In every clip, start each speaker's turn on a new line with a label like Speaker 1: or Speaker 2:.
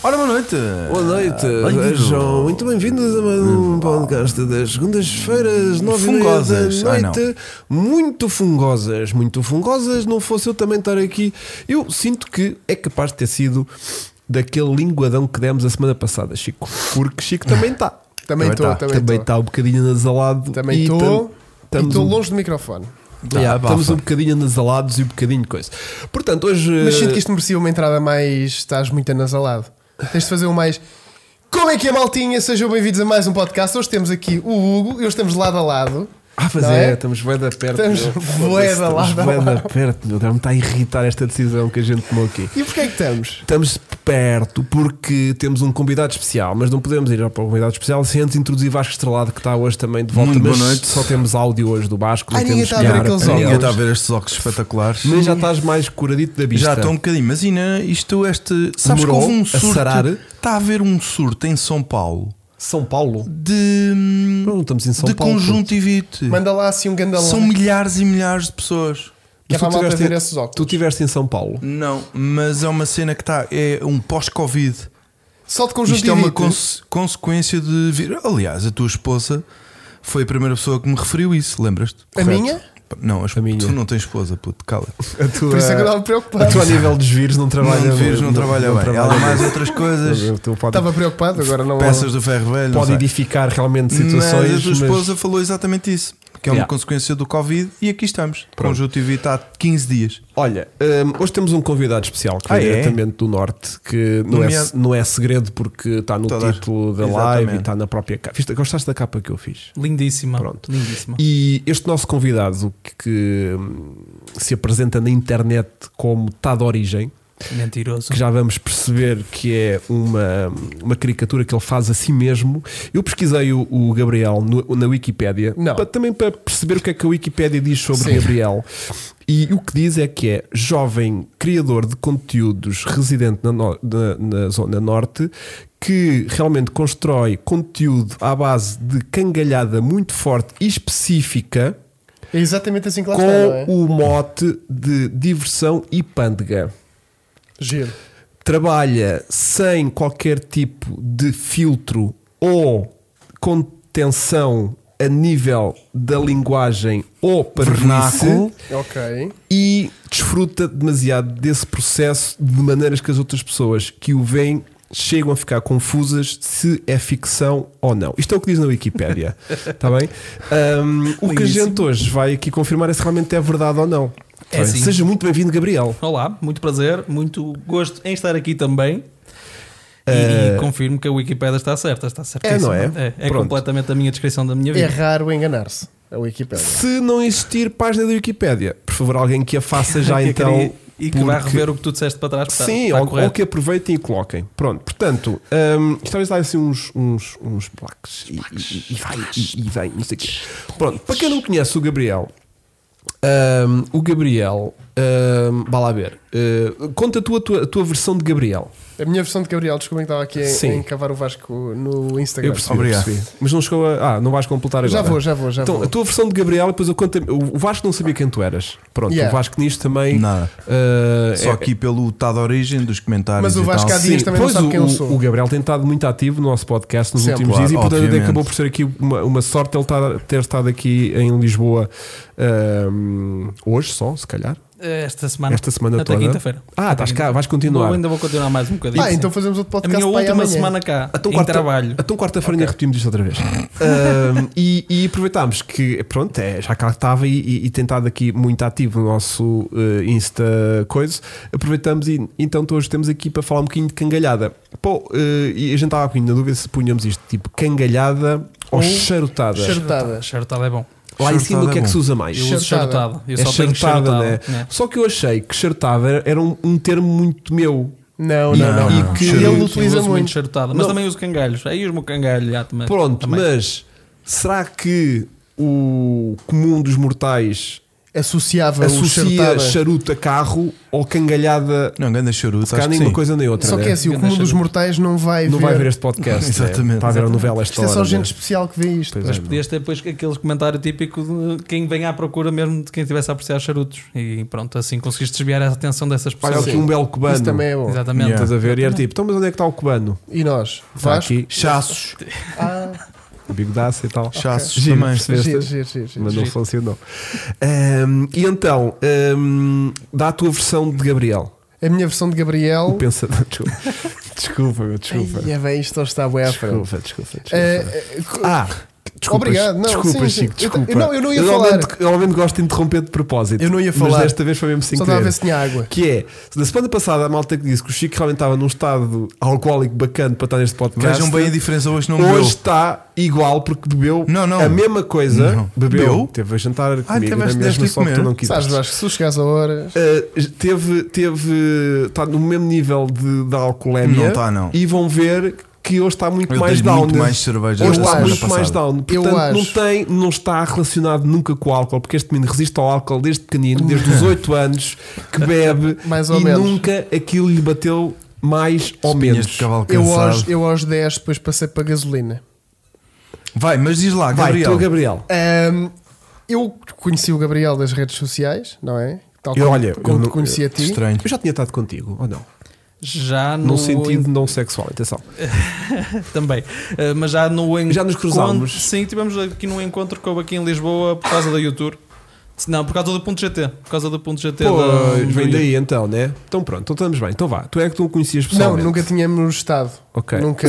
Speaker 1: Ora, boa noite.
Speaker 2: Boa noite, eh,
Speaker 3: Ah,
Speaker 1: Bem-vindo.
Speaker 2: João. Muito bem-vindos a mais um podcast das segundas-feiras, nove e meia
Speaker 1: Fungosas.
Speaker 2: da
Speaker 1: Ai,
Speaker 2: noite. muito fungosas, muito fungosas. Não fosse eu também estar aqui, eu sinto que é capaz de ter sido daquele linguadão que demos a semana passada, Chico. Porque Chico também está.
Speaker 3: Também estou,
Speaker 1: tá,
Speaker 3: também estou.
Speaker 2: está um bocadinho anasalado.
Speaker 3: Também
Speaker 2: e
Speaker 3: estou.
Speaker 2: tam-
Speaker 3: E
Speaker 2: estamos
Speaker 3: estou
Speaker 2: um-
Speaker 3: longe do microfone.
Speaker 1: Tá,
Speaker 2: Yeah,
Speaker 1: abafa.
Speaker 2: estamos um bocadinho anasalados e um bocadinho coisa. Portanto, hoje.
Speaker 3: Mas
Speaker 2: eh,
Speaker 3: sinto que isto merecia uma entrada mais. Estás muito anasalado. Tens de fazer um mais. Como é que é, maltinha? Sejam bem-vindos a mais um podcast. Hoje temos aqui o Hugo e hoje estamos lado a lado.
Speaker 2: Ah, pois
Speaker 3: Não
Speaker 2: é,
Speaker 3: é?
Speaker 2: estamos bué da perto.
Speaker 3: Estamos
Speaker 2: meu.
Speaker 3: bué
Speaker 2: Foda-se,
Speaker 3: da
Speaker 2: estamos
Speaker 3: lado a
Speaker 2: bué da
Speaker 3: lado.
Speaker 2: perto, meu. Agora me está a irritar esta decisão que a gente tomou aqui.
Speaker 3: E porquê é que estamos?
Speaker 2: Estamos perto porque temos um convidado especial, mas não podemos ir para o convidado especial sem antes introduzir Vasco Estrelado, que está hoje também de volta.
Speaker 1: Muito
Speaker 2: mas
Speaker 1: boa noite.
Speaker 2: Só temos áudio hoje do Vasco. não
Speaker 3: Ai, ninguém
Speaker 2: temos
Speaker 3: está a ver
Speaker 2: cara
Speaker 3: aqueles
Speaker 2: para
Speaker 3: óculos.
Speaker 2: ele.
Speaker 1: Ninguém está a ver estes óculos espetaculares.
Speaker 2: Mas já estás mais curadito da vista.
Speaker 1: Já estou um bocadinho. Mas Ina, isto, este. Sabes que
Speaker 2: Demorou
Speaker 1: houve um
Speaker 2: a
Speaker 1: surto.
Speaker 2: sarar?
Speaker 1: Está a haver um surto em São Paulo
Speaker 2: São Paulo.
Speaker 1: de. hum,
Speaker 2: Não, não estamos em São
Speaker 1: de
Speaker 2: Paulo.
Speaker 1: conjuntivite.
Speaker 3: Manda lá assim um gandalão.
Speaker 1: São milhares e milhares de pessoas.
Speaker 3: Que é
Speaker 2: Mas tu
Speaker 3: para a malta
Speaker 2: tiveste-
Speaker 3: ver esses óculos.
Speaker 2: Tu estiveste em São Paulo.
Speaker 1: Não, mas é uma cena que está. É um pós-Covid.
Speaker 3: Só de
Speaker 1: Isto
Speaker 3: conjuntivite.
Speaker 1: é uma conse- consequência de vir. Aliás, a tua esposa foi a primeira pessoa que me referiu isso, lembras-te?
Speaker 3: A minha?
Speaker 1: Não, as-
Speaker 2: A minha.
Speaker 1: tu não tens esposa, puto, cala.
Speaker 2: A tua,
Speaker 3: Por isso é que eu estava
Speaker 2: a
Speaker 3: preocupado.
Speaker 2: tua nível de vírus não trabalha
Speaker 1: não, vires,
Speaker 2: bem.
Speaker 1: não, trabalha bem. Ela
Speaker 2: trabalha
Speaker 1: mais
Speaker 2: bem.
Speaker 1: outras coisas,
Speaker 2: Tu podes-
Speaker 3: Estava preocupado, agora não.
Speaker 1: peças do ferro velho. não
Speaker 2: pode
Speaker 1: sei.
Speaker 2: edificar realmente
Speaker 1: Mas a
Speaker 2: situações.
Speaker 1: tua
Speaker 2: mas-
Speaker 1: esposa falou exatamente isso, que é uma
Speaker 2: Yeah.
Speaker 1: consequência do Covid e aqui estamos. Conjuntivite há 15 dias.
Speaker 2: Olha, hum, hoje temos um convidado especial que
Speaker 1: Ah,
Speaker 2: vem
Speaker 1: é?
Speaker 2: diretamente do Norte, que não, é,
Speaker 1: Nomeado-
Speaker 2: não é segredo porque está no
Speaker 1: Toda a-
Speaker 2: título da live e
Speaker 1: Exatamente.
Speaker 2: está na própria capa. Viste- Gostaste da capa que eu fiz?
Speaker 4: Lindíssima.
Speaker 2: Pronto.
Speaker 4: Lindíssima.
Speaker 2: E este nosso convidado que, que, hum, se apresenta na internet como está de origem,
Speaker 4: Mentiroso.
Speaker 2: que já vamos perceber que é uma, uma caricatura que ele faz a si mesmo. Eu pesquisei o, o Gabriel no- na Wikipédia
Speaker 3: Não.
Speaker 2: pa- também para perceber o que é que a Wikipédia diz sobre
Speaker 3: Sim.
Speaker 2: Gabriel. E o que diz é que é jovem criador de conteúdos residente na, no- na- na Zona Norte que realmente constrói conteúdo à base de cangalhada muito forte e específica
Speaker 3: É exatamente assim que lá está, não é?
Speaker 2: com o mote de diversão e pândega
Speaker 3: Giro.
Speaker 2: trabalha sem qualquer tipo de filtro ou contenção a nível da linguagem ou
Speaker 1: Vernáculo.
Speaker 2: parvice
Speaker 3: Ok.
Speaker 2: e desfruta demasiado desse processo de maneiras que as outras pessoas que o veem chegam a ficar confusas se é ficção ou não. Isto é o que diz na Wikipédia, está bem? Ahm, o que a gente hoje vai aqui confirmar é se realmente é verdade ou não. Tá
Speaker 4: É sim.
Speaker 2: Seja muito bem-vindo, Gabriel.
Speaker 4: Olá, muito prazer, muito gosto em estar aqui também. E,
Speaker 2: Eh,
Speaker 4: e confirmo que a Wikipédia está certa, está certíssima.
Speaker 2: É, não é?
Speaker 4: É, é
Speaker 2: Pronto.
Speaker 4: completamente a minha descrição da minha
Speaker 3: É
Speaker 4: vida.
Speaker 3: raro enganar-se. A Wikipédia.
Speaker 2: Se não existir página da Wikipédia, por favor, alguém que a faça já
Speaker 4: Eu
Speaker 2: então.
Speaker 4: queria- e que vai
Speaker 2: porque-
Speaker 4: rever o que tu disseste para trás. Está,
Speaker 2: Sim,
Speaker 4: está
Speaker 2: ou, ou
Speaker 4: correto.
Speaker 2: que aproveitem e coloquem. Pronto, portanto, hum, isto talvez dá assim uns, uns, uns plaques e, e- e vai, e, e vem, não sei o quê. Pronto, para quem não conhece o Gabriel, hum, o Gabriel, hum, vá lá ver, hum, conta tu a tua, a tua versão de Gabriel.
Speaker 3: A minha versão de Gabriel, desculpem que estava aqui
Speaker 2: Sim.
Speaker 3: a encavar o Vasco no Instagram.
Speaker 2: Eu percebi,
Speaker 1: Obrigado.
Speaker 2: percebi. Mas não chegou a. Ah, não vais completar agora.
Speaker 3: Já vou, já vou, já
Speaker 2: Então,
Speaker 3: vou.
Speaker 2: a tua versão de Gabriel, depois eu conto. O Vasco não sabia quem tu eras. Pronto, o
Speaker 3: Yeah.
Speaker 2: Vasco nisto também.
Speaker 1: Nada.
Speaker 2: uh,
Speaker 1: Só
Speaker 2: é-
Speaker 1: aqui pelo tá de origem dos comentários.
Speaker 3: Mas o
Speaker 1: e tal.
Speaker 3: Vasco há dias também não
Speaker 2: pois,
Speaker 3: sabe
Speaker 2: o,
Speaker 3: quem eu
Speaker 2: o-
Speaker 3: sou.
Speaker 2: O Gabriel tem estado muito ativo no nosso podcast nos
Speaker 3: Sempre,
Speaker 2: últimos dias
Speaker 1: claro,
Speaker 2: e, portanto,
Speaker 1: obviamente.
Speaker 2: acabou por ser aqui uma, uma sorte ele estar- ter estado aqui em Lisboa ahm, hoje só, se calhar.
Speaker 4: Eh, Esta semana.
Speaker 2: Esta semana
Speaker 4: Ah, Até
Speaker 2: toda.
Speaker 4: quinta-feira.
Speaker 2: Ah, estás cá, vais continuar.
Speaker 4: Eu ainda vou continuar mais um bocadinho.
Speaker 3: Ah,
Speaker 4: sim.
Speaker 3: então fazemos outro
Speaker 4: a
Speaker 3: podcast
Speaker 4: minha
Speaker 3: para aí
Speaker 4: última
Speaker 3: amanhã.
Speaker 4: semana cá,
Speaker 2: Então,
Speaker 4: em
Speaker 2: quarta-
Speaker 4: trabalho.
Speaker 2: Então quarta-feira repetimos isto outra vez. Ahm, e, e aproveitámos que, pronto, é, já cá estava e, e, e tentado aqui muito ativo no nosso eh, Insta coisa, aproveitamos e então hoje temos aqui para falar um bocadinho de cangalhada. Pô, eh, e a gente estava um bocadinho na dúvida se punhamos isto tipo cangalhada ou,
Speaker 3: Ou
Speaker 2: charutada.
Speaker 3: Charutada.
Speaker 4: Charutada. Charutada é bom.
Speaker 2: Lá em cima o que é que se usa mais?
Speaker 4: Eu uso
Speaker 3: Charutada.
Speaker 4: charutada. Eu
Speaker 2: é
Speaker 4: só tenho
Speaker 2: charutada,
Speaker 4: charutada.
Speaker 2: né?
Speaker 4: né?
Speaker 2: Só que eu achei que charutada era- era um, um termo muito meu.
Speaker 3: Não,
Speaker 2: E-
Speaker 3: não, não.
Speaker 2: e
Speaker 3: não.
Speaker 2: que
Speaker 3: ele
Speaker 2: eu
Speaker 3: utiliza
Speaker 4: Eu uso
Speaker 3: muito.
Speaker 4: charutada, mas
Speaker 2: Não.
Speaker 4: também uso cangalhos. Aí uso o cangalho. já, também-
Speaker 2: Pronto,
Speaker 4: também.
Speaker 2: mas será que o comum dos mortais
Speaker 3: associava o
Speaker 2: associa
Speaker 3: charutaba.
Speaker 2: charuto a carro ou cangalhada.
Speaker 1: Não, ganda charuto,
Speaker 2: Se calhar
Speaker 1: acho que
Speaker 2: nem uma
Speaker 1: sim.
Speaker 2: coisa nem outra.
Speaker 3: Só que
Speaker 2: né?
Speaker 3: é assim, o
Speaker 4: Ganda
Speaker 3: comum dos
Speaker 4: charuto.
Speaker 3: mortais não vai
Speaker 2: Não
Speaker 3: ver.
Speaker 2: vai ver este podcast. né?
Speaker 1: Exatamente.
Speaker 2: Está a ver a novela esta
Speaker 3: Isto é só
Speaker 2: hora,
Speaker 3: gente
Speaker 2: né?
Speaker 3: especial que vê isto.
Speaker 2: Pois é,
Speaker 4: Mas
Speaker 2: não.
Speaker 4: podias ter depois aquele comentário típico de quem vem à procura mesmo de quem estivesse a apreciar charutos. E pronto, assim conseguiste desviar a atenção dessas
Speaker 2: Olha
Speaker 4: pessoas.
Speaker 2: aqui um belo cubano.
Speaker 3: Isso também é bom.
Speaker 4: Exatamente.
Speaker 2: Estás a ver? E era tipo, então, mas onde é que está o cubano?
Speaker 3: E nós?
Speaker 2: Está
Speaker 3: Vasco?
Speaker 2: aqui,
Speaker 1: Chassos,
Speaker 3: Ah,
Speaker 2: bigodaço e tal.
Speaker 1: chassos
Speaker 2: Giro,
Speaker 1: também.
Speaker 2: percebeste?
Speaker 3: giro, giro, giro, giro.
Speaker 2: Mas não
Speaker 4: Giro.
Speaker 2: funcionou. Ahm, e então, ahm, dá a tua versão de Gabriel.
Speaker 3: A minha versão de
Speaker 2: O
Speaker 3: Gabriel.
Speaker 2: pensador. Desculpa, meu, desculpa.
Speaker 3: Ai, é bem, isto está bué à frente.
Speaker 2: Desculpa, desculpa. desculpa.
Speaker 3: Eh, eh, co-
Speaker 2: ah, desculpa.
Speaker 3: Obrigado, não,
Speaker 2: desculpa,
Speaker 3: sim, sim.
Speaker 2: Chico,
Speaker 3: Eu-
Speaker 2: desculpa.
Speaker 3: não, eu não ia
Speaker 2: normalmente-
Speaker 3: falar.
Speaker 2: Eu normalmente gosto de interromper de propósito.
Speaker 3: Eu não ia
Speaker 2: Mas
Speaker 3: falar.
Speaker 2: desta vez foi mesmo sem
Speaker 3: Só estava a ver
Speaker 2: querer.
Speaker 3: se tinha água.
Speaker 2: Que é, na semana passada a malta que disse que o Chico realmente estava num estado alcoólico bacana para estar neste podcast.
Speaker 1: Vejam bem a diferença hoje, não
Speaker 2: Hoje
Speaker 1: hoje...
Speaker 2: está igual porque bebeu
Speaker 1: Não, não.
Speaker 2: a mesma coisa.
Speaker 1: Não.
Speaker 2: Bebeu,
Speaker 1: Bebeu? Ah,
Speaker 2: teve a jantar comigo,
Speaker 1: teve
Speaker 2: na
Speaker 1: esta- deste
Speaker 2: mesma
Speaker 1: de
Speaker 2: só que tu
Speaker 1: comer.
Speaker 2: não quiseste.
Speaker 3: Sabes, Vasco, se tu chegares a horas.
Speaker 2: Uh, teve, teve, está no mesmo nível de, da alcoolemia.
Speaker 1: Não está, não.
Speaker 2: E vão ver que hoje está muito
Speaker 1: Eu
Speaker 2: mais
Speaker 1: dei
Speaker 2: down.
Speaker 1: muito mais cerveja
Speaker 2: hoje
Speaker 3: da
Speaker 2: está
Speaker 3: semana
Speaker 2: muito mais
Speaker 1: passada.
Speaker 2: down.
Speaker 3: Eu
Speaker 2: Portanto, não,
Speaker 3: acho.
Speaker 2: tem, não está relacionado nunca com o álcool, porque este menino resiste ao álcool desde pequenino, desde os 8 anos, que bebe
Speaker 3: Mais ou
Speaker 2: e
Speaker 3: menos.
Speaker 2: nunca aquilo lhe bateu mais ou
Speaker 1: Espinhas
Speaker 2: menos.
Speaker 1: de cavalo
Speaker 3: Eu
Speaker 1: cansado.
Speaker 3: aos, eu aos 10 depois passei para gasolina.
Speaker 1: Vai, mas diz lá,
Speaker 2: Vai,
Speaker 1: Gabriel.
Speaker 2: tu, Gabriel.
Speaker 3: Ahm, eu conheci o Gabriel das redes sociais, não é? Tal
Speaker 2: Eu,
Speaker 3: como,
Speaker 2: olha,
Speaker 3: como
Speaker 2: eu
Speaker 3: te
Speaker 2: não-
Speaker 3: conheci a ti.
Speaker 1: Estranho.
Speaker 2: Eu já tinha estado contigo, ou não?
Speaker 4: Já no,
Speaker 2: Num sentido não sexual, atenção.
Speaker 4: Também. Eh, mas já no encontro.
Speaker 2: Já nos cruzámos.
Speaker 4: Sim, tivemos aqui num encontro que houve aqui em Lisboa por causa da YouTube. Não, por causa do ponto .gt. Por causa do ponto .gt. da-
Speaker 2: Pois,
Speaker 4: do
Speaker 2: vem
Speaker 4: YouTube.
Speaker 2: daí então, né? Então pronto, então estamos bem. Então vá, tu é que tu o conhecias
Speaker 3: Não,
Speaker 2: pessoalmente?
Speaker 3: nunca tínhamos estado.
Speaker 2: Ok.
Speaker 3: Nunca.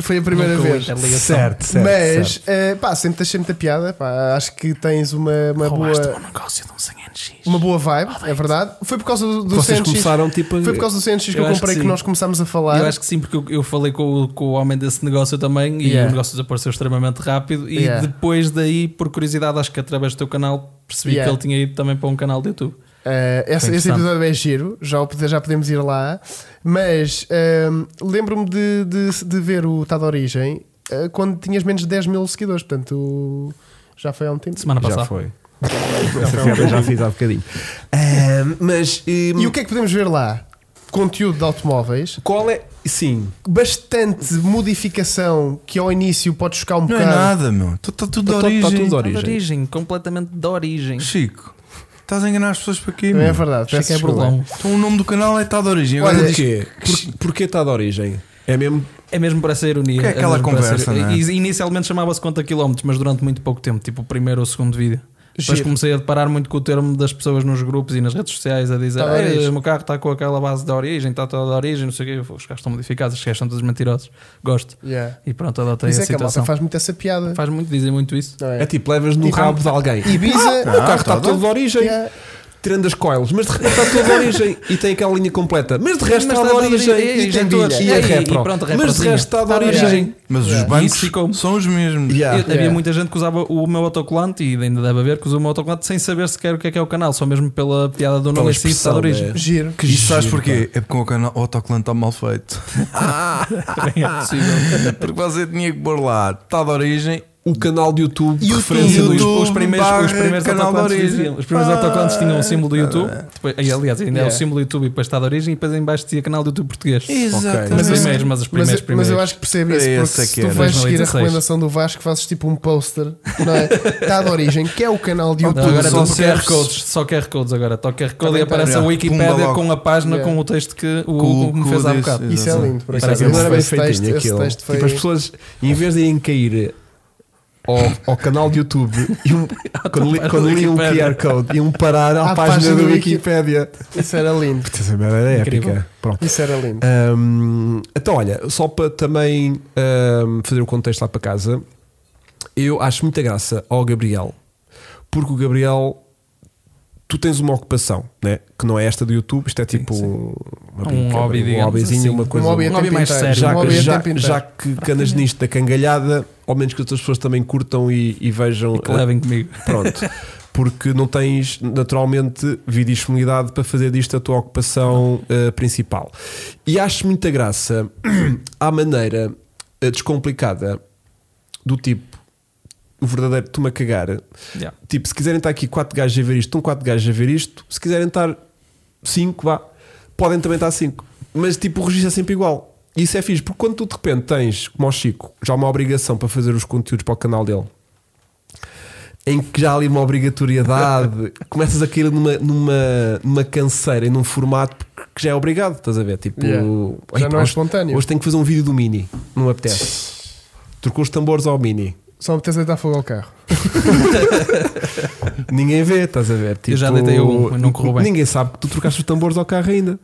Speaker 3: Foi a primeira
Speaker 4: Nunca
Speaker 3: vez.
Speaker 4: houve interligação.
Speaker 2: Certo, certo.
Speaker 3: Mas,
Speaker 2: certo.
Speaker 3: eh, pá, sempre achei muita piada. pá. acho que tens uma, uma
Speaker 4: Roubaste
Speaker 3: boa.
Speaker 4: um negócio de um 100 NX.
Speaker 3: Uma boa vibe, é verdade. Foi por causa do, do
Speaker 2: Vocês
Speaker 3: CNX.
Speaker 2: começaram tipo a-
Speaker 3: Foi por causa do CNX que
Speaker 4: Eu
Speaker 3: eu,
Speaker 4: acho
Speaker 3: comprei
Speaker 4: que
Speaker 3: que,
Speaker 4: sim.
Speaker 3: nós começámos a falar.
Speaker 4: Eu acho que sim, porque eu, eu falei com o, com o homem desse negócio também e
Speaker 3: Yeah.
Speaker 4: o negócio desapareceu extremamente rápido. E
Speaker 3: Yeah.
Speaker 4: depois daí, por curiosidade, acho que através do teu canal percebi
Speaker 3: Yeah.
Speaker 4: que ele tinha ido também para um canal de YouTube.
Speaker 3: Eh, esse,
Speaker 4: Foi
Speaker 3: esse
Speaker 4: interessante.
Speaker 3: episódio é giro, já, o pode- já podemos ir lá. Mas ehm, lembro-me de, de- de ver o Tá de Origem eh, quando tinhas menos de 10 mil seguidores, portanto já foi há um tempo.
Speaker 4: Semana
Speaker 2: Já
Speaker 4: passada.
Speaker 2: foi. Essa piada já fiz há bocadinho. Ahm, mas hum,
Speaker 3: E o que é que podemos ver lá? Conteúdo de automóveis,
Speaker 2: qual é. Sim,
Speaker 3: bastante modificação que ao início pode chocar um
Speaker 1: Não é
Speaker 3: bocado.
Speaker 1: nada, meu. Está tudo de
Speaker 2: Tá- tá- tá
Speaker 1: origem.
Speaker 2: tudo de
Speaker 4: Ah, De
Speaker 2: origem.
Speaker 4: origem, completamente de origem.
Speaker 1: Chico, estás a enganar as pessoas para quê,
Speaker 3: Não é
Speaker 1: meu?
Speaker 3: verdade,
Speaker 4: Chico
Speaker 3: peço
Speaker 4: é
Speaker 3: desculpa.
Speaker 4: burlão.
Speaker 1: Então o nome do canal é Tá de Origem.
Speaker 3: Olha,
Speaker 1: Agora diz
Speaker 2: porquê? Por, porquê está de origem? É mesmo.
Speaker 4: É mesmo para essa ironia.
Speaker 1: Que é aquela
Speaker 4: mesmo para essa
Speaker 1: conversa,
Speaker 4: ironia.
Speaker 1: não é?
Speaker 4: E- Inicialmente chamava-se conta quilómetros, mas durante muito pouco tempo, tipo o primeiro ou o segundo vídeo. Depois
Speaker 3: Giro.
Speaker 4: comecei a deparar muito com o termo das pessoas nos grupos e nas redes sociais a dizer:
Speaker 3: Tá de
Speaker 4: "Ei,
Speaker 3: origem."
Speaker 4: o meu carro está com aquela base de origem, está toda de origem, não sei o quê. Eu falo, Os carros estão modificados, os gajos são todos mentirosos. Gosto.
Speaker 3: Yeah.
Speaker 4: E pronto, adotei
Speaker 3: Isso
Speaker 4: a
Speaker 3: é que a malta
Speaker 4: situação.
Speaker 3: faz muito essa piada.
Speaker 4: Faz muito, dizem muito isso.
Speaker 3: não
Speaker 2: É tipo, levas no
Speaker 3: Tipo,
Speaker 2: rabo de alguém.
Speaker 3: Ibiza,
Speaker 2: Ah, o carro está
Speaker 1: tá
Speaker 2: todo de origem.
Speaker 3: Yeah.
Speaker 2: Tirando as coils, mas de repente está todo de origem e tem aquela linha completa. Mas de resto
Speaker 4: Mas
Speaker 2: está de
Speaker 4: tá de origem,
Speaker 2: origem
Speaker 4: e
Speaker 2: e tem
Speaker 4: tem
Speaker 2: bilha. E a
Speaker 4: bilhas. E- e
Speaker 2: repro.
Speaker 4: pronto,
Speaker 2: Mas
Speaker 4: a
Speaker 2: de
Speaker 4: reprozinha.
Speaker 2: resto está de
Speaker 3: Tá de
Speaker 2: origem.
Speaker 3: origem.
Speaker 1: Mas os
Speaker 3: Yeah.
Speaker 1: bancos
Speaker 4: Isso ficou-
Speaker 1: são os mesmos.
Speaker 2: Yeah.
Speaker 4: Eu- Havia
Speaker 3: yeah.
Speaker 4: muita gente que usava o meu autocolante e ainda deve haver que usou o meu autocolante sem saber sequer o que é que é o canal, só mesmo pela piada do nome em si, está de
Speaker 2: expressão,
Speaker 4: origem.
Speaker 2: né?
Speaker 3: Giro.
Speaker 1: E sabes porquê? É porque o canal o autocolante está mal feito.
Speaker 4: Também é possível.
Speaker 1: porque você tinha que pôr lá Tá de Origem.
Speaker 2: O canal do YouTube,
Speaker 1: YouTube.
Speaker 2: referência do
Speaker 1: YouTube.
Speaker 4: Os- os, primeiros, os
Speaker 1: barra
Speaker 4: primeiros
Speaker 1: canal de
Speaker 4: autocolantes
Speaker 1: origem. Ah, tá
Speaker 4: diziam- os primeiros autocolantes tinham o símbolo do YouTube, depois, aí, aliás, ainda é o
Speaker 3: Yeah.
Speaker 4: símbolo do YouTube e depois está de origem, e depois em baixo dizia canal do YouTube português.
Speaker 1: Exatamente.
Speaker 4: Mas
Speaker 3: Mas
Speaker 4: os
Speaker 3: isso-
Speaker 4: primeiros, mas os
Speaker 3: Mas,
Speaker 4: primeiros,
Speaker 3: mas
Speaker 4: primeiros.
Speaker 3: eu acho que percebo isso,
Speaker 1: É
Speaker 3: porque
Speaker 1: esse é
Speaker 3: se
Speaker 1: que
Speaker 3: tu
Speaker 1: era.
Speaker 3: vais seguir a
Speaker 4: 2016.
Speaker 3: recomendação do Vasco, fazes tipo um poster, não é? Está de origem, que é o canal de
Speaker 4: Não,
Speaker 3: YouTube.
Speaker 4: agora é
Speaker 1: só
Speaker 4: tudo QR
Speaker 1: serve-
Speaker 4: codes, só QR codes agora, só QR code
Speaker 3: Também tá.
Speaker 4: e aparece a
Speaker 1: Yeah. Pumba
Speaker 4: Wikipédia
Speaker 1: logo.
Speaker 4: com a página
Speaker 3: Yeah.
Speaker 4: com o texto que o
Speaker 1: Com o
Speaker 4: Hugo me
Speaker 1: que
Speaker 4: fez há
Speaker 1: disse,
Speaker 4: bocado.
Speaker 1: exato.
Speaker 3: Isso é lindo, por
Speaker 4: Parece
Speaker 3: acaso.
Speaker 4: que
Speaker 2: Aquilo
Speaker 4: Esse-
Speaker 2: era bem
Speaker 3: Esse
Speaker 2: feitinho
Speaker 3: texto- esse
Speaker 2: aquilo.
Speaker 3: texto foi-
Speaker 2: Tipo, as pessoas, em vez de irem cair ao, ao canal do YouTube, iam, quando, li,
Speaker 4: página
Speaker 2: quando
Speaker 4: da
Speaker 2: liam o QR
Speaker 4: Wikipédia.
Speaker 2: Code, iam parar à,
Speaker 3: À
Speaker 2: página,
Speaker 3: página
Speaker 2: da
Speaker 3: da Ah, Wiki-
Speaker 2: Wikipédia.
Speaker 3: Isso era lindo.
Speaker 2: Essa é merda era
Speaker 4: Incrível.
Speaker 2: épica. Pronto.
Speaker 3: Isso era lindo.
Speaker 2: Hum, então, olha, só para também hum, fazer o contexto lá para casa, eu acho muita graça ao Gabriel, porque o Gabriel. Tu tens uma ocupação, né? que não é esta do YouTube, isto é tipo
Speaker 4: sim.
Speaker 2: uma
Speaker 4: Um
Speaker 2: brinca-
Speaker 4: hobby,
Speaker 2: um
Speaker 4: digamos
Speaker 2: hobbyzinho,
Speaker 4: assim.
Speaker 2: uma coisa
Speaker 3: um hobby a
Speaker 4: um
Speaker 3: tempo
Speaker 4: hobby mais
Speaker 3: inteiro.
Speaker 4: sério.
Speaker 2: já,
Speaker 3: Um hobby a
Speaker 2: já,
Speaker 3: tempo inteiro.
Speaker 2: já que canas nisto da cangalhada, ao menos que outras pessoas também curtam e, e vejam.
Speaker 4: Que levem comigo.
Speaker 2: eh, Pronto. Porque não tens naturalmente vida e disponibilidade para fazer disto a tua ocupação eh, principal. E acho muita graça à maneira eh, descomplicada do tipo: o verdadeiro toma cagar.
Speaker 4: Yeah.
Speaker 2: Tipo, se quiserem estar aqui 4 gajos a ver isto, estão 4 gajos a ver isto. Se quiserem estar 5, vá. Podem também estar 5. Mas tipo, o registro é sempre igual. E Isso é fixe, porque quando tu de repente tens, como o Chico, já uma obrigação para fazer os conteúdos para o canal dele, em que já há ali uma obrigatoriedade, começas a cair numa, numa, numa canseira e num formato que já é obrigado, estás a ver? Tipo,
Speaker 3: Yeah.
Speaker 2: "Ei,
Speaker 3: Já
Speaker 2: pá,
Speaker 3: não é
Speaker 2: hoje,
Speaker 3: espontâneo.
Speaker 2: hoje tenho que fazer um vídeo do Mini, não me apetece. Trocou os tambores ao Mini.
Speaker 3: Só me apetece deitar fogo ao carro.
Speaker 2: Ninguém vê, estás a ver?
Speaker 4: Eu já deitei um, mas não correu bem.
Speaker 2: Ninguém sabe que tu trocaste os tambores ao carro ainda.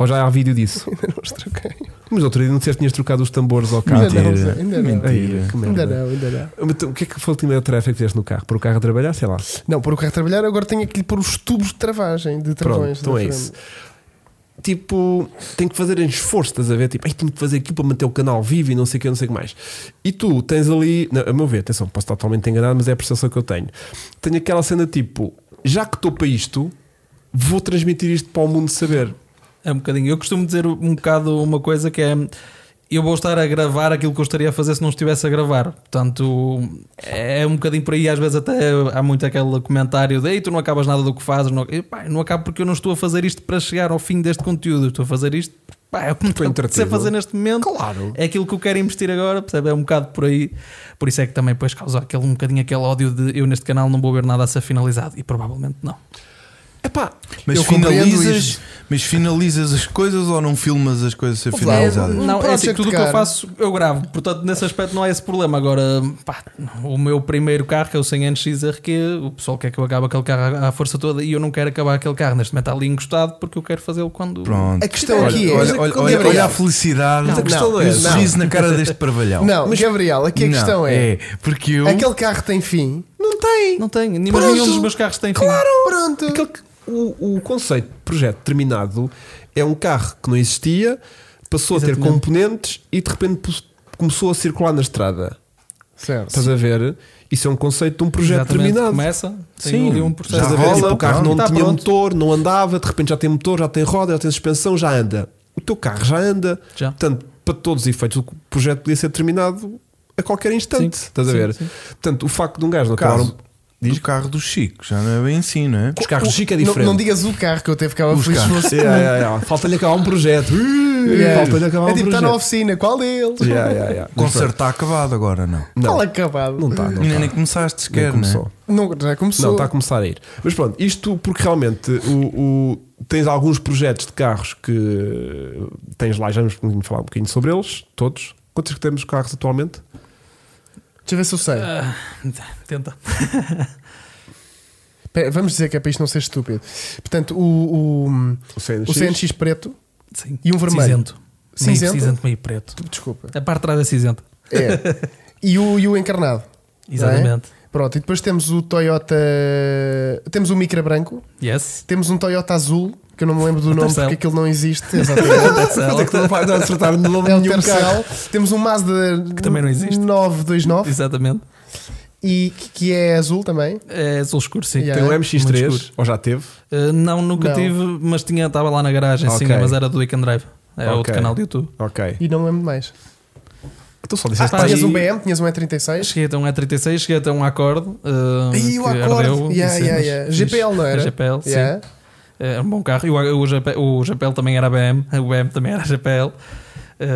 Speaker 2: Ou já há vídeo disso.
Speaker 3: Ainda não os troquei.
Speaker 2: Mas outro dia não disseste que tinhas trocado os tambores ao carro.
Speaker 3: Ainda não,
Speaker 1: Mentira.
Speaker 3: Zé, ainda não.
Speaker 2: Ai, que merda.
Speaker 3: Ainda não, ainda não.
Speaker 2: Mas tu- O que é que foi a última tarefa que fizeste no carro? Para o carro a trabalhar, sei lá.
Speaker 3: Não, por o carro a trabalhar, agora tenho que lhe pôr os tubos de travagem, de
Speaker 2: Pronto,
Speaker 3: travões.
Speaker 2: então
Speaker 3: da
Speaker 2: é
Speaker 3: frente.
Speaker 2: isso. Tipo, tenho que fazer esforço, estás a ver? Tipo, "Ei, tenho que fazer aqui para manter o canal vivo e não sei o que, não sei o que mais. E tu tens ali, não, a meu ver, atenção, posso estar totalmente enganado, mas é a percepção que eu tenho. Tenho aquela cena tipo, já que estou para isto, vou transmitir isto para o mundo saber.
Speaker 4: É um bocadinho. Eu costumo dizer um bocado uma coisa que é. Eu vou estar a gravar aquilo que eu estaria a fazer se não estivesse a gravar. Portanto, é um bocadinho por aí. Às vezes, até há muito aquele comentário de "Ei, tu não acabas nada do que fazes. Não, eu, pá, eu não acabo porque eu não estou a fazer isto para chegar ao fim deste conteúdo. Eu Estou a fazer isto. Pá, é o que me
Speaker 2: Estou
Speaker 4: está a
Speaker 2: entretido.
Speaker 4: fazer neste momento.
Speaker 2: Claro.
Speaker 4: É aquilo que eu quero investir agora, percebe? É um bocado por aí. Por isso é que também depois causa aquele, um bocadinho aquele ódio de eu neste canal não vou ver nada a ser finalizado. E provavelmente não.
Speaker 2: Epá,
Speaker 1: Mas
Speaker 3: Eu compreendo
Speaker 1: finalizas,
Speaker 3: isto.
Speaker 1: mas finalizas as coisas ou não filmas as coisas a ser
Speaker 3: Ou
Speaker 1: finalizadas?
Speaker 3: vai-
Speaker 4: Não, é assim,
Speaker 3: project
Speaker 4: tudo o que
Speaker 3: car.
Speaker 4: eu faço eu gravo, portanto nesse aspecto não há esse problema. Agora, pá, o meu primeiro carro que é o 100 NXRQ, o pessoal quer que eu acabe aquele carro à à força toda e eu não quero acabar aquele carro, neste momento está ali encostado porque eu quero fazê-lo quando.
Speaker 1: Pronto.
Speaker 3: A questão
Speaker 1: Olha,
Speaker 3: aqui é.
Speaker 1: olha, olha, olha,
Speaker 3: Gabriel,
Speaker 1: olha a felicidade
Speaker 2: Mas a questão
Speaker 1: não,
Speaker 2: não é
Speaker 1: e o
Speaker 2: essa.
Speaker 1: sorriso na cara deste parvalhão.
Speaker 3: Não, Gabriel, aqui a
Speaker 1: Não,
Speaker 3: questão é,
Speaker 1: porque eu.
Speaker 3: Aquele carro tem fim.
Speaker 2: não tem.
Speaker 4: Não tenho, nem- mas
Speaker 2: Pronto.
Speaker 4: nenhum dos meus carros tem fim.
Speaker 3: Pronto.
Speaker 2: Aquele que- o, o conceito de projeto terminado é um carro que não existia, passou a ter
Speaker 4: Exatamente.
Speaker 2: componentes e de repente pos- começou a circular na estrada.
Speaker 3: Certo.
Speaker 2: Estás a ver? Isso é um conceito de um projeto
Speaker 4: Exatamente,
Speaker 2: terminado.
Speaker 4: Começa, tem
Speaker 1: Sim,
Speaker 4: ali um
Speaker 1: já
Speaker 2: Estás
Speaker 4: processo
Speaker 2: a
Speaker 4: de
Speaker 2: ver?
Speaker 1: rola,
Speaker 2: Tipo, o carro
Speaker 1: pronto.
Speaker 2: não tinha
Speaker 4: Tá pronto.
Speaker 2: motor, não andava, de repente já tem motor, já tem roda, já tem suspensão, já anda. O teu carro já anda.
Speaker 4: Já.
Speaker 2: Portanto, para todos os efeitos, o projeto podia ser terminado a qualquer instante.
Speaker 4: Sim,
Speaker 2: Estás a
Speaker 4: sim,
Speaker 2: ver?
Speaker 4: sim.
Speaker 2: Portanto, o facto de um gajo não acabar
Speaker 1: Caso
Speaker 2: um-
Speaker 1: do carro do Chico, já não é bem assim, não é?
Speaker 2: Os carros
Speaker 3: O-
Speaker 2: de Chico é
Speaker 3: não-
Speaker 2: diferente.
Speaker 3: Não, digas o carro que eu até ficava
Speaker 1: Os
Speaker 3: feliz se
Speaker 1: carros.
Speaker 3: fosse.
Speaker 2: Yeah, yeah, yeah. Falta-lhe acabar um projeto. Uh,
Speaker 3: Yeah.
Speaker 2: Falta-lhe acabar
Speaker 3: É
Speaker 2: um
Speaker 3: tipo, está na
Speaker 2: projeto.
Speaker 3: oficina, qual deles?
Speaker 2: Yeah, yeah, yeah.
Speaker 1: O concerto está acabado agora, não.
Speaker 2: Não,
Speaker 3: Qual
Speaker 2: não
Speaker 3: acabado?
Speaker 2: está.
Speaker 4: É um
Speaker 2: Não,
Speaker 1: Ainda
Speaker 2: tá.
Speaker 1: nem começaste
Speaker 2: Nem
Speaker 1: sequer, não é?
Speaker 2: começou.
Speaker 3: Não, já
Speaker 2: Não, tá
Speaker 3: começou.
Speaker 2: está a começar a ir. Mas pronto, isto porque realmente o, o- tens alguns projetos de carros que tens lá, já vamos falar um bocadinho sobre eles, todos. Quantos é que temos carros atualmente?
Speaker 3: Deixa eu ver se eu sei.
Speaker 4: Ah, tenta.
Speaker 3: Pera, vamos dizer que é para isto não ser estúpido. Portanto, o, o,
Speaker 2: O CNX.
Speaker 3: o CNX preto,
Speaker 4: Sim.
Speaker 3: E um vermelho.
Speaker 4: Cinzento.
Speaker 3: Cinzento?
Speaker 4: Meio cinzento, meio preto.
Speaker 3: desculpa.
Speaker 4: A parte de trás é cinzenta.
Speaker 3: É. E o, e o encarnado. é?
Speaker 4: Exatamente.
Speaker 3: Pronto, e depois temos o Toyota. Temos o Micra branco,
Speaker 4: Yes.
Speaker 3: temos um Toyota azul, que eu não me lembro do nome
Speaker 4: Tercel.
Speaker 3: porque aquilo não existe. Exatamente.
Speaker 2: Mas é que tu não vais dar a acertar no nome
Speaker 3: É o
Speaker 2: de nenhum carro.
Speaker 3: Tercel. Temos um Mazda que
Speaker 4: também não existe.
Speaker 3: 929
Speaker 4: Exatamente.
Speaker 3: e que- que é azul também.
Speaker 4: É azul escuro, sim.
Speaker 3: Yeah.
Speaker 2: Tem um
Speaker 3: É,
Speaker 4: muito
Speaker 2: MX3,
Speaker 4: escuro.
Speaker 2: ou já teve?
Speaker 4: Uh, não, nunca
Speaker 3: Não.
Speaker 4: tive, mas tinha, estava lá na garagem,
Speaker 2: Ok.
Speaker 4: sim, mas era do Weekend Drive. É
Speaker 2: Ok.
Speaker 4: outro canal do YouTube.
Speaker 2: Ok.
Speaker 3: E não me lembro mais.
Speaker 2: Então só
Speaker 3: Ah,
Speaker 2: disseste
Speaker 4: tá
Speaker 3: tinhas
Speaker 4: aí.
Speaker 3: um BM, tinhas um E36.
Speaker 4: Cheguei até um E36, cheguei até um Accord. Uh,
Speaker 3: E o
Speaker 4: que ardeu,
Speaker 3: acorde. Yeah,
Speaker 4: e cenas.
Speaker 3: yeah, yeah. GPL não
Speaker 4: A
Speaker 3: era?
Speaker 4: GPL, sim.
Speaker 3: Yeah.
Speaker 4: Era um bom carro. E o, o, GP o GPL também era BM, o BM também era GPL.
Speaker 3: Mas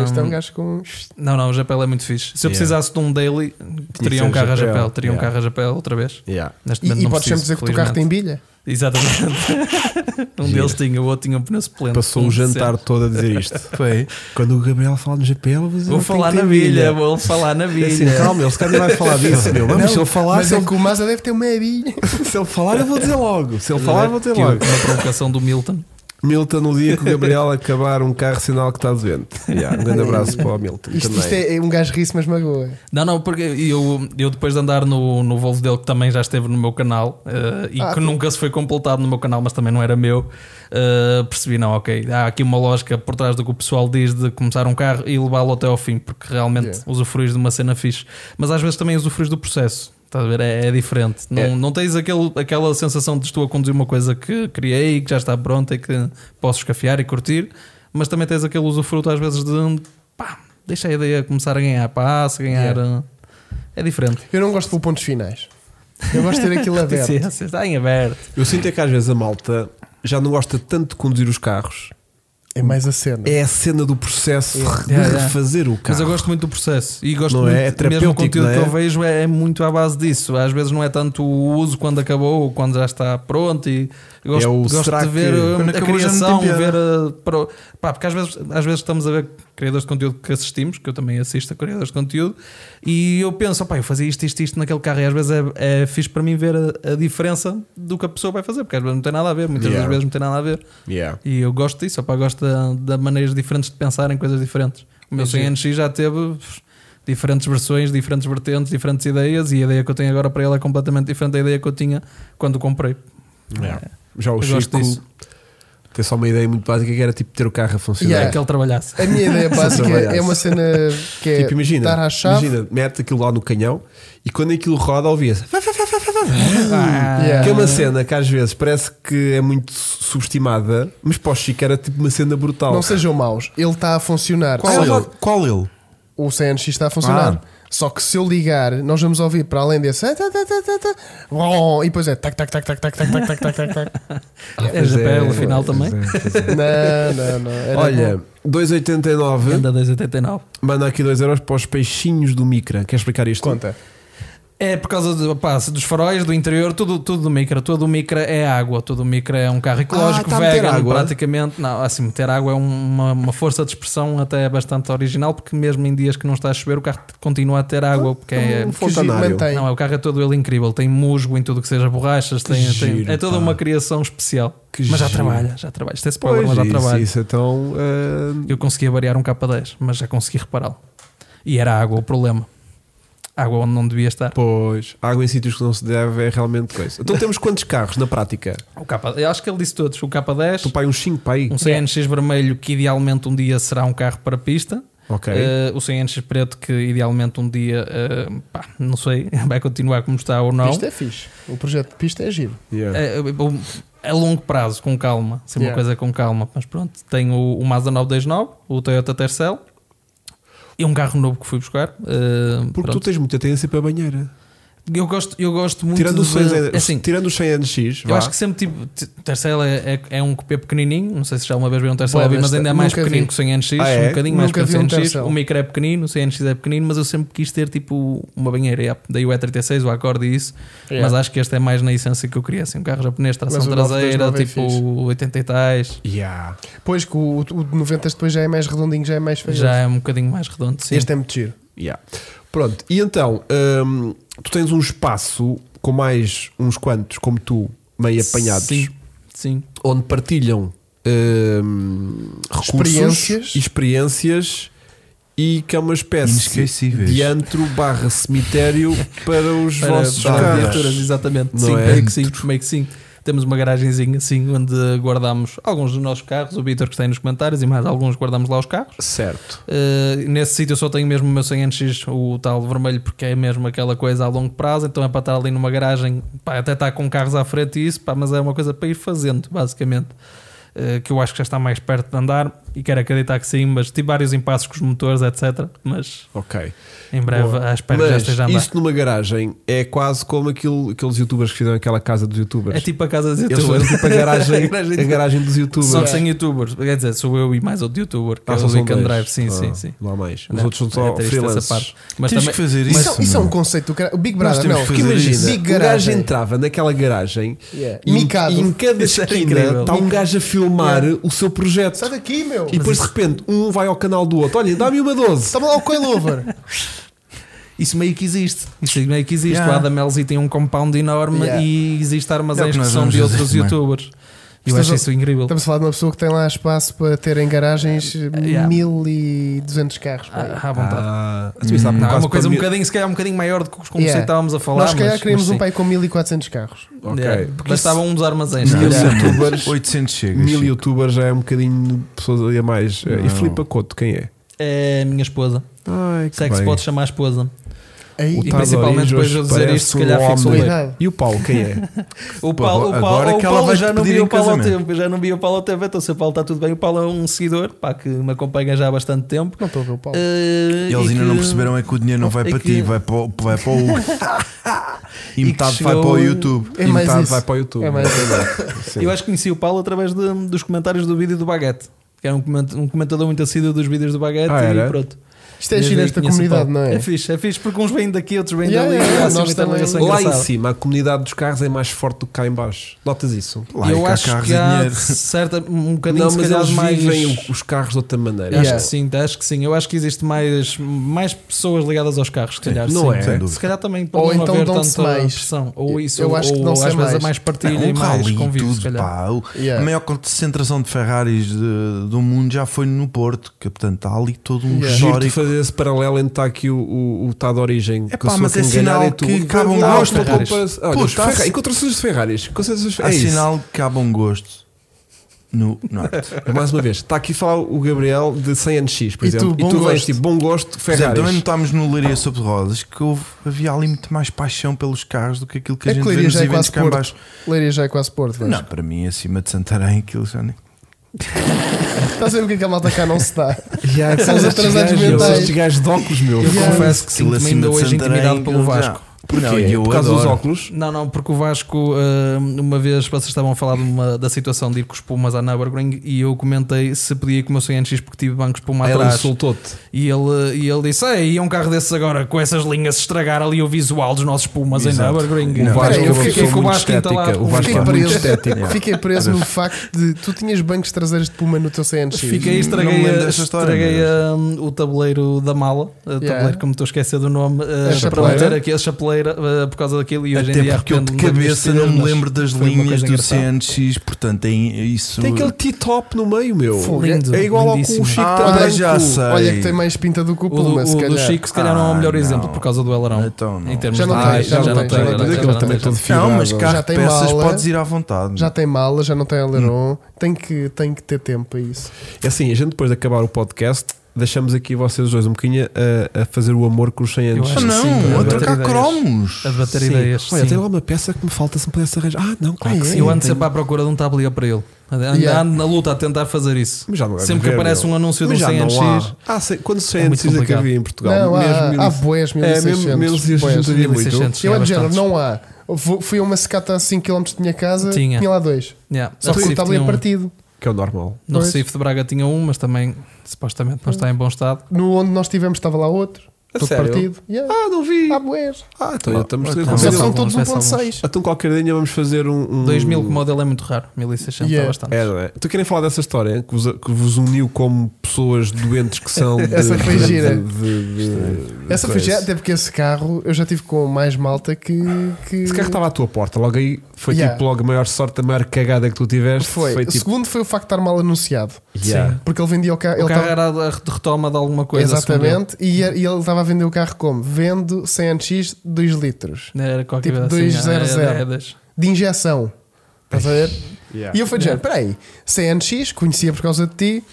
Speaker 4: Uh,
Speaker 3: Este é um gajo com.
Speaker 4: não, não, o GPL é muito fixe. Se
Speaker 1: Yeah.
Speaker 4: eu precisasse de um daily, teria
Speaker 2: ser
Speaker 4: um carro a
Speaker 2: GPL,
Speaker 4: GPL, teria um
Speaker 2: yeah.
Speaker 4: carro a GPL outra vez.
Speaker 2: Yeah.
Speaker 4: Neste
Speaker 3: E,
Speaker 4: momento
Speaker 3: e
Speaker 4: não
Speaker 3: podes sempre
Speaker 4: preciso,
Speaker 3: dizer que o teu carro tem
Speaker 4: felizmente.
Speaker 3: bilha.
Speaker 4: Exatamente. um deles tinha, o outro tinha um pneu suplente.
Speaker 2: Passou o
Speaker 4: Um
Speaker 2: jantar todo a dizer isto.
Speaker 1: Foi.
Speaker 2: Quando o Gabriel fala no GPL, vou dizer, "Não,
Speaker 4: Vou
Speaker 2: tem
Speaker 4: falar
Speaker 2: que ter
Speaker 4: na bilha, vou falar na
Speaker 2: É assim,
Speaker 4: bilha.
Speaker 2: calma, ele se calhar não vai falar disso, meu. Vamos,
Speaker 3: Não,
Speaker 2: se ele falar,
Speaker 3: Mas
Speaker 2: se
Speaker 3: é
Speaker 2: ele,
Speaker 3: que o Mazda deve ter uma bilha.
Speaker 2: se ele falar, eu vou dizer logo. Se ele falar, eu vou dizer
Speaker 4: Que
Speaker 2: logo.
Speaker 4: Uma provocação do Milton.
Speaker 2: Milton, no dia que é? o Gabriel acabar um carro, sinal que está doente. Yeah, um grande abraço para o Milton.
Speaker 3: Isto,
Speaker 2: também.
Speaker 3: isto é é um gajo ri-se, mas magoa.
Speaker 4: Não, não, porque eu, eu depois de andar no, no Volvo dele, que também já esteve no meu canal eh, e
Speaker 3: Ah,
Speaker 4: que
Speaker 3: tu-
Speaker 4: nunca se foi completado no meu canal, mas também não era meu, eh, percebi, não, ok. Há aqui uma lógica por trás do que o pessoal diz de começar um carro e levá-lo até ao fim, porque realmente
Speaker 3: Yeah.
Speaker 4: usufruís de uma cena fixe. Mas às vezes também usufruís do processo. Estás a ver? É, é diferente. Não,
Speaker 2: É.
Speaker 4: não tens aquele, aquela sensação de estou a conduzir uma coisa que criei, que já está pronta e que posso escafiar e curtir, mas também tens aquele usufruto às vezes de pá, deixa a ideia começar a ganhar passo, a ganhar. eh, É diferente.
Speaker 3: Eu não gosto de pôr pontos finais. Eu gosto de ter aquilo aberto.
Speaker 4: Sim, sim, Está em aberto.
Speaker 2: Eu sinto é que às vezes a malta já não gosta tanto de conduzir os carros.
Speaker 3: É mais a cena.
Speaker 2: É a cena do processo de
Speaker 4: Yeah, yeah.
Speaker 2: refazer o carro.
Speaker 4: Mas eu gosto muito do processo e gosto
Speaker 2: Não
Speaker 4: muito,
Speaker 2: é? É
Speaker 4: mesmo o
Speaker 2: terapêutico,
Speaker 4: conteúdo
Speaker 2: não é?
Speaker 4: que eu vejo é, é muito à base disso. Às vezes não é tanto o uso quando acabou ou quando já está pronto e eu gosto,
Speaker 2: É o
Speaker 4: gosto
Speaker 2: será
Speaker 4: de ver
Speaker 2: que-
Speaker 4: uh,
Speaker 1: Quando
Speaker 4: a
Speaker 1: acabou já não tem
Speaker 4: criação,
Speaker 1: piada.
Speaker 4: ver uh, pro- pá, porque às vezes, às vezes estamos a ver criadores de conteúdo que assistimos, que eu também assisto a criadores de conteúdo, e eu penso, opá, eu fazia isto, isto, isto naquele carro, e às vezes é, é fixe para mim ver a, a diferença do que a pessoa vai fazer, porque às vezes não tem nada a ver, muitas
Speaker 2: Yeah.
Speaker 4: das vezes não tem nada a ver.
Speaker 2: Yeah.
Speaker 4: E eu gosto disso, opá, gosto da, da maneiras diferentes de pensar em coisas diferentes. O meu
Speaker 3: É giro.
Speaker 4: 100NX já teve pff, diferentes versões, diferentes vertentes, diferentes ideias, e a ideia que eu tenho agora para ele é completamente diferente da ideia que eu tinha quando o comprei.
Speaker 3: É.
Speaker 2: Yeah. Já o
Speaker 4: Eu gosto
Speaker 2: Chico
Speaker 4: disso.
Speaker 2: tem só uma ideia muito básica que era tipo ter o carro a funcionar.
Speaker 4: É
Speaker 3: Yeah.
Speaker 4: que ele trabalhasse.
Speaker 3: A minha ideia básica
Speaker 2: trabalhasse.
Speaker 3: é uma cena que é
Speaker 2: Tipo, imagina,
Speaker 3: dar à chave.
Speaker 2: imagina, mete aquilo lá no canhão e quando aquilo roda, ouvia-se.
Speaker 4: Ah,
Speaker 3: Yeah.
Speaker 2: Que é uma cena que às vezes parece que é muito subestimada, mas para o Chico era tipo uma cena brutal.
Speaker 3: Não sejam maus, ele está a funcionar.
Speaker 1: Qual é
Speaker 3: Se
Speaker 1: ele?
Speaker 3: eu-
Speaker 1: Qual ele?
Speaker 3: O CNX está a funcionar. Só que se eu ligar, nós vamos ouvir para além desse. "Ah, tá, tá, tá, tá, tá", "Oh", e depois é tac, tac, tac, tac, tac, tac, tac, tac, tac, tac, tac.
Speaker 4: É GPL, afinal também.
Speaker 3: Não, não, não. Era
Speaker 2: Olha,
Speaker 3: bom.
Speaker 2: 2,89,
Speaker 4: Venda 289.
Speaker 2: manda aqui 2 euros para os peixinhos do Micra. Quer explicar isto?
Speaker 3: conta.
Speaker 4: É por causa do, pá, dos faróis, do interior, tudo, tudo do micra. Todo o micra é água. Todo o micra é um carro ecológico,
Speaker 2: tá a meter
Speaker 4: vegan,
Speaker 2: água.
Speaker 4: praticamente. Não, assim, meter água é uma, uma força de expressão até bastante original, porque mesmo em dias que não está a chover, o carro continua a ter água. Porque é,
Speaker 2: Um
Speaker 3: Que giro,
Speaker 2: fontanário.
Speaker 3: mantém.
Speaker 4: não, é, o carro é todo ele incrível. Tem musgo em tudo que seja borrachas. Tem, tem-
Speaker 2: giro,
Speaker 4: é toda
Speaker 2: pá.
Speaker 4: uma criação especial.
Speaker 2: Que
Speaker 4: mas já
Speaker 2: giro.
Speaker 4: trabalha, já trabalha. Isto é spoiler,
Speaker 2: Pois,
Speaker 4: mas já
Speaker 2: isso,
Speaker 4: trabalha.
Speaker 2: isso, então. ah,
Speaker 4: Eu conseguia variar um K10, mas já consegui repará-lo. E era a água o problema. Água onde não devia estar.
Speaker 2: Pois, água em sítios que não se deve é realmente coisa. Então temos quantos carros na prática?
Speaker 4: O K, eu acho que ele disse todos. O K10,
Speaker 2: Tu pai uns 5 para aí?
Speaker 4: Um CNX vermelho que idealmente um dia será um carro para pista.
Speaker 2: Ok.
Speaker 4: Eh, o CNX preto que idealmente um dia, eh, pá, não sei, vai continuar como está ou não.
Speaker 3: Pista é fixe. O projeto de pista é giro.
Speaker 2: Yeah.
Speaker 4: Eh, um- a longo prazo, com calma, sempre
Speaker 3: Yeah.
Speaker 4: uma coisa com calma. Mas pronto, tenho o, o Mazda 929, o Toyota Tercel e um carro novo que fui buscar. eh,
Speaker 2: Porque tu
Speaker 4: pronto.
Speaker 2: tens muita tendência para a banheira.
Speaker 4: eu, gosto, eu gosto muito
Speaker 2: Tirando é
Speaker 4: de,
Speaker 2: os 100
Speaker 4: assim,
Speaker 2: tirando os 100 NX,
Speaker 4: Eu
Speaker 2: vá.
Speaker 4: acho que sempre tipo. t- Tercel é, é, é um cupê pequenininho. Não sei se já uma vez viram um Tercel
Speaker 3: Boa,
Speaker 4: ao vivo, mas
Speaker 3: desta-
Speaker 4: ainda é mais
Speaker 3: nunca
Speaker 4: pequenino
Speaker 3: vi.
Speaker 4: que o 100NX.
Speaker 2: Ah, é?
Speaker 4: Um bocadinho mais
Speaker 3: Nunca
Speaker 4: que o
Speaker 3: vi um
Speaker 4: 100NX.
Speaker 3: Tercel.
Speaker 4: o micro é pequenino, o 100NX é pequenino, mas eu sempre quis ter tipo uma banheira. yeah. Daí o E36, o Accord e isso.
Speaker 3: Yeah.
Speaker 4: Mas acho que este é mais na essência que eu queria. Assim, um carro japonês, tração
Speaker 3: Mas o
Speaker 4: traseira,
Speaker 3: 929 é
Speaker 4: tipo
Speaker 3: fixe.
Speaker 4: 80 e tais.
Speaker 2: Yeah.
Speaker 3: Pois que o, o de 90 depois já é mais redondinho, já é mais feio.
Speaker 4: Já é um bocadinho mais redondo. Sim.
Speaker 3: Este é muito giro.
Speaker 2: Yeah. Pronto, e então hum, tu tens um espaço com mais uns quantos, como tu,
Speaker 3: é
Speaker 2: meio apanhados,
Speaker 4: Sim. Sim.
Speaker 2: onde partilham hum, recursos
Speaker 3: Experiências.
Speaker 2: e experiências e que é uma espécie
Speaker 1: Inesquecíveis.
Speaker 2: de antro barra cemitério para os
Speaker 4: Para,
Speaker 2: vossos
Speaker 4: para
Speaker 2: carros.
Speaker 4: viaturas, exatamente.
Speaker 2: Não
Speaker 4: sim,
Speaker 2: é?
Speaker 4: meio que sim, meio que sim. Temos uma garagenzinha assim onde guardamos alguns dos nossos carros, o Vitor que está aí nos comentários e mais alguns guardamos lá os carros.
Speaker 2: Certo.
Speaker 4: Uh, nesse sítio eu só tenho mesmo o meu 100NX, o tal vermelho, porque é mesmo aquela coisa a longo prazo, então é para estar ali numa garagem, pá, até estar com carros à frente e isso, pá, mas é uma coisa para ir fazendo, basicamente. Uh, que eu acho que já está mais perto de andar e quero acreditar que sim, mas tive vários impasses com os motores, etc. Mas
Speaker 2: Ok.
Speaker 4: em breve à espera que já
Speaker 2: Mas
Speaker 4: esteja a andar.
Speaker 2: isso numa garagem é quase como aquilo, aqueles youtubers que fizeram aquela casa dos youtubers.
Speaker 4: É tipo a casa dos
Speaker 2: Eles
Speaker 4: youtubers.
Speaker 2: fizeram tipo a garagem,
Speaker 4: A garagem
Speaker 2: a garagem dos youtubers.
Speaker 4: Só que sem youtubers, quer dizer, sou eu e mais outro youtuber, que é
Speaker 2: Ah,
Speaker 4: o
Speaker 2: só são
Speaker 4: Weekend
Speaker 2: dois.
Speaker 4: Drive, sim,
Speaker 2: Ah,
Speaker 4: sim, sim.
Speaker 2: Não há mais. Os
Speaker 4: Não,
Speaker 2: outros são
Speaker 4: é
Speaker 2: só
Speaker 4: triste essa
Speaker 2: freelancers.
Speaker 4: parte. Mas
Speaker 1: Temos
Speaker 4: também,
Speaker 1: que fazer
Speaker 3: Isso,
Speaker 1: isso.
Speaker 3: é- isso é um
Speaker 1: meu.
Speaker 3: conceito do cara. O Big
Speaker 1: Nós
Speaker 3: Brother,
Speaker 1: temos
Speaker 3: não.
Speaker 1: que
Speaker 2: Porque
Speaker 1: fazer
Speaker 2: imagina,
Speaker 1: isso.
Speaker 2: o
Speaker 3: Big
Speaker 2: é, Um gajo
Speaker 3: garagem.
Speaker 2: entrava naquela garagem
Speaker 3: Yeah.
Speaker 2: e,
Speaker 3: Micado.
Speaker 2: e em cada
Speaker 4: Isso era
Speaker 2: esquina
Speaker 4: incrível.
Speaker 2: está um gajo a filmar o seu projeto.
Speaker 3: Sai
Speaker 4: é
Speaker 3: daqui, meu.
Speaker 2: E depois de repente um vai ao canal do outro: olha, dá-me uma 12.
Speaker 4: Tá
Speaker 3: Estava lá o coilover.
Speaker 4: Isso meio que existe. Isso meio que existe.
Speaker 1: Yeah.
Speaker 4: O Adam LZ tem um compound enorme
Speaker 3: Yeah.
Speaker 4: e existe
Speaker 1: É o
Speaker 4: armazéns
Speaker 1: que
Speaker 4: que
Speaker 1: nós
Speaker 4: são
Speaker 1: vamos
Speaker 4: de
Speaker 1: fazer
Speaker 4: outros
Speaker 1: também.
Speaker 4: youtubers. E eu
Speaker 2: é
Speaker 3: Estás
Speaker 4: acho
Speaker 3: a-
Speaker 4: isso incrível.
Speaker 3: Estamos a falar de uma pessoa que tem lá espaço para ter em garagens
Speaker 4: Yeah.
Speaker 3: 1200 carros. pá.
Speaker 4: À, à vontade.
Speaker 2: Ah, tu sabes,
Speaker 4: Não, é
Speaker 2: quase
Speaker 4: uma coisa um
Speaker 2: para mil-
Speaker 4: bocadinho, se calhar um bocadinho maior do que os como
Speaker 3: Yeah.
Speaker 4: estávamos a falar.
Speaker 3: Nós, se calhar,
Speaker 4: mas-
Speaker 3: queremos
Speaker 4: mas
Speaker 3: um
Speaker 4: sim.
Speaker 3: pai com 1400 carros.
Speaker 2: Ok.
Speaker 4: Yeah.
Speaker 2: Porque
Speaker 4: Bastavam uns armazéns.
Speaker 2: Mil
Speaker 4: calhar.
Speaker 2: youtubers.
Speaker 1: 800 é? chega.
Speaker 2: Mil
Speaker 1: Chico.
Speaker 2: youtubers já é um bocadinho de pessoas ali a mais.
Speaker 1: Não.
Speaker 2: E Filipe Couto, quem é?
Speaker 4: É a minha esposa.
Speaker 2: Ai,
Speaker 4: Se é que se pode chamar esposa.
Speaker 3: Aí,
Speaker 4: E principalmente depois de eu dizer isto, se calhar fico
Speaker 3: homem.
Speaker 4: solteiro.
Speaker 2: um E o Paulo, quem é?
Speaker 4: O Paulo, o Paulo,
Speaker 1: Agora é
Speaker 4: o
Speaker 1: que ela
Speaker 4: Paulo
Speaker 1: vai
Speaker 4: já
Speaker 1: te
Speaker 4: não
Speaker 1: pedir
Speaker 4: via
Speaker 1: em
Speaker 4: o Paulo há
Speaker 1: casamento.
Speaker 4: tempo, já não via o Paulo há tempo, então se o Paulo está tudo bem. O Paulo é um seguidor pá, que me acompanha já há bastante tempo.
Speaker 3: não estou a ver o
Speaker 4: Eh,
Speaker 3: Paulo.
Speaker 1: E Eles ainda não perceberam é que o dinheiro não vai
Speaker 4: é
Speaker 1: para
Speaker 4: que-
Speaker 1: ti, vai para, o- vai para o Hugo. e
Speaker 4: E que
Speaker 1: metade vai
Speaker 4: chegou-
Speaker 1: para o YouTube.
Speaker 3: É
Speaker 2: e
Speaker 3: mais
Speaker 2: metade
Speaker 3: isso.
Speaker 2: vai para o YouTube.
Speaker 3: É mais
Speaker 2: Sim.
Speaker 4: Eu acho que conheci o Paulo através de- dos comentários do vídeo do Baguete, que era um, coment- um comentador muito assíduo dos vídeos do Baguete
Speaker 2: Ah, era?
Speaker 4: e pronto.
Speaker 3: Isto é
Speaker 4: Desde
Speaker 3: giro
Speaker 4: aí
Speaker 3: esta
Speaker 4: conheço o
Speaker 3: comunidade,
Speaker 4: Paulo.
Speaker 3: não é?
Speaker 4: É fixe, é fixe, porque uns vêm daqui, outros vêm
Speaker 3: Yeah,
Speaker 4: dali.
Speaker 3: yeah,
Speaker 4: e há
Speaker 3: nós
Speaker 4: sempre
Speaker 3: também.
Speaker 4: interligação
Speaker 2: Lá em
Speaker 4: engraçada.
Speaker 2: cima, a comunidade dos carros é mais forte do que cá em baixo. Notas isso?
Speaker 1: Lá e
Speaker 4: eu
Speaker 1: cá
Speaker 4: acho
Speaker 1: carros
Speaker 4: que
Speaker 1: e
Speaker 4: há
Speaker 1: dinheiro.
Speaker 4: certa, um bocadinho
Speaker 2: não,
Speaker 4: se
Speaker 2: mas
Speaker 4: calhar
Speaker 2: eles
Speaker 4: mais.
Speaker 2: vivem os carros de outra maneira.
Speaker 4: Acho
Speaker 3: Yeah.
Speaker 4: que sim, acho que sim. Eu acho que existe mais, mais pessoas ligadas aos carros, se calhar.
Speaker 2: não
Speaker 4: sim.
Speaker 2: é?
Speaker 1: Sem dúvida.
Speaker 4: Se calhar também por
Speaker 3: Ou
Speaker 4: não
Speaker 3: então
Speaker 4: haver
Speaker 3: dão-se
Speaker 4: tanta
Speaker 3: mais.
Speaker 4: pressão. Ou isso,
Speaker 3: Eu acho que
Speaker 4: ou
Speaker 3: dão-se
Speaker 4: às vezes
Speaker 3: mais.
Speaker 4: a mais partilha
Speaker 1: Não,
Speaker 4: e
Speaker 1: um
Speaker 4: mais
Speaker 1: rally,
Speaker 4: convívio, se
Speaker 1: tudo,
Speaker 4: calhar.
Speaker 1: pá. O-
Speaker 3: Yeah.
Speaker 1: A maior concentração de Ferraris de- do mundo já foi no Porto, que portanto há ali todo um
Speaker 3: Yeah.
Speaker 2: É Giro de
Speaker 1: histórico.
Speaker 2: fazer esse paralelo entre está aqui o, o, o tá de origem
Speaker 1: É
Speaker 2: que
Speaker 1: pá,
Speaker 2: eu sou
Speaker 1: mas
Speaker 2: aqui
Speaker 1: é
Speaker 2: enganado
Speaker 1: sinal
Speaker 2: e tu.
Speaker 1: que acabam
Speaker 2: Vou lá,
Speaker 1: gosto,
Speaker 2: vou lá
Speaker 4: Ferraris.
Speaker 2: para- Olha,
Speaker 1: Pô,
Speaker 2: os
Speaker 1: tá-
Speaker 2: Ferra- Encontrações de Ferraris. Encontrações-
Speaker 1: Há
Speaker 2: É isso.
Speaker 1: sinal que há bom gosto no norte.
Speaker 2: É, Mais uma vez, está aqui a falar o Gabriel de 100 anos X, por
Speaker 3: E tu,
Speaker 2: exemplo.
Speaker 3: bom
Speaker 2: e tu vens
Speaker 3: gosto.
Speaker 2: tipo, bom gosto,
Speaker 1: Por exemplo,
Speaker 2: Ferraris.
Speaker 1: também notámos no Leiria Sobre Rosas que houve, havia ali muito mais paixão pelos carros do que aquilo que a
Speaker 3: É que
Speaker 1: gente vê
Speaker 3: Leiria
Speaker 1: nos
Speaker 3: já é
Speaker 1: eventos
Speaker 3: quase
Speaker 1: cá em
Speaker 3: Porto.
Speaker 1: baixo.
Speaker 3: Leiria já é quase Porto,
Speaker 1: Não,
Speaker 3: não.
Speaker 1: para mim, acima de Santarém, aquilo já nem.
Speaker 3: Estás a ver o que é que a malta cá não se dá?
Speaker 2: Yeah,
Speaker 3: São os
Speaker 2: estes
Speaker 3: atrasados
Speaker 2: gajos,
Speaker 3: mentais.
Speaker 2: Estes gajos de óculos, meu.
Speaker 4: Eu
Speaker 3: Yeah.
Speaker 4: confesso que
Speaker 1: Aquilo
Speaker 4: sinto-me
Speaker 1: acima de
Speaker 4: ainda
Speaker 3: é
Speaker 4: hoje
Speaker 1: Santarém,
Speaker 4: intimidado pelo
Speaker 1: aquilo já-
Speaker 4: Vasco.
Speaker 2: Porquê?
Speaker 1: Não, eu
Speaker 2: por causa dos
Speaker 1: adoro.
Speaker 2: óculos.
Speaker 4: Não, não, porque o Vasco, ah, uma vez vocês estavam a falar de uma- da situação de ir com os Pumas à Nürburgring e eu comentei se podia ir com o meu 100 NX porque tive bancos Puma
Speaker 1: Ah,
Speaker 2: Ela
Speaker 4: atrás.
Speaker 2: insultou-te.
Speaker 4: E ele, e ele disse: Ei, e um carro desses agora com essas linhas estragar ali o visual dos nossos Pumas
Speaker 1: Exato.
Speaker 4: em Nürburgring.
Speaker 1: O
Speaker 3: Vasco é
Speaker 4: eu
Speaker 3: uma
Speaker 4: fiquei
Speaker 2: pessoa
Speaker 4: com o
Speaker 2: muito
Speaker 4: Vasco
Speaker 2: estética.
Speaker 4: entalado.
Speaker 2: O Vasco
Speaker 3: Fiquei
Speaker 2: é muito
Speaker 3: preso,
Speaker 2: estético.
Speaker 3: fiquei preso no facto de tu tinhas bancos traseiros de puma no teu CNX.
Speaker 4: Fiquei e
Speaker 1: Não
Speaker 4: estraguei,
Speaker 1: me lembro
Speaker 4: a-
Speaker 1: dessa história,
Speaker 4: estraguei a- hum, o tabuleiro da mala, o
Speaker 3: Yeah.
Speaker 4: tabuleiro que me estou a esquecer do nome, eh, para
Speaker 3: chapeleira.
Speaker 4: meter aqui a chapeleira eh, por causa daquilo e hoje em
Speaker 1: Até
Speaker 4: dia
Speaker 1: porque eu de
Speaker 4: arrependo-me das minhas
Speaker 1: cabeça não me
Speaker 4: decisões,
Speaker 1: lembro
Speaker 4: mas
Speaker 1: das
Speaker 4: foi uma
Speaker 1: linhas
Speaker 4: coisa
Speaker 1: do
Speaker 4: engraçada.
Speaker 1: CNX, portanto, é isso.
Speaker 2: Tem aquele T-top no meio, meu.
Speaker 3: Fogo.
Speaker 4: Lindo,
Speaker 2: É igual ao que o
Speaker 4: lindíssimo.
Speaker 2: Chico
Speaker 1: Ah,
Speaker 2: também.
Speaker 1: já sei.
Speaker 3: Tá Olha que tem mais pinta do que o
Speaker 4: O do,
Speaker 3: puma, se
Speaker 4: o do
Speaker 3: calhar.
Speaker 4: Chico, se calhar, não é o
Speaker 1: Ah,
Speaker 4: melhor
Speaker 1: não.
Speaker 4: exemplo por causa do Elarão.
Speaker 1: Então não.
Speaker 4: Em termos
Speaker 3: Já não
Speaker 4: de-
Speaker 3: tem,
Speaker 4: Ah,
Speaker 3: já não tem, já não tem.
Speaker 2: Aquilo também
Speaker 4: já não
Speaker 2: todo
Speaker 4: tem.
Speaker 1: Não,
Speaker 2: fibrado.
Speaker 1: mas carro
Speaker 3: Já
Speaker 1: de
Speaker 3: tem
Speaker 1: peças
Speaker 3: mala.
Speaker 1: podes ir à vontade.
Speaker 3: Já tem mala, já não tem aileron. Tem, que, tem que ter tempo para isso.
Speaker 2: É assim, a gente depois de acabar o podcast, deixamos aqui vocês dois um bocadinho a, a fazer o amor com os 100 anos.
Speaker 4: Eu
Speaker 1: Ah,
Speaker 4: acho que sim,
Speaker 1: não,
Speaker 4: para
Speaker 1: a trocar
Speaker 4: bater ideias.
Speaker 1: cromos.
Speaker 4: A debater
Speaker 2: Sim.
Speaker 4: ideias.
Speaker 3: é
Speaker 2: Olha,
Speaker 4: sim.
Speaker 2: tem lá uma peça que me falta se me pudesse arranjar. Ah, não, claro
Speaker 3: Ah,
Speaker 2: que
Speaker 3: é?
Speaker 2: sim.
Speaker 4: Eu ando
Speaker 2: tenho.
Speaker 4: sempre à procura de um tabuleiro para ele. Ando-
Speaker 3: Yeah.
Speaker 4: Ando na luta a tentar fazer isso.
Speaker 2: Mas já não é
Speaker 4: Sempre que
Speaker 2: ver,
Speaker 4: aparece
Speaker 2: meu.
Speaker 4: um anúncio de um
Speaker 2: Mas já
Speaker 4: 100
Speaker 2: não
Speaker 4: NX.
Speaker 2: há. Ah, sei- quando 100
Speaker 4: É
Speaker 2: anos
Speaker 4: muito
Speaker 2: é que
Speaker 4: complicado.
Speaker 2: havia em Portugal?
Speaker 3: Não, há,
Speaker 2: Mesmo
Speaker 3: há
Speaker 2: 1600.
Speaker 3: boés,
Speaker 2: É, mesmo
Speaker 3: 1600.
Speaker 2: 1600
Speaker 3: boés.
Speaker 2: havia muito.
Speaker 4: 1600.
Speaker 3: Eu é de
Speaker 4: há
Speaker 3: género,
Speaker 4: bastantes.
Speaker 3: não há. Fu- Fui a uma secata a 5km da minha casa,
Speaker 4: Tinha.
Speaker 3: tinha, lá dois.
Speaker 4: Yeah.
Speaker 3: Só que
Speaker 4: Recife
Speaker 3: o tabuleiro
Speaker 4: tinha um.
Speaker 3: partido.
Speaker 2: Que é o normal.
Speaker 4: No
Speaker 3: Pois.
Speaker 4: Recife de Braga tinha um, mas também supostamente não está em bom estado.
Speaker 3: No onde nós estivemos estava lá outro.
Speaker 2: A
Speaker 3: Todo
Speaker 2: É sério?
Speaker 3: partido. Yeah.
Speaker 2: Ah, não vi.
Speaker 3: Há boés.
Speaker 2: Ah, então eu estamos
Speaker 1: Ah,
Speaker 3: Só
Speaker 1: mas
Speaker 3: são
Speaker 1: alguns,
Speaker 3: todos
Speaker 4: mas alguns.
Speaker 3: 1.6.
Speaker 2: Então qualquer dia vamos fazer um. um...
Speaker 4: 2000 que modelo é muito raro, 1600 está
Speaker 3: Hum. Yeah.
Speaker 4: bastante.
Speaker 2: É, não é? Tu querem falar dessa história hein? que vos, que vos uniu como pessoas doentes que são. de-
Speaker 3: Essa foi
Speaker 2: de-
Speaker 3: gira.
Speaker 2: de- de- de-
Speaker 3: Essa foi
Speaker 2: coisa.
Speaker 3: já, até porque esse carro eu já tive com mais malta que. que...
Speaker 2: Esse carro tá estava à tua porta, logo aí foi
Speaker 3: Yeah.
Speaker 2: tipo logo a maior sorte, a maior cagada que tu tiveste.
Speaker 3: Foi. O
Speaker 2: tipo.
Speaker 3: segundo foi o facto de estar mal anunciado.
Speaker 2: Yeah.
Speaker 3: Porque ele vendia o carro.
Speaker 4: O
Speaker 3: ele
Speaker 4: carro
Speaker 3: tava-
Speaker 4: era a re- retoma de alguma coisa. segundo
Speaker 3: Exatamente. E, e ele estava a vender o carro como? Vendo 100NX 2 litros.
Speaker 4: eu. Era qualquer
Speaker 3: Tipo
Speaker 4: coisa assim,
Speaker 3: 200.
Speaker 4: era- era das-
Speaker 3: De injeção. Estás a ver?
Speaker 2: Yeah.
Speaker 3: E eu fui dizer: peraí, CNX, conhecia por causa de ti,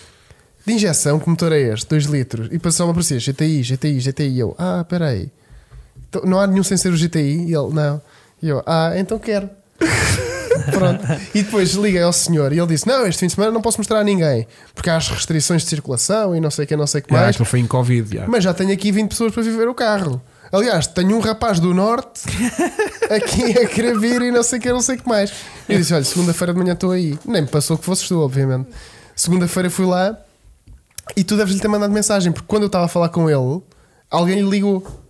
Speaker 3: de injeção, que motor é este? 2 litros. E passou-me a aparecer GTI, GTI, GTI. E eu: ah, peraí, Então, não há nenhum sem ser o GTI? E ele: não. E eu: ah, então quero. Pronto. E depois liguei ao senhor e ele disse: não, este fim de semana não posso mostrar a ninguém, porque há as restrições de circulação e não sei o que, não sei o que
Speaker 2: Yeah,
Speaker 3: mais.
Speaker 2: aquilo foi em Covid. yeah.
Speaker 3: É. Mas já tenho aqui 20 pessoas para viver o carro. Aliás, tenho um rapaz do norte aqui a querer vir e não sei o que, não sei o que mais. E eu disse: Olha, segunda-feira de manhã estou aí. Nem me passou que fosses tu, obviamente. Segunda-feira fui lá e tu deves-lhe ter mandado mensagem, porque quando eu estava a falar com ele, alguém lhe ligou.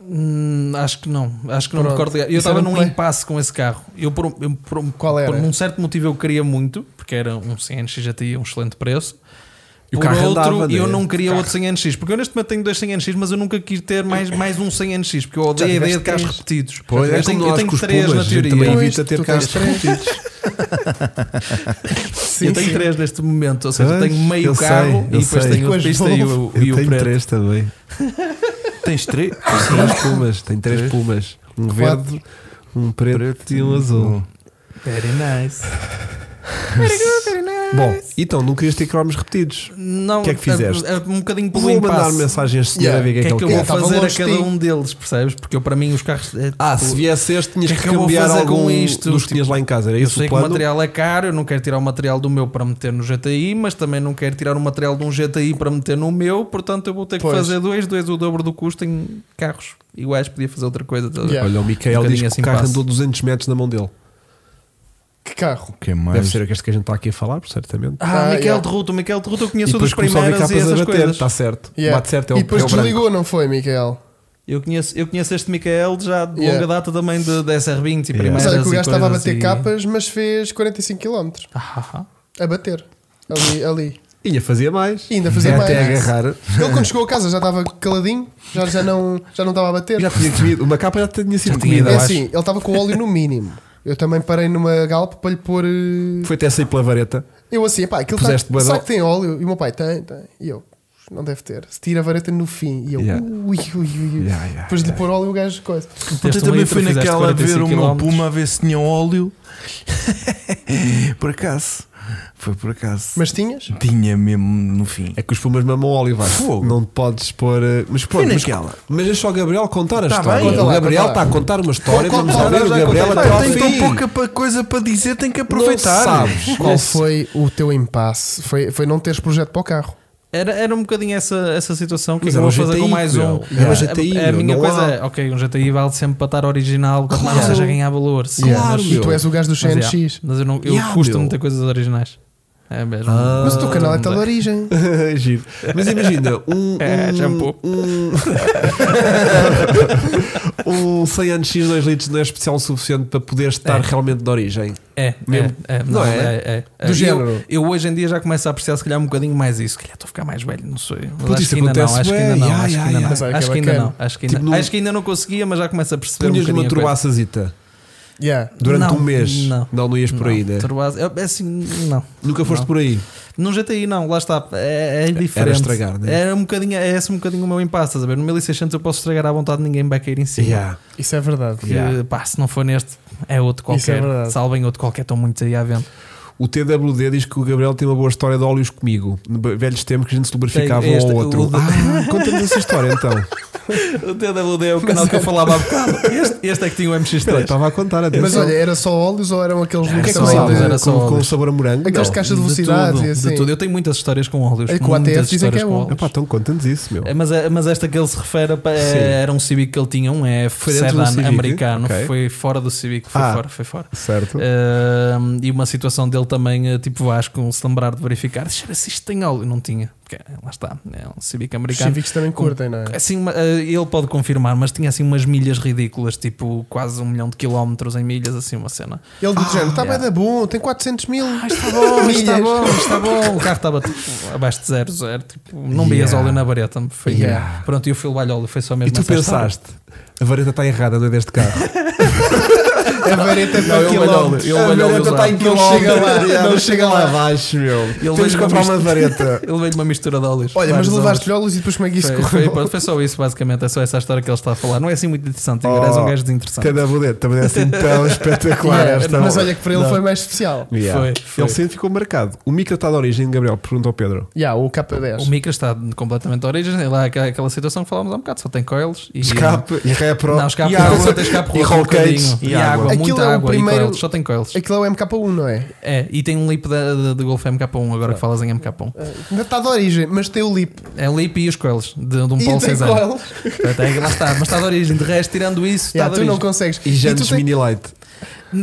Speaker 4: Hum, acho que não, acho que não me
Speaker 3: Pronto.
Speaker 4: recordo. Eu
Speaker 3: Isso
Speaker 4: estava
Speaker 3: era muito
Speaker 4: num
Speaker 3: bem.
Speaker 4: impasse com esse carro. Eu por, um- eu por um-
Speaker 3: Qual era?
Speaker 4: por um certo motivo eu queria muito, porque era um 100NX já tinha um excelente preço.
Speaker 2: E o
Speaker 4: por
Speaker 2: carro
Speaker 4: outro,
Speaker 2: andava, né?
Speaker 4: eu não queria outro 100NX, porque eu neste momento tenho dois 100NX, mas eu nunca quis ter mais, mais um 100NX, porque eu odeio a
Speaker 3: tiveste
Speaker 4: ideia de carros
Speaker 3: três.
Speaker 4: repetidos.
Speaker 2: Pois, é
Speaker 4: eu
Speaker 2: como
Speaker 4: tenho, eu
Speaker 2: nós
Speaker 4: tenho
Speaker 2: com os
Speaker 4: três
Speaker 2: Pumas,
Speaker 4: na
Speaker 2: a gente
Speaker 4: teoria.
Speaker 2: também
Speaker 3: Pois,
Speaker 2: evita ter
Speaker 3: tu
Speaker 2: carros
Speaker 3: tens três.
Speaker 2: repetidos.
Speaker 3: Sim,
Speaker 4: eu tenho
Speaker 3: sim.
Speaker 4: três neste momento, ou seja, eu tenho
Speaker 2: Pois,
Speaker 4: meio
Speaker 2: eu
Speaker 4: carro
Speaker 2: sei, eu
Speaker 4: e depois
Speaker 2: sei.
Speaker 4: tenho
Speaker 3: Com
Speaker 4: a
Speaker 3: as
Speaker 4: pista e o, e o preto.
Speaker 2: também.
Speaker 1: Tens três?
Speaker 2: Três pumas, tem três pumas. Um
Speaker 3: Quatro.
Speaker 2: verde,
Speaker 4: um
Speaker 2: um preto, e um azul.
Speaker 4: Very nice.
Speaker 2: Bom, então não querias ter cromos repetidos.
Speaker 4: Não,
Speaker 2: O que é que fizeste?
Speaker 4: É, é um bocadinho pelo
Speaker 2: Vou mandar
Speaker 4: impasse.
Speaker 2: mensagem a este senhor
Speaker 3: Yeah,
Speaker 2: a ver o que é que,
Speaker 4: que eu
Speaker 2: ele
Speaker 4: vou
Speaker 2: quer.
Speaker 3: Estava
Speaker 4: fazer a
Speaker 3: longe de
Speaker 4: cada
Speaker 3: ti.
Speaker 4: um deles, percebes? Porque eu, para mim, os carros. é,
Speaker 2: Ah,
Speaker 4: tipo,
Speaker 2: se viesse este, tinhas
Speaker 4: que
Speaker 2: que
Speaker 4: é que eu vou
Speaker 2: cambiar
Speaker 4: fazer
Speaker 2: algum
Speaker 4: com isto?
Speaker 2: dos que tinhas lá em casa. Era
Speaker 4: eu
Speaker 2: esse
Speaker 4: sei
Speaker 2: o
Speaker 4: que o
Speaker 2: plano.
Speaker 4: material é caro, eu não quero tirar o material do meu para meter no GTI, mas também não quero tirar o material de um GTI para meter no meu, portanto eu vou ter que
Speaker 3: Pois.
Speaker 4: fazer dois, dois o dobro do custo em carros iguais, podia fazer outra coisa. estás a ver?
Speaker 3: Yeah.
Speaker 2: Olha, o Micael
Speaker 4: Um
Speaker 2: diz que
Speaker 4: bocadinho assim
Speaker 2: o carro
Speaker 4: passo.
Speaker 2: andou 200 metros na mão dele.
Speaker 3: Que carro?
Speaker 1: Que é mais?
Speaker 2: Deve ser aqueste que a gente está aqui a falar, certamente.
Speaker 4: Ah,
Speaker 3: Ah,
Speaker 4: Miquel
Speaker 3: yeah.
Speaker 4: de Ruto, Miquel de Ruto, eu
Speaker 2: E
Speaker 4: conheço o
Speaker 2: depois
Speaker 4: das
Speaker 2: começou a ver
Speaker 4: primeiras e
Speaker 2: capas a
Speaker 4: essas
Speaker 2: bater,
Speaker 4: coisas.
Speaker 2: está certo.
Speaker 3: Yeah.
Speaker 2: Bate certo, é o
Speaker 3: e depois
Speaker 2: é o branco.
Speaker 3: desligou, não foi, Micael?
Speaker 4: Eu conheço, eu conheço este Miquel já de longa
Speaker 3: Yeah.
Speaker 4: data também de, de SR20 e
Speaker 2: Yeah.
Speaker 4: primeiras
Speaker 3: Mas olha que o gajo
Speaker 4: e
Speaker 3: estava a
Speaker 4: coisas
Speaker 3: bater
Speaker 2: assim.
Speaker 4: e-
Speaker 3: capas, mas fez 45 km.
Speaker 4: Ah, ah, ah.
Speaker 3: A bater. Ali, ali.
Speaker 2: Ainda fazia mais.
Speaker 3: E ainda fazia
Speaker 2: É
Speaker 3: mais.
Speaker 2: Até agarrar.
Speaker 3: Ele quando chegou a casa já estava caladinho, já, já, não, já não estava a bater.
Speaker 2: Já tinha comido. Uma capa já tinha sido
Speaker 4: Já tinha
Speaker 2: comida.
Speaker 4: ido
Speaker 3: é
Speaker 4: abaixo.
Speaker 3: assim, ele estava com o óleo no mínimo. Eu também parei numa galpa para lhe pôr. eh,
Speaker 2: Foi até sair pela vareta.
Speaker 3: Eu assim, pá, aquilo tá,
Speaker 2: Puseste bué de
Speaker 3: será
Speaker 2: óleo?
Speaker 3: que tem óleo? E o meu pai tem, tem. E eu, não deve ter. Se tira a vareta no fim. E eu,
Speaker 2: Yeah.
Speaker 3: ui, ui, ui, ui.
Speaker 2: Yeah, yeah,
Speaker 3: Depois de lhe pôr óleo, o gajo coisa.
Speaker 1: Eu
Speaker 4: Teste um
Speaker 1: também
Speaker 4: litro,
Speaker 1: fui
Speaker 4: fizeste
Speaker 1: naquela a ver
Speaker 4: 45
Speaker 1: o meu
Speaker 4: quilómetros.
Speaker 1: Puma a ver se tinha óleo. por acaso. Foi por acaso.
Speaker 3: Mas tinhas?
Speaker 1: tinha mesmo no fim.
Speaker 2: É que os pumas mamam óleo, vai.
Speaker 1: Fogo.
Speaker 2: Não te podes pôr. eh, Mas pronto, mas,
Speaker 1: naquela?
Speaker 2: mas deixa o Gabriel contar a
Speaker 1: Tá
Speaker 2: história.
Speaker 1: bem,
Speaker 2: o
Speaker 3: conta lá,
Speaker 2: Gabriel
Speaker 3: conta
Speaker 2: está
Speaker 3: lá.
Speaker 2: a contar uma história.
Speaker 3: Conta
Speaker 2: Vamos
Speaker 3: lá,
Speaker 2: ouvir o
Speaker 3: já
Speaker 2: Gabriel
Speaker 3: contei.
Speaker 2: até ao
Speaker 3: Tem
Speaker 2: fim.
Speaker 1: Tem tão pouca pa- coisa para dizer, tem que aproveitar.
Speaker 2: Não sabes
Speaker 3: Qual
Speaker 2: qual
Speaker 3: foi o teu impasse? Foi, foi não teres projeto para o carro.
Speaker 4: Era, era um bocadinho essa, essa situação. O que é
Speaker 2: Mas
Speaker 4: que eu
Speaker 2: era
Speaker 4: vou
Speaker 2: um
Speaker 4: fazer
Speaker 2: GTI,
Speaker 4: com mais um?
Speaker 2: meu. É Era
Speaker 4: A-
Speaker 2: GTI,
Speaker 4: a, a
Speaker 2: meu,
Speaker 4: minha
Speaker 2: não
Speaker 4: coisa
Speaker 2: há-
Speaker 4: é, ok, um GTI vale sempre para estar original, quanto mais
Speaker 2: Claro.
Speaker 4: seja ganhar valor. Sim.
Speaker 2: Claro,
Speaker 4: mas,
Speaker 3: E tu
Speaker 2: meu.
Speaker 3: és o gajo do
Speaker 4: mas,
Speaker 3: CNX.
Speaker 4: yeah, mas eu, não, eu
Speaker 2: Yeah,
Speaker 4: custo
Speaker 2: meu.
Speaker 4: muita coisas originais. É mesmo.
Speaker 2: Ah.
Speaker 3: Mas o teu canal é tal origem.
Speaker 2: Giro. Mas imagina, um.
Speaker 4: É,
Speaker 2: um,
Speaker 4: shampoo.
Speaker 2: Um, um 100 anos X 2 litros não é especial o suficiente para poder estar
Speaker 4: É.
Speaker 2: realmente de origem.
Speaker 4: É,
Speaker 2: Mesmo.
Speaker 4: é, é,
Speaker 2: Não
Speaker 4: não,
Speaker 2: é?
Speaker 4: é, é, é.
Speaker 2: Do
Speaker 4: Eu-
Speaker 2: género.
Speaker 4: Eu, hoje em dia já começo a apreciar, se calhar, um bocadinho mais isso. Se calhar estou a ficar mais velho, não sei. Mas
Speaker 2: Puto,
Speaker 4: acho
Speaker 2: isso
Speaker 4: que ainda não,
Speaker 2: acontece
Speaker 4: acho que
Speaker 2: bué,
Speaker 4: ainda não,
Speaker 2: yeah,
Speaker 4: acho que
Speaker 2: yeah,
Speaker 4: ainda
Speaker 2: yeah.
Speaker 4: não.
Speaker 3: Mas olha que
Speaker 4: Acho
Speaker 3: é
Speaker 4: que ainda
Speaker 3: bacana.
Speaker 4: não. Acho que ainda-
Speaker 2: Tipo, no-
Speaker 4: acho que ainda não conseguia, mas já começo a perceber um
Speaker 2: Punhas
Speaker 4: bocadinho.
Speaker 2: uma
Speaker 4: a coisa.
Speaker 2: turbacazita
Speaker 3: Yeah.
Speaker 2: durante
Speaker 4: Não,
Speaker 2: um mês. Não,
Speaker 4: não.
Speaker 2: não, ias por aí,
Speaker 4: Não,
Speaker 2: né?
Speaker 4: turbase- eu- é assim, não.
Speaker 2: Nunca foste
Speaker 4: Não.
Speaker 2: por aí.
Speaker 4: Num GTI não, lá está, é, é diferente.
Speaker 2: estragar, né?
Speaker 4: Era um bocadinho, é esse um bocadinho o meu impasse, estás a ver? No 1600 eu posso estragar à vontade, ninguém vai cair em cima.
Speaker 2: Yeah.
Speaker 3: Isso é verdade.
Speaker 4: Que,
Speaker 2: Yeah.
Speaker 4: pá, se não for neste, é outro
Speaker 3: Isso é
Speaker 4: qualquer.
Speaker 3: verdade.
Speaker 4: Salvem outro qualquer, estão muitos aí à venda.
Speaker 2: O TWD diz que o Gabriel tem uma boa história de óleos comigo. No- Velhos tempos que a gente se lubrificava
Speaker 4: Tem
Speaker 2: um
Speaker 4: este-
Speaker 2: ao outro.
Speaker 4: o de-
Speaker 2: Ah, Conta-nos essa história então.
Speaker 4: O TWD é o canal que eu falava há bocado. Este, este é que tinha o
Speaker 2: Espera, então,
Speaker 4: MX3.
Speaker 2: estava a contar até.
Speaker 3: Mas olha, era só óleos ou eram aqueles
Speaker 4: Era
Speaker 3: que
Speaker 4: É, só
Speaker 2: com,
Speaker 3: também
Speaker 4: óleos,
Speaker 3: de-
Speaker 4: era só
Speaker 2: com, com
Speaker 4: óleos.
Speaker 2: sabor a morango.
Speaker 3: Aqueles
Speaker 2: não.
Speaker 3: caixa de
Speaker 4: De
Speaker 3: velocidades
Speaker 4: tudo,
Speaker 3: e assim.
Speaker 4: de tudo. Eu tenho muitas histórias com óleos.
Speaker 3: É que o
Speaker 4: muitas
Speaker 3: ATF dizem que é
Speaker 4: histórias com
Speaker 3: bom.
Speaker 4: óleos.
Speaker 2: Epá, então conta-nos isso, meu.
Speaker 4: É, mas, é- mas esta que ele se refere a- é-
Speaker 2: Sim.
Speaker 4: era um Civic que ele tinha, um F
Speaker 2: Foi dentro do
Speaker 4: sedan
Speaker 2: Civic?
Speaker 4: americano.
Speaker 2: Ok.
Speaker 4: Foi fora do Civic, foi
Speaker 2: Ah.
Speaker 4: fora, foi fora.
Speaker 2: Certo.
Speaker 4: Ahm, e uma situação dele também, eh, tipo Vasco, um se lembrar de verificar. Deixa eu ver se isto tem óleo. Não tinha. Porque, lá está, é um Civic
Speaker 3: Os
Speaker 4: americano.
Speaker 3: cívicos também curtem, não é?
Speaker 4: Assim, uma- eh, ele pode confirmar, mas tinha assim umas milhas ridículas, tipo quase um milhão de quilómetros em milhas, assim uma cena.
Speaker 3: Ele do género, está bem
Speaker 4: yeah.
Speaker 3: da bom, tem 400 mil.
Speaker 4: Ah, isto está bom, isto está
Speaker 3: milhas."
Speaker 4: bom, isto está bom. O carro estava tipo, abaixo de zero, zero. Tipo, não vias
Speaker 2: Yeah.
Speaker 4: óleo na vareta. Foi,
Speaker 2: Yeah.
Speaker 4: Pronto, e o fio óleo foi só
Speaker 2: E
Speaker 4: mesmo
Speaker 2: tu
Speaker 4: essa história.
Speaker 2: pensaste, a vareta está errada, não é deste carro.
Speaker 3: A vareta
Speaker 2: Não,
Speaker 3: para
Speaker 2: ele olha
Speaker 3: quilómetro.
Speaker 2: ele
Speaker 4: é A
Speaker 2: olha
Speaker 4: vareta
Speaker 2: usar.
Speaker 4: tá em
Speaker 2: Não
Speaker 3: quilómetro.
Speaker 2: chega lá,
Speaker 3: Não
Speaker 2: não
Speaker 3: chega
Speaker 2: chega
Speaker 3: lá.
Speaker 2: lá abaixo, meu. Temos
Speaker 4: veio
Speaker 2: que
Speaker 4: com
Speaker 2: comprar
Speaker 4: isto.
Speaker 2: uma vareta.
Speaker 4: Ele veio de uma mistura de óleos.
Speaker 3: Olha, mas
Speaker 4: Vários
Speaker 3: levaste-lhe óleos e depois como é que isso
Speaker 4: Foi, foi,
Speaker 3: correu?
Speaker 4: pronto, foi só isso, basicamente. É só essa a história que ele está a falar. Não é assim muito interessante. Igor, és um
Speaker 2: Oh,
Speaker 4: gajo desinteressante.
Speaker 2: TWD também é assim tão espetacular
Speaker 3: Yeah,
Speaker 2: esta
Speaker 3: mas
Speaker 2: bola.
Speaker 3: olha que para ele
Speaker 4: Não.
Speaker 3: foi mais especial.
Speaker 2: Yeah.
Speaker 4: Foi, foi.
Speaker 2: Ele sempre ficou marcado. O micro está de origem, Gabriel, pergunta ao Pedro.
Speaker 3: Yeah, o
Speaker 4: O
Speaker 3: K10.
Speaker 4: Micra está completamente de origem. É lá aqua- aquela situação que falámos há um bocado. Só tem coils e.
Speaker 2: Escape e repro
Speaker 4: Não, escape,
Speaker 2: e
Speaker 4: não,
Speaker 2: água
Speaker 4: só tem escape
Speaker 2: e
Speaker 4: roto um
Speaker 2: roll cage
Speaker 4: bocadinho. E água,
Speaker 3: Aquilo
Speaker 4: muita
Speaker 3: é o
Speaker 4: água
Speaker 3: primeiro-
Speaker 4: e coils. Só tem coils.
Speaker 3: Aquilo é o MK1, não é?
Speaker 4: É, e tem um lip da- da- do Golf MK1, agora que falas em MK1.
Speaker 3: Ainda está de origem, mas tem o lip.
Speaker 4: É um lip e os coils de, de um
Speaker 3: E
Speaker 4: Paulo
Speaker 3: tem
Speaker 4: César.
Speaker 3: coil.
Speaker 4: Até lá está, mas está de origem. De resto, tirando isso,
Speaker 3: Yeah,
Speaker 4: está
Speaker 3: tu
Speaker 4: de
Speaker 3: não
Speaker 4: origem.
Speaker 3: consegues.
Speaker 2: E jantes
Speaker 3: tu tens-
Speaker 2: mini light.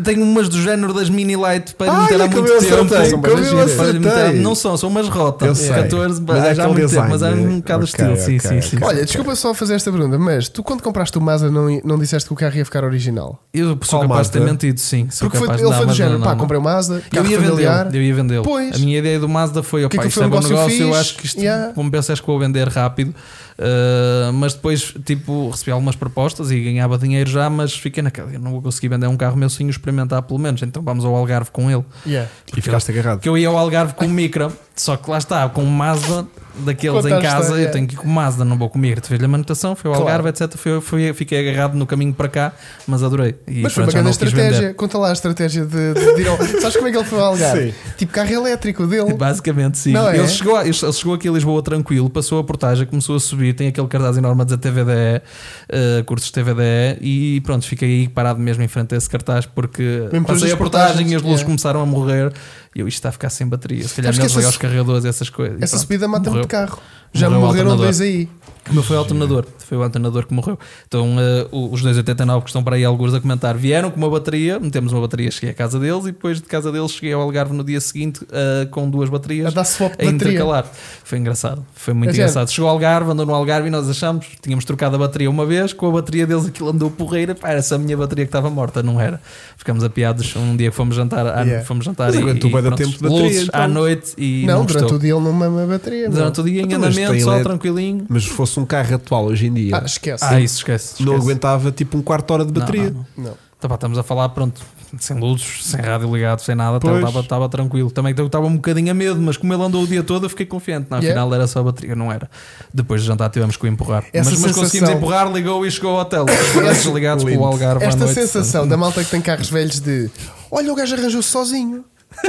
Speaker 4: Tenho umas do género das mini light para
Speaker 2: Ai,
Speaker 4: meter há
Speaker 2: como
Speaker 4: muito
Speaker 2: eu
Speaker 4: tempo.
Speaker 2: acertei, como
Speaker 4: Olha,
Speaker 2: eu
Speaker 4: muito
Speaker 2: acertei.
Speaker 4: tempo. Não são, são umas
Speaker 2: Eu
Speaker 4: rotas.
Speaker 2: sei.
Speaker 4: 14,
Speaker 2: Mas é
Speaker 4: mas há
Speaker 2: aquele
Speaker 4: muito tempo,
Speaker 2: design,
Speaker 4: mas há
Speaker 2: é?
Speaker 4: um bocado de
Speaker 2: Ok,
Speaker 4: estilo. sim,
Speaker 2: ok,
Speaker 4: sim, sim.
Speaker 2: ok.
Speaker 3: Olha, desculpa só fazer esta pergunta, mas tu quando compraste o Mazda não, não disseste que o carro ia ficar original?
Speaker 4: Eu sou
Speaker 2: Qual
Speaker 4: capaz de ter
Speaker 2: Mazda?
Speaker 4: mentido, sim. Sou
Speaker 3: Porque foi,
Speaker 4: capaz de
Speaker 3: ele
Speaker 4: não,
Speaker 3: foi do
Speaker 4: mas
Speaker 3: género,
Speaker 4: não,
Speaker 3: pá,
Speaker 4: não.
Speaker 3: comprei o Mazda,
Speaker 4: Eu
Speaker 3: carro
Speaker 4: ia
Speaker 3: familiar.
Speaker 4: vendê-lo, eu ia vendê-lo.
Speaker 3: Pois.
Speaker 4: A minha ideia do Mazda foi,
Speaker 3: que é
Speaker 4: opá,
Speaker 3: que
Speaker 4: isto
Speaker 3: foi
Speaker 4: é
Speaker 3: um
Speaker 4: bom
Speaker 3: negócio
Speaker 4: negócio, eu
Speaker 3: fixe?
Speaker 4: acho que isto,
Speaker 3: Yeah.
Speaker 4: como penso, acho que vou vender rápido. Uh, mas depois, tipo, recebi algumas propostas e ganhava dinheiro já, mas fiquei naquela, eu não vou conseguir vender um carro meu sem o experimentar pelo menos, então vamos ao Algarve com ele.
Speaker 3: Yeah.
Speaker 2: E ficaste agarrado.
Speaker 4: Porque eu ia ao Algarve com o Micra Só que lá está, com o Mazda daqueles
Speaker 3: Conta a
Speaker 4: em casa,
Speaker 3: história.
Speaker 4: eu tenho que ir com o Mazda, não vou comigo. Tive-lhe a manutenção, foi ao
Speaker 3: Claro.
Speaker 4: Algarve, etc. Fui, fui- fiquei agarrado no caminho para cá, mas adorei. E
Speaker 3: Mas foi uma
Speaker 4: pronto, já
Speaker 3: grande
Speaker 4: não o quis vender.
Speaker 3: estratégia. Conta lá a estratégia de, de, de ir ao... Sabes como é que ele foi ao Algarve?
Speaker 2: Sim.
Speaker 3: Tipo carro elétrico dele.
Speaker 4: Basicamente, sim.
Speaker 3: Não é?
Speaker 4: ele, chegou a- ele chegou aqui a Lisboa tranquilo, passou a portagem, começou a subir, tem aquele cartaz enorme a dizer TVDE, eh, cursos TVDE, e pronto, fiquei aí parado mesmo em frente a esse cartaz porque
Speaker 3: Mesmo todas
Speaker 4: passei
Speaker 3: as
Speaker 4: a portagem e
Speaker 3: portagens,
Speaker 4: as luzes
Speaker 3: é.
Speaker 4: começaram a morrer e eu isto está a ficar sem bateria. Se calhar
Speaker 3: Sabes que essa
Speaker 4: melhor desligar
Speaker 3: su-
Speaker 4: os carregadores e essas coisas. E
Speaker 3: Essa
Speaker 4: pronto,
Speaker 3: subida mata-me de
Speaker 4: morreu.
Speaker 3: carro. Já
Speaker 4: Morreu o
Speaker 3: morreram
Speaker 4: alternador.
Speaker 3: dois aí.
Speaker 4: O meu foi o alternador, foi o alternador que morreu. Então, eh, o- os 289 que estão para aí, alguns a comentar, vieram com uma bateria, metemos uma bateria, cheguei à casa deles e depois de casa deles cheguei ao Algarve no dia seguinte eh, com duas
Speaker 3: A
Speaker 4: baterias
Speaker 3: dar swap
Speaker 4: a
Speaker 3: de bateria.
Speaker 4: intercalar. Foi engraçado, foi muito
Speaker 3: É sério?
Speaker 4: engraçado. Chegou ao Algarve, andou no Algarve e nós achamos, tínhamos trocado a bateria uma vez, com a bateria deles aquilo andou porreira, pá, era essa a minha bateria que estava morta, não era? Ficamos apiados um dia que fomos jantar, à-
Speaker 3: Yeah.
Speaker 4: fomos jantar
Speaker 2: Mas
Speaker 4: e,
Speaker 2: aguentou
Speaker 4: e
Speaker 2: bué de
Speaker 4: pronto,
Speaker 2: tempo de bateria,
Speaker 4: luzes à
Speaker 2: então.
Speaker 4: noite e
Speaker 3: Não,
Speaker 4: não,
Speaker 3: durante
Speaker 4: gostou.
Speaker 3: o dia ele não mama a bateria. meu.
Speaker 4: Durante o dia em
Speaker 2: Então, mas tem
Speaker 4: andamento, só
Speaker 2: LED.
Speaker 4: tranquilinho.
Speaker 2: Mas se fosse um carro atual hoje em dia,
Speaker 3: Ah, esquece.
Speaker 4: Ah, isso esquece. esquece.
Speaker 2: não aguentava tipo um quarto de hora de
Speaker 4: Não,
Speaker 2: bateria.
Speaker 4: não, não.
Speaker 3: Não.
Speaker 4: Então, pá, estamos a falar, pronto, sem luzes, sem rádio ligado, sem nada,
Speaker 2: Pois.
Speaker 4: estava- estava tranquilo. Também eu estava um bocadinho a medo, mas como ele andou o dia todo, eu fiquei confiante. Não,
Speaker 3: Yeah.
Speaker 4: afinal era só a bateria, não era. Depois de jantar tivemos que o empurrar.
Speaker 3: Essa
Speaker 4: mas, mas conseguimos
Speaker 3: sensação-
Speaker 4: empurrar, ligou e chegou ao hotel. Os ligados para o Algarve é à
Speaker 3: Esta
Speaker 4: noite.
Speaker 3: sensação da malta que tem carros velhos de olha, o gajo arranjou-se sozinho.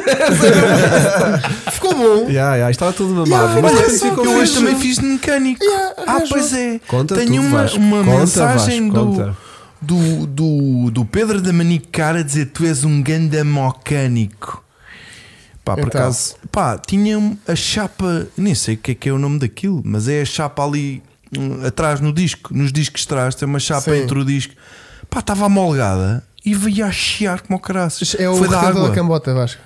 Speaker 3: Ficou bom.
Speaker 2: Ya, ya, estava tudo mamado.
Speaker 3: Ya,
Speaker 2: mas
Speaker 3: olha
Speaker 2: depois
Speaker 3: É só,
Speaker 2: ficou
Speaker 3: eu
Speaker 1: Eu hoje
Speaker 3: Arranjou.
Speaker 1: também fiz de mecânico.
Speaker 3: Yeah,
Speaker 1: ah,
Speaker 3: arranjou.
Speaker 1: pois é.
Speaker 2: Conta
Speaker 1: Tenho
Speaker 2: tudo,
Speaker 1: uma,
Speaker 2: Vasco.
Speaker 1: uma
Speaker 2: Conta,
Speaker 1: mensagem
Speaker 2: Vasco,
Speaker 1: do-
Speaker 2: conta.
Speaker 1: do, do, do Pedro da Manicara a dizer tu és um ganda mecânico. Pá, por
Speaker 3: Então.
Speaker 1: acaso, pá, tinha um, a chapa, nem sei o que é que é o nome daquilo, mas é a chapa ali hum, atrás no disco, nos discos de trás, tem uma chapa
Speaker 3: Sim.
Speaker 1: entre o disco. Pá, estava amolgada e veio a chiar como o caraças.
Speaker 3: É o
Speaker 1: Foi da
Speaker 3: retentor da
Speaker 1: água.
Speaker 3: cambota, Vasco.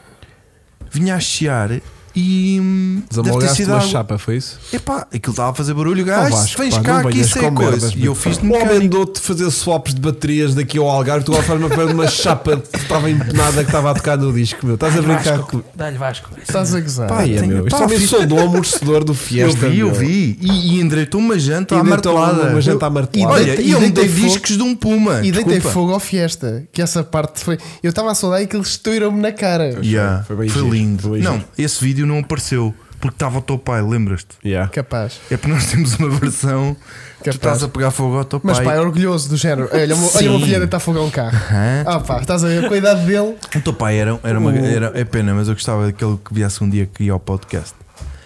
Speaker 1: Vinha a chiar e. hum, Deve ter
Speaker 2: Desamolgaste
Speaker 1: sido
Speaker 2: uma
Speaker 1: água.
Speaker 2: chapa, foi isso?
Speaker 1: Epá, aquilo estava a fazer barulho,
Speaker 2: Ó,
Speaker 1: gajo.
Speaker 2: Vasco,
Speaker 1: vens
Speaker 2: pá,
Speaker 1: cá
Speaker 2: não
Speaker 1: que
Speaker 2: venhas
Speaker 1: isso é
Speaker 2: com
Speaker 1: coisa.
Speaker 2: merdas,
Speaker 1: e eu
Speaker 2: pá.
Speaker 1: fiz de
Speaker 2: O homem
Speaker 1: mecânico.
Speaker 2: andou-te fazer swaps de baterias daqui ao Algarve. Tu agora uma perna de uma chapa que estava empenada que estava a tocar no disco. Meu. Estás a brincar com.
Speaker 4: Dá-lhe Vasco.
Speaker 3: Estás a gozar.
Speaker 1: Pá,
Speaker 2: Ai, é
Speaker 1: tem-
Speaker 2: meu. Isto
Speaker 1: pá,
Speaker 2: também
Speaker 1: fiz-
Speaker 2: sou do amortecedor do
Speaker 1: Eu
Speaker 2: Fiesta.
Speaker 1: vi, eu
Speaker 2: meu.
Speaker 1: vi. E, e endireitou uma janta à
Speaker 2: Endireitou
Speaker 1: martelada.
Speaker 2: uma janta à
Speaker 1: Eu-
Speaker 2: martelada.
Speaker 1: Olha,
Speaker 3: E
Speaker 1: e eu mudei
Speaker 3: deitei fogo.
Speaker 1: discos de um puma.
Speaker 3: E deitei
Speaker 1: desculpa.
Speaker 3: fogo ao fiesta. Que essa parte foi. Eu estava a saudar e que eles estouraram-me na cara.
Speaker 1: Yeah,
Speaker 2: Foi
Speaker 1: Foi,
Speaker 2: bem giro,
Speaker 1: lindo.
Speaker 2: foi bem
Speaker 1: não,
Speaker 2: giro.
Speaker 1: esse vídeo não apareceu porque estava o teu pai, lembras-te?
Speaker 2: Ya.
Speaker 3: Capaz.
Speaker 1: É porque nós temos uma versão. Tu
Speaker 3: Capaz.
Speaker 1: estás a pegar fogo ao teu
Speaker 3: Mas
Speaker 1: pai.
Speaker 3: pá, é orgulhoso do género. Olha, o meu- olha o meu
Speaker 1: Sim.
Speaker 3: filho a deitar fogo a um carro.
Speaker 1: Hã?
Speaker 3: Ah pá, estás a ver com a idade dele.
Speaker 1: O teu pai era, era uma. Era, é pena, mas eu gostava daquele que viesse um dia aqui ao podcast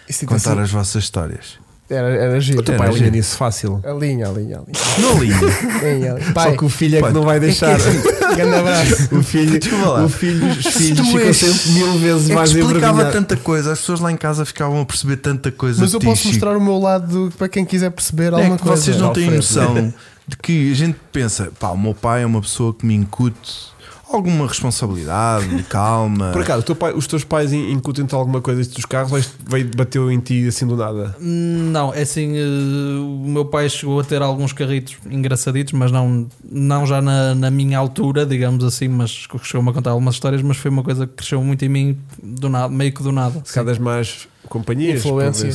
Speaker 3: Isso então,
Speaker 1: contar
Speaker 3: assim,
Speaker 1: as vossas histórias.
Speaker 3: Era, era giro.
Speaker 2: O teu
Speaker 1: Era
Speaker 2: pai é
Speaker 1: giro.
Speaker 2: linha nisso fácil.
Speaker 3: A linha, a linha, a linha.
Speaker 1: Não lindo.
Speaker 3: Linha, a linha.
Speaker 2: Só
Speaker 3: Pai,
Speaker 2: que o filho é que
Speaker 1: Pai.
Speaker 2: não vai deixar.
Speaker 3: grande abraço.
Speaker 2: O filho,
Speaker 1: Desculpa lá.
Speaker 2: o filho, os filhos
Speaker 1: tu
Speaker 2: ficam
Speaker 1: és-
Speaker 2: sempre mil vezes
Speaker 1: É que
Speaker 2: mais
Speaker 1: explicava
Speaker 2: envergonhados.
Speaker 1: tanta coisa, as pessoas lá em casa ficavam a perceber tanta coisa.
Speaker 3: Mas eu
Speaker 1: de ti,
Speaker 3: posso
Speaker 1: Chico.
Speaker 3: mostrar o meu lado para quem quiser perceber
Speaker 1: É
Speaker 3: alguma
Speaker 1: que
Speaker 3: coisa.
Speaker 1: vocês não têm
Speaker 2: Alfredo.
Speaker 1: noção de que a gente pensa, pá, o meu pai é uma pessoa que me incute alguma responsabilidade, calma.
Speaker 2: Por acaso, o teu pai- os teus pais in- incutem-te alguma coisa isto dos carros ou isto veio- bateu em ti assim do nada?
Speaker 4: Não, é assim, eh, o meu pai chegou a ter alguns carritos engraçaditos, mas não, não já na, na minha altura, digamos assim, mas chegou-me a contar algumas histórias, mas foi uma coisa que cresceu muito em mim, do nada, meio que do nada.
Speaker 2: Se calhar das mais companhias,
Speaker 3: Influências.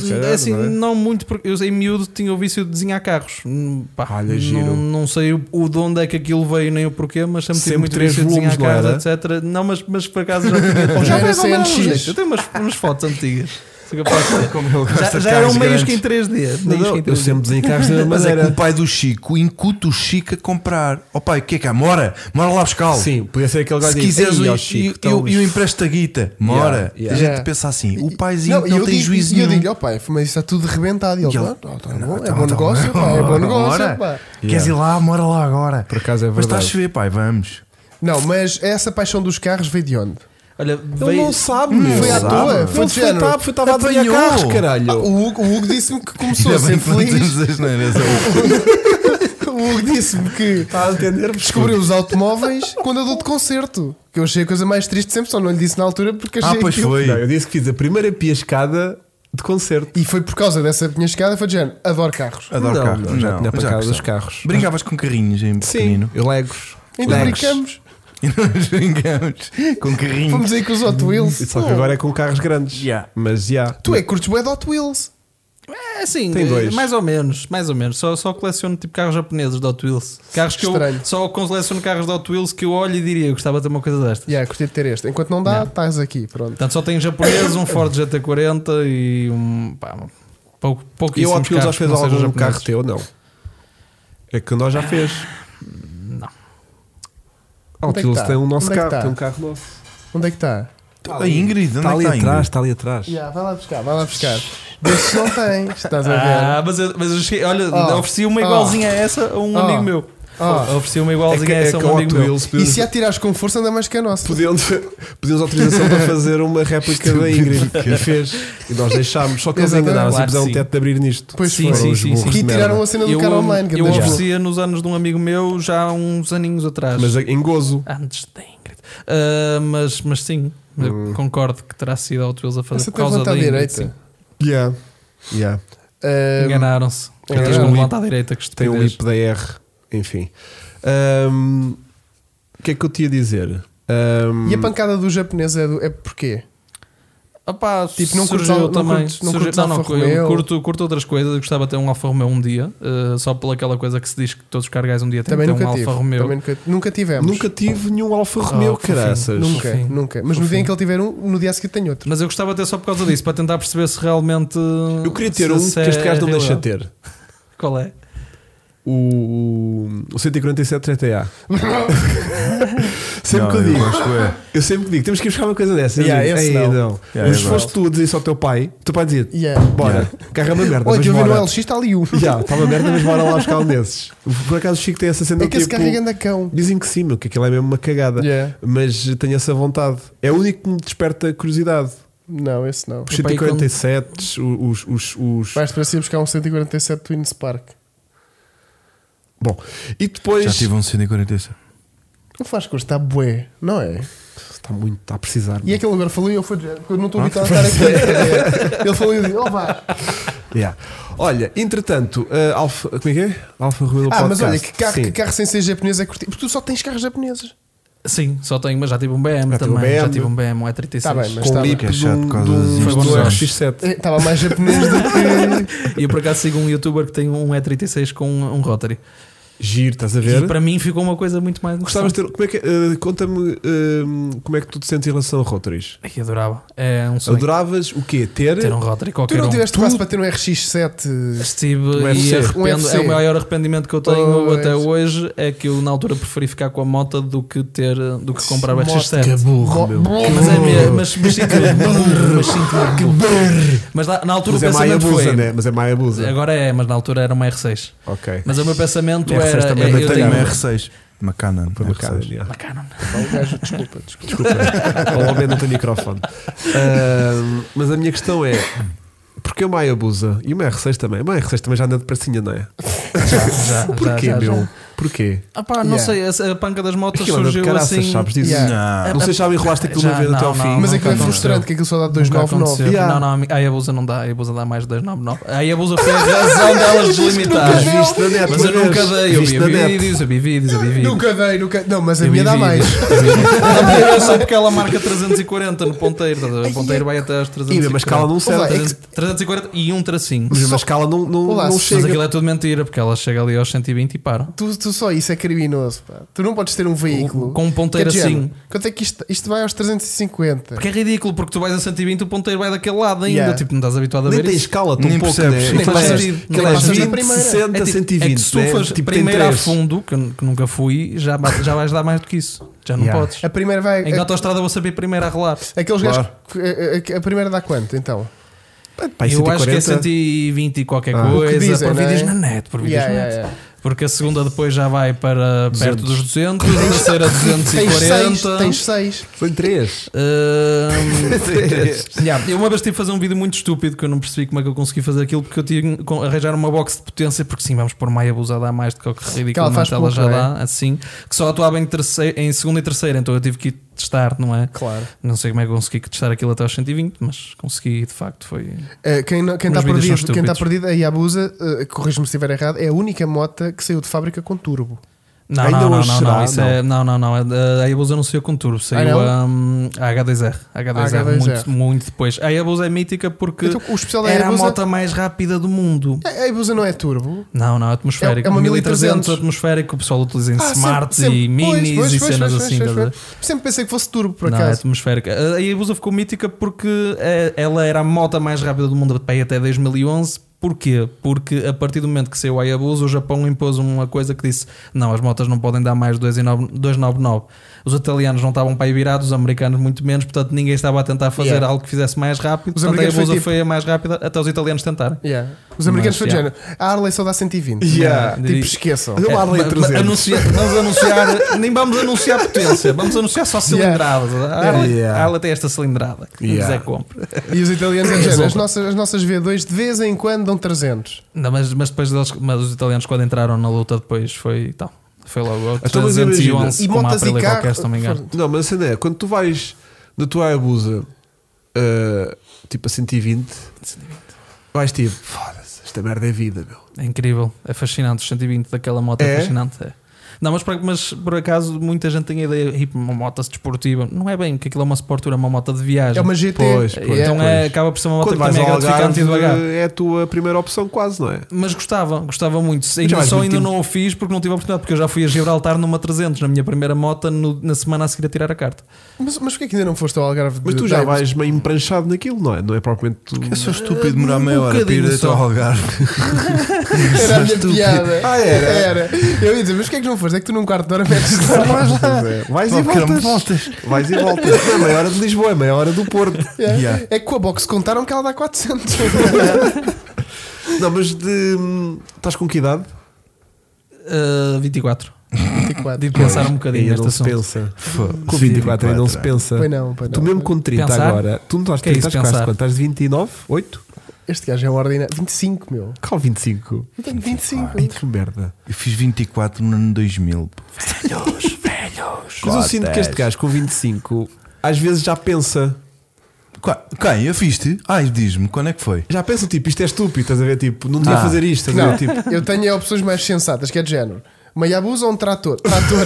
Speaker 2: talvez, se
Speaker 4: É
Speaker 2: calhar,
Speaker 4: assim,
Speaker 2: não é?
Speaker 4: não muito, porque eu em miúdo tinha o vício de desenhar carros. Hum, Pá,
Speaker 2: Olha, giro.
Speaker 4: não, não sei o, o de onde é que aquilo veio nem o porquê, mas sempre,
Speaker 2: Sempre
Speaker 4: tive muito
Speaker 2: três
Speaker 4: vício de desenhar
Speaker 2: volumes, não
Speaker 4: carros, etc. Não, mas, mas por acaso já tinha.
Speaker 3: Já era
Speaker 4: mais ou menos
Speaker 3: CNX.
Speaker 4: jeito. Eu tenho umas, umas fotos antigas. Sou capaz de- já
Speaker 1: de
Speaker 4: já eram
Speaker 1: carros
Speaker 4: meios que em
Speaker 1: grandes.
Speaker 4: 3D. meios
Speaker 2: Não,
Speaker 4: que
Speaker 2: não,
Speaker 4: em
Speaker 2: eu
Speaker 4: 3D.
Speaker 2: sempre desenho carros da mesma
Speaker 1: Mas é que o
Speaker 2: maneira.
Speaker 1: pai do Chico incute o Chico a comprar. Ó pai, o que é que há? Mora, mora lá buscar.
Speaker 2: Sim, podia ser aquele gajo
Speaker 1: Se
Speaker 2: que
Speaker 1: quiseres,
Speaker 2: diz,
Speaker 1: eu,
Speaker 2: "Ei, ó,
Speaker 1: eu,
Speaker 2: Chico,
Speaker 1: eu,
Speaker 2: então-
Speaker 1: eu empresto a guita, mora.
Speaker 2: Yeah, yeah.
Speaker 1: A gente
Speaker 3: Yeah.
Speaker 1: pensa assim: o paizinho
Speaker 3: Não,
Speaker 1: não,
Speaker 3: e eu
Speaker 1: tem
Speaker 3: digo-
Speaker 1: juízo
Speaker 3: e eu
Speaker 1: nenhum.
Speaker 3: digo, ó pai, mas isso está tudo rebentado. E ele,
Speaker 1: E ele,
Speaker 3: "Ah, tá, tá
Speaker 1: "Não,
Speaker 3: bom, é
Speaker 1: tá
Speaker 3: bom
Speaker 1: bom, tá bom.
Speaker 3: negócio, pá, é bom negócio.
Speaker 1: Bora."
Speaker 3: pá."
Speaker 1: Queres ir lá? Mora lá agora.
Speaker 2: Por acaso é
Speaker 1: Mas está a
Speaker 2: verdade.
Speaker 1: chover, pai, vamos.
Speaker 3: Não, mas essa paixão dos carros veio de onde?
Speaker 4: Olha,
Speaker 2: Ele
Speaker 4: veio,
Speaker 2: não sabe, meu.
Speaker 3: Foi à
Speaker 2: Sabe.
Speaker 3: toa, foi
Speaker 2: Ele
Speaker 3: de
Speaker 2: foi
Speaker 3: género.
Speaker 2: tá- foi- Estava a desenhar
Speaker 1: Apanhou.
Speaker 2: carros,
Speaker 3: Ah,
Speaker 2: caralho.
Speaker 3: o Hugo, o Hugo disse-me que começou a
Speaker 1: Ainda
Speaker 3: ser
Speaker 1: bem que não
Speaker 3: assim feliz.
Speaker 1: dizemos as neiras, é o-
Speaker 3: O Hugo disse-me que
Speaker 2: Está Tá a entender?
Speaker 3: descobriu os automóveis quando andou de concerto. Que eu achei a coisa mais triste sempre, só não lhe disse na altura porque achei
Speaker 1: Ah, pois
Speaker 3: aquilo-
Speaker 1: foi.
Speaker 2: Não, eu disse que fiz a primeira piascada de concerto.
Speaker 3: E foi por causa dessa minha chegada, foi de género, adoro carros.
Speaker 1: Adoro
Speaker 2: Não, é
Speaker 1: carros.
Speaker 2: já tinha apagado
Speaker 1: gostava.
Speaker 2: os carros.
Speaker 1: Brincavas com carrinhos em
Speaker 2: Sim,
Speaker 1: pequenino.
Speaker 2: eu legos.
Speaker 3: Ainda
Speaker 2: Legos.
Speaker 3: brincamos,
Speaker 1: E nós brincamos com carrinhos.
Speaker 3: fomos aí com os Hot Wheels.
Speaker 2: Só que agora é com carros é grandes.
Speaker 1: Yeah.
Speaker 2: Mas já.
Speaker 3: Tu é que curtes bué de Hot Wheels.
Speaker 4: É assim,
Speaker 2: Tem dois.
Speaker 4: mais ou menos, mais ou menos. Só, só coleciono tipo carros japoneses de Hot Wheels. Carros que
Speaker 3: Estranho.
Speaker 4: eu só coleciono carros de Hot Wheels que eu olho e diria, eu gostava de ter uma coisa desta.
Speaker 3: Yeah, curti de ter este. Enquanto não dá,
Speaker 4: Yeah.
Speaker 3: estás aqui, pronto.
Speaker 4: Portanto, só tenho japoneses, um Ford GT40 e um pá, pouco pouco
Speaker 2: E o Hot Wheels já fez algum carro teu? Não. É que nós já fez. Não. Hot
Speaker 3: Onde é que
Speaker 2: Wheels
Speaker 3: tá?
Speaker 2: tem um nosso
Speaker 3: Onde é que
Speaker 2: carro,
Speaker 3: tá?
Speaker 2: tem um carro nosso.
Speaker 3: Onde é que está?
Speaker 1: A Ingrid, onde
Speaker 2: Está
Speaker 1: é que
Speaker 2: tá
Speaker 1: está
Speaker 2: ali
Speaker 1: a Ingrid?
Speaker 2: atrás, está ali atrás.
Speaker 3: Yeah, vai lá buscar, vai lá buscar. Desses não tem, estás a ver.
Speaker 4: Ah, mas, eu, mas eu cheguei- olha,
Speaker 2: Ah,
Speaker 3: Oh.
Speaker 4: ofereci uma
Speaker 3: Oh.
Speaker 4: igualzinha a essa a um
Speaker 3: Oh.
Speaker 4: amigo meu.
Speaker 3: Oh.
Speaker 4: Ofereci uma
Speaker 2: É
Speaker 4: igualzinha
Speaker 2: que,
Speaker 4: a
Speaker 2: Ah. é
Speaker 4: essa
Speaker 2: que
Speaker 4: a
Speaker 2: o
Speaker 4: um amigo
Speaker 2: Hot
Speaker 4: meu.
Speaker 2: Wheels
Speaker 3: E se é
Speaker 2: pediu-nos
Speaker 3: atirares com força, ainda mais que a nossa.
Speaker 2: pediu autorização para fazer uma réplica da Ingrid que fez. E nós deixámos, só que eles
Speaker 3: Exatamente.
Speaker 2: enganaram-se e
Speaker 4: Claro
Speaker 2: puseram um
Speaker 4: que
Speaker 2: teto de abrir nisto.
Speaker 3: Pois
Speaker 4: Sim,
Speaker 3: foi.
Speaker 4: sim, sim, sim.
Speaker 3: E tiraram a cena do
Speaker 4: Eu,
Speaker 3: cara
Speaker 4: hum,
Speaker 3: online. que
Speaker 4: eu
Speaker 3: das-
Speaker 4: oferecia nos anos de um amigo meu já há uns aninhos atrás.
Speaker 2: Mas em gozo.
Speaker 4: Antes da Ingrid. Ah, mas, mas sim,
Speaker 2: Hum.
Speaker 4: eu concordo que terá sido a Hot Wheels a fazer
Speaker 3: Essa
Speaker 4: por
Speaker 3: tem
Speaker 4: causa da
Speaker 3: vontade
Speaker 4: Ingrid.
Speaker 3: direita.
Speaker 4: sim.
Speaker 2: Yeah. Yeah.
Speaker 3: Ah,
Speaker 4: Enganaram-se.
Speaker 3: Tem
Speaker 4: Tens
Speaker 3: um
Speaker 4: uma
Speaker 2: lip-
Speaker 4: levanta à direita que
Speaker 2: É.
Speaker 4: é
Speaker 2: Tem um
Speaker 4: estupidez.
Speaker 2: lip da R. Enfim. Ahm, O que é que eu te ia dizer? Ahm,
Speaker 3: E a pancada do japonês é, do, é porquê?
Speaker 4: Opá,
Speaker 3: Tipo, não curtes
Speaker 4: surgiu
Speaker 3: al- não
Speaker 4: também.
Speaker 3: curtes- não
Speaker 4: Surgiu-
Speaker 3: curtes Alfa Romeo?
Speaker 4: eu curto, curto outras coisas. Eu gostava de ter um Alfa Romeo um dia, eh, só pela aquela coisa que se diz que todos os cargais um dia têm
Speaker 3: Também
Speaker 4: que ter
Speaker 3: nunca
Speaker 4: um
Speaker 3: tive.
Speaker 4: Alfa Romeo.
Speaker 3: Também nunca, nunca tivemos.
Speaker 2: Então, Nunca tive nenhum Alfa Romeo,
Speaker 4: Oh, fofinho.
Speaker 2: caraças.
Speaker 3: Nunca,
Speaker 4: Fofinho.
Speaker 3: nunca. Mas no dia em que ele tiver um, no dia a seguir tem outro.
Speaker 4: Mas eu gostava de ter só por causa disso, para tentar perceber se realmente.
Speaker 2: Eu queria ter
Speaker 4: se-
Speaker 2: um que
Speaker 4: se é
Speaker 2: este gajo não
Speaker 4: real.
Speaker 2: deixa ter.
Speaker 4: Qual é?
Speaker 2: O, o 147 GTA. sempre
Speaker 1: Não,
Speaker 2: que eu digo, eu,
Speaker 1: gosto, é.
Speaker 2: sempre que digo, temos que ir buscar uma coisa dessa. Eu
Speaker 3: Yeah,
Speaker 2: digo,
Speaker 3: esse
Speaker 2: "Ei,
Speaker 3: não."
Speaker 1: Yeah,
Speaker 2: Mas se
Speaker 1: eu
Speaker 2: foste tu a dizer isso ao teu pai, o teu pai dizia:
Speaker 3: Yeah.
Speaker 2: Bora, carro é uma merda.
Speaker 3: Olha,
Speaker 2: mas
Speaker 3: eu vi
Speaker 2: bora.
Speaker 3: no LX, está ali um.
Speaker 2: Já, estava merda, mas bora lá buscar um desses. Por acaso o Chico tem essa cena
Speaker 3: É que esse
Speaker 2: tipo,
Speaker 3: carro é ganda cão.
Speaker 2: Dizem que sim, meu, que aquilo é mesmo uma cagada.
Speaker 3: Yeah.
Speaker 2: Mas tenho essa vontade. É o único que me desperta curiosidade.
Speaker 3: Não, esse não.
Speaker 2: Os
Speaker 4: Epá, e quando-
Speaker 2: 147, os. os, os-
Speaker 3: Vais para si buscar um 147 Twin Spark.
Speaker 2: Bom, e depois.
Speaker 1: Já tive um 147.
Speaker 3: Não faz curso, está bué, não é?
Speaker 2: Está muito, está a precisar.
Speaker 3: E
Speaker 2: meu.
Speaker 3: aquele agora falou e eu fui dizer, eu não
Speaker 2: Ah,
Speaker 3: estou habituado a estar aqui. Ele falou e eu disse, oh vá.
Speaker 2: Yeah. Olha, entretanto, uh, Alfa. Como é que é? Alfa Romeo
Speaker 3: Ah, mas
Speaker 2: Podcast.
Speaker 3: olha, que carro,
Speaker 2: Sim.
Speaker 3: que carro sem ser japonês é curtido? Porque tu só tens carros japoneses.
Speaker 4: Sim, só tenho, mas já tive um BM
Speaker 2: Já tive um
Speaker 4: também. Já
Speaker 2: BM.
Speaker 4: tive um BM, um E36.
Speaker 3: Tá bem, mas-
Speaker 2: Com
Speaker 3: estava-
Speaker 2: lip
Speaker 1: Que é chato
Speaker 2: de um-
Speaker 1: por causa
Speaker 2: de um-
Speaker 1: dos
Speaker 2: de um
Speaker 4: instrumentos.
Speaker 2: RX7.
Speaker 3: Estava mais japonês do que.
Speaker 4: E eu por acaso sigo um youtuber que tem um E36 com um um Rotary.
Speaker 2: Giro, estás a ver?
Speaker 4: E para mim ficou uma coisa muito mais.
Speaker 2: Gostavas de ter. Como é que, uh, conta-me uh, como é que tu te sentes em relação a rotaries.
Speaker 4: interessante. Ai, adorava. É um sonho.
Speaker 2: Adoravas o quê? Ter.
Speaker 4: Ter um Rotary
Speaker 3: Tu
Speaker 4: qualquer
Speaker 3: não
Speaker 4: um.
Speaker 3: tiveste quase para ter um RX7.
Speaker 4: Steve,
Speaker 2: Um Oh,
Speaker 4: e
Speaker 2: UFC.
Speaker 4: arrependo-
Speaker 3: Um UFC.
Speaker 4: é o maior arrependimento que eu tenho
Speaker 3: Pois.
Speaker 4: até hoje é que eu na altura preferi ficar com a moto do que ter do que comprar o
Speaker 3: Moto.
Speaker 4: RX7.
Speaker 3: Bo-
Speaker 2: burro, meu.
Speaker 4: Mas é mesmo, mas, mas sinto-me burro, mas sinto-me burro. Mas na, na altura
Speaker 2: Mas
Speaker 4: o
Speaker 2: é Maia
Speaker 4: pensamento
Speaker 2: Busa,
Speaker 4: foi.
Speaker 2: né? Mas é Maia Busa.
Speaker 4: Agora é, mas na altura era uma R6.
Speaker 2: Ok.
Speaker 4: Mas o meu pensamento
Speaker 2: R6
Speaker 4: era.
Speaker 2: também
Speaker 4: é,
Speaker 2: não
Speaker 1: Também
Speaker 4: eu
Speaker 1: tenho
Speaker 4: tenho
Speaker 1: uma R6. Uma Canon. é
Speaker 2: Foi
Speaker 1: R6.
Speaker 2: bacana. yeah.
Speaker 4: Uma Canon.
Speaker 3: Desculpa, desculpa.
Speaker 2: Ah, Desculpa. o homem não tem microfone. Ahm, mas a minha questão é. Porque uma Hayabusa e uma R6 também. Uma R6 também já anda depressinha, não é?
Speaker 4: Já, já,
Speaker 2: Porquê,
Speaker 4: já, já.
Speaker 2: meu? Porquê?
Speaker 4: Ah pá, não
Speaker 3: Yeah.
Speaker 4: sei, a, a panca das motos
Speaker 2: Aquilo anda de
Speaker 4: surgiu
Speaker 2: caraças,
Speaker 4: assim.
Speaker 2: sabes disso?
Speaker 3: Yeah.
Speaker 1: Não.
Speaker 4: É,
Speaker 2: Não sei se já me enrolaste aquilo uma
Speaker 4: Já,
Speaker 2: vez até ao
Speaker 4: não,
Speaker 2: fim.
Speaker 4: não.
Speaker 3: Mas aquilo é
Speaker 4: aconteceu.
Speaker 3: frustrante, que aquilo só dá
Speaker 4: Nunca
Speaker 3: 299.
Speaker 4: aconteceu.
Speaker 2: Yeah.
Speaker 4: Não, não, a Hayabusa não dá, a Hayabusa dá mais de 299. A Hayabusa foi a razão delas
Speaker 2: Mas
Speaker 4: delimitarem.
Speaker 2: viste tá na net,
Speaker 4: Mas eu
Speaker 2: uma
Speaker 4: nunca
Speaker 2: vez.
Speaker 4: dei, eu vi
Speaker 2: Viste na net.
Speaker 4: vídeos, eu vi vídeos, eu vi vídeos.
Speaker 3: Nunca dei, nunca. Não, mas a
Speaker 4: Eu
Speaker 3: minha
Speaker 4: vi
Speaker 3: dá mais.
Speaker 4: vídeos, eu vi vídeos. Também eu sei porque ela marca 340 no ponteiro, estás a ver? o ponteiro vai até aos
Speaker 2: E
Speaker 4: 340.
Speaker 2: mesmo a escala não serve.
Speaker 3: Olá, é que-
Speaker 4: 300, 340 e um tracinho.
Speaker 2: Mas mesmo a escala não, não,
Speaker 3: Olá,
Speaker 2: não
Speaker 3: mas
Speaker 4: Mas
Speaker 2: chega.
Speaker 4: aquilo é tudo mentira, porque ela chega ali aos 120 e para.
Speaker 3: Tu, tu só isso é criminoso. Pá. Tu não podes ter um veículo.
Speaker 4: Com um
Speaker 3: que é
Speaker 4: ponteiro
Speaker 3: de género.
Speaker 4: assim.
Speaker 3: Quanto é que isto, isto vai aos 350?
Speaker 4: Porque é ridículo, porque tu vais a 120 o ponteiro vai daquele lado ainda.
Speaker 3: Yeah.
Speaker 4: Tipo, não estás habituado a
Speaker 2: Nem
Speaker 4: ver
Speaker 2: tem
Speaker 4: isso.
Speaker 2: escala, tão
Speaker 1: Nem
Speaker 2: pouco,
Speaker 1: percebes.
Speaker 2: né?
Speaker 1: Nem
Speaker 2: Aquela é-
Speaker 4: faz sentido. Nem
Speaker 2: Aquela é
Speaker 4: faz sentido.
Speaker 2: 20,
Speaker 3: Primeira.
Speaker 2: 60,
Speaker 4: É tipo- é
Speaker 2: 120.
Speaker 4: que se tu
Speaker 2: né?
Speaker 4: fores
Speaker 2: Tipo, tem
Speaker 4: primeiro a
Speaker 2: três.
Speaker 4: fundo, que, eu- que nunca fui, já, ba- já vais dar mais do que isso. Já não
Speaker 2: Yeah.
Speaker 4: podes.
Speaker 3: A primeira vai.
Speaker 4: Em
Speaker 3: a-
Speaker 4: autostrada eu vou saber primeiro a rolar.
Speaker 3: aqueles
Speaker 2: Claro.
Speaker 3: gajos. que- A, a- a primeira dá quanto então?
Speaker 2: Pá, e
Speaker 4: eu acho que é
Speaker 2: 140?
Speaker 4: 120 e qualquer
Speaker 2: Ah.
Speaker 4: coisa,
Speaker 3: O que dizem,
Speaker 4: por
Speaker 3: não é?
Speaker 4: vídeos na net, por vídeos
Speaker 3: Yeah,
Speaker 4: na net.
Speaker 3: yeah, yeah.
Speaker 4: Porque a segunda depois já vai para
Speaker 2: 200.
Speaker 4: perto dos 200, a terceira
Speaker 3: Tens 6.
Speaker 4: 240.
Speaker 3: Tens 6.
Speaker 2: Foi 3.
Speaker 4: Ahm, yeah, eu uma vez tive de fazer um vídeo muito estúpido que eu não percebi como é que eu consegui fazer aquilo porque eu tinha que arranjar uma box de potência porque sim, vamos pôr Maia abusada a mais do que o que ridiculamente
Speaker 3: faz
Speaker 4: ela já
Speaker 3: pouco, não é?
Speaker 4: dá, assim que só atuava em, terceiro, em segunda e terceira, então eu tive que ir testar, não é?
Speaker 3: Claro.
Speaker 4: Não sei como é que eu consegui testar aquilo até aos 120, mas consegui de facto. Foi
Speaker 3: Uh, quem não- quem
Speaker 4: Os
Speaker 3: está
Speaker 4: vídeos são
Speaker 3: perdido, quem tá
Speaker 4: estúpidos.
Speaker 3: é perdido, a Yabusa, uh, corrijo-me se estiver errado, é a única moto que saiu de fábrica com turbo.
Speaker 4: Não,
Speaker 2: Ainda
Speaker 4: não, não,
Speaker 2: hoje
Speaker 4: não,
Speaker 2: será,
Speaker 4: não, isso é, não, não, não. A Airbus anunciou com turbo, saiu
Speaker 3: Ah, não?
Speaker 4: hum, a H2R. A H2R,
Speaker 3: H2R.
Speaker 4: Muito, muito depois. A Airbus é mítica porque
Speaker 3: Então, o especial da
Speaker 4: era a
Speaker 3: Airbus é-
Speaker 4: moto mais rápida do mundo.
Speaker 3: A a Ibiza não é turbo?
Speaker 4: Não, não,
Speaker 3: É-
Speaker 4: atmosférico.
Speaker 3: é uma
Speaker 4: 1300
Speaker 3: 1300
Speaker 4: atmosférico, o pessoal utiliza em
Speaker 3: Ah, sempre-
Speaker 4: smarts
Speaker 3: sempre- pois,
Speaker 4: e minis
Speaker 3: pois,
Speaker 4: e
Speaker 3: pois,
Speaker 4: cenas
Speaker 3: pois,
Speaker 4: assim.
Speaker 3: pois,
Speaker 4: estás a ver?
Speaker 3: pois. Sempre pensei que fosse turbo, por
Speaker 4: não, é
Speaker 3: acaso.
Speaker 4: atmosférica. A- A Yabusa ficou mítica porque eh, ela era a moto mais rápida do mundo pá, e até 2011. Porquê? Porque a partir do momento que saiu a Hayabusa, o Japão impôs uma coisa que disse: não, as motas não podem dar mais 2,9 299. Os italianos não estavam para aí virados, os americanos muito menos, portanto ninguém estava a tentar fazer
Speaker 3: Yeah.
Speaker 4: algo que fizesse mais rápido.
Speaker 3: Os
Speaker 4: portanto a
Speaker 3: americanos foi
Speaker 4: Hayabusa foi,
Speaker 3: tipo-
Speaker 4: a mais rápida, até os italianos tentarem.
Speaker 3: Yeah. Os americanos foi
Speaker 4: Mas,
Speaker 3: de
Speaker 4: é, yeah.
Speaker 3: género. A Harley só dá 120.
Speaker 2: Yeah.
Speaker 3: Tipo, esqueçam.
Speaker 2: Não há lei
Speaker 4: ma- ma-
Speaker 2: 300.
Speaker 4: anuncia- É, vamos anunciar, nem vamos anunciar potência, vamos anunciar só cilindradas. A Harley-
Speaker 2: Yeah.
Speaker 4: A Harley tem esta cilindrada. Quem
Speaker 2: Yeah.
Speaker 4: quiser compra.
Speaker 3: E os italianos é de género. As nossas, as nossas V2 de vez em quando dão 300.
Speaker 4: Não, mas, mas depois eles, mas os italianos quando entraram na luta depois foi tal. Foi logo ao
Speaker 2: Então, mas
Speaker 4: 311
Speaker 3: imagina, e
Speaker 4: com uma
Speaker 3: motas e
Speaker 4: Aprilia
Speaker 3: carro-
Speaker 4: qualquer, se não me engano.
Speaker 2: Não, mas a cena é, quando tu vais na tua Hayabusa ah, tipo a 120, vais tipo, foda-se, esta merda é vida, meu.
Speaker 4: É incrível, é fascinante. Os 120 daquela moto é,
Speaker 2: É?
Speaker 4: fascinante. é. Não, mas por, mas por acaso muita gente tem a ideia, "Ih, uma moto desportiva. Não é bem, porque aquilo é uma Sport Tour, é uma moto de viagem.
Speaker 3: É uma GT.
Speaker 2: Pois,
Speaker 4: E
Speaker 2: pois,
Speaker 4: então é,
Speaker 2: pois.
Speaker 4: acaba por ser uma moto
Speaker 2: Quando
Speaker 4: que
Speaker 2: vais
Speaker 4: também é
Speaker 2: ao
Speaker 4: gratificante e devagar.
Speaker 2: Algarve, é a tua primeira opção quase, não é?
Speaker 4: Mas gostava, gostava muito. Ainda
Speaker 2: vais
Speaker 4: só
Speaker 2: muito
Speaker 4: ainda
Speaker 2: tempo.
Speaker 4: não o fiz porque não tive a oportunidade, porque eu já fui a Gibraltar numa 300, na minha primeira moto, no- na semana a seguir a tirar a carta.
Speaker 3: Mas, mas porquê que ainda não foste ao Algarve?
Speaker 2: Mas
Speaker 3: de-
Speaker 2: tu já
Speaker 3: da-
Speaker 2: vais meio empranchado naquilo, não é? Não é propriamente tu...
Speaker 1: É só estúpido demorar
Speaker 4: Um
Speaker 1: meia hora para ir
Speaker 4: bocadinho
Speaker 1: até
Speaker 4: só.
Speaker 1: ao Algarve.
Speaker 3: Era a minha
Speaker 1: Estúpido.
Speaker 3: piada.
Speaker 2: Ah, era?
Speaker 3: Eu ia dizer, mas porquê que não foste? É que tu num quarto de hora metes
Speaker 2: Vais lá, vais e
Speaker 1: Pá, caramba,
Speaker 2: voltas. Vais e voltas. Não é meia hora de Lisboa, é meia hora do Porto.
Speaker 3: Yeah.
Speaker 1: Yeah.
Speaker 3: É que com a box contaram que ela dá 400.
Speaker 2: Não, mas de. hum, Estás com que idade?
Speaker 4: Ah, 24.
Speaker 3: 24.
Speaker 4: De pensar um bocadinho
Speaker 2: ainda
Speaker 4: neste
Speaker 2: não se
Speaker 4: assunto.
Speaker 2: pensa.
Speaker 1: Foda-se.
Speaker 2: Com 24 ainda não se pensa.
Speaker 3: Pois não, pois não.
Speaker 2: Tu mesmo com 30
Speaker 4: Pensar?
Speaker 2: agora, tu não estás
Speaker 4: Que é
Speaker 2: 30,
Speaker 4: isso,
Speaker 2: estás quase
Speaker 4: pensar?
Speaker 2: quanto? Estás 29? 8?
Speaker 3: Este gajo é um ordinário. 25, meu.
Speaker 2: Cal 25.
Speaker 3: Eu tenho 25.
Speaker 2: Ai, que merda.
Speaker 1: Eu fiz 24 no ano 2000. pô.
Speaker 2: Mas eu sinto que este gajo com 25 às vezes já pensa.
Speaker 1: Qua- Quem? Eu fiz-te? Ai, diz-me, quando é que foi?
Speaker 2: Já pensa tipo, isto é estúpido, estás a ver? Tipo, não devia
Speaker 1: Ah.
Speaker 2: fazer isto, estás a
Speaker 3: Não,
Speaker 2: ver? Tipo,
Speaker 3: eu tenho é opções mais sensatas, que é de género. Uma Yabusa ou um trator? Trator.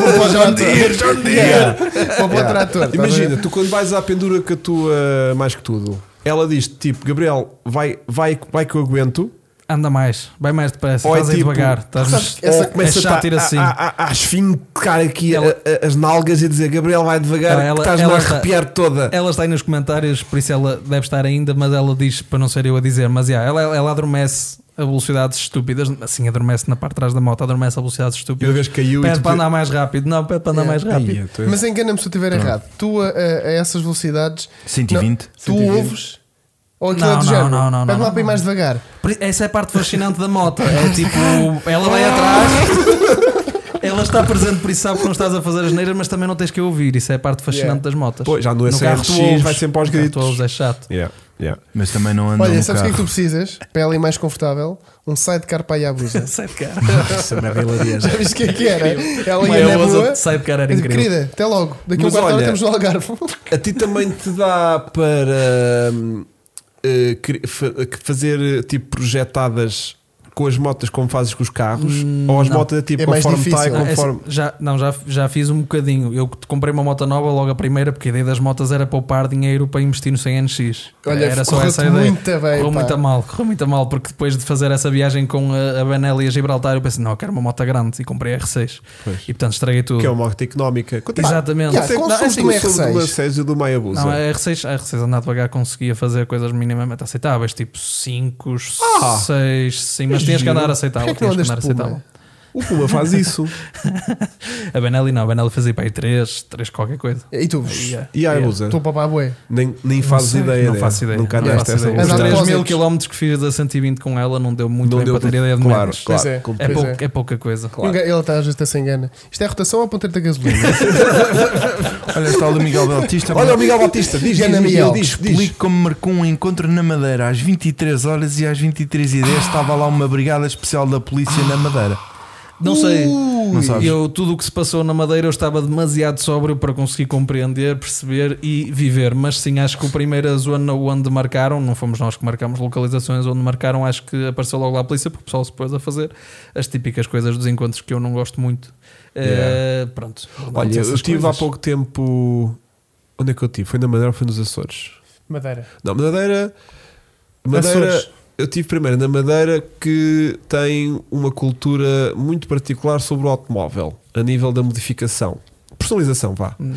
Speaker 3: Vou para o trator.
Speaker 1: John
Speaker 3: Yeah. Vou para o trator. estás a
Speaker 2: imagina,
Speaker 3: ver?
Speaker 2: tu quando vais à pendura com a tua mais que tudo, ela diz tipo, Gabriel, vai, vai, vai que eu aguento.
Speaker 4: Anda mais, vai mais depressa,
Speaker 2: Ou é
Speaker 4: estás aí
Speaker 2: tipo,
Speaker 4: devagar. Estás
Speaker 3: sabes que
Speaker 4: é
Speaker 3: essa-
Speaker 2: começa
Speaker 4: chato
Speaker 2: a, tá, ah,
Speaker 4: ir
Speaker 2: a-
Speaker 4: assim.
Speaker 2: A, a, a esfincar aqui
Speaker 4: Ela-
Speaker 2: a- a- as nalgas e dizer Gabriel vai devagar,
Speaker 4: Não,
Speaker 2: que
Speaker 4: ela-
Speaker 2: estás-me a
Speaker 4: ela está-
Speaker 2: arrepiar toda.
Speaker 4: Ela está aí nos comentários, por isso ela deve estar ainda, mas ela diz para não ser eu a dizer, mas yeah, ela, ela adormece a velocidades estúpidas, assim adormece na parte de trás da moto, adormece a velocidades
Speaker 2: E uma
Speaker 4: estúpidas.
Speaker 2: vez caiu e
Speaker 4: Pede
Speaker 2: tu-
Speaker 4: para andar mais rápido, não, pede para andar
Speaker 3: É.
Speaker 4: mais rápido.
Speaker 2: Ai, eu tô-
Speaker 3: Mas engana-me se eu estiver errado. Tu a, a- a essas velocidades.
Speaker 1: 120?
Speaker 3: Tu
Speaker 2: 120.
Speaker 3: ouves. Ou aquilo
Speaker 4: Não,
Speaker 3: é do
Speaker 4: não,
Speaker 3: género.
Speaker 4: não, não,
Speaker 3: Pede
Speaker 4: não,
Speaker 3: lá
Speaker 4: não,
Speaker 3: para ir
Speaker 4: não.
Speaker 3: mais devagar.
Speaker 4: Por i- Essa é a parte fascinante da moto. É tipo, ela vai atrás. Ela está presente, por isso sabe que não estás a fazer as neiras, mas também não tens que ouvir. Isso é a parte fascinante
Speaker 3: Yeah.
Speaker 4: das motas.
Speaker 2: Pois, já no
Speaker 4: carro tu
Speaker 2: SRX
Speaker 4: ouves.
Speaker 2: vai sempre aos
Speaker 4: No carro tu
Speaker 2: gritos.
Speaker 4: ouves, é chato.
Speaker 2: Yeah, yeah.
Speaker 1: Mas também não anda
Speaker 3: Olha,
Speaker 1: no
Speaker 3: sabes o que é que tu
Speaker 1: carro.
Speaker 3: precisas? Para ela ir mais confortável, um sidecar para a Yabusa.
Speaker 4: Sidecar.
Speaker 2: Essa merda é hilariante.
Speaker 3: Sabes o que é que era? Ela
Speaker 4: Uma
Speaker 3: ia na
Speaker 4: Yabusa
Speaker 3: boa.
Speaker 4: de sidecar era
Speaker 3: Eu digo,
Speaker 4: incrível.
Speaker 3: Querida, até logo. Daqui a um
Speaker 2: Mas
Speaker 3: quarto de hora
Speaker 2: olha-
Speaker 3: estamos no Algarve.
Speaker 2: A ti também te dá para hum, eh, cri- fa- que fazer eh, tipo projetadas com as motas como fazes com os carros? ou as
Speaker 4: Hum, não.
Speaker 2: motas é tipo
Speaker 3: É mais
Speaker 2: conforme está e
Speaker 3: difícil.
Speaker 4: Ah, essa-
Speaker 2: conforme.
Speaker 4: já, não, já, já fiz um bocadinho. Eu comprei uma moto nova logo a primeira, porque a ideia das motas era poupar dinheiro para investir no 100NX.
Speaker 3: Olha,
Speaker 4: era só
Speaker 3: correu-te
Speaker 4: essa a ideia.
Speaker 3: muito bem,
Speaker 4: correu
Speaker 3: pá.
Speaker 4: muito a mal, correu muito a mal, porque depois de fazer essa viagem com a, a Benelli e a Gibraltar, eu pensei, não, eu quero uma moto grande e comprei a R6. E portanto estraguei tudo.
Speaker 2: Que é uma moto económica. Quanto é que-
Speaker 4: Exatamente.
Speaker 2: quanto é que-
Speaker 3: Consumo
Speaker 2: não, é assim,
Speaker 3: de uma
Speaker 2: consumo de uma
Speaker 3: R6.
Speaker 2: Césio do Mayabusa.
Speaker 4: Não, é- a R6, a R6 andar devagar conseguia fazer coisas minimamente aceitáveis, tipo 5,
Speaker 2: Ah!
Speaker 4: 6, sim, mas
Speaker 2: Que
Speaker 4: tinhas que
Speaker 2: giro.
Speaker 4: andar aceitável.
Speaker 3: Porquê é que não
Speaker 4: tinhas que andar
Speaker 3: andas de Puma?
Speaker 4: aceitável.
Speaker 2: O Puma faz isso.
Speaker 4: A Benelli não, a Benelli fazia para aí 3, 3 qualquer coisa.
Speaker 3: E tu?
Speaker 2: E a Hayabusa?
Speaker 3: Estou para a Babué.
Speaker 2: Nem, nem fazes
Speaker 4: sei,
Speaker 2: ideia.
Speaker 4: É. Não
Speaker 2: dela.
Speaker 4: faço ideia.
Speaker 2: Nunca
Speaker 4: não
Speaker 2: andaste
Speaker 4: faço
Speaker 2: essa
Speaker 4: ideia.
Speaker 3: Mas há
Speaker 4: Os 3 mil
Speaker 3: depósitos.
Speaker 4: quilómetros que fiz da 120 com ela não deu muito
Speaker 2: Não
Speaker 4: bem
Speaker 2: deu
Speaker 4: para ter ideia de
Speaker 2: claro,
Speaker 4: metas.
Speaker 2: claro.
Speaker 3: Pois é.
Speaker 2: como-
Speaker 4: É,
Speaker 3: Pois
Speaker 4: pouco-
Speaker 3: é.
Speaker 4: é pouca coisa.
Speaker 3: E o ga- Ele tá está às vezes até se engana. Isto é rotação ou ponteiro da gasolina?
Speaker 1: Olha, está o do Miguel Bautista.
Speaker 2: Olha o Miguel Batista, diz, diz,
Speaker 3: Gana
Speaker 2: diz,
Speaker 3: Miguel.
Speaker 2: ele diz, diz.
Speaker 1: Explico como marcou um encontro na Madeira às 23 horas e às 23h10 estava lá uma brigada especial da polícia na Madeira.
Speaker 4: Não sei.
Speaker 1: Não sabes.
Speaker 4: Eu, tudo o que se passou na Madeira, eu estava demasiado sóbrio para conseguir compreender, perceber e viver. Mas sim, acho que a primeira zona onde marcaram, não fomos nós que marcamos localizações onde marcaram, acho que apareceu logo lá a polícia, porque o pessoal se pôs a fazer as típicas coisas dos encontros que eu não gosto muito. Eh, pronto.
Speaker 2: Olha, eu
Speaker 4: Essas
Speaker 2: estive há
Speaker 4: coisas.
Speaker 2: pouco tempo. Onde é que eu estive? Foi na Madeira ou foi nos Açores?
Speaker 3: Madeira.
Speaker 2: Não, Madeira. Madeira.
Speaker 3: Açores.
Speaker 2: Eu estive primeiro na Madeira que tem uma cultura muito particular sobre o automóvel, a nível da modificação. Personalização, vá.
Speaker 4: Hum.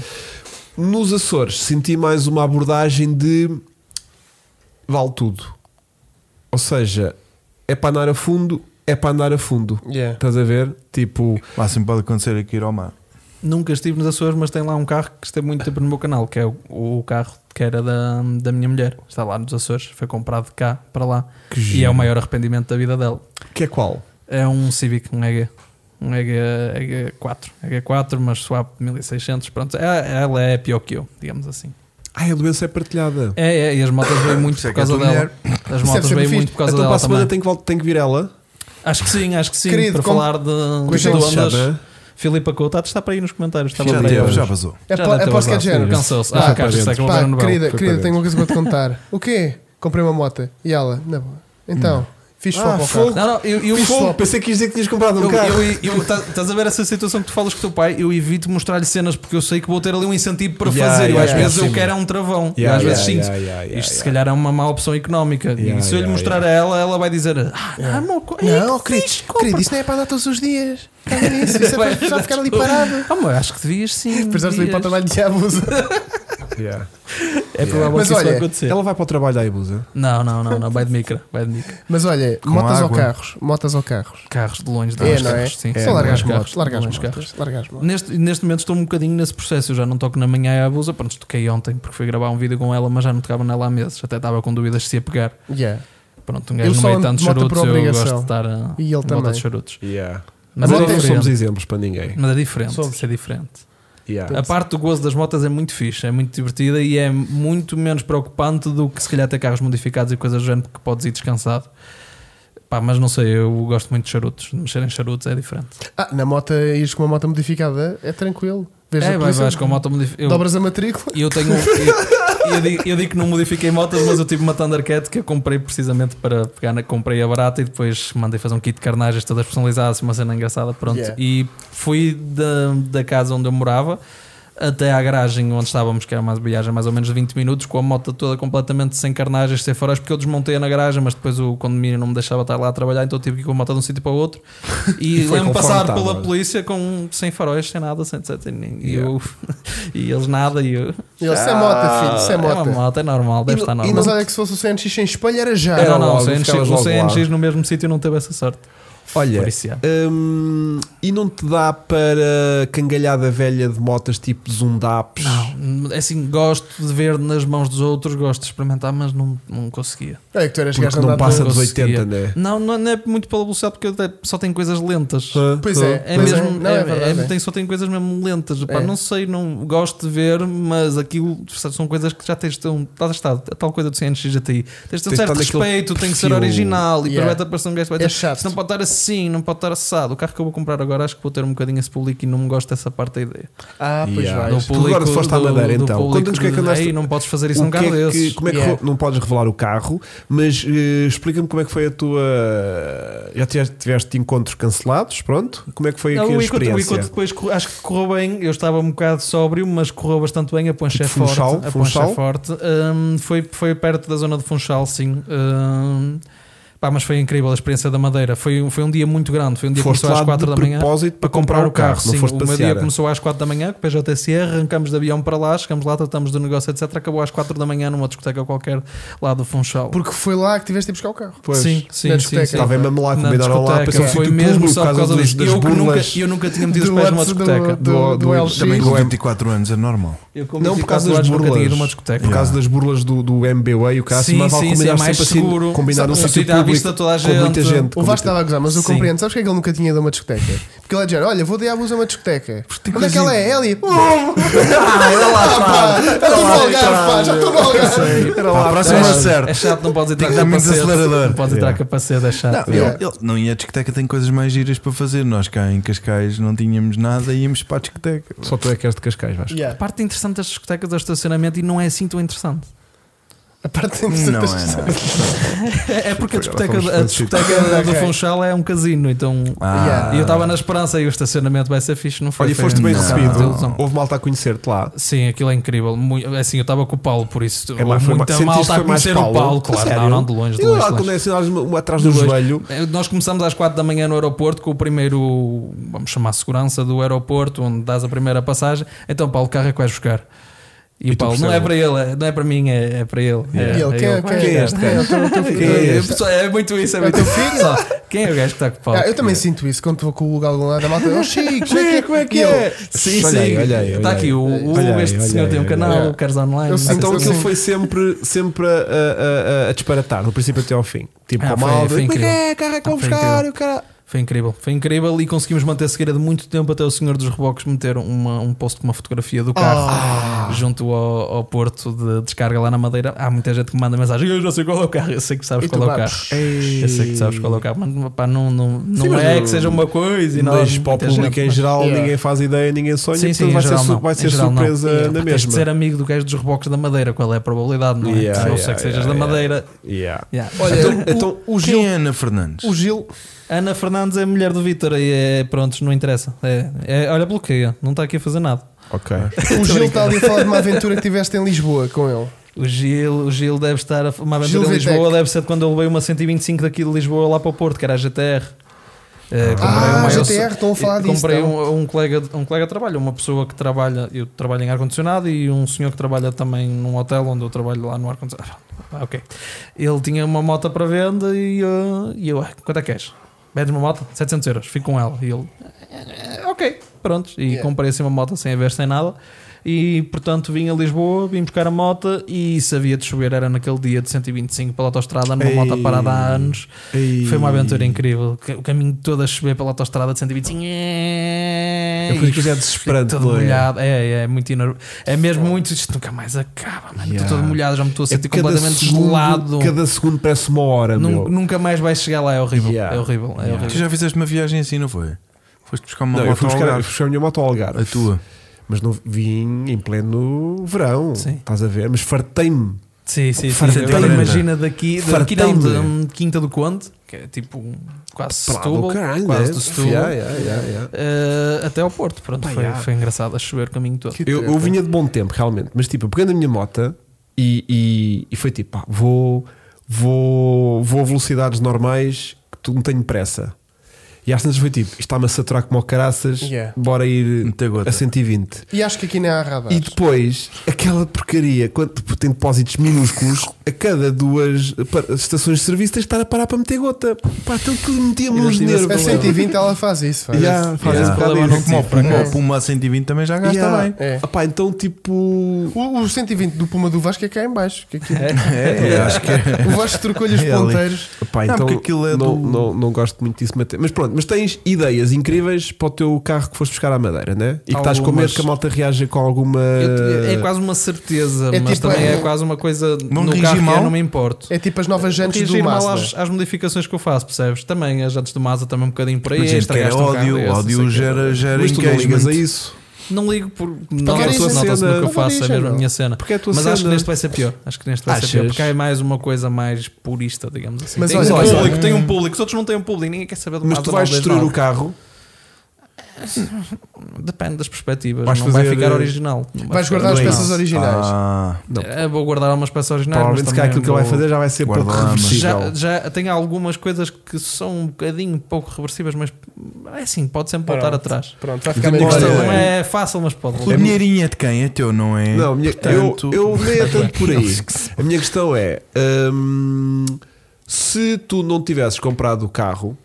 Speaker 2: Nos Açores senti mais uma abordagem de vale tudo. Ou seja, é para andar a fundo, é para andar a fundo.
Speaker 3: Yeah.
Speaker 2: Estás a ver? Tipo,
Speaker 1: O máximo pode acontecer aqui ir ao mar.
Speaker 4: Nunca estive nos Açores, mas tem lá um carro que esteve muito tempo no meu canal, que é o, o carro que era da, da minha mulher. Está lá nos Açores, foi comprado de cá para lá.
Speaker 2: Que
Speaker 4: e é
Speaker 2: giro.
Speaker 4: o maior arrependimento da vida dela.
Speaker 2: que é qual?
Speaker 4: É um Civic, um EG. Um EG, EG4. EG4, mas swap 1600. Pronto, é- ela é pior que eu, digamos assim.
Speaker 2: Ai, a doença é partilhada.
Speaker 4: É, é, e as motas veio muito
Speaker 1: Isso é
Speaker 4: por
Speaker 1: que é
Speaker 4: causa
Speaker 1: tua
Speaker 4: dela.
Speaker 1: mulher.
Speaker 4: As
Speaker 3: Isso deve
Speaker 4: motas
Speaker 3: ser
Speaker 4: veio
Speaker 3: fixe.
Speaker 4: muito por causa
Speaker 2: então para
Speaker 4: dela
Speaker 2: a semana
Speaker 4: também.
Speaker 2: tem que, vol- tem que vir ela.
Speaker 4: Acho que sim, acho que sim.
Speaker 3: Querido,
Speaker 4: para
Speaker 3: como-
Speaker 4: falar de,
Speaker 3: Pois
Speaker 4: de
Speaker 3: é,
Speaker 2: Ela
Speaker 4: ondas,
Speaker 2: chama-
Speaker 4: Filipa Couto, Ah, está para aí nos comentários. Está
Speaker 1: Já,
Speaker 4: para aí.
Speaker 1: teve,
Speaker 2: Deus.
Speaker 1: já vazou.
Speaker 3: É
Speaker 4: Já
Speaker 3: pó-
Speaker 4: dá
Speaker 3: é
Speaker 4: teu
Speaker 3: pós que é
Speaker 4: azar.
Speaker 3: de género.
Speaker 4: Cansou-se.
Speaker 2: Ah,
Speaker 4: Ah, cara, isto é que
Speaker 2: parentes.
Speaker 4: eu vou
Speaker 3: Pá,
Speaker 4: ver no
Speaker 3: querida,
Speaker 2: Foi
Speaker 3: querida,
Speaker 2: parentes.
Speaker 3: tenho uma coisa para te contar. O quê? Comprei uma moto. E ela? Não.
Speaker 4: Hum.
Speaker 3: Então, fiz
Speaker 2: Ah,
Speaker 3: só para o
Speaker 2: fogo.
Speaker 3: carro.
Speaker 4: Não, não, eu, eu,
Speaker 2: Fogo, pensei que ias dizer que tinhas comprado um
Speaker 4: Eu-
Speaker 2: carro.
Speaker 4: eu- eu- tá- Estás a ver essa situação que tu falas com o teu pai? Eu evito mostrar-lhe cenas porque eu sei que vou ter ali um incentivo para
Speaker 2: Yeah,
Speaker 4: fazer. eu
Speaker 2: yeah,
Speaker 4: às
Speaker 2: yeah,
Speaker 4: vezes
Speaker 2: sim.
Speaker 4: eu quero é um travão. e
Speaker 2: Yeah,
Speaker 4: às
Speaker 2: yeah,
Speaker 4: vezes sim.
Speaker 2: yeah, yeah, yeah,
Speaker 4: Isto se
Speaker 2: yeah.
Speaker 4: calhar é uma má opção económica.
Speaker 2: Yeah,
Speaker 4: e se eu lhe
Speaker 2: yeah,
Speaker 4: mostrar a ela, ela vai dizer: Ah, não,
Speaker 3: Não, querido, querido, isso não é para andar todos os dias. Olha nisso, isso é para já ficar ali parado.
Speaker 4: Ah, mas acho que devias sim.
Speaker 3: Precisaste ir
Speaker 4: devias.
Speaker 3: para o trabalho de abuso.
Speaker 2: Yeah.
Speaker 4: É provável
Speaker 3: Mas
Speaker 4: que isso
Speaker 3: olha,
Speaker 4: vai acontecer.
Speaker 2: Ela vai para o trabalho da Ibusa.
Speaker 4: Não, não, não, não. Vai de micra. Vai de micra.
Speaker 3: Mas olha,
Speaker 1: Com
Speaker 3: motas ou
Speaker 1: água.
Speaker 3: carros? Motas ou carros?
Speaker 4: Carros de longe, de
Speaker 3: É,
Speaker 4: longe,
Speaker 3: não é?
Speaker 4: carros, sim.
Speaker 3: Só
Speaker 4: Sim,
Speaker 3: largar largas
Speaker 4: longe,
Speaker 3: motas,
Speaker 4: carros,
Speaker 3: largas
Speaker 4: longe, carros.
Speaker 3: motas, largas motas.
Speaker 4: Neste, neste momento estou um bocadinho nesse processo. Eu já não toco na manhã à abusa. Pronto, toquei ontem porque fui gravar um vídeo com ela, mas já não tocava nela há meses. Até estava com dúvidas se ia pegar.
Speaker 3: Yeah.
Speaker 4: Pronto, um
Speaker 3: Eu
Speaker 4: gajo no
Speaker 3: só
Speaker 4: meio
Speaker 3: ando
Speaker 4: tanto
Speaker 3: de moto
Speaker 4: charutos,
Speaker 3: por
Speaker 4: eu
Speaker 3: obrigação.
Speaker 4: gosto de estar a
Speaker 3: E ele
Speaker 4: de moto
Speaker 3: também.
Speaker 4: de charutos.
Speaker 2: Yeah. Mas
Speaker 4: Mas, é
Speaker 2: nós não
Speaker 4: diferente.
Speaker 2: somos exemplos para ninguém.
Speaker 4: Mas é diferente.
Speaker 3: Somos.
Speaker 4: É diferente.
Speaker 2: Yeah.
Speaker 4: A parte do gozo das motas é muito fixe, é muito divertida e é muito menos preocupante do que se calhar ter carros modificados e coisas do género que podes ir descansado. Pá, mas não sei, eu gosto muito de charutos. Mexer em charutos é diferente.
Speaker 3: Ah, na moto, ires com uma moto modificada é tranquilo. Vês
Speaker 4: é,
Speaker 3: a
Speaker 4: vai,
Speaker 3: polícia,
Speaker 4: vais com a moto modificada.
Speaker 3: Dobras a matrícula.
Speaker 4: E eu tenho. Eu, eu digo, eu digo que não modifiquei motas, mas eu tive uma Thundercat que eu comprei precisamente para pegar. na- Comprei a barata e depois mandei fazer um kit de carnagens todas personalizadas, uma cena engraçada, pronto.
Speaker 3: Yeah.
Speaker 4: E fui da, da casa onde eu morava até à garagem onde estávamos, que era uma viagem mais ou menos de 20 minutos, com a moto toda completamente sem carnagens, sem faróis, porque eu desmontei na garagem, mas depois o condomínio não me deixava estar lá a trabalhar, então eu tive que ir com a moto de um sítio para o outro. E,
Speaker 2: E foi
Speaker 4: lembro-me
Speaker 2: conforme
Speaker 4: passar
Speaker 2: estava.
Speaker 4: pela polícia com, um, sem faróis, sem nada, sem, sem, sem- e
Speaker 2: Yeah.
Speaker 4: eu e eles nada e eu.
Speaker 3: E ele, "Isso é moto, filho, isso é
Speaker 4: É uma
Speaker 3: moto."
Speaker 4: moto, é normal, deve
Speaker 2: E
Speaker 4: estar
Speaker 2: não- e
Speaker 4: normal.
Speaker 3: Mas olha que se fosse o CNX sem espelho era já.
Speaker 4: É, não, não,
Speaker 2: logo,
Speaker 4: o CNX,
Speaker 2: ficavas
Speaker 4: o
Speaker 2: logo lá.
Speaker 4: CNX no mesmo sítio não teve essa sorte.
Speaker 2: Olha,
Speaker 4: Por isso, já.
Speaker 2: hum, e não te dá para cangalhada velha de motas tipo zundaps?
Speaker 4: Não, é assim, gosto de ver nas mãos dos outros, gosto de experimentar, mas não, não conseguia.
Speaker 3: Olha que tu eras
Speaker 2: Porque
Speaker 3: gajo
Speaker 2: não
Speaker 3: andado
Speaker 2: Um passa
Speaker 4: não
Speaker 2: dos
Speaker 4: conseguia.
Speaker 2: 80, né?
Speaker 4: Não, não, não é muito pela velocidade, porque eu até só tem coisas lentas.
Speaker 3: Pois é.
Speaker 4: É
Speaker 3: Pois
Speaker 4: mesmo,
Speaker 3: não, é
Speaker 4: é-
Speaker 3: verdade,
Speaker 4: é-
Speaker 3: é.
Speaker 4: tem- só tem coisas mesmo lentas. Pá,
Speaker 3: É.
Speaker 4: Não sei, não gosto de ver, mas aquilo sabe, são coisas que já tens de ter um. lá está, a tal coisa do CNX GTI. Tens de ter
Speaker 2: Tens de
Speaker 4: um certo
Speaker 2: estar naquele
Speaker 4: respeito, tem que ser
Speaker 2: perfil.
Speaker 4: original. E
Speaker 3: Yeah.
Speaker 4: para vai aparecer um gajo que vai
Speaker 3: É
Speaker 4: dizer,
Speaker 3: chato.
Speaker 4: "Isso não pode estar assim, não pode estar assado. O carro que eu vou comprar agora, acho que vou ter um bocadinho esse público e não me gosto dessa parte da ideia.
Speaker 3: Ah, pois
Speaker 2: Yeah.
Speaker 3: vai.
Speaker 2: Tu agora se foste à Madeira, então,
Speaker 4: público
Speaker 2: conta-nos o que é que
Speaker 4: de,
Speaker 2: andaste-
Speaker 4: "Ei, não podes fazer isso
Speaker 2: O
Speaker 4: num
Speaker 2: que
Speaker 4: carro
Speaker 2: é que-
Speaker 4: desses.
Speaker 2: como é que
Speaker 3: Yeah.
Speaker 2: foi- não podes revelar o carro, mas eh, explica-me como é que foi a tua. Já tiveste, tiveste encontros cancelados, pronto? Como é que foi
Speaker 4: Não,
Speaker 2: aqui a
Speaker 4: o Icote, o
Speaker 2: experiência?
Speaker 4: Icote depois co- acho que correu bem. Eu estava um bocado sóbrio, mas correu bastante bem. A poncha é forte.
Speaker 2: Tipo Funchal,
Speaker 4: a poncha
Speaker 2: Funchal?
Speaker 4: é forte. Hum, foi, foi perto da zona de Funchal, sim. Hum, pá, mas foi incrível a experiência da Madeira. Foi, um- foi um dia muito grande. Foi um dia que
Speaker 2: foste
Speaker 4: começou
Speaker 2: lá
Speaker 4: às 4
Speaker 2: de
Speaker 4: da manhã.
Speaker 2: propósito
Speaker 4: Para comprar o carro,
Speaker 2: não
Speaker 4: sim.
Speaker 2: foste
Speaker 4: o meu dia
Speaker 2: passear.
Speaker 4: começou às 4 da manhã com o PJTC, arrancamos de avião para lá, chegamos lá, tratamos do negócio, etc. Acabou às 4 da manhã numa discoteca qualquer lá do Funchal.
Speaker 3: Porque foi lá que tiveste de buscar o carro.
Speaker 2: Pois.
Speaker 4: sim, sim,
Speaker 3: na
Speaker 4: sim,
Speaker 3: discoteca.
Speaker 4: sim.
Speaker 2: Estava em mesmo lá,
Speaker 4: Na
Speaker 2: convidaram lá, um
Speaker 4: discoteca,
Speaker 2: pensou que
Speaker 4: foi mesmo só por causa
Speaker 2: dos,
Speaker 4: disso.
Speaker 2: das
Speaker 4: Eu, que nunca,
Speaker 2: burlas.
Speaker 4: eu nunca tinha metido os
Speaker 3: Do
Speaker 4: pés numa
Speaker 3: WhatsApp,
Speaker 4: discoteca.
Speaker 3: do- do- do LX.
Speaker 1: Também com
Speaker 2: do-
Speaker 1: 24 anos é normal.
Speaker 4: Eu com
Speaker 2: Não, por
Speaker 4: 24
Speaker 2: causa das
Speaker 4: anos nunca tinha ido
Speaker 2: burlas.
Speaker 4: numa discoteca.
Speaker 2: Por causa das burlas do, do MBA e o caso, mas vale combinar sempre assim, combinar um sítio
Speaker 4: à vista toda a
Speaker 2: com
Speaker 4: gente.
Speaker 2: muita gente.
Speaker 3: O
Speaker 2: com
Speaker 3: Vasco
Speaker 2: muita-
Speaker 3: estava a gozar, mas eu
Speaker 4: Sim.
Speaker 3: compreendo. Sabes que é que ele nunca tinha ido a uma discoteca? Porque ele é de género, olha, vou de Abus a uma discoteca.
Speaker 1: tem
Speaker 3: Onde é que
Speaker 1: coisinha.
Speaker 3: ela é? Ela ia,
Speaker 2: Ah, era lá
Speaker 3: pá,
Speaker 2: atrás.
Speaker 3: já estou no Algarve, pá, já estou no um Algarve.
Speaker 2: Era lá
Speaker 1: Pá, próxima
Speaker 4: É,
Speaker 2: atrás.
Speaker 1: Mas certo.
Speaker 4: É chato, não podes entrar
Speaker 1: Tem que
Speaker 4: com
Speaker 1: ter muito
Speaker 4: capacete.
Speaker 1: acelerador.
Speaker 4: Não podes entrar com capacete, é chato.
Speaker 1: Não,
Speaker 3: Yeah.
Speaker 1: ele, ele não ia à discoteca, tem coisas mais giras para fazer. Nós cá em Cascais não tínhamos nada, íamos para a discoteca.
Speaker 2: Só tu é que és de Cascais, Vasco.
Speaker 4: A
Speaker 3: Yeah.
Speaker 4: parte interessante das discotecas é o estacionamento e não é assim tão interessante.
Speaker 3: A parte interessante
Speaker 1: Não é
Speaker 3: das-
Speaker 1: nada.
Speaker 4: É é porque
Speaker 2: Agora
Speaker 4: a discoteca,
Speaker 2: fomos
Speaker 4: a
Speaker 2: para
Speaker 4: discoteca da- do
Speaker 3: Ok.
Speaker 4: Funchal é um casino, então.
Speaker 1: Ah.
Speaker 4: E eu estava na esperança e o estacionamento vai ser fixe, não foi?
Speaker 2: Olha, e
Speaker 4: Foi um
Speaker 2: foste bem
Speaker 4: uma desilusão.
Speaker 2: recebido. Houve malta a conhecer-te lá.
Speaker 4: Sim, aquilo é incrível. Mui- Assim, eu estava com o Paulo, por isso.
Speaker 2: É
Speaker 4: É
Speaker 2: mais- foi mais-
Speaker 4: muita
Speaker 2: sentiste que
Speaker 4: malta a
Speaker 2: foi mais
Speaker 4: conhecer o
Speaker 2: Paulo?
Speaker 4: Paulo, claro.
Speaker 2: Sério?
Speaker 4: Não, não, de longe, de
Speaker 2: Eu
Speaker 4: longe.
Speaker 2: lá
Speaker 4: de
Speaker 2: quando
Speaker 4: longe.
Speaker 2: é sinais um atrás do
Speaker 4: De longe.
Speaker 2: joelho.
Speaker 4: Eh, Nós começamos às 4 da manhã no aeroporto com o primeiro, vamos chamar segurança do aeroporto, onde dás a primeira passagem. Então, Paulo, carro é que vais buscar. E,
Speaker 2: E
Speaker 4: o
Speaker 2: tu
Speaker 4: Paulo, não é para
Speaker 2: percebes?
Speaker 4: ele, é- não é para mim, é, é para ele. É,
Speaker 3: E ele,
Speaker 4: é
Speaker 3: quem é-
Speaker 4: Vai
Speaker 3: quem
Speaker 2: é
Speaker 4: buscar.
Speaker 2: este
Speaker 3: É, eu
Speaker 2: gajo?
Speaker 3: tô- eu tô-
Speaker 2: Quem é este?
Speaker 4: Pessoal, é muito isso, é muito
Speaker 3: teu
Speaker 4: isso. Pessoal, Quem é o gajo que está com o Paulo?
Speaker 3: Ah, eu também sinto isso quando estou com o lugar algum lado da malta. Oh, Chico, como é que
Speaker 2: E
Speaker 3: é?
Speaker 2: eu-
Speaker 4: Sim,
Speaker 2: Olha aí,
Speaker 4: sim.
Speaker 2: olha aí,
Speaker 4: Está
Speaker 2: olha aí.
Speaker 4: aqui, o, o
Speaker 2: Olha aí,
Speaker 4: este
Speaker 2: olha
Speaker 4: senhor
Speaker 2: aí,
Speaker 4: tem um
Speaker 2: olha
Speaker 4: canal,
Speaker 3: aí.
Speaker 4: o Cares Online.
Speaker 3: Eu
Speaker 4: não
Speaker 3: sinto
Speaker 4: sei o
Speaker 2: Então
Speaker 4: quê.
Speaker 3: Sim, sim,
Speaker 2: aquilo
Speaker 3: sim.
Speaker 2: foi sempre, sempre a, a- a- a disparatar, do princípio até ao fim. Tipo,
Speaker 4: Ah,
Speaker 2: com a
Speaker 4: foi-
Speaker 2: malda,
Speaker 4: foi
Speaker 2: como é que
Speaker 4: incrível.
Speaker 2: é? Carro é que
Speaker 4: Ah,
Speaker 2: vão
Speaker 4: foi
Speaker 2: buscar? E o cara.
Speaker 4: Foi incrível, foi incrível e conseguimos manter a seguida de muito tempo até o Senhor dos Rebocos meter uma- um post com uma fotografia do
Speaker 2: Ah.
Speaker 4: carro junto ao, ao porto de descarga lá na Madeira. Há muita gente que me manda mensagem: Eu não sei qual é o carro, eu sei que sabes
Speaker 3: E
Speaker 4: qual
Speaker 3: tu
Speaker 4: é o
Speaker 3: vais.
Speaker 4: carro. Eu sei que sabes qual é o carro, mas pá, não, não, não
Speaker 2: mas
Speaker 4: é
Speaker 2: não-
Speaker 4: que seja uma coisa e nós.
Speaker 2: Mas para o
Speaker 4: muita
Speaker 2: público
Speaker 4: gente-
Speaker 2: em geral,
Speaker 3: Yeah.
Speaker 2: ninguém faz ideia, ninguém sonha,
Speaker 4: Sim, sim,
Speaker 2: portanto
Speaker 4: em
Speaker 2: vai
Speaker 4: geral
Speaker 2: ser, su-
Speaker 4: não.
Speaker 2: vai
Speaker 4: Em
Speaker 2: ser
Speaker 4: geral não.
Speaker 2: surpresa
Speaker 4: Yeah,
Speaker 2: na
Speaker 4: pá, Tens de ser
Speaker 2: mesma.
Speaker 4: amigo do gajo dos Rebocos da Madeira, qual é a probabilidade, não é?
Speaker 2: Yeah,
Speaker 4: não
Speaker 2: yeah,
Speaker 4: sei que sejas
Speaker 2: yeah,
Speaker 4: da
Speaker 2: yeah.
Speaker 4: Madeira.
Speaker 2: Yeah.
Speaker 4: Yeah.
Speaker 3: Olha,
Speaker 2: Então-
Speaker 3: o-
Speaker 2: então,
Speaker 3: o
Speaker 1: Quem é
Speaker 3: Gil.
Speaker 1: Ana Fernandes?
Speaker 3: O Gil.
Speaker 4: Ana Fernandes é a mulher do Vítor e é, pronto, não interessa. É, é- olha, bloqueia, não está aqui a fazer nada.
Speaker 2: Ok.
Speaker 3: O Gil está ali a falar de uma aventura que tiveste em Lisboa com ele.
Speaker 4: O Gil, o Gil deve estar. A, uma aventura
Speaker 3: Gil
Speaker 4: em Lisboa
Speaker 3: Vitec.
Speaker 4: deve ser de quando eu levei uma 125 daqui de Lisboa lá para o Porto, que era a GTR. Eh, comprei
Speaker 3: Ah,
Speaker 4: uma- eu-
Speaker 3: GTR, estão a falar disso, tá
Speaker 4: Comprei
Speaker 3: não?
Speaker 4: um, um colega, de- um colega de trabalho, uma pessoa que trabalha, eu trabalho em ar-condicionado e um senhor que trabalha também num hotel onde eu trabalho lá no ar-condicionado. Ah, ok. Ele tinha uma moto para venda e, eh, e eu, ah, quanto é que és? Vendes uma moto? 700 euros, fico com ela. E ele, "Eh, ok, prontos. E
Speaker 3: Yeah.
Speaker 4: comprei assim uma moto sem haver, sem nada. E portanto vim a Lisboa, vim buscar a moto e se havia de chover era naquele dia de 125 pela autostrada, numa
Speaker 2: Ei.
Speaker 4: moto parada há anos.
Speaker 2: Ei.
Speaker 4: Foi uma aventura incrível. O caminho todo a chover pela autostrada de 125. É,
Speaker 2: É por isso que já é desesperante.
Speaker 4: todo
Speaker 2: não é?
Speaker 4: molhado. É, é, é muito enorme. É mesmo muito. Isto nunca mais acaba, mano.
Speaker 2: Yeah.
Speaker 4: Estou todo molhado, já me estou a
Speaker 2: É
Speaker 4: sentir
Speaker 2: cada
Speaker 4: completamente
Speaker 2: segundo-
Speaker 4: gelado.
Speaker 2: Cada segundo parece uma hora,
Speaker 4: Nun-
Speaker 2: meu.
Speaker 4: Nunca mais vais chegar lá, é horrível.
Speaker 2: Yeah.
Speaker 4: É horrível. É
Speaker 2: Yeah.
Speaker 4: horrível.
Speaker 1: Tu já fizeste uma viagem assim, não foi? Foste buscar uma
Speaker 2: Não, eu
Speaker 1: moto
Speaker 2: fui
Speaker 1: ao
Speaker 2: buscar,
Speaker 1: Algarve.
Speaker 2: fui buscar a minha moto ao Algarve.
Speaker 1: A tua.
Speaker 2: Mas não vim em pleno verão.
Speaker 4: Sim.
Speaker 2: Estás a ver? Mas fartei-me.
Speaker 4: Sim, sim, sim.
Speaker 2: Fartei-me.
Speaker 4: Então, imagina daqui, daqui não, de,
Speaker 2: Fartei-me.
Speaker 4: de Quinta do Conde, que é tipo quase
Speaker 2: Para lá do
Speaker 4: Setúbal,
Speaker 2: caralho.
Speaker 4: quase
Speaker 2: é.
Speaker 4: do Setúbal,
Speaker 2: Yeah, yeah, yeah, yeah.
Speaker 4: eh, até ao Porto. Pronto,
Speaker 2: Pá,
Speaker 4: foi,
Speaker 2: yeah.
Speaker 4: foi engraçado a chover o caminho todo.
Speaker 2: Eu, eu vinha de bom tempo, realmente. Mas tipo, eu pegando a minha moto e, e, e foi tipo, pá, vou, vou, vou a velocidades normais que tu não tenho pressa. E às tantas foi tipo, isto está-me a saturar como ao caraças,
Speaker 3: Yeah.
Speaker 2: bora ir
Speaker 1: Muita gota.
Speaker 2: a 120.
Speaker 3: então. E acho que aqui não é há radar.
Speaker 2: E depois, aquela porcaria, quando tipo, tem depósitos minúsculos, a cada duas pa- estações de serviço tens de estar a parar para meter gota. Pá, então que metia-me
Speaker 4: Eu já
Speaker 2: nos
Speaker 4: tive esse
Speaker 2: nervos.
Speaker 3: A
Speaker 4: problema.
Speaker 3: 120 ela faz isso. faz.
Speaker 2: Yeah, fazem
Speaker 1: Yeah.
Speaker 2: um bocado
Speaker 4: Problema
Speaker 1: Como o
Speaker 2: isso.
Speaker 4: Sim,
Speaker 1: Puma,
Speaker 3: acaso.
Speaker 1: o Puma a 120 também já gasta
Speaker 2: Yeah.
Speaker 1: bem.
Speaker 3: É.
Speaker 2: Ah, pá, então tipo.
Speaker 3: O, o 120 do Puma do Vasco é cá em baixo. Que aqui-
Speaker 1: É, eu acho que é.
Speaker 3: O Vasco trocou-lhe os
Speaker 1: É ali.
Speaker 3: ponteiros.
Speaker 2: Pá,
Speaker 1: Não,
Speaker 2: então
Speaker 1: porque aquilo é
Speaker 2: não,
Speaker 1: do-
Speaker 2: não, não gosto muito disso. Mas, mas pronto, mas tens ideias incríveis para o teu carro que foste buscar à Madeira, né? E que estás com medo
Speaker 4: Algumas.
Speaker 2: que a malta reaja com alguma.
Speaker 4: Eu te- é quase uma certeza,
Speaker 3: Eh, É
Speaker 4: mas
Speaker 3: tipo,
Speaker 4: também
Speaker 3: é-
Speaker 4: é, quase uma coisa no carro
Speaker 1: rigimão?
Speaker 4: que eu não me importo.
Speaker 3: É tipo as novas jantes do
Speaker 4: Reagir mal às,
Speaker 3: Mazda.
Speaker 4: às modificações que eu faço, percebes? Também as antes do Mazda também um bocadinho por aí.
Speaker 1: Mas, gente,
Speaker 4: estragaste
Speaker 1: que é
Speaker 4: um carro
Speaker 1: ódio,
Speaker 4: desse,
Speaker 1: ódio
Speaker 4: não sei o quê.
Speaker 1: gera- gera-
Speaker 2: Mas tu não ligas a
Speaker 1: engagement.
Speaker 2: isso.
Speaker 4: Não ligo por. Não,
Speaker 3: é a
Speaker 4: não,
Speaker 3: tua
Speaker 4: se nota-se
Speaker 2: cena.
Speaker 4: no que eu faço, é
Speaker 3: Valoriza,
Speaker 4: mesmo a
Speaker 3: não.
Speaker 4: minha cena.
Speaker 2: Porque é a tua
Speaker 4: Mas acho que
Speaker 2: cena.
Speaker 4: neste vai ser pior. Acho que neste vai ser pior.
Speaker 2: Achas?
Speaker 4: Porque é mais uma coisa mais purista, digamos assim.
Speaker 3: Mas
Speaker 4: tem
Speaker 3: olha,
Speaker 4: um
Speaker 3: mas
Speaker 4: público,
Speaker 3: olha.
Speaker 4: tem um público. Os outros não têm um público. Ninguém quer saber do
Speaker 2: Mas
Speaker 4: Mazda
Speaker 2: tu vais
Speaker 4: 929.
Speaker 2: destruir o carro.
Speaker 4: Depende das perspectivas.
Speaker 2: Vais
Speaker 4: não vai
Speaker 2: fazer,
Speaker 4: ficar
Speaker 2: eh,
Speaker 4: original. Não vai
Speaker 3: Vais
Speaker 4: ficar
Speaker 3: guardar as
Speaker 4: original.
Speaker 3: peças originais.
Speaker 1: Ah,
Speaker 2: Não.
Speaker 4: Eh, Vou guardar algumas peças originais.
Speaker 2: Provavelmente,
Speaker 4: mas
Speaker 2: se calhar, aquilo
Speaker 4: também é
Speaker 2: que ele vai
Speaker 4: vou-
Speaker 2: fazer já vai ser pouco
Speaker 1: Guarda-lamas.
Speaker 2: reversível.
Speaker 4: já, já tem algumas coisas que são um bocadinho pouco reversíveis, mas é assim, pode sempre voltar
Speaker 3: Pronto.
Speaker 4: atrás.
Speaker 3: Pronto, vai ficar
Speaker 2: Olha,
Speaker 3: meio
Speaker 2: Olha,
Speaker 4: Isto
Speaker 3: estranho.
Speaker 4: não é fácil, mas pode
Speaker 1: o
Speaker 4: voltar.
Speaker 1: dinheirinho é de quem? É teu, não é?
Speaker 2: Não, a minha-
Speaker 1: Portanto-
Speaker 2: eu, eu nem é tanto por aí. A minha questão é: hum, se tu não tivesses comprado o carro,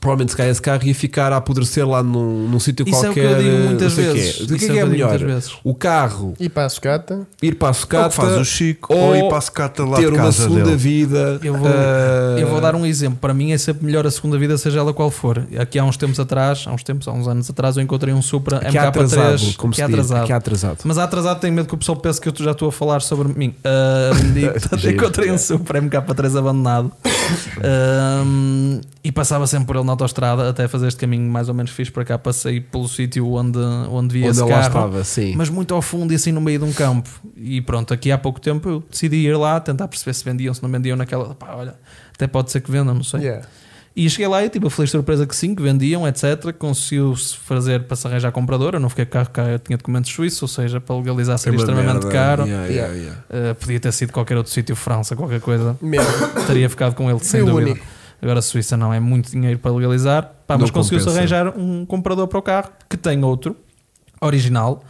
Speaker 2: Provavelmente se calhar esse carro ia ficar a apodrecer lá num, num sítio
Speaker 4: Isso é o que
Speaker 2: qualquer.
Speaker 4: eu digo muitas
Speaker 2: não sei o quê.
Speaker 4: vezes.
Speaker 2: O que
Speaker 4: Isso
Speaker 2: é que é
Speaker 4: eu digo
Speaker 2: melhor?
Speaker 4: muitas vezes.
Speaker 2: O carro
Speaker 3: E para a sucata.
Speaker 2: ir para a
Speaker 1: É o
Speaker 2: sucata
Speaker 1: que faz o Chico
Speaker 2: ou
Speaker 1: ou ir para a secata lá
Speaker 2: ter
Speaker 1: de
Speaker 2: uma
Speaker 1: casa
Speaker 2: segunda
Speaker 1: dele.
Speaker 2: vida.
Speaker 4: Eu vou-
Speaker 2: ah,
Speaker 4: Eu vou dar um exemplo. Para mim é sempre melhor a segunda vida, seja ela qual for. Aqui há uns tempos atrás, há uns tempos, há uns anos atrás, eu encontrei um Supra
Speaker 2: que é
Speaker 4: MK3
Speaker 2: atrasado, como
Speaker 4: que
Speaker 2: se
Speaker 4: é
Speaker 2: diz,
Speaker 4: atrasado.
Speaker 2: que é atrasado.
Speaker 4: Mas há atrasado tenho medo que o pessoal pense que eu já estou a falar sobre mim. Ah, e, portanto,
Speaker 2: Giro.
Speaker 4: encontrei um Supra MK3 abandonado Ahm, e passava sempre por ele na autostrada até fazer este caminho mais ou menos fixe para cá. Passei pelo sítio onde, onde via
Speaker 2: Onde
Speaker 4: esse
Speaker 2: ele lá
Speaker 4: carro
Speaker 2: estava, sim.
Speaker 4: mas muito ao fundo e assim no meio de um campo. E pronto, aqui há pouco tempo eu decidi ir lá tentar perceber se vendiam, se não vendiam naquela. Pá, olha, até pode ser que vendam, não sei.
Speaker 3: Yeah.
Speaker 4: E cheguei lá e tive a feliz surpresa que sim, que vendiam, etc. Conseguiu-se fazer para se arranjar a compradora. Eu não fiquei com o carro cá, eu tinha documentos suíços, ou seja, para legalizar
Speaker 2: É
Speaker 4: seria
Speaker 2: uma
Speaker 4: extremamente
Speaker 2: merda.
Speaker 4: caro.
Speaker 2: Yeah, yeah, yeah.
Speaker 4: Uh, podia ter sido qualquer outro sítio, França, qualquer coisa.
Speaker 3: Mesmo.
Speaker 4: Teria ficado com ele, sem
Speaker 3: Foi o
Speaker 4: dúvida.
Speaker 3: único.
Speaker 4: Agora a Suíça não é muito dinheiro para legalizar, Pá,
Speaker 2: Não
Speaker 4: mas conseguiu-se
Speaker 2: compensa.
Speaker 4: arranjar um comprador para o carro que tem outro, original,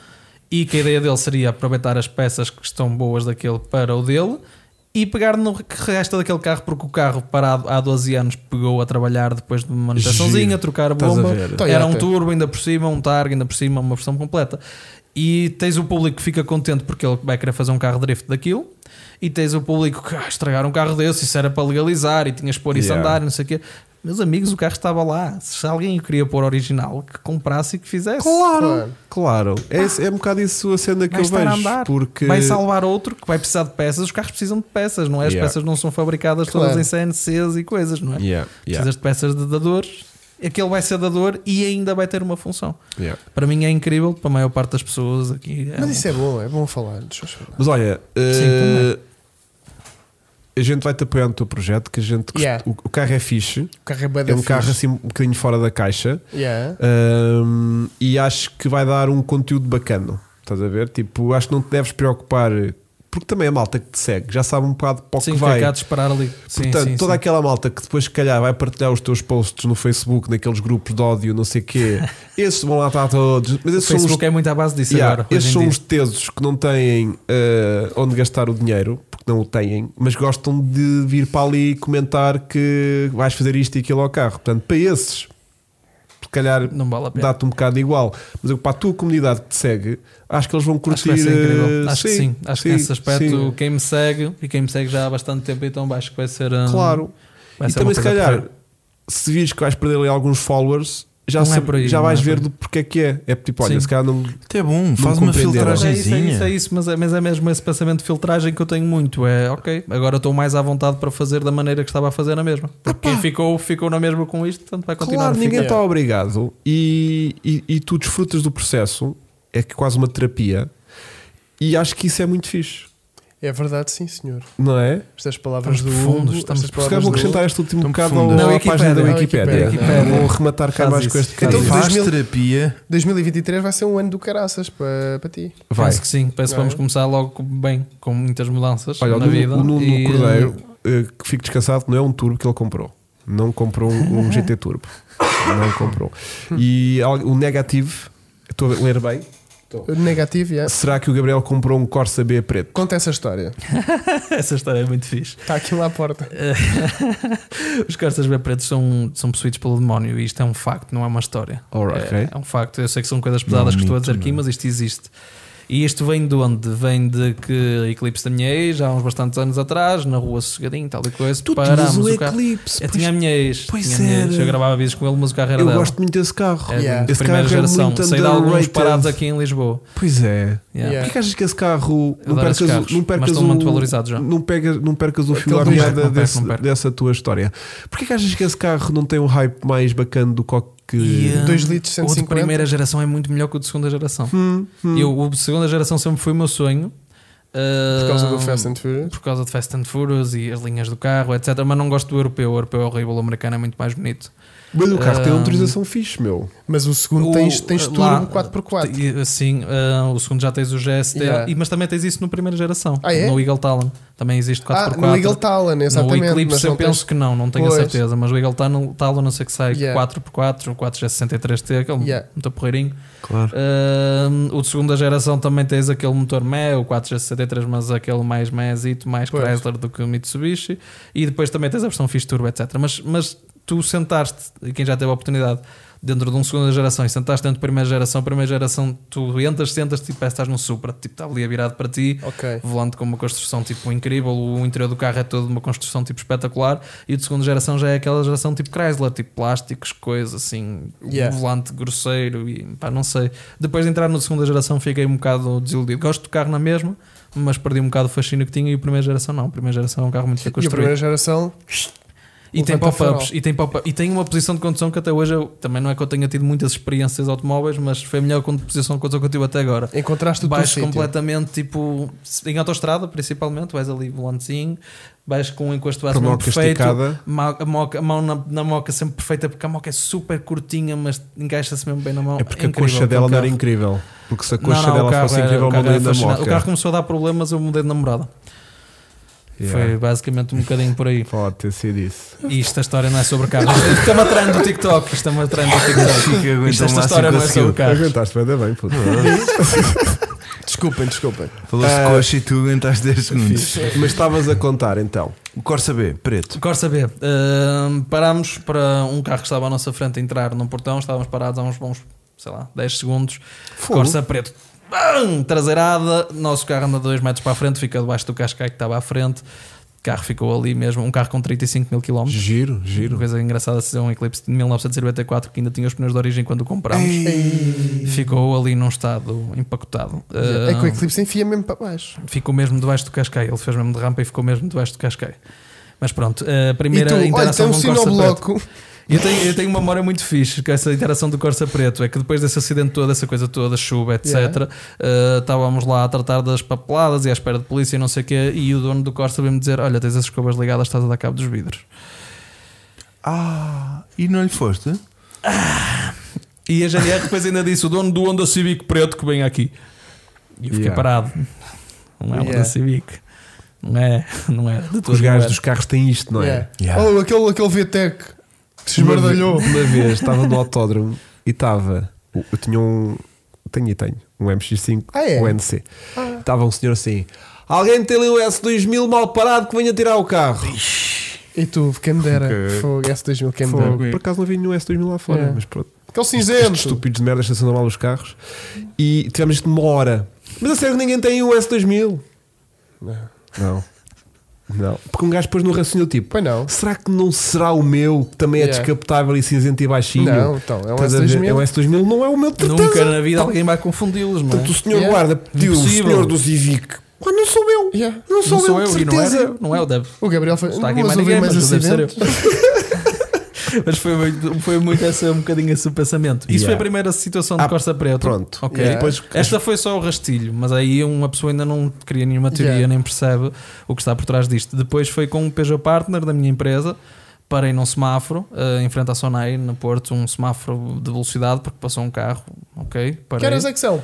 Speaker 4: e que a ideia dele seria aproveitar as peças que estão boas daquele para o dele e pegar no que resta daquele carro, porque o carro parado há 12 anos pegou a trabalhar depois de manutençãozinha,
Speaker 2: Giro.
Speaker 4: trocar a
Speaker 2: Estás a
Speaker 4: bomba,
Speaker 2: ver.
Speaker 4: era um
Speaker 3: Toyota.
Speaker 4: turbo ainda por cima, um targa ainda por cima, uma versão completa. E tens o público que fica contente porque ele vai querer fazer um carro drift daquilo. E tens o público que ah, estragar um carro desse, isso era para legalizar e tinhas de pôr isso
Speaker 2: Yeah.
Speaker 4: a andar, não sei o quê. Meus amigos, o carro estava lá. Se alguém o queria pôr original, que comprasse e que fizesse.
Speaker 2: Claro,
Speaker 3: Claro.
Speaker 2: claro. É, esse- é um bocado isso a cena que
Speaker 4: Vai
Speaker 2: eu
Speaker 4: estar a
Speaker 2: vejo.
Speaker 4: andar.
Speaker 2: Porque
Speaker 4: Vai salvar outro que vai precisar de peças. Os carros precisam de peças, não é? As
Speaker 2: Yeah.
Speaker 4: peças não são fabricadas
Speaker 3: Claro.
Speaker 4: todas em CNCs e coisas, não é?
Speaker 2: Yeah, yeah,
Speaker 4: Precisas de peças de dador. Aquele vai ser dador e ainda vai ter uma função.
Speaker 2: yeah.
Speaker 4: Para mim é incrível, para a maior parte das pessoas aqui. É
Speaker 3: Mas
Speaker 4: um-
Speaker 3: isso é bom, é bom falar. Deixa eu falar.
Speaker 2: Mas olha, eh, a gente vai te apoiar no teu projeto. Que a gente gost-
Speaker 3: Yeah.
Speaker 2: o, o carro é fixe,
Speaker 3: O carro é bué da
Speaker 2: é um
Speaker 3: fixe.
Speaker 2: carro assim um bocadinho fora da caixa.
Speaker 3: Yeah.
Speaker 2: Ahm, e acho que vai dar um conteúdo bacana. Estás a ver? Tipo, acho que não te deves preocupar, porque também a malta que te segue já sabe um bocado para o
Speaker 4: Sim,
Speaker 2: que
Speaker 4: que
Speaker 2: vai.
Speaker 4: é cá a disparar ali. Sim,
Speaker 2: Portanto,
Speaker 4: sim,
Speaker 2: toda
Speaker 4: sim.
Speaker 2: aquela malta que depois, se calhar, vai partilhar os teus posts no Facebook, naqueles grupos de ódio, não sei o quê, esses vão lá estar todos. Mas
Speaker 4: O
Speaker 2: esses são
Speaker 4: Facebook
Speaker 2: os,
Speaker 4: é muito à base disso
Speaker 2: Yeah,
Speaker 4: agora.
Speaker 2: esses
Speaker 4: hoje em
Speaker 2: são
Speaker 4: dia.
Speaker 2: os tesos que não têm eh, onde gastar o dinheiro, porque não o têm, mas gostam de vir para ali comentar que vais fazer isto e aquilo ao carro. Portanto, para esses, se calhar,
Speaker 4: Não vale a pena.
Speaker 2: dá-te um bocado igual. Mas eu, para a tua comunidade que te segue, acho que eles vão
Speaker 4: Acho que
Speaker 2: curtir.
Speaker 4: vai ser incrível.
Speaker 2: eh,
Speaker 4: Acho que sim. Acho que nesse aspecto,
Speaker 2: sim.
Speaker 4: quem me segue e quem me segue já há bastante tempo, então acho que vai ser. hum,
Speaker 2: Claro.
Speaker 4: vai
Speaker 2: e
Speaker 4: ser
Speaker 2: também,
Speaker 4: uma
Speaker 2: se
Speaker 4: coisa
Speaker 2: calhar,
Speaker 4: porreira.
Speaker 2: se vires que vais perder ali alguns followers, já,
Speaker 4: Não é
Speaker 2: sabe-
Speaker 4: por aí,
Speaker 2: já
Speaker 4: não
Speaker 2: vais
Speaker 4: é por
Speaker 2: ver
Speaker 4: aí.
Speaker 2: do porque é que é. É tipo, olha,
Speaker 4: Sim.
Speaker 2: se calhar não.
Speaker 1: Até é bom, faz uma
Speaker 2: compreenderam.
Speaker 4: Mas é isso, é isso, é
Speaker 1: filtragemzinha.
Speaker 4: isso, mas é, mas é mesmo esse pensamento de filtragem que eu tenho muito. É ok, agora estou mais à vontade para fazer da maneira que estava a fazer na mesma. Porque quem ficou, ficou na mesma com isto, portanto vai continuar
Speaker 2: Ah, Claro,
Speaker 4: É. a ficar.
Speaker 2: ninguém está
Speaker 3: Yeah.
Speaker 2: obrigado e, e, e tu desfrutas do processo, é que quase uma terapia, e acho que isso é muito fixe,
Speaker 3: É verdade, sim, senhor.
Speaker 2: não é?
Speaker 3: Estas palavras
Speaker 4: Estamos
Speaker 3: do
Speaker 4: profundos,
Speaker 3: Hugo,
Speaker 4: estamos
Speaker 3: estas
Speaker 2: Se calhar
Speaker 3: palavras
Speaker 2: vou
Speaker 3: do Hugo.
Speaker 2: acrescentar este último
Speaker 1: Tão
Speaker 2: bocado
Speaker 1: profundo.
Speaker 2: ao-
Speaker 4: Não,
Speaker 2: à
Speaker 4: Wikipédia,
Speaker 2: página da
Speaker 3: não,
Speaker 2: Wikipédia.
Speaker 4: Wikipédia.
Speaker 2: Vou rematar cá
Speaker 4: Faz
Speaker 2: mais com
Speaker 4: isso.
Speaker 2: este
Speaker 3: Então,
Speaker 2: bocado.
Speaker 1: Quem faz
Speaker 3: 2000
Speaker 1: terapia
Speaker 3: 2023 vai ser um ano do caraças para, para ti.
Speaker 2: Vai.
Speaker 4: Penso que sim, penso que vamos
Speaker 3: É.
Speaker 4: começar logo com- bem, com muitas mudanças
Speaker 2: Olha, o
Speaker 4: na vida.
Speaker 2: Nuno, o Nuno
Speaker 4: e,
Speaker 2: Cordeiro, eh, que fique descansado, não é um turbo que ele comprou. Não comprou um, um GT Turbo. Não comprou. E al- o negativo, estou a ler bem.
Speaker 3: Negativo, yeah.
Speaker 2: Será que o Gabriel comprou um Corsa B preto?
Speaker 3: Conta essa história.
Speaker 4: Essa história é muito fixe.
Speaker 3: Está aqui lá à porta.
Speaker 4: Os cartas bem pretos são, são possuídos pelo demónio e isto é um facto, não é uma história.
Speaker 2: Alright,
Speaker 4: é,
Speaker 2: ok.
Speaker 4: é um facto. Eu sei que são coisas pesadas que estou a dizer aqui, mas isto existe. E isto vem de onde? Vem de que Eclipse da minha ex, há uns bastantes anos atrás, na rua sossegadinho, tal e coisa. parámos o carro.
Speaker 2: Eclipse.
Speaker 4: Eu tinha a minha ex.
Speaker 2: pois
Speaker 4: tinha a minha ex.
Speaker 2: era.
Speaker 4: Eu gravava vídeos com ele, mas o carro era
Speaker 2: Eu
Speaker 4: dela.
Speaker 2: gosto muito desse carro.
Speaker 4: É
Speaker 3: Yeah.
Speaker 4: de
Speaker 2: Esse
Speaker 4: primeira
Speaker 2: carro é
Speaker 4: geração.
Speaker 2: muito
Speaker 4: Sei de alguns
Speaker 2: underrated.
Speaker 4: parados aqui em Lisboa.
Speaker 2: Pois é.
Speaker 4: Yeah.
Speaker 3: Yeah.
Speaker 2: Porquê que achas que esse carro
Speaker 4: Eu
Speaker 2: não
Speaker 4: adoro esses
Speaker 2: percas,
Speaker 4: carros,
Speaker 2: não
Speaker 4: mas
Speaker 2: percas
Speaker 4: estão
Speaker 2: o,
Speaker 4: muito valorizados já.
Speaker 2: Não, pegas, não percas o fio à
Speaker 3: não
Speaker 2: meada
Speaker 4: perco, não
Speaker 2: desse-
Speaker 4: perco.
Speaker 2: dessa tua história. Porquê que achas que esse carro não tem um hype mais bacana do co- que.
Speaker 4: E, hum,
Speaker 3: Dois litros,
Speaker 4: O de
Speaker 3: 150.
Speaker 4: primeira geração é muito melhor que o de segunda geração.
Speaker 3: Hum,
Speaker 4: Eu, o de segunda geração sempre foi o meu sonho.
Speaker 3: Por causa do
Speaker 4: Ah,
Speaker 3: Fast and Furious.
Speaker 4: Por causa de Fast and Furious e as linhas do carro, etc. Mas não gosto do europeu. O europeu é horrível, o americano é muito mais bonito.
Speaker 2: Mas o carro tem uma
Speaker 4: Hum.
Speaker 2: motorização fixe, meu.
Speaker 3: Mas o segundo
Speaker 4: O-
Speaker 3: tens, tens um turbo
Speaker 4: lá-
Speaker 3: 4x4.
Speaker 4: E, Sim, ah, o segundo já tens o GST,
Speaker 3: Yeah.
Speaker 4: e- mas também tens isso no primeira geração.
Speaker 3: Ah, é?
Speaker 4: No Eagle Talon também existe 4x4.
Speaker 3: ah, no Eagle Talon, exatamente.
Speaker 4: No
Speaker 3: mas
Speaker 4: Eclipse eu
Speaker 3: não
Speaker 4: penso
Speaker 3: tens...
Speaker 4: que não, não tenho a
Speaker 3: Pois.
Speaker 4: certeza, mas o Eagle Talon, Talon não sei que sai
Speaker 3: Yeah.
Speaker 4: 4x4, o 4G63T, aquele
Speaker 3: Yeah.
Speaker 4: muito porreirinho.
Speaker 1: Claro.
Speaker 4: Ahm, o de segunda geração também tens aquele motor ME, o 4G63, mas aquele mais MEzito, mais
Speaker 3: Pois.
Speaker 4: Chrysler do que o Mitsubishi. E depois também tens a versão fixe turbo, etc. Mas, mas tu sentaste, e quem já teve a oportunidade, dentro de uma segunda geração e sentaste dentro de primeira geração, primeira geração, tu entras, sentas, tipo, parece que estás num Supra, tipo, está ali a virado para ti,
Speaker 3: Ok.
Speaker 4: volante com uma construção, tipo, incrível, o interior do carro é todo uma construção, tipo, espetacular, e o de segunda geração já é aquela geração, tipo, Chrysler, tipo, plásticos, coisas assim,
Speaker 3: Yeah.
Speaker 4: um volante grosseiro e, pá, não sei. Depois de entrar no de segunda geração fiquei um bocado desiludido. Gosto do carro na mesma, mas perdi um bocado o fascínio que tinha e a primeira geração não. A primeira geração é um carro muito bem
Speaker 3: E a
Speaker 4: construído.
Speaker 3: primeira geração,
Speaker 4: E tem
Speaker 3: Levanta
Speaker 4: pop-ups,
Speaker 3: farol.
Speaker 4: e tem pop e tem uma posição de condução que até hoje eu também não é que eu tenha tido muitas experiências de automóveis, mas foi a melhor con- posição de condução que eu tive até agora.
Speaker 3: encontraste o teu
Speaker 4: Baixo
Speaker 3: sítio.
Speaker 4: completamente tipo em autoestrada, principalmente, vais ali volantezinho, baixo com um encosto base mesmo
Speaker 2: Promoca
Speaker 4: perfeito,
Speaker 2: esticada.
Speaker 4: ma- a, moca- a mão na, na moca sempre perfeita, porque a moca é super curtinha, mas encaixa-se mesmo bem na mão.
Speaker 2: É porque a
Speaker 4: um incrível
Speaker 2: coxa
Speaker 4: aquele
Speaker 2: dela não era
Speaker 4: carro.
Speaker 2: incrível. Porque se a
Speaker 4: Não,
Speaker 2: coxa
Speaker 4: não, o
Speaker 2: dela
Speaker 4: carro
Speaker 2: fosse
Speaker 4: era-
Speaker 2: incrível,
Speaker 4: o
Speaker 2: eu
Speaker 4: carro
Speaker 2: mudei
Speaker 4: era
Speaker 2: da
Speaker 4: fascinante. O carro
Speaker 2: moca.
Speaker 4: começou a dar problemas, eu mudei de namorada. Foi basicamente um bocadinho por aí.
Speaker 2: Pode ter sido isso.
Speaker 4: E esta história não é sobre carros. Isto é uma trend do TikTok. Isto é uma trend do
Speaker 1: Fica, aguenta
Speaker 4: TikTok. Isto,
Speaker 1: o
Speaker 4: esta
Speaker 2: um
Speaker 1: máximo
Speaker 4: história
Speaker 1: que
Speaker 4: não é sobre
Speaker 1: conseguiu.
Speaker 4: carros.
Speaker 2: Aguentaste bem, bem, puto.
Speaker 3: Desculpem, desculpem.
Speaker 1: Falou-se de
Speaker 2: Ah,
Speaker 1: coxa e tu aguentaste 10 segundos.
Speaker 2: Mas estavas a contar então.
Speaker 1: O Corsa B, preto.
Speaker 4: Corsa B. Hum, parámos para um carro que estava à nossa frente entrar num portão. Estávamos parados há uns bons, sei lá, 10 segundos. Corsa preto. Bam! Traseirada. Nosso carro anda 2 metros para a frente. Fica debaixo do cascai que estava à frente. O carro ficou ali mesmo. Um carro com 35 mil km.
Speaker 2: Giro,
Speaker 4: Uma
Speaker 2: giro.
Speaker 4: coisa engraçada, se é um Eclipse de 1994 que ainda tinha os pneus de origem quando o comprámos. Ficou ali num estado empacotado.
Speaker 3: É que o
Speaker 4: Ah,
Speaker 3: Eclipse enfia mesmo para baixo.
Speaker 4: Ficou mesmo debaixo do cascai. Ele fez mesmo de rampa e ficou mesmo debaixo do cascai. Mas pronto, a
Speaker 3: e
Speaker 4: primeira
Speaker 3: tu, olha, tem
Speaker 4: interação
Speaker 3: um
Speaker 4: com o Corsa Preto.
Speaker 3: sinobloco.
Speaker 4: Eu tenho, eu tenho uma memória muito fixe com essa interação do Corsa Preto. É que depois desse acidente todo, essa coisa toda, chuva, etc.,
Speaker 3: Yeah.
Speaker 4: eh, estávamos lá a tratar das papeladas e à espera de polícia e não sei o quê. E o dono do Corsa veio-me dizer: Olha, tens as escovas ligadas, estás a dar cabo dos vidros.
Speaker 1: Ah, e não lhe foste?
Speaker 4: E a GNR depois ainda disse: o dono do Honda Civic preto que vem aqui. E eu fiquei
Speaker 2: Yeah.
Speaker 4: parado. Não é um
Speaker 3: Yeah.
Speaker 4: Honda Civic. Não é, não é. De todo
Speaker 2: Os gajos
Speaker 4: lugar.
Speaker 2: dos carros têm isto, não é?
Speaker 3: Yeah.
Speaker 1: Yeah.
Speaker 3: Oh, aquele, aquele VTEC que se esmardalhou.
Speaker 2: Uma, ve- uma vez estava no autódromo e estava. Eu tinha um. Tenho e tenho. Um MX5,
Speaker 3: Ah, é?
Speaker 2: um NC. Estava um senhor assim. Alguém tem ali um S2000 mal parado que venha tirar o carro.
Speaker 3: E tu, quem me dera.
Speaker 2: Ok.
Speaker 3: Fogo, S2000, quem me
Speaker 2: Fogo.
Speaker 3: dera.
Speaker 2: Por acaso não vi nenhum S2000 lá fora,
Speaker 3: Yeah.
Speaker 2: mas pronto.
Speaker 3: Aquele
Speaker 2: Estes
Speaker 3: cinzento.
Speaker 2: estúpidos de merda estacionam mal os carros. E tivemos isto numa hora. Mas a sério que ninguém tem um S2000? Não. Não. Não. Porque um gajo pôs no raciocínio tipo.
Speaker 3: Pois não.
Speaker 2: Será que não será o meu que também
Speaker 3: Yeah.
Speaker 2: é descapotável e cinzento e baixinho?
Speaker 3: Não, então, é um
Speaker 2: Estás a ver?
Speaker 3: S2000.
Speaker 2: É um S2000, não é o meu de certeza. Então
Speaker 4: Nunca na vida alguém vai confundi-los, não é?
Speaker 2: Portanto, o senhor
Speaker 3: Yeah.
Speaker 2: guarda pediu o
Speaker 4: Impossível.
Speaker 2: senhor do Zivic. Ah, não sou eu.
Speaker 3: Yeah.
Speaker 2: Não sou
Speaker 4: Não sou
Speaker 2: eu,
Speaker 4: eu,
Speaker 2: de
Speaker 4: e não é
Speaker 2: certeza.
Speaker 4: eu, não é o Deb.
Speaker 3: O Gabriel foi. "Uh,
Speaker 4: Está aqui
Speaker 3: mas
Speaker 4: mais
Speaker 3: ouvi
Speaker 4: ninguém, mas
Speaker 3: mais um
Speaker 4: não deve ser
Speaker 3: acidentes.
Speaker 4: eu. Mas foi muito, foi muito esse, um bocadinho esse o pensamento. Isso
Speaker 2: Yeah.
Speaker 4: foi a primeira situação de
Speaker 2: Ah,
Speaker 4: Corsa Preto.
Speaker 2: pronto.
Speaker 4: Ok.
Speaker 3: Yeah.
Speaker 2: Depois-
Speaker 4: Esta foi só o rastilho, mas aí uma pessoa ainda não cria nenhuma teoria,
Speaker 3: Yeah.
Speaker 4: nem percebe o que está por trás disto. Depois foi com um Peugeot Partner da minha empresa, parei num semáforo, eh, em frente à Sonai, no Porto, um semáforo de velocidade, porque passou um carro, ok?
Speaker 3: Que
Speaker 4: Parei.
Speaker 3: horas é que são?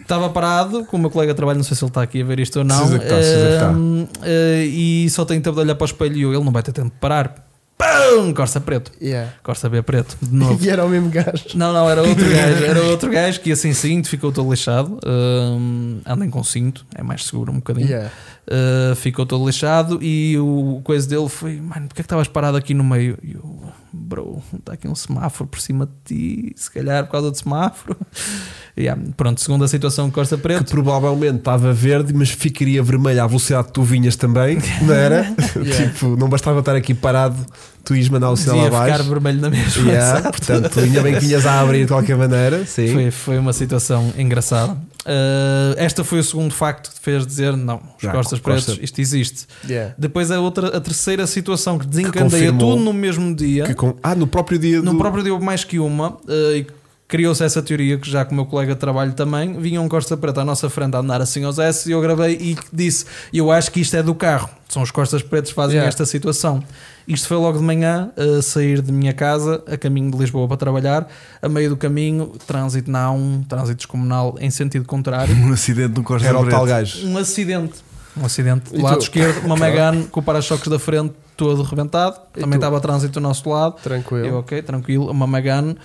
Speaker 4: Estava parado com o meu colega de trabalho, não sei se ele está aqui a ver isto ou não.
Speaker 2: Precisa que está, precisa que tá. está.
Speaker 4: Ahm, eh, e só tenho tempo de olhar para o espelho e eu, ele não vai ter tempo de parar. Pum! Corsa preto.
Speaker 3: Yeah.
Speaker 4: Corsa B é preto, de novo.
Speaker 3: E era o mesmo gajo.
Speaker 4: Não, não, era outro gajo, era outro gajo que ia sem cinto, ficou todo lixado. Ahm, andem com cinto, é mais seguro um bocadinho.
Speaker 3: Yeah.
Speaker 4: Uh, ficou todo lixado e o coisa dele foi: Mano, porque é que estavas parado aqui no meio? E eu, bro, está aqui um semáforo por cima de ti, se calhar por causa do semáforo. yeah, pronto, segunda situação, Costa
Speaker 2: Que
Speaker 4: Preto.
Speaker 2: provavelmente estava verde, mas ficaria vermelho à velocidade que tu vinhas também, não era? Tipo, não bastava estar aqui parado, tu ias mandar o sinal
Speaker 4: Ia ficar
Speaker 2: abaixo.
Speaker 4: vermelho na mesma.
Speaker 2: Yeah,
Speaker 4: exato.
Speaker 2: portanto, ainda bem que vinhas a abrir de qualquer maneira. Sim.
Speaker 4: Foi, foi uma situação engraçada. Uh, esta foi o segundo facto que te fez dizer: não, os
Speaker 2: Já,
Speaker 4: Costas
Speaker 2: Costa-
Speaker 4: Pretos, isto existe.
Speaker 3: Yeah.
Speaker 4: Depois a, outra, a terceira situação que desencandeia
Speaker 2: confirmou
Speaker 4: tudo no mesmo dia.
Speaker 2: Que com- ah, no próprio dia
Speaker 4: No
Speaker 2: do-
Speaker 4: próprio dia houve mais que uma eh, e criou-se essa teoria que já com o meu colega de trabalho também vinha um Costa Preta à nossa frente a andar assim aos S e eu gravei e disse eu acho que isto é do carro, são os Costas Pretos que fazem
Speaker 3: Yeah.
Speaker 4: esta situação. Isto foi logo de manhã, a sair de minha casa, a caminho de Lisboa para trabalhar, a meio do caminho, trânsito na A1, trânsito descomunal em sentido contrário,
Speaker 1: Um acidente no Corsa
Speaker 2: era o
Speaker 1: preto.
Speaker 2: tal gajo.
Speaker 4: um acidente. Um acidente
Speaker 3: E
Speaker 4: do lado
Speaker 3: tu?
Speaker 4: esquerdo, uma Megane com o para-choques da frente todo rebentado,
Speaker 3: E
Speaker 4: também
Speaker 3: tu?
Speaker 4: estava trânsito do nosso lado.
Speaker 3: Tranquilo.
Speaker 4: Eu, ok, tranquilo, uma Megane.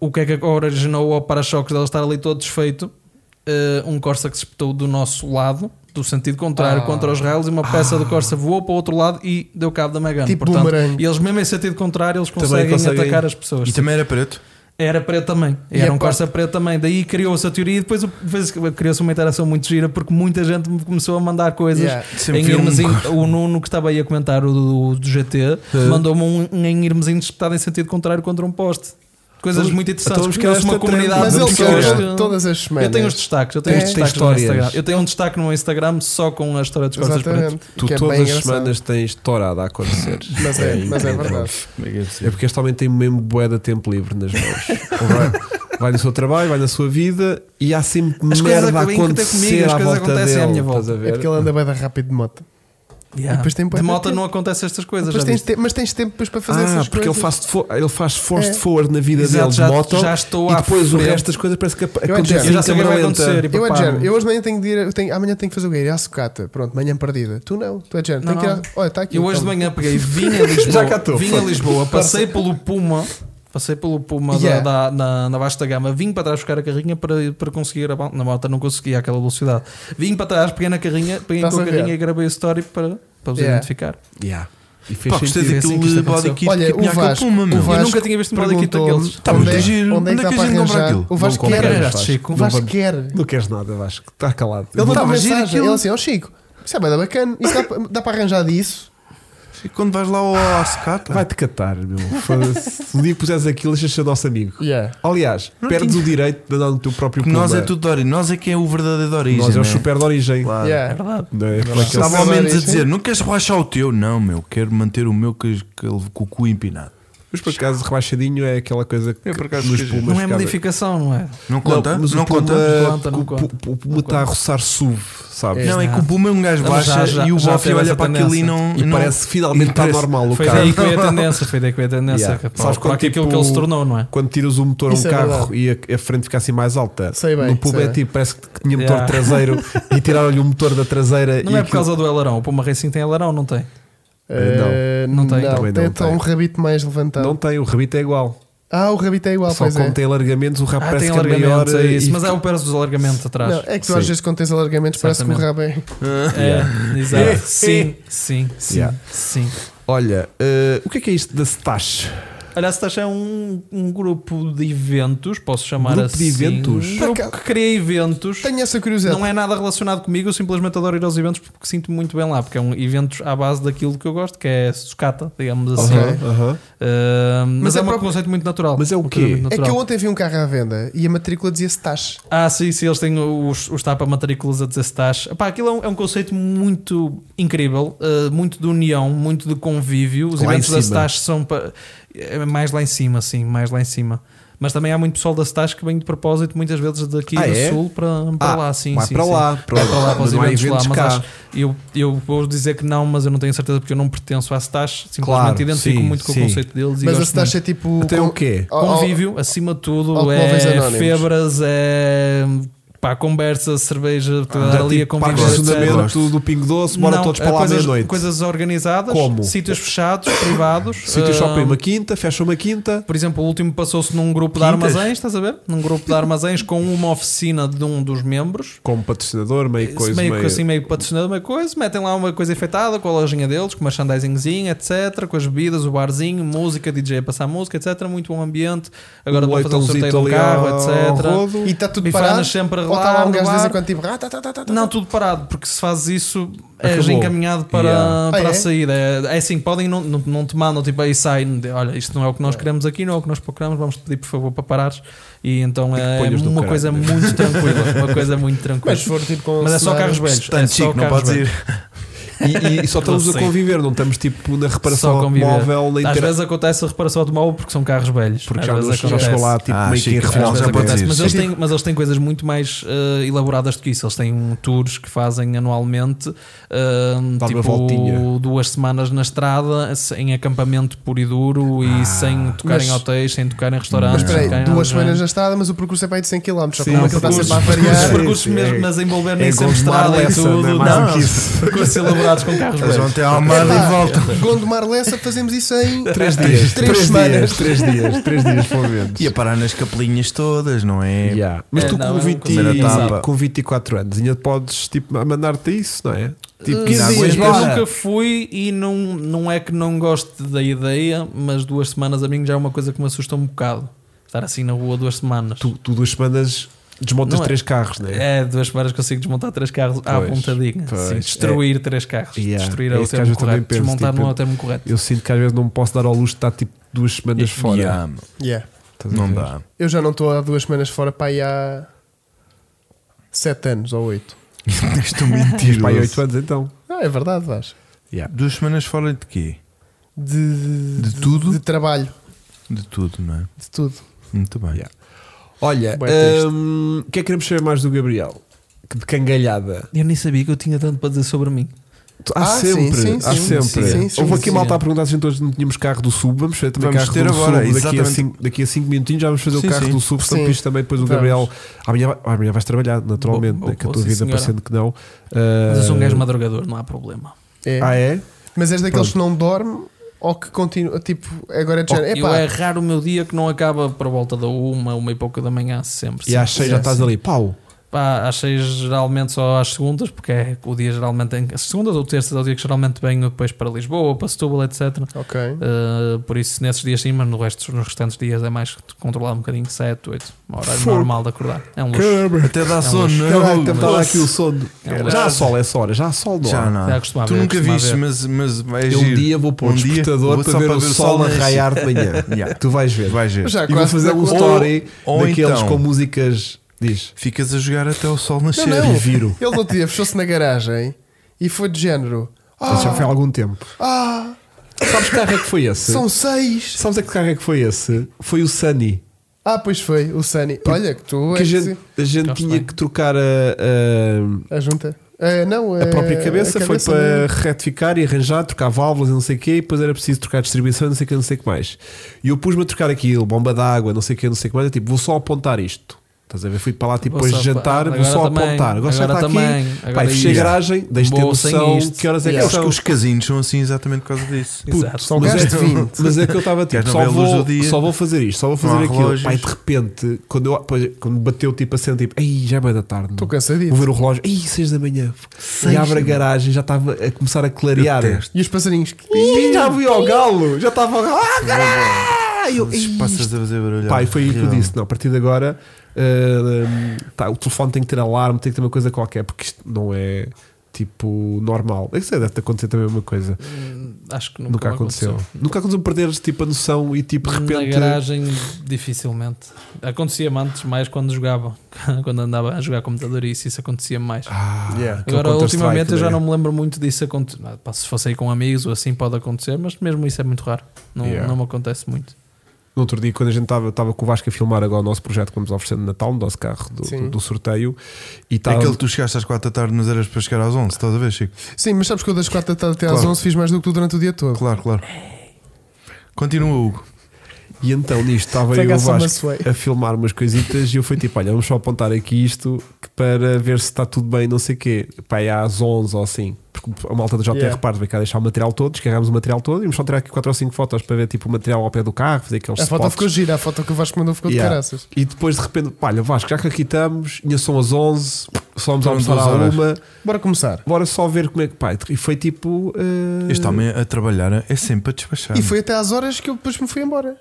Speaker 4: O que é que originou o para-choques dela estar ali todo desfeito? Eh, um Corsa que se espetou do nosso lado, do sentido
Speaker 3: Ah.
Speaker 4: contrário contra os rails e uma peça do Corsa voou para o outro lado e deu cabo da Megane.
Speaker 3: Tipo
Speaker 4: Portanto,
Speaker 3: boomerang.
Speaker 4: e eles mesmo em sentido contrário eles
Speaker 2: Também
Speaker 4: conseguem,
Speaker 2: conseguem.
Speaker 4: atacar as pessoas.
Speaker 1: E também era preto.
Speaker 4: Era preto também.
Speaker 3: E
Speaker 4: Era
Speaker 3: a
Speaker 4: um
Speaker 3: parte-
Speaker 4: Corsa preto também. Daí criou-se a teoria e depois, depois criou-se uma interação muito gira porque muita gente me começou a mandar coisas.
Speaker 3: Yeah.
Speaker 1: Sempre
Speaker 4: em
Speaker 1: vi um-
Speaker 4: Irmezinho, o Nuno que estava aí a comentar o do, do GT mandou-me um, um em Irmezinho espetado em sentido contrário contra um poste. Coisas
Speaker 2: Então,
Speaker 4: muito
Speaker 2: então
Speaker 4: interessantes
Speaker 2: vamos
Speaker 4: porque
Speaker 2: criar
Speaker 4: criou-se uma
Speaker 2: esta trend.
Speaker 4: comunidade
Speaker 3: Mas
Speaker 4: de
Speaker 3: ele
Speaker 4: pessoas.
Speaker 3: carrega
Speaker 4: que-
Speaker 3: todas as semanas.
Speaker 4: eu tenho os destaques, eu tenho
Speaker 3: É.
Speaker 4: os destaques no
Speaker 2: Histórias.
Speaker 4: Instagram. Eu tenho um destaque no meu Instagram só com a história dos Corsas pretos.
Speaker 3: Exatamente.
Speaker 2: Tu
Speaker 3: Que é
Speaker 2: todas
Speaker 3: bem
Speaker 2: as
Speaker 3: engraçado.
Speaker 2: semanas tens torada a acontecer.
Speaker 3: Mas é, mas é
Speaker 2: incrível.
Speaker 3: verdade.
Speaker 2: É porque este homem tem mesmo bué de tempo livre nas mãos. Ele vai, vai no seu trabalho, vai na sua vida e há sempre
Speaker 4: As coisas
Speaker 2: merda a
Speaker 4: acabam- vêm ter
Speaker 2: acontecer
Speaker 4: comigo, as
Speaker 2: à
Speaker 4: coisas
Speaker 2: volta
Speaker 4: acontecem
Speaker 2: dele.
Speaker 4: à minha volta.
Speaker 2: Estás a
Speaker 3: É
Speaker 2: ver?
Speaker 3: porque ele anda bem rápido de moto.
Speaker 4: Yeah.
Speaker 3: depois tem-
Speaker 4: de moto não acontece estas coisas.
Speaker 3: Depois
Speaker 4: já
Speaker 3: tens
Speaker 4: viste?
Speaker 3: tempo- mas tens tempo depois para fazer
Speaker 2: ah,
Speaker 3: essas
Speaker 2: porque ele
Speaker 3: coisas.
Speaker 2: faz, fo- ele faz forced
Speaker 3: É.
Speaker 2: forward na vida
Speaker 4: Exato,
Speaker 2: dele de
Speaker 4: já-
Speaker 2: moto
Speaker 4: já estou
Speaker 2: e
Speaker 4: à
Speaker 2: depois o
Speaker 4: frente.
Speaker 2: resto das coisas parece que ap-
Speaker 3: Eu
Speaker 2: acontecem
Speaker 3: adianta.
Speaker 4: Eu já
Speaker 2: em
Speaker 4: sei o que é
Speaker 2: câmera
Speaker 4: que vai
Speaker 2: lenta.
Speaker 4: acontecer. e
Speaker 3: Eu é de
Speaker 4: preparo-me.
Speaker 3: género, eu hoje de manhã tenho de ir, eu tenho, amanhã tenho que fazer o quê? Ir à sucata, pronto, manhã perdida. Tu não, tu é de género,
Speaker 4: Não,
Speaker 3: tenho que ir.
Speaker 4: não.
Speaker 3: à- Olha, está aqui. então.
Speaker 4: Eu hoje de
Speaker 3: toma.
Speaker 4: manhã peguei, vim a Lisboa,
Speaker 2: Já cá estou,
Speaker 4: vim a
Speaker 2: foda-se.
Speaker 4: Lisboa, passei pelo Puma, passei pelo Puma da-
Speaker 3: Yeah.
Speaker 4: da- na, na baixa da gama, vim para trás buscar a carrinha para, para conseguir a, na moto não conseguia aquela velocidade. Vim para trás, peguei na carrinha, peguei
Speaker 3: Estás
Speaker 4: com a
Speaker 3: a ver?
Speaker 4: carrinha e gravei a story para, para vos
Speaker 3: Yeah.
Speaker 4: identificar.
Speaker 2: Yeah. E fez
Speaker 1: Pá, gostei
Speaker 2: sentido.
Speaker 4: sentido, é assim que
Speaker 1: daquele
Speaker 4: isto
Speaker 1: body
Speaker 4: aconteceu.
Speaker 1: kit
Speaker 3: Olha,
Speaker 1: que
Speaker 3: o
Speaker 1: tinha aquele
Speaker 3: Vasco-
Speaker 1: puma, meu.
Speaker 3: o Vasco-
Speaker 4: eu nunca tinha visto um body kit
Speaker 3: perguntou-me
Speaker 4: daqueles.
Speaker 1: Tá muito giro. Onde é que
Speaker 3: dá
Speaker 1: a
Speaker 3: para
Speaker 1: gente compra
Speaker 3: arranjar?
Speaker 1: aquilo?
Speaker 3: O Vasco
Speaker 2: Não compra,
Speaker 3: quer.
Speaker 2: não
Speaker 4: Vasco. Chico.
Speaker 3: O
Speaker 2: Não
Speaker 3: Vasco
Speaker 2: vou-
Speaker 3: quer.
Speaker 2: Não queres nada, Vasco. Está calado.
Speaker 3: Ele mandou
Speaker 1: Tava giro
Speaker 3: mensagem.
Speaker 1: aquilo.
Speaker 3: Ele assim, ó Chico, isso é bem da bacana. Isso dá, pa- dá para arranjar disso?
Speaker 1: E Quando vais lá ao Ascata,
Speaker 2: Vai-te Tá. catar, meu. Foda-se. Se um dia puseres aquilo, deixas de ser nosso amigo.
Speaker 3: Yeah.
Speaker 2: Aliás,
Speaker 1: Não
Speaker 2: perdes o direito de andar no teu próprio
Speaker 1: porque
Speaker 2: puma.
Speaker 1: nós é tudo de origem, nós é que é o verdadeiro de origem.
Speaker 2: Nós é o
Speaker 1: né?
Speaker 2: super da origem.
Speaker 1: Claro.
Speaker 4: É
Speaker 3: Yeah.
Speaker 4: verdade.
Speaker 2: Não é? Como é que ele-
Speaker 1: Estava ao menos a
Speaker 3: Origem.
Speaker 1: dizer: não queres rebaixar o teu? Não, meu, quero manter o meu com aquele com o cu empinado.
Speaker 2: Mas por acaso, rebaixadinho é aquela coisa que
Speaker 1: Eu, por acaso,
Speaker 2: nos
Speaker 1: fiz
Speaker 2: pumas.
Speaker 4: não é
Speaker 2: cada-
Speaker 4: modificação, não é?
Speaker 1: Não conta?
Speaker 2: mas o
Speaker 1: Não,
Speaker 2: puma- é
Speaker 1: conta?
Speaker 4: Não conta, não
Speaker 2: o-
Speaker 4: conta.
Speaker 2: O o puma está a roçar SUV, sabes?
Speaker 1: Não, é que o Puma um gajo
Speaker 4: Mas
Speaker 1: baixa
Speaker 4: já- já-
Speaker 1: e o
Speaker 4: já
Speaker 1: Bofi
Speaker 4: teve
Speaker 1: olha
Speaker 4: essa
Speaker 1: para aquilo e
Speaker 4: tendência.
Speaker 1: não.
Speaker 2: E
Speaker 1: não-
Speaker 2: parece que finalmente
Speaker 1: e
Speaker 2: está
Speaker 4: é
Speaker 1: parece-
Speaker 2: normal o
Speaker 4: Foi
Speaker 2: carro.
Speaker 4: daí que veio a tendência, foi daí que veio a tendência.
Speaker 2: Yeah.
Speaker 4: que- pá,
Speaker 2: Sabes
Speaker 4: para
Speaker 2: quando,
Speaker 4: aquilo
Speaker 2: tipo,
Speaker 4: que ele se tornou, não é?
Speaker 2: Quando tiras o motor a um
Speaker 3: Isso é
Speaker 2: carro e a, a frente fica assim mais alta,
Speaker 3: Sei bem,
Speaker 2: no pub
Speaker 3: sei
Speaker 2: é
Speaker 3: bem.
Speaker 2: tipo, parece que tinha motor
Speaker 4: Yeah.
Speaker 2: traseiro e tiraram-lhe o motor da traseira.
Speaker 4: Não
Speaker 2: e
Speaker 4: é por causa do ailerão, o Puma Racing tem ailerão, não tem?
Speaker 3: Eh,
Speaker 4: não tem.
Speaker 3: Não,
Speaker 2: Também
Speaker 3: tem
Speaker 2: não
Speaker 3: só
Speaker 2: tem.
Speaker 3: um rabito mais levantado.
Speaker 2: Não tem, o rabito é igual.
Speaker 3: Ah, o rabito é igual,
Speaker 2: Só
Speaker 3: pois
Speaker 2: como
Speaker 3: é.
Speaker 2: tem alargamentos, o rabo
Speaker 4: Ah,
Speaker 2: parece
Speaker 4: tem
Speaker 2: que é maior.
Speaker 4: alargamentos, é isso.
Speaker 2: e-
Speaker 4: Mas é o peso dos alargamentos atrás.
Speaker 3: Não, é que tu às
Speaker 2: Sim.
Speaker 3: vezes quando tens alargamentos parece que o
Speaker 4: Exatamente.
Speaker 3: rabo é.
Speaker 4: É, exato. Sim, sim, sim,
Speaker 2: Yeah.
Speaker 4: sim.
Speaker 2: Olha, eh, o que é que é isto da Stash?
Speaker 4: Olha, se estás é um, um grupo de eventos, posso chamar
Speaker 2: Grupo
Speaker 4: assim.
Speaker 2: de eventos?
Speaker 4: Um grupo que cria eventos.
Speaker 3: Tenho essa curiosidade.
Speaker 4: Não é nada relacionado comigo, eu simplesmente adoro ir aos eventos porque sinto-me muito bem lá, porque é um eventos à base daquilo que eu gosto, que é sucata, digamos
Speaker 3: Ok.
Speaker 4: assim.
Speaker 2: Aham, aham.
Speaker 4: Ah, mas,
Speaker 3: Mas
Speaker 4: é,
Speaker 3: é
Speaker 4: um
Speaker 3: próprio-
Speaker 4: conceito muito natural.
Speaker 2: Mas é o
Speaker 4: Uma
Speaker 2: quê?
Speaker 4: coisa muito
Speaker 3: É que
Speaker 4: natural.
Speaker 3: eu ontem vi um carro à venda e a matrícula dizia-se taxa.
Speaker 4: Ah, sim, sim, eles têm os, os tapa-matrículas a dizer se estás. Pá, aquilo é um, é um conceito muito incrível, eh, muito de união, muito de convívio. Os
Speaker 2: Lá em
Speaker 4: eventos da
Speaker 2: cima.
Speaker 4: Stash são pa- é mais lá em cima, sim, mais lá em cima. Mas também há muito pessoal da Stash que vem de propósito, muitas vezes daqui
Speaker 2: Ah,
Speaker 4: do
Speaker 2: é?
Speaker 4: Sul para, para lá, sim.
Speaker 2: vai
Speaker 4: sim,
Speaker 2: para
Speaker 4: sim.
Speaker 2: lá,
Speaker 4: Vai para lá para os
Speaker 2: não há
Speaker 4: eventos lá, mas
Speaker 2: cá.
Speaker 4: acho- eu, eu vou dizer que não, mas eu não tenho certeza porque eu não pertenço à Stash, simplesmente
Speaker 2: Claro,
Speaker 4: identifico
Speaker 2: sim,
Speaker 4: muito com
Speaker 2: sim.
Speaker 4: o conceito deles. e
Speaker 3: Mas a
Speaker 4: gosto
Speaker 3: taxa é tipo.
Speaker 2: Até
Speaker 3: com-
Speaker 2: o quê?
Speaker 3: ao- ao-
Speaker 4: Convívio, acima de tudo,
Speaker 3: Automóveis
Speaker 4: é
Speaker 3: anónimos.
Speaker 4: febras, é pá, conversa,
Speaker 2: Ah,
Speaker 4: cerveja, dar ali a
Speaker 2: parque de
Speaker 4: convivência. etc.
Speaker 2: estacionamento do Pingo Doce, bora
Speaker 4: Não, é
Speaker 2: todos para lá à
Speaker 4: coisas,
Speaker 2: meia-noite.
Speaker 4: Coisas organizadas,
Speaker 2: Como?
Speaker 4: sítios fechados, privados.
Speaker 2: Sítio
Speaker 4: ah,
Speaker 2: shopping uma quinta, fecha uma quinta.
Speaker 4: Por exemplo, o último passou-se num grupo de
Speaker 1: Quintas?
Speaker 4: armazéns, estás a ver? Num grupo de armazéns com uma oficina de um dos membros.
Speaker 2: Como patrocinador, meio coisa.
Speaker 4: meio,
Speaker 2: Meio,
Speaker 4: que assim, meio patrocinado, uma coisa, metem lá uma coisa enfeitada com a lojinha deles, com merchandisingzinho, etc. Com as bebidas, o barzinho, música, DJ a passar música, etc. Muito bom ambiente. Agora
Speaker 2: Um
Speaker 4: vão fazer um sorteio de um
Speaker 2: leitãozito ali
Speaker 4: carro,
Speaker 2: ao
Speaker 4: etc.
Speaker 2: rodo.
Speaker 3: E está tudo
Speaker 4: Bifanas
Speaker 3: parado.
Speaker 4: sempre a
Speaker 3: Ou está lá
Speaker 4: rolar
Speaker 3: um
Speaker 4: no
Speaker 3: gajo de vez em
Speaker 4: bar.
Speaker 3: quando tipo. ah, tá, tá, tá, tá, tá.
Speaker 4: Não, tudo parado, porque se fazes isso és
Speaker 2: Acabou.
Speaker 4: encaminhado para,
Speaker 2: Yeah.
Speaker 4: para
Speaker 3: Ah, é?
Speaker 4: a saída. É, é assim, podem, não, não, não te mandam, tipo, aí sai, olha, isto não é o que nós queremos aqui, não é o que nós procuramos, vamos te pedir por favor para parares. E então é
Speaker 2: ponhas do caralho.
Speaker 4: uma
Speaker 2: né?
Speaker 4: coisa muito tranquila, uma coisa muito tranquila.
Speaker 3: Mas se for tipo com.
Speaker 4: Mas é só
Speaker 3: cenário-
Speaker 4: carros velhos. É
Speaker 1: Portanto,
Speaker 4: só
Speaker 1: Chico, não
Speaker 4: carros
Speaker 1: podes
Speaker 4: velhos.
Speaker 1: ir.
Speaker 2: E, e só estamos a
Speaker 4: Não sei.
Speaker 2: conviver, não estamos tipo na reparação
Speaker 4: Só conviver.
Speaker 2: automóvel, na
Speaker 4: Às
Speaker 2: internet.
Speaker 4: vezes acontece a reparação automóvel porque são carros velhos.
Speaker 2: Porque
Speaker 4: Às
Speaker 2: já,
Speaker 4: vezes
Speaker 2: nos, já
Speaker 4: acontece.
Speaker 2: chegou lá tipo
Speaker 1: Ah,
Speaker 2: meio que em
Speaker 1: Chico,
Speaker 4: Às
Speaker 2: refinal
Speaker 1: já
Speaker 4: vezes
Speaker 1: pode
Speaker 4: acontece,
Speaker 1: dizer,
Speaker 4: mas, eles
Speaker 1: sim.
Speaker 4: têm, mas eles têm coisas muito mais eh, elaboradas do que isso. Eles têm um, tours que fazem anualmente, eh,
Speaker 2: Dá uma voltinha.
Speaker 4: tipo duas semanas na estrada, em acampamento puro e duro e sem tocar em
Speaker 3: mas-
Speaker 4: hotéis, sem tocar em
Speaker 3: Mas
Speaker 4: restaurantes.
Speaker 3: espera aí,
Speaker 4: sem tocar em
Speaker 3: duas
Speaker 4: nada do
Speaker 3: semanas na estrada, mas o percurso é para aí de 100 km. Só
Speaker 2: Sim,
Speaker 3: como
Speaker 4: não,
Speaker 3: é que ele está
Speaker 4: percursos,
Speaker 3: sempre a
Speaker 4: percursos,
Speaker 3: variar.
Speaker 2: percurso-
Speaker 4: percursos
Speaker 2: Sim,
Speaker 4: mesmo,
Speaker 2: é-
Speaker 4: mas envolver
Speaker 2: é
Speaker 4: nem sempre
Speaker 2: Gondomar
Speaker 4: estrada e
Speaker 2: Lessa,
Speaker 4: tudo.
Speaker 2: não é mais do que isso.
Speaker 4: percurso elaborado saudades com carros
Speaker 1: Eles vão
Speaker 4: velhos.
Speaker 1: ter a Almada
Speaker 3: Epá,
Speaker 1: e voltam.
Speaker 3: Gondomar Lessa fazemos isso em 3
Speaker 2: dias,
Speaker 3: 3
Speaker 2: três
Speaker 3: semanas.
Speaker 2: dias, três dias, três dias, pelo menos.
Speaker 1: Ia parar nas capelinhas todas, não é?
Speaker 2: Yeah. Mas
Speaker 4: É,
Speaker 2: tu
Speaker 4: não, é
Speaker 2: com,
Speaker 4: uma
Speaker 2: 20,
Speaker 1: coisa bizarra.
Speaker 2: com 24 anos ainda podes tipo, mandar-te isso, não é? Tipo,
Speaker 4: Uh,
Speaker 2: 15
Speaker 4: sim,
Speaker 2: dias,
Speaker 4: eu
Speaker 2: bora.
Speaker 4: nunca fui e não, não é que não goste da ideia, mas duas semanas a mim já é uma coisa que me assusta um bocado. Estar assim na rua duas semanas.
Speaker 2: Tu, tu duas semanas desmontas
Speaker 4: Não é-
Speaker 2: três carros, não é?
Speaker 4: É, duas semanas consigo desmontar três carros à
Speaker 2: Pois,
Speaker 4: pontadinha.
Speaker 2: pois, é.
Speaker 4: Sim, destruir três carros.
Speaker 2: Yeah,
Speaker 4: Destruir
Speaker 2: é
Speaker 4: é o
Speaker 2: isso que às
Speaker 4: termo
Speaker 2: vezes também
Speaker 4: correto.
Speaker 2: penso,
Speaker 4: Desmontar
Speaker 2: tipo,
Speaker 4: não é o termo correto.
Speaker 2: Eu sinto que às vezes não me posso dar ao luxo de estar tipo duas semanas fora.
Speaker 1: Yeah,
Speaker 3: Yeah.
Speaker 2: Estás a
Speaker 1: Não
Speaker 2: ver?
Speaker 1: dá.
Speaker 3: Eu já não estou há duas semanas fora para aí há 7 anos ou 8.
Speaker 1: Estou
Speaker 2: Tive para
Speaker 1: é um
Speaker 2: aí 8
Speaker 1: mentiroso.
Speaker 2: anos então.
Speaker 3: Ah, é verdade, Vasco.
Speaker 2: Yeah.
Speaker 1: Duas semanas fora de quê?
Speaker 3: De,
Speaker 1: De tudo?
Speaker 3: De trabalho,
Speaker 1: De tudo, não é?
Speaker 3: de tudo.
Speaker 1: Muito bem.
Speaker 2: Yeah. Olha,
Speaker 3: Bué triste.
Speaker 2: hum, o que é que queremos saber mais do Gabriel? Que De cangalhada.
Speaker 4: Eu nem sabia que eu tinha tanto para dizer sobre mim.
Speaker 2: Há
Speaker 3: Ah, sim,
Speaker 2: sempre,
Speaker 3: sim,
Speaker 2: há
Speaker 3: sim,
Speaker 2: sempre.
Speaker 3: sim, sim,
Speaker 2: Houve
Speaker 3: sim,
Speaker 2: aqui
Speaker 4: sim.
Speaker 2: malta a perguntar se gente hoje não tínhamos carro do sub, vamos fazer também
Speaker 1: Vamos
Speaker 2: carro
Speaker 1: ter
Speaker 2: do
Speaker 1: agora,
Speaker 2: sub daqui a,
Speaker 1: exatamente.
Speaker 2: cinco, daqui a cinco minutinhos já vamos fazer
Speaker 1: Sim,
Speaker 2: o carro
Speaker 1: sim.
Speaker 2: do sub, portanto
Speaker 3: Sim.
Speaker 2: isto também depois o
Speaker 3: Vamos.
Speaker 2: Gabriel "Ah, amanhã, vai- amanhã vais trabalhar naturalmente,
Speaker 4: Vou-
Speaker 2: né, que a
Speaker 4: vou,
Speaker 2: tua
Speaker 4: sim,
Speaker 2: vida
Speaker 4: senhora.
Speaker 2: parecendo que não.
Speaker 4: Mas eu sou um gajo
Speaker 2: Ah,
Speaker 4: madrugador, não há problema.
Speaker 3: É.
Speaker 2: Ah, é?
Speaker 3: Mas és daqueles que não dorme ou que continua. Tipo, agora é de género.
Speaker 4: Eu
Speaker 3: Epá,
Speaker 4: é raro o meu dia que não acaba por volta da uma, uma e pouca da manhã, sempre.
Speaker 2: E
Speaker 4: sempre.
Speaker 2: às seis já
Speaker 3: sim,
Speaker 2: estás
Speaker 3: sim.
Speaker 2: ali, pau.
Speaker 4: Pá, às seis geralmente só às segundas, porque é o dia geralmente tem. As segundas ou terças é o dia que geralmente venho depois para Lisboa, para Setúbal, etc.
Speaker 3: Ok.
Speaker 4: Uh, por isso, nesses dias sim, mas no resto, nos restantes dias é mais controlado um bocadinho, 7, 8, uma hora
Speaker 2: Fogo.
Speaker 4: normal de acordar. É um luxo.
Speaker 2: Caramba.
Speaker 1: Até dá
Speaker 4: É
Speaker 1: sono,
Speaker 4: hoje.
Speaker 1: não é?
Speaker 2: Caralho,
Speaker 1: Hugo?
Speaker 2: estamos a dar aqui o som.
Speaker 4: Caramba.
Speaker 2: Já há sol essa hora, já há sol não
Speaker 1: Já
Speaker 2: há?
Speaker 1: não.
Speaker 4: Já acostumava,
Speaker 1: tu
Speaker 4: já
Speaker 1: nunca
Speaker 4: acostumava
Speaker 1: viste,
Speaker 4: Tá ver.
Speaker 1: mas, mas vais
Speaker 2: Eu um
Speaker 1: giro.
Speaker 2: dia vou pôr o
Speaker 1: Um dia
Speaker 2: despertador
Speaker 1: vou
Speaker 2: para
Speaker 1: só
Speaker 2: ver
Speaker 1: para
Speaker 2: o
Speaker 1: ver o
Speaker 2: sol a
Speaker 1: nascer.
Speaker 2: raiar de manhã.
Speaker 1: Yeah.
Speaker 2: Tu vais ver.
Speaker 1: Vais ver.
Speaker 3: Já
Speaker 2: e vou
Speaker 3: quase
Speaker 2: fazer
Speaker 3: que
Speaker 2: um
Speaker 3: dá
Speaker 1: conta.
Speaker 2: story
Speaker 1: Ou- ou
Speaker 2: daqueles
Speaker 1: então-
Speaker 2: com músicas. Diz.
Speaker 1: Ficas a jogar até o sol nascer. É
Speaker 3: Não, não.
Speaker 1: E vi-
Speaker 2: Viro.
Speaker 3: Ele no outro dia fechou-se na garagem e foi de género. "Oh,
Speaker 2: Isso Já foi há algum tempo.
Speaker 3: Ah,
Speaker 2: Sabes que carro é que foi esse?
Speaker 3: são seis.
Speaker 2: Sabes a que carro é que foi esse? Foi o Sunny.
Speaker 3: Ah, pois foi, o Sunny. Olha, que tu
Speaker 2: Tipo, Que a
Speaker 3: és
Speaker 2: gente, a gente
Speaker 4: Gosto
Speaker 2: tinha
Speaker 4: bem.
Speaker 2: que trocar a, a-
Speaker 3: a junta. Ah, não,
Speaker 2: a
Speaker 1: Eh,
Speaker 2: própria cabeça, foi para
Speaker 1: é?
Speaker 2: retificar e arranjar, trocar válvulas e não sei o quê, e depois era preciso trocar distribuição, não sei o que, não sei o que mais. E eu pus-me a trocar aquilo, bomba d'água, não sei o que, não sei o que mais. Eu, tipo, vou só apontar isto. Estás a ver? Fui para lá tipo,
Speaker 4: Vou
Speaker 2: depois
Speaker 4: só
Speaker 2: de jantar,
Speaker 4: apontar.
Speaker 2: vou só
Speaker 4: Agora também,
Speaker 2: apontar. Agora já
Speaker 4: agora
Speaker 2: está
Speaker 4: também,
Speaker 2: aqui.
Speaker 4: agora
Speaker 2: Pai, fechei a
Speaker 4: isto.
Speaker 2: garagem, deixa ter
Speaker 4: Vou sem
Speaker 2: noção
Speaker 4: isto.
Speaker 2: que horas é que
Speaker 1: Os,
Speaker 2: são.
Speaker 1: os casinos são assim exatamente por causa disso.
Speaker 4: Exato.
Speaker 3: São
Speaker 2: Mas
Speaker 3: gajos
Speaker 2: é-
Speaker 3: de 20.
Speaker 2: Mas é que eu estava tipo,
Speaker 1: Queres
Speaker 2: só
Speaker 1: não ver a luz
Speaker 2: vou,
Speaker 1: do dia?
Speaker 2: só vou fazer isto, só vou fazer
Speaker 1: há
Speaker 2: aquilo.
Speaker 1: relógios.
Speaker 2: Pai, de repente, quando, eu, pois, quando bateu tipo a cena, tipo, ei, já é bem da tarde.
Speaker 3: Estou
Speaker 2: não.
Speaker 3: cansadito.
Speaker 2: Vou ver o relógio, ei, 6 da manhã. e abre a garagem, já estava a começar a clarear.
Speaker 1: Detesto.
Speaker 3: E os passarinhos.
Speaker 2: Ih, já vi ao galo, já estava. Ah, caralho! Eu,
Speaker 1: é Esses
Speaker 2: "Ei,
Speaker 1: Passas
Speaker 2: isto-"
Speaker 1: a fazer barulho.
Speaker 2: Pai, foi aí que eu
Speaker 1: Horrível.
Speaker 2: disse: não, a partir de agora, ah, tá, o telefone tem que ter alarme, tem que ter uma coisa qualquer, porque isto não é tipo normal. É que sei, deve acontecer também uma coisa.
Speaker 4: Acho que nunca,
Speaker 2: Nunca
Speaker 4: me
Speaker 2: aconteceu. Nunca aconteceu perderes tipo a noção e tipo de
Speaker 4: Na
Speaker 2: repente.
Speaker 4: garagem, dificilmente. Acontecia-me antes mais quando jogava, quando andava a jogar computador e isso, isso acontecia mais.
Speaker 2: Ah,
Speaker 3: Yeah.
Speaker 2: aquele
Speaker 4: Agora,
Speaker 2: Counter-Strike,
Speaker 4: ultimamente, eu já
Speaker 2: né?
Speaker 4: não me lembro muito disso acontecer. Ah, pá, Se fosse aí com amigos ou assim, pode acontecer, mas mesmo isso é muito raro. Não,
Speaker 2: Yeah.
Speaker 4: não me acontece muito.
Speaker 2: No outro dia, quando a gente estava estava com o Vasco a filmar agora o nosso projeto que vamos oferecer no Natal, no nosso carro do,
Speaker 3: Sim.
Speaker 2: do, do sorteio, e estava.
Speaker 1: Aquele que tu chegaste às 4 da tarde, mas eras para chegar às 11, estás a ver, Chico?
Speaker 3: Sim, mas sabes que eu das 4 da tarde até às
Speaker 1: Claro.
Speaker 3: 11 fiz mais do que tu durante o dia todo.
Speaker 1: Claro, claro. Continua, Hugo.
Speaker 2: E então nisto estava
Speaker 3: Foi
Speaker 2: eu e
Speaker 3: cá
Speaker 2: o
Speaker 3: só uma
Speaker 2: Vasco É um
Speaker 3: sway.
Speaker 2: a filmar umas coisitas e eu fui tipo: olha, vamos só apontar aqui isto que para ver se está tudo bem, não sei o quê. Pá, aí às 11 ou assim, porque a malta da JR
Speaker 3: Yeah.
Speaker 2: Parts veio cá deixar o material todo, descarregámos o material todo e vamos só tirar aqui 4 ou 5 fotos para ver tipo o material ao pé do carro, fazer aqueles
Speaker 3: A foto
Speaker 2: spots.
Speaker 3: ficou gira, a foto que o Vasco mandou ficou
Speaker 2: Yeah.
Speaker 3: de caraças.
Speaker 2: E depois de repente, pá, olha Vasco, já que aqui estamos, ainda são as 11, só vamos
Speaker 1: Foram
Speaker 2: almoçar
Speaker 1: duas
Speaker 2: à
Speaker 1: horas.
Speaker 2: uma,
Speaker 3: Bora começar.
Speaker 2: bora só ver como é que, pá, e foi tipo. eh,
Speaker 1: Este homem a trabalhar é sempre a despachar.
Speaker 3: E foi até às horas que eu depois me fui embora.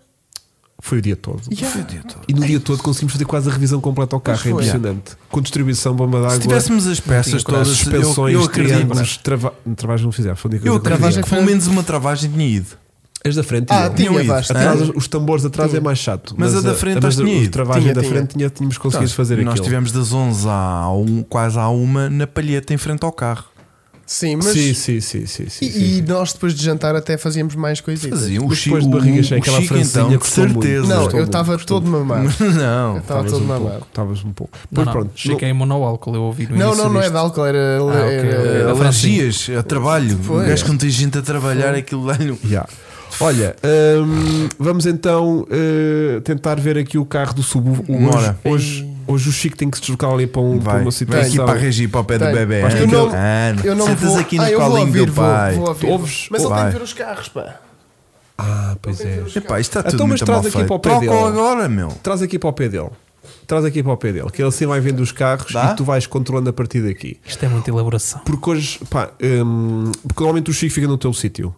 Speaker 2: Foi o dia todo.
Speaker 1: Foi o
Speaker 3: Yeah.
Speaker 1: dia todo.
Speaker 2: E no dia todo conseguimos fazer quase a revisão completa ao carro, é
Speaker 3: foi.
Speaker 2: impressionante. Com distribuição, bomba d'água.
Speaker 1: Se tivéssemos as peças
Speaker 2: com as
Speaker 1: todas, eu,
Speaker 2: suspensões,
Speaker 1: eu acredito. né?
Speaker 2: triângulos, trava... travagens não fizeram. Foi a única
Speaker 1: Eu
Speaker 2: coisa que
Speaker 1: acredito
Speaker 3: Travagem
Speaker 1: que pelo
Speaker 3: foi-
Speaker 1: menos uma travagem tinha
Speaker 2: Então,
Speaker 1: ido.
Speaker 2: fizeram. As da frente
Speaker 3: Ah,
Speaker 2: tinham.
Speaker 3: tinha,
Speaker 1: Tinham ido.
Speaker 3: Vasco.
Speaker 2: Atrás,
Speaker 3: tinha.
Speaker 2: os- os tambores de trás é mais chato.
Speaker 1: Mas a da frente
Speaker 2: mas
Speaker 1: acho que tinha
Speaker 2: o
Speaker 1: ido.
Speaker 2: travagem
Speaker 3: Tinha,
Speaker 2: da
Speaker 3: tinha.
Speaker 2: frente tinha, tínhamos conseguido fazer
Speaker 1: Nós
Speaker 2: aquilo.
Speaker 1: tivemos das 11 à um, quase à uma na palheta em frente ao carro.
Speaker 3: Sim, mas.
Speaker 2: Sim, sim, sim, sim, sim,
Speaker 3: e,
Speaker 2: sim.
Speaker 3: e nós depois de jantar até fazíamos mais coisitas.
Speaker 1: Faziam o
Speaker 2: Mas
Speaker 1: Chico,
Speaker 2: depois de barriga
Speaker 1: o-
Speaker 2: cheia,
Speaker 1: o
Speaker 2: aquela
Speaker 1: Chico,
Speaker 2: francesinha
Speaker 1: então, de
Speaker 2: custou muito.
Speaker 1: certeza.
Speaker 3: Não,
Speaker 2: Gostou
Speaker 3: eu estava
Speaker 2: muito, gostou
Speaker 3: todo mamado.
Speaker 1: Não.
Speaker 3: Estava todo
Speaker 2: um
Speaker 3: mamado.
Speaker 2: pouco, Estavas um pouco.
Speaker 4: Não,
Speaker 2: Pois
Speaker 4: não,
Speaker 2: pronto,
Speaker 4: cheguei em monoálcool, eu ouvi no
Speaker 3: Não,
Speaker 4: início
Speaker 3: não, não é
Speaker 4: disto.
Speaker 3: de álcool, era.
Speaker 4: Ah, ok.
Speaker 3: era-
Speaker 4: Era
Speaker 1: Eh,
Speaker 4: francinha.
Speaker 1: Alergias a trabalho.
Speaker 3: Foi.
Speaker 1: O gajo quando tem gente a trabalhar, aquilo dá-lhe um-
Speaker 2: Yeah. Olha, hum, vamos então eh, tentar ver aqui o carro do Sub. o- o-
Speaker 1: Bora.
Speaker 2: Hoje, hoje Hoje o Chico tem que se deslocar ali para, um, para
Speaker 1: Vai,
Speaker 2: uma
Speaker 1: vem
Speaker 2: situação.
Speaker 1: aqui para regir para o pé do
Speaker 3: Tenho.
Speaker 1: bebê. Ah,
Speaker 3: Mas
Speaker 1: Ana.
Speaker 3: eu não-
Speaker 1: Ana,
Speaker 3: Eu não
Speaker 1: sentas
Speaker 3: vou.
Speaker 1: aqui no
Speaker 3: ah, eu vou
Speaker 1: colinho
Speaker 3: ouvir,
Speaker 1: do
Speaker 3: vou-
Speaker 1: pai.
Speaker 3: vou ouvir.
Speaker 2: Ouves?
Speaker 3: Mas ele tem
Speaker 1: Vai.
Speaker 3: que ver os carros, pá.
Speaker 2: Ah, pois é.
Speaker 1: Epá, isto está tudo
Speaker 2: Então, mas
Speaker 1: muito
Speaker 2: traz
Speaker 1: mal
Speaker 2: aqui
Speaker 1: feito.
Speaker 2: para o pé
Speaker 1: Troca-o
Speaker 2: dele.
Speaker 1: agora, meu.
Speaker 2: Traz aqui para o pé dele. Traz aqui para o pé dele. Que ele assim vai vendo os carros
Speaker 1: Dá?
Speaker 2: e tu vais controlando a partir daqui.
Speaker 4: Isto é muita elaboração.
Speaker 2: Porque hoje, pá, hum, porque normalmente o Chico fica no teu sítio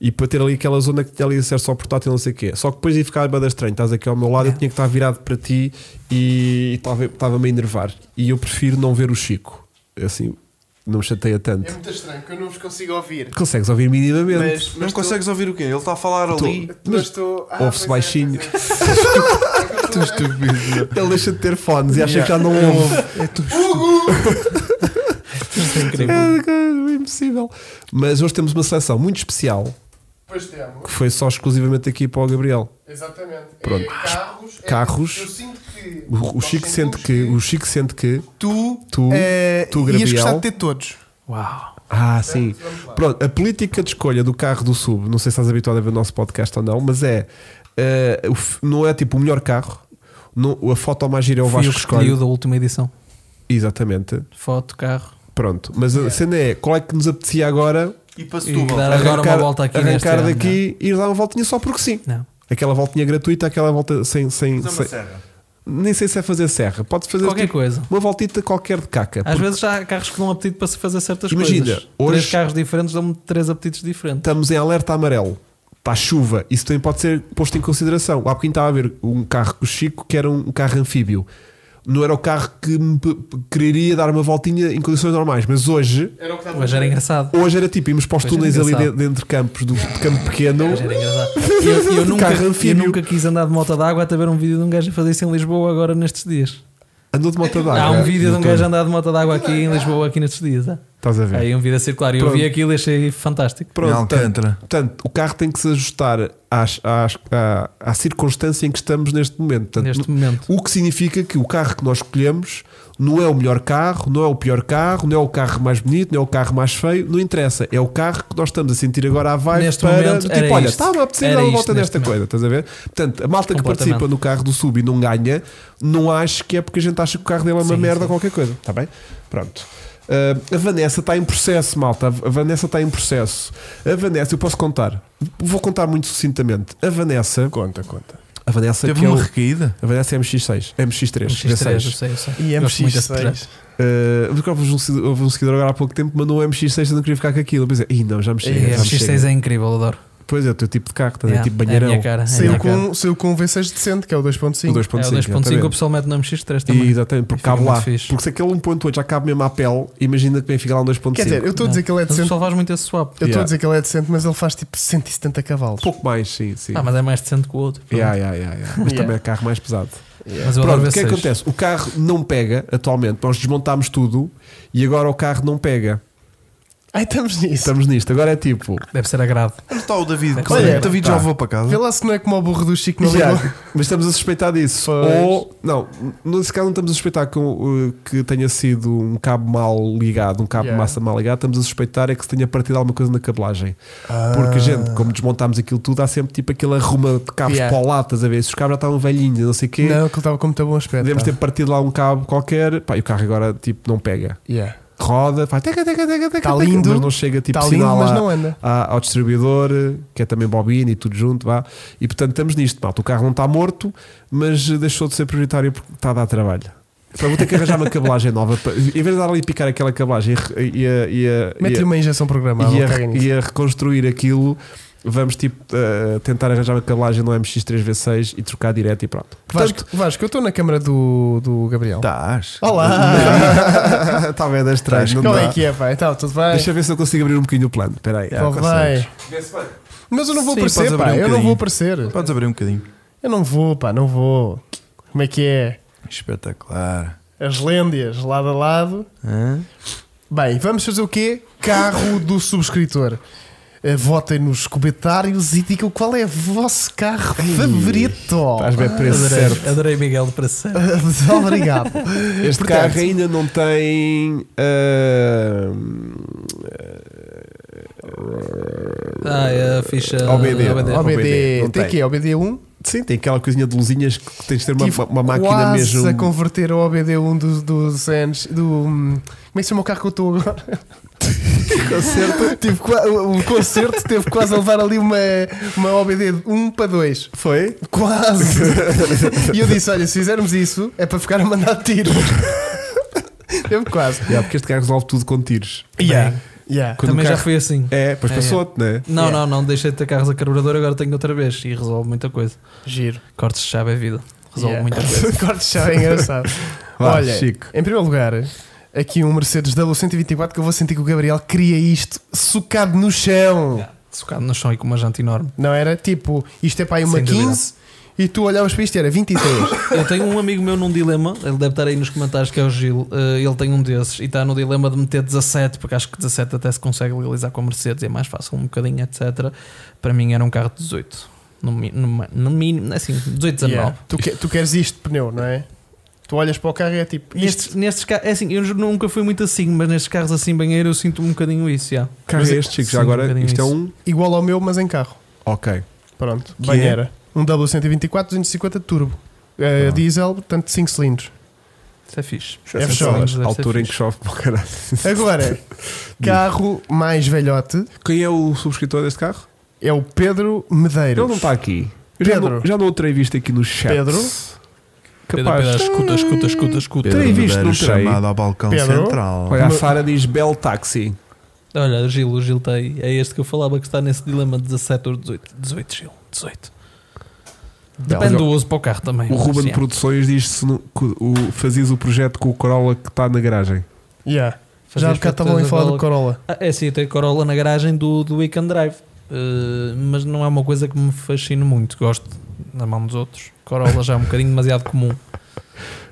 Speaker 2: e para ter ali aquela zona que tem ali acesso ao portátil, não sei o quê. Só que depois ia ficar bada estranho, estás aqui ao meu lado, eu tinha que estar virado para ti e estava- estava-me a enervar. E eu prefiro não ver o Chico, assim, não me chateia
Speaker 3: É
Speaker 2: tanto.
Speaker 3: muito estranho que eu não vos consigo ouvir.
Speaker 2: Consegues ouvir minimamente.
Speaker 3: Mas,
Speaker 1: Não consegues ouvir o quê? Ele está a falar
Speaker 2: Tô-
Speaker 1: ali.
Speaker 3: Mas estou. Ah, é,
Speaker 2: Ouve-se baixinho.
Speaker 1: Tu estúpido.
Speaker 2: Ele deixa de ter fones e acha
Speaker 1: Yeah.
Speaker 2: que já não ouve.
Speaker 4: Isto é incrível.
Speaker 2: É, é impossível. Mas hoje temos uma seleção muito especial
Speaker 3: Pois temos.
Speaker 2: que foi só exclusivamente aqui para o Gabriel.
Speaker 3: Exatamente.
Speaker 2: Pronto.
Speaker 3: É carros. é-
Speaker 2: Carros.
Speaker 3: Eu sinto que.
Speaker 2: O, o
Speaker 3: nós
Speaker 2: Chico sente
Speaker 3: sentimos
Speaker 2: que, o Chico sente que
Speaker 3: Tu.
Speaker 2: tu,
Speaker 3: eh,
Speaker 2: tu,
Speaker 3: Ias gostar
Speaker 2: Gabriel.
Speaker 3: de ter todos.
Speaker 4: Uau.
Speaker 2: Ah, sim. Pronto, a política de escolha do carro do sub, não sei se estás habituado a ver o nosso podcast ou não, mas é eh, o f- não é tipo o melhor carro, não, a foto mais gira é o
Speaker 4: Fui eu
Speaker 2: Vasco
Speaker 4: que
Speaker 2: que
Speaker 4: escolhi o
Speaker 2: escolhe.
Speaker 4: da última edição.
Speaker 2: Exatamente.
Speaker 4: Foto, carro.
Speaker 2: Pronto, mas a cena é qual é que nos apetecia agora
Speaker 1: E para
Speaker 4: E
Speaker 1: Setúbal.
Speaker 4: dar agora uma volta aqui neste
Speaker 2: arrancar
Speaker 4: ano, é?
Speaker 2: daqui e ir dar uma voltinha só porque sim.
Speaker 4: Não.
Speaker 2: Aquela voltinha gratuita, aquela volta sem. sem,
Speaker 1: Mas é uma
Speaker 2: sem
Speaker 1: serra.
Speaker 2: nem sei se é fazer serra. Pode fazer
Speaker 4: Qualquer
Speaker 2: tipo,
Speaker 4: coisa.
Speaker 2: uma voltita qualquer de caca.
Speaker 4: Às vezes já há carros que dão apetite para se fazer certas
Speaker 2: Imagina,
Speaker 4: coisas.
Speaker 2: hoje-
Speaker 4: Três carros diferentes dão-me três apetites diferentes.
Speaker 2: estamos em alerta amarelo. Está chuva, isso também pode ser posto em consideração. Há bocadinho estava a ver um carro com o Chico que era um carro anfíbio. Não era o carro que me p- quereria dar uma voltinha em condições normais, mas hoje,
Speaker 3: Era o que estava
Speaker 4: Mas era engraçado.
Speaker 2: hoje era tipo, íamos para os
Speaker 4: Hoje era
Speaker 2: túneis ali de-
Speaker 4: engraçado.
Speaker 2: dentro de campos, do de campo pequeno.
Speaker 4: Mas era engraçado. Eu, eu
Speaker 2: De
Speaker 4: nunca,
Speaker 2: carro
Speaker 4: eu
Speaker 2: anfíbio.
Speaker 4: nunca quis andar de moto d'água até ver um vídeo de um gajo a fazer isso em Lisboa agora nestes dias.
Speaker 2: Andou de moto
Speaker 4: há
Speaker 2: d'água.
Speaker 4: um vídeo de um
Speaker 2: Doutor,
Speaker 4: gajo a andar de moto d'água aqui em Lisboa aqui nestes dias. há.
Speaker 2: Estás a
Speaker 4: Há
Speaker 2: ver?
Speaker 4: Aí um vídeo a circular. E eu
Speaker 2: Pronto.
Speaker 4: vi aquilo e achei fantástico.
Speaker 1: Em
Speaker 2: Pronto, portanto,
Speaker 1: Alcântara.
Speaker 2: portanto, o carro tem que se ajustar às, às- à, à circunstância em que estamos neste momento. Portanto,
Speaker 4: Neste momento.
Speaker 2: O que significa que o carro que nós escolhemos não é o melhor carro, não é o pior carro, não é o carro mais bonito, não é o carro mais feio, não interessa. É o carro que nós estamos a sentir agora a vibe
Speaker 4: Neste
Speaker 2: para
Speaker 4: momento,
Speaker 2: do
Speaker 4: era
Speaker 2: tipo, olha,
Speaker 4: isto.
Speaker 2: está-me a apetecer
Speaker 4: Era
Speaker 2: dar uma
Speaker 4: isto
Speaker 2: volta
Speaker 4: neste
Speaker 2: nesta coisa, estás a ver? Portanto, a malta que
Speaker 4: Comportamento.
Speaker 2: participa no carro do sub e não ganha, não acho que é porque a gente acha que o carro dele é uma
Speaker 4: Sim,
Speaker 2: merda
Speaker 4: sim.
Speaker 2: ou qualquer coisa, está bem? Pronto. Ah, a Vanessa está em processo, malta. A Vanessa está em processo. A Vanessa, eu posso contar. Vou contar muito sucintamente. A Vanessa. Conta, conta. A Vanessa que
Speaker 1: Teve
Speaker 2: é o-
Speaker 1: uma recaída.
Speaker 2: a Vanessa é MX6, MX3,
Speaker 4: Um X3, eu
Speaker 2: V6.
Speaker 4: sei, eu sei.
Speaker 3: E é um
Speaker 4: Gosto muito desse projeto.
Speaker 3: MX6.
Speaker 2: Uh, porque houve um segui- houve um seguidor agora há pouco tempo que mandou um MX6 e eu não queria ficar com aquilo. Eu pensei, Ih, não, já me
Speaker 3: um
Speaker 2: chega.
Speaker 4: E
Speaker 2: já me chega."
Speaker 4: MX6 é incrível, adoro.
Speaker 2: Pois é, o teu tipo de carro, estás a ver,
Speaker 4: Yeah,
Speaker 2: tipo banheirão.
Speaker 4: É a minha cara. é a
Speaker 3: Saiu
Speaker 4: minha cara.
Speaker 3: com, saiu com um V6 decente, que é o
Speaker 2: o
Speaker 3: 2.5.
Speaker 2: 2.5.
Speaker 4: É o 2.5 o
Speaker 2: exatamente.
Speaker 4: pessoal mete no MX3
Speaker 2: E,
Speaker 4: também.
Speaker 2: exatamente, porque
Speaker 4: E fica
Speaker 2: cabe
Speaker 4: muito
Speaker 2: lá.
Speaker 4: fixe.
Speaker 2: Porque se aquele 1.8 já cabe mesmo à pele, imagina que bem fica lá um 2.5.
Speaker 3: Quer dizer, eu estou a dizer que ele é
Speaker 4: Mas o
Speaker 3: decente.
Speaker 4: pessoal faz muito esse swap.
Speaker 3: Eu estou
Speaker 2: Yeah.
Speaker 3: a dizer que ele é decente, mas ele faz tipo 170 cavalos.
Speaker 2: Um Pouco mais, sim, sim.
Speaker 4: Ah, mas é mais decente que o outro.
Speaker 2: Yeah, yeah, yeah, yeah. Mas
Speaker 3: Yeah.
Speaker 2: também é carro mais pesado.
Speaker 4: Mas eu adoro
Speaker 2: Pronto, o que é
Speaker 4: V6.
Speaker 2: que acontece? O carro não pega atualmente. Nós desmontámos tudo e agora o carro não pega.
Speaker 3: Ai, estamos nisso.
Speaker 2: Estamos nisto. Agora é tipo.
Speaker 4: Deve ser agrado.
Speaker 1: Onde está o David?
Speaker 4: Olha,
Speaker 1: Olha, David
Speaker 2: tá.
Speaker 1: já vou para casa.
Speaker 3: Vê lá se não é como o burro do Chico não
Speaker 2: Já,
Speaker 3: ligou.
Speaker 2: mas estamos a suspeitar disso.
Speaker 3: Pois.
Speaker 2: Ou, não, nesse caso não estamos a suspeitar que, uh, que tenha sido um cabo mal ligado, um cabo de
Speaker 3: Yeah.
Speaker 2: massa mal ligado. Estamos a suspeitar é que se tenha partido alguma coisa na cabelagem.
Speaker 3: Ah.
Speaker 2: Porque, gente, como desmontámos aquilo tudo, há sempre tipo aquele arruma de cabos
Speaker 3: Yeah.
Speaker 2: para o lado, estás a ver? Se os cabos já estavam velhinhos, não sei o quê,
Speaker 3: Não, que ele estava com muito bom aspecto.
Speaker 2: devemos ter
Speaker 3: tá.
Speaker 2: partido lá um cabo qualquer. Pá, e o carro agora tipo não pega.
Speaker 3: Yeah.
Speaker 2: Roda, faz teca, teca, teca, teca,
Speaker 3: Tá
Speaker 2: teca,
Speaker 3: lindo.
Speaker 2: mas não chega tipo
Speaker 3: Está lindo,
Speaker 2: sinal
Speaker 3: mas
Speaker 2: à-
Speaker 3: não anda.
Speaker 2: à- ao distribuidor, que é também bobina e tudo junto, vá. E portanto estamos nisto, malta. O carro não está morto, mas eh, deixou de ser prioritário porque está a dar trabalho. Então vou ter que arranjar uma cabelagem nova. pa- Em vez de dar ali picar aquela cabelagem e re- e a- e a- e
Speaker 3: Mete-lhe
Speaker 2: a-
Speaker 3: uma um injeção programável.
Speaker 2: e a-
Speaker 3: caga nisso.
Speaker 2: e a reconstruir aquilo, vamos tipo eh, tentar arranjar uma cabelagem no MX3V6 e trocar direto e pronto.
Speaker 3: Vasco,
Speaker 2: Portanto, Tá.
Speaker 3: Vasco, eu estou na câmara do, do Gabriel.
Speaker 1: Estás.
Speaker 3: Olá!
Speaker 2: está tá bem, das estranho. não
Speaker 3: Como
Speaker 2: dá.
Speaker 3: é que é, pai? Tá, tudo bem?
Speaker 2: Deixa eu ver se eu consigo abrir um bocadinho o plano. Espera aí.
Speaker 3: Pá,
Speaker 1: consegues.
Speaker 3: vai. Mas eu não vou
Speaker 1: Sim, podes
Speaker 3: aparecer,
Speaker 1: abrir
Speaker 3: pá.
Speaker 1: um
Speaker 3: eu não
Speaker 1: bocadinho.
Speaker 3: vou aparecer.
Speaker 1: Podes abrir um bocadinho.
Speaker 3: Eu não vou, pá, não vou. Como é que é?
Speaker 1: Espetacular.
Speaker 3: As lêndias, lado a lado.
Speaker 1: Hã?
Speaker 3: Bem, vamos fazer o quê? Carro do subscritor. Eh, Votem nos comentários e digam qual é o vosso carro favorito.
Speaker 2: Estás bem preço certo.
Speaker 4: Adorei, adorei Miguel de Praça.
Speaker 3: Obrigado.
Speaker 2: Este
Speaker 3: Portanto-
Speaker 2: carro ainda não tem. ah,
Speaker 4: Ah, é a ficha.
Speaker 2: OBD. Não
Speaker 4: OBD. Ah, é
Speaker 3: OBD,
Speaker 2: não
Speaker 3: tem
Speaker 2: é tem.
Speaker 3: que OBD 1?
Speaker 2: Sim, tem aquela coisinha de luzinhas que tens de ter uma,
Speaker 3: Tive
Speaker 2: uma máquina
Speaker 3: quase
Speaker 2: mesmo.
Speaker 3: Tipo a converter ao OBD1 do, do Sens, do. Como é que se chama o carro que eu estou agora? concerto. Tive, qua- o o concerto teve quase a levar ali uma, uma OBD1 para 2.
Speaker 2: Foi?
Speaker 3: Quase! e eu disse: olha, se fizermos isso, é para ficar a mandar tiros. Teve quase.
Speaker 2: Yeah, porque este carro resolve tudo com tiros.
Speaker 3: Yeah. Yeah.
Speaker 2: Quando
Speaker 4: Também
Speaker 2: o
Speaker 4: já
Speaker 2: carro-
Speaker 4: foi assim.
Speaker 2: É, depois
Speaker 4: É,
Speaker 2: passou-te, né?
Speaker 4: Não,
Speaker 3: Yeah.
Speaker 4: não, não, deixei de ter carros a carburador, agora tenho outra vez e resolve muita coisa.
Speaker 3: Giro.
Speaker 4: Cortes de chave é vida. Resolve
Speaker 3: Yeah.
Speaker 4: muita coisa.
Speaker 3: Cortes já é engraçado.
Speaker 2: Vá,
Speaker 3: Olha,
Speaker 2: Chico.
Speaker 3: em primeiro lugar, aqui um Mercedes W124 que eu vou sentir que o Gabriel cria isto socado no chão.
Speaker 4: Yeah. Socado no chão e com uma janta enorme.
Speaker 3: Não era tipo, isto é para aí uma
Speaker 4: Sem dúvida.
Speaker 3: 15 e tu olhavas para isto e era 23.
Speaker 4: Eu tenho um amigo meu num dilema, ele deve estar aí nos comentários, que é o Gil. eh, ele tem um desses e está no dilema de meter 17, porque acho que 17 até se consegue legalizar com a Mercedes, e é mais fácil um bocadinho, etc. Para mim era um carro de 18. No, mi- no, no mínimo, assim, 18, 19.
Speaker 3: Yeah. Tu, que- tu queres isto de pneu, não é? Tu olhas para o carro e é tipo, isto.
Speaker 4: Nestes, nestes carros, é assim, eu nunca fui muito assim, mas nestes carros assim, banheiro, eu sinto um bocadinho isso, já.
Speaker 2: Carro
Speaker 3: Mas
Speaker 2: é
Speaker 3: é-
Speaker 2: este, Chico,
Speaker 4: sim,
Speaker 2: já
Speaker 4: um
Speaker 2: agora.
Speaker 4: bocadinho
Speaker 2: Isto é
Speaker 4: isso.
Speaker 2: um.
Speaker 3: Igual ao meu, mas em carro.
Speaker 2: Ok.
Speaker 3: Pronto,
Speaker 2: Que
Speaker 3: banheira. Um W124 250 turbo. Eh,
Speaker 2: Ah.
Speaker 3: Diesel, portanto 5 cilindros.
Speaker 4: Isso é fixe.
Speaker 3: É
Speaker 4: Sim,
Speaker 3: fechado.
Speaker 4: sim, deve
Speaker 2: Altura
Speaker 4: ser
Speaker 2: em que
Speaker 4: fixe.
Speaker 2: chove para o caralho.
Speaker 3: Agora, carro mais velhote
Speaker 2: Quem é o subscritor deste carro?
Speaker 3: é o Pedro
Speaker 2: Ele
Speaker 3: Medeiros.
Speaker 2: não tá está aqui. Eu já
Speaker 3: Pedro.
Speaker 2: não- Já não o terei visto aqui no chat.
Speaker 3: Pedro?
Speaker 4: Pedro,
Speaker 2: Capaz.
Speaker 4: Pedro, escuta, escuta, escuta, escuta.
Speaker 2: Pedro. Terei visto,
Speaker 1: Medeiros
Speaker 2: não terei.
Speaker 1: chamado ao balcão
Speaker 3: Pedro?
Speaker 1: central.
Speaker 2: Olha, a
Speaker 3: Uma-
Speaker 2: Sara diz Bel Taxi.
Speaker 4: Olha, o Gil, o Gil está aí. É este que eu falava que está nesse dilema de 17 ou 18. 18, Gil, 18. Depende do uso para o carro também.
Speaker 2: O Ruben
Speaker 4: Sim.
Speaker 2: Produções diz se não- que o, fazias o projeto com o Corolla que está na garagem.
Speaker 3: Yeah.
Speaker 4: Fazer
Speaker 3: Já há bocado
Speaker 4: as fotos
Speaker 3: estavam a
Speaker 4: da
Speaker 3: falar do
Speaker 4: Corolla.
Speaker 3: Corolla.
Speaker 4: Ah, é sim, eu tenho Corolla na garagem do, do Weekend Drive. Eh, mas não é uma coisa que me fascina muito. Gosto na mão dos outros. Corolla já é um bocadinho demasiado comum.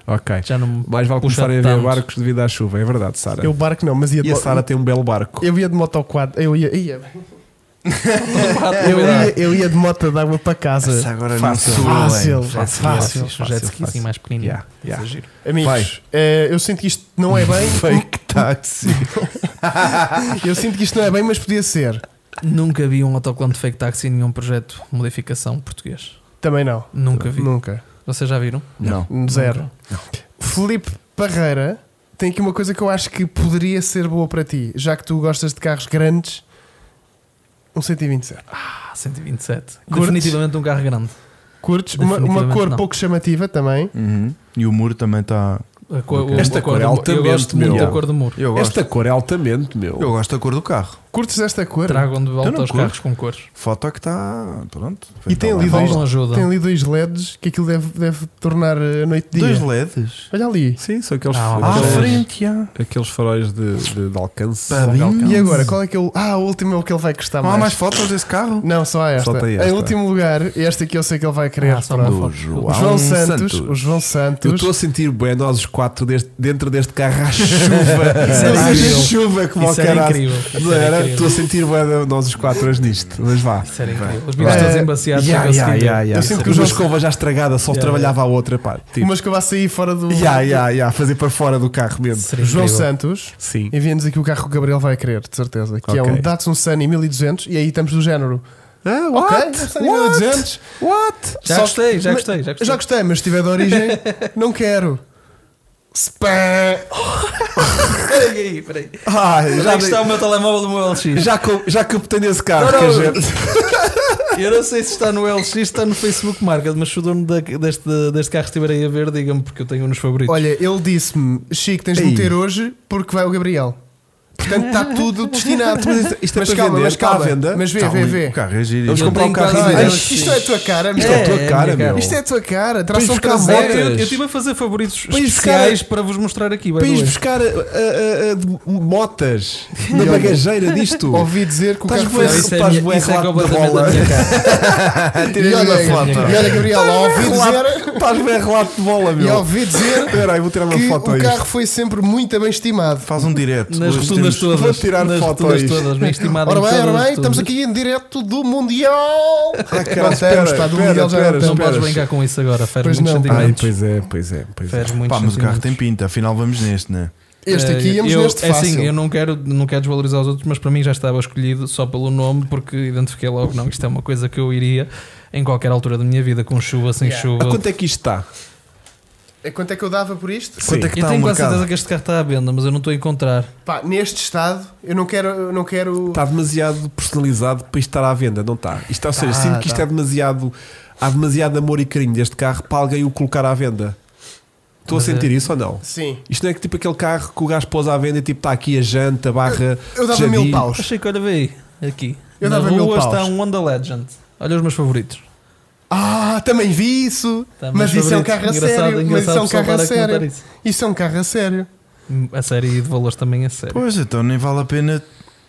Speaker 2: Ok.
Speaker 4: Já não me
Speaker 2: Mais vale
Speaker 4: Puxa
Speaker 2: começarem a ver
Speaker 4: tanto.
Speaker 2: barcos devido à chuva, é verdade, Sara.
Speaker 3: Eu barco não, mas ia de
Speaker 2: E a
Speaker 3: mo-
Speaker 2: Sara tem um belo barco.
Speaker 3: Eu ia de moto ao quadro. Eu ia, ia. Eu,
Speaker 4: bate
Speaker 3: ia, eu ia de moto d'água para casa.
Speaker 1: Essa agora
Speaker 2: Fácil.
Speaker 1: não sou eu, hein?
Speaker 3: Fácil.
Speaker 4: Fácil,
Speaker 3: Fácil,
Speaker 4: fácil, fácil, Um jet ski
Speaker 2: fácil.
Speaker 4: assim mais pequenino.
Speaker 2: Yeah, yeah.
Speaker 4: Isso é giro.
Speaker 3: Amigos, eh, eu sinto que isto não é bem.
Speaker 1: Fake taxi.
Speaker 3: eu sinto que isto não é bem, mas podia ser.
Speaker 4: Nunca vi um autocolante fake taxi em nenhum projeto de modificação português.
Speaker 3: Também não.
Speaker 4: Nunca vi.
Speaker 3: Nunca.
Speaker 4: Vocês já viram?
Speaker 1: Não.
Speaker 3: Zero.
Speaker 4: Nunca.
Speaker 3: Felipe Parreira tem aqui uma coisa que eu acho que poderia ser boa para ti, já que tu gostas de carros grandes. Um 127.
Speaker 4: Ah, 127.
Speaker 3: Curtes?
Speaker 4: Definitivamente um carro grande.
Speaker 3: Curtes? Uma, uma
Speaker 4: Definitivamente
Speaker 3: cor
Speaker 4: não.
Speaker 3: pouco chamativa também.
Speaker 1: Uhum. E o muro também está.
Speaker 4: A cor-
Speaker 2: Esta
Speaker 4: a
Speaker 2: cor é
Speaker 4: do- Eu
Speaker 2: altamente,
Speaker 4: gosto muito
Speaker 2: meu.
Speaker 4: da cor do muro.
Speaker 1: Eu gosto.
Speaker 2: Esta cor é altamente, meu.
Speaker 1: Eu gosto da cor do carro.
Speaker 3: Curtes esta cor?
Speaker 4: Tragam de
Speaker 1: Eu
Speaker 4: volta
Speaker 1: não
Speaker 4: os
Speaker 1: curto.
Speaker 4: carros com cores.
Speaker 1: Foto é que está. Pronto.
Speaker 3: E tem ali
Speaker 4: A
Speaker 3: dois-
Speaker 4: volta não ajuda. Ah,
Speaker 3: Tem um ali dois LEDs que aquilo deve, deve tornar eh, a noite dia.
Speaker 1: Dois LEDs.
Speaker 3: Olha ali.
Speaker 2: Sim, são aqueles,
Speaker 4: Ah,
Speaker 1: À
Speaker 4: Dois.
Speaker 2: aqueles,
Speaker 1: frente, já.
Speaker 2: aqueles faróis de, de- de alcance.
Speaker 1: Pá, bem.
Speaker 2: Alcance.
Speaker 3: E agora, qual é que é o. Ah, o último é o que ele vai custar
Speaker 1: Então, Não há
Speaker 3: mais.
Speaker 1: mais fotos desse carro?
Speaker 3: Não, só há esta.
Speaker 2: Só tem esta.
Speaker 3: Em último lugar, este aqui eu sei que ele vai querer.
Speaker 4: Ah, só
Speaker 3: Pronto.
Speaker 4: uma
Speaker 1: Do
Speaker 4: foto.
Speaker 1: João,
Speaker 3: o João Santos,
Speaker 1: Santos.
Speaker 3: O João
Speaker 2: um Eu
Speaker 3: Santos.
Speaker 2: estou a sentir bem nós os quatro deste- dentro deste carro à chuva.
Speaker 4: Isso
Speaker 2: Não
Speaker 4: era
Speaker 2: seja
Speaker 4: incrível.
Speaker 2: chuva como
Speaker 4: Isso era
Speaker 2: caralho.
Speaker 4: incrível. Isso
Speaker 2: Não
Speaker 4: era
Speaker 2: era? Estou
Speaker 4: incrível.
Speaker 2: a sentir bem nós os quatro hoje nisto. Mas vá.
Speaker 4: Isso era incrível. Os
Speaker 2: Vai.
Speaker 4: bichos todos
Speaker 3: Eh,
Speaker 4: embaciados.
Speaker 2: Ya,
Speaker 4: chega-se
Speaker 2: ya,
Speaker 4: lindo.
Speaker 2: ya, ya.
Speaker 3: Eu sinto que
Speaker 2: Uma
Speaker 3: o João-
Speaker 2: escova já estragada, só
Speaker 4: Ya,
Speaker 2: trabalhava a outra, pá. Tipo,
Speaker 3: Mas que eu vou sair fora do.
Speaker 2: ya, ya, ya, fazer para fora do carro mesmo.
Speaker 4: Seria
Speaker 3: João
Speaker 4: incrível.
Speaker 3: Santos.
Speaker 2: Sim.
Speaker 3: Envia-nos aqui o carro que o Gabriel vai querer, de certeza. Que é
Speaker 2: Ok.
Speaker 3: um Datsun Sunny 1200 e aí estamos do género.
Speaker 2: Ah,
Speaker 3: Ok,
Speaker 2: what?
Speaker 3: Datsun
Speaker 2: What?
Speaker 3: 1200.
Speaker 2: What?
Speaker 4: Já
Speaker 3: Só-
Speaker 4: gostei, já
Speaker 3: Ma-
Speaker 4: gostei, já gostei.
Speaker 3: Já gostei, mas se tiver de origem, não quero. Spam!
Speaker 4: Espera aí, espera aí.
Speaker 2: Ah,
Speaker 4: Onde
Speaker 2: já,
Speaker 4: é que está o meu telemóvel do meu LX?
Speaker 2: já, co- já captei nesse carro.
Speaker 4: Não, não.
Speaker 2: quer dizer.
Speaker 4: Eu não sei se está no LX, se está no Facebook Market, mas se o dono da- deste, deste carro estiver aí a ver, diga-me porque eu tenho um nos favoritos.
Speaker 3: Olha, ele disse-me, Chico, tens de
Speaker 2: Ei.
Speaker 3: meter hoje porque vai o Gabriel. Portanto, está tudo destinado.
Speaker 2: Mas isto- isto é
Speaker 3: mas
Speaker 2: para
Speaker 3: calma,
Speaker 2: vender,
Speaker 3: mas
Speaker 2: está à
Speaker 3: calma.
Speaker 2: venda? Tá
Speaker 3: Mas vê,
Speaker 1: Está
Speaker 3: vê,
Speaker 1: ali,
Speaker 3: vê.
Speaker 1: O carro é giro.
Speaker 2: Vamos
Speaker 4: Eu
Speaker 2: comprar um
Speaker 4: tenho
Speaker 2: carro
Speaker 4: quase
Speaker 2: e
Speaker 3: Ai,
Speaker 4: ideia.
Speaker 2: vender.
Speaker 4: Sim.
Speaker 3: isto é a tua cara, meu.
Speaker 2: Isto é a tua
Speaker 4: É, é a
Speaker 2: cara,
Speaker 4: minha cara.
Speaker 2: meu.
Speaker 3: Isto é a tua cara. Tração
Speaker 2: Tens de buscar
Speaker 3: traseira.
Speaker 2: motas.
Speaker 4: eu, eu estive a fazer favoritos
Speaker 2: Para ir
Speaker 4: especiais para vos mostrar aqui. by the
Speaker 2: Para ires
Speaker 4: way.
Speaker 2: buscar ah, ah, ah, de- motas na
Speaker 3: E olha,
Speaker 2: bagageira disto.
Speaker 3: Ouvi dizer que o
Speaker 2: Estás
Speaker 3: carro
Speaker 2: bué
Speaker 3: foi.
Speaker 2: Isso é Estás minha- bué isso é relato da completamente bola. da minha
Speaker 4: cara.
Speaker 3: E olha, e olha, Gabriel, ouvi dizer,
Speaker 2: Estás bem relato de bola,
Speaker 3: e
Speaker 2: meu.
Speaker 3: ouvi dizer
Speaker 2: Espera aí, vou tirar uma
Speaker 3: que
Speaker 2: foto a
Speaker 3: o carro
Speaker 2: isto.
Speaker 3: foi sempre muito bem estimado.
Speaker 1: Faz um direto.
Speaker 4: Nas
Speaker 1: Hoje
Speaker 4: rotundas
Speaker 1: temos-
Speaker 4: todas.
Speaker 2: vou tirar
Speaker 4: nas
Speaker 2: foto a
Speaker 4: rotundas
Speaker 2: isto.
Speaker 4: todas, na estimada
Speaker 3: Ora
Speaker 4: em
Speaker 3: bem,
Speaker 4: todas,
Speaker 3: ora bem,
Speaker 4: todas.
Speaker 3: estamos aqui em direto do Mundial.
Speaker 2: cara,
Speaker 3: Não estamos,
Speaker 2: espera,
Speaker 3: pá, do
Speaker 2: espera,
Speaker 3: Mundial já
Speaker 2: espera,
Speaker 3: não
Speaker 4: Não
Speaker 3: estamos.
Speaker 4: podes
Speaker 2: Esperas.
Speaker 4: brincar com isso agora, faz
Speaker 3: Pois
Speaker 4: muitos
Speaker 3: não.
Speaker 2: Ai,
Speaker 4: sentimentos.
Speaker 2: pois é, pois é, pois é.
Speaker 4: Fere muitos
Speaker 1: Pá, mas o carro
Speaker 4: sentimentos.
Speaker 1: tem pinta. Afinal, vamos neste, né?
Speaker 3: Este aqui íamos
Speaker 4: É, eu,
Speaker 3: neste
Speaker 4: é assim,
Speaker 3: fácil.
Speaker 4: eu não quero, não quero desvalorizar os outros, mas para mim já estava escolhido só pelo nome, porque identifiquei logo, não, isto é uma coisa que eu iria em qualquer altura da minha vida, com chuva, sem
Speaker 3: Yeah.
Speaker 2: A
Speaker 4: chuva.
Speaker 2: quanto é que isto está?
Speaker 3: É Quanto é que um eu dava por isto?
Speaker 1: Quanto é que
Speaker 4: Eu
Speaker 1: está o
Speaker 4: tenho quase certeza
Speaker 1: mercado?
Speaker 4: que este carro está à venda, mas eu não estou a encontrar.
Speaker 3: Pá, neste estado, eu não quero. Eu não quero...
Speaker 4: Tá.
Speaker 2: Está demasiado personalizado para isto estar à venda, não está? Isto, ou seja,
Speaker 3: Tá,
Speaker 2: sinto que isto
Speaker 3: tá.
Speaker 2: é demasiado. Há demasiado amor e carinho deste carro para alguém o colocar à venda. Estou a
Speaker 4: Mas é-
Speaker 3: eh,
Speaker 2: sentir isso ou não?
Speaker 3: Sim.
Speaker 2: Isto não é que tipo aquele carro que o gajo pôs à venda e tipo está aqui a janta, barra.
Speaker 3: Eu dava
Speaker 2: jardim.
Speaker 3: mil paus.
Speaker 4: Achei que olha bem aqui.
Speaker 3: Eu
Speaker 4: Na
Speaker 3: dava mil
Speaker 4: rua
Speaker 3: paus.
Speaker 4: está um Honda Legend. Olha os meus favoritos.
Speaker 3: Ah, também vi isso.
Speaker 4: Tá,
Speaker 3: mas
Speaker 4: meus
Speaker 3: isso é um
Speaker 4: favoritos.
Speaker 3: carro a
Speaker 4: Engraçado,
Speaker 3: sério. mas isso
Speaker 4: engraçado
Speaker 3: é um
Speaker 4: pessoal
Speaker 3: carro a
Speaker 4: estar comentar
Speaker 3: sério.
Speaker 4: isso.
Speaker 3: Isso é um carro a sério.
Speaker 4: A série de valores também é sério.
Speaker 1: Pois então, nem vale a pena,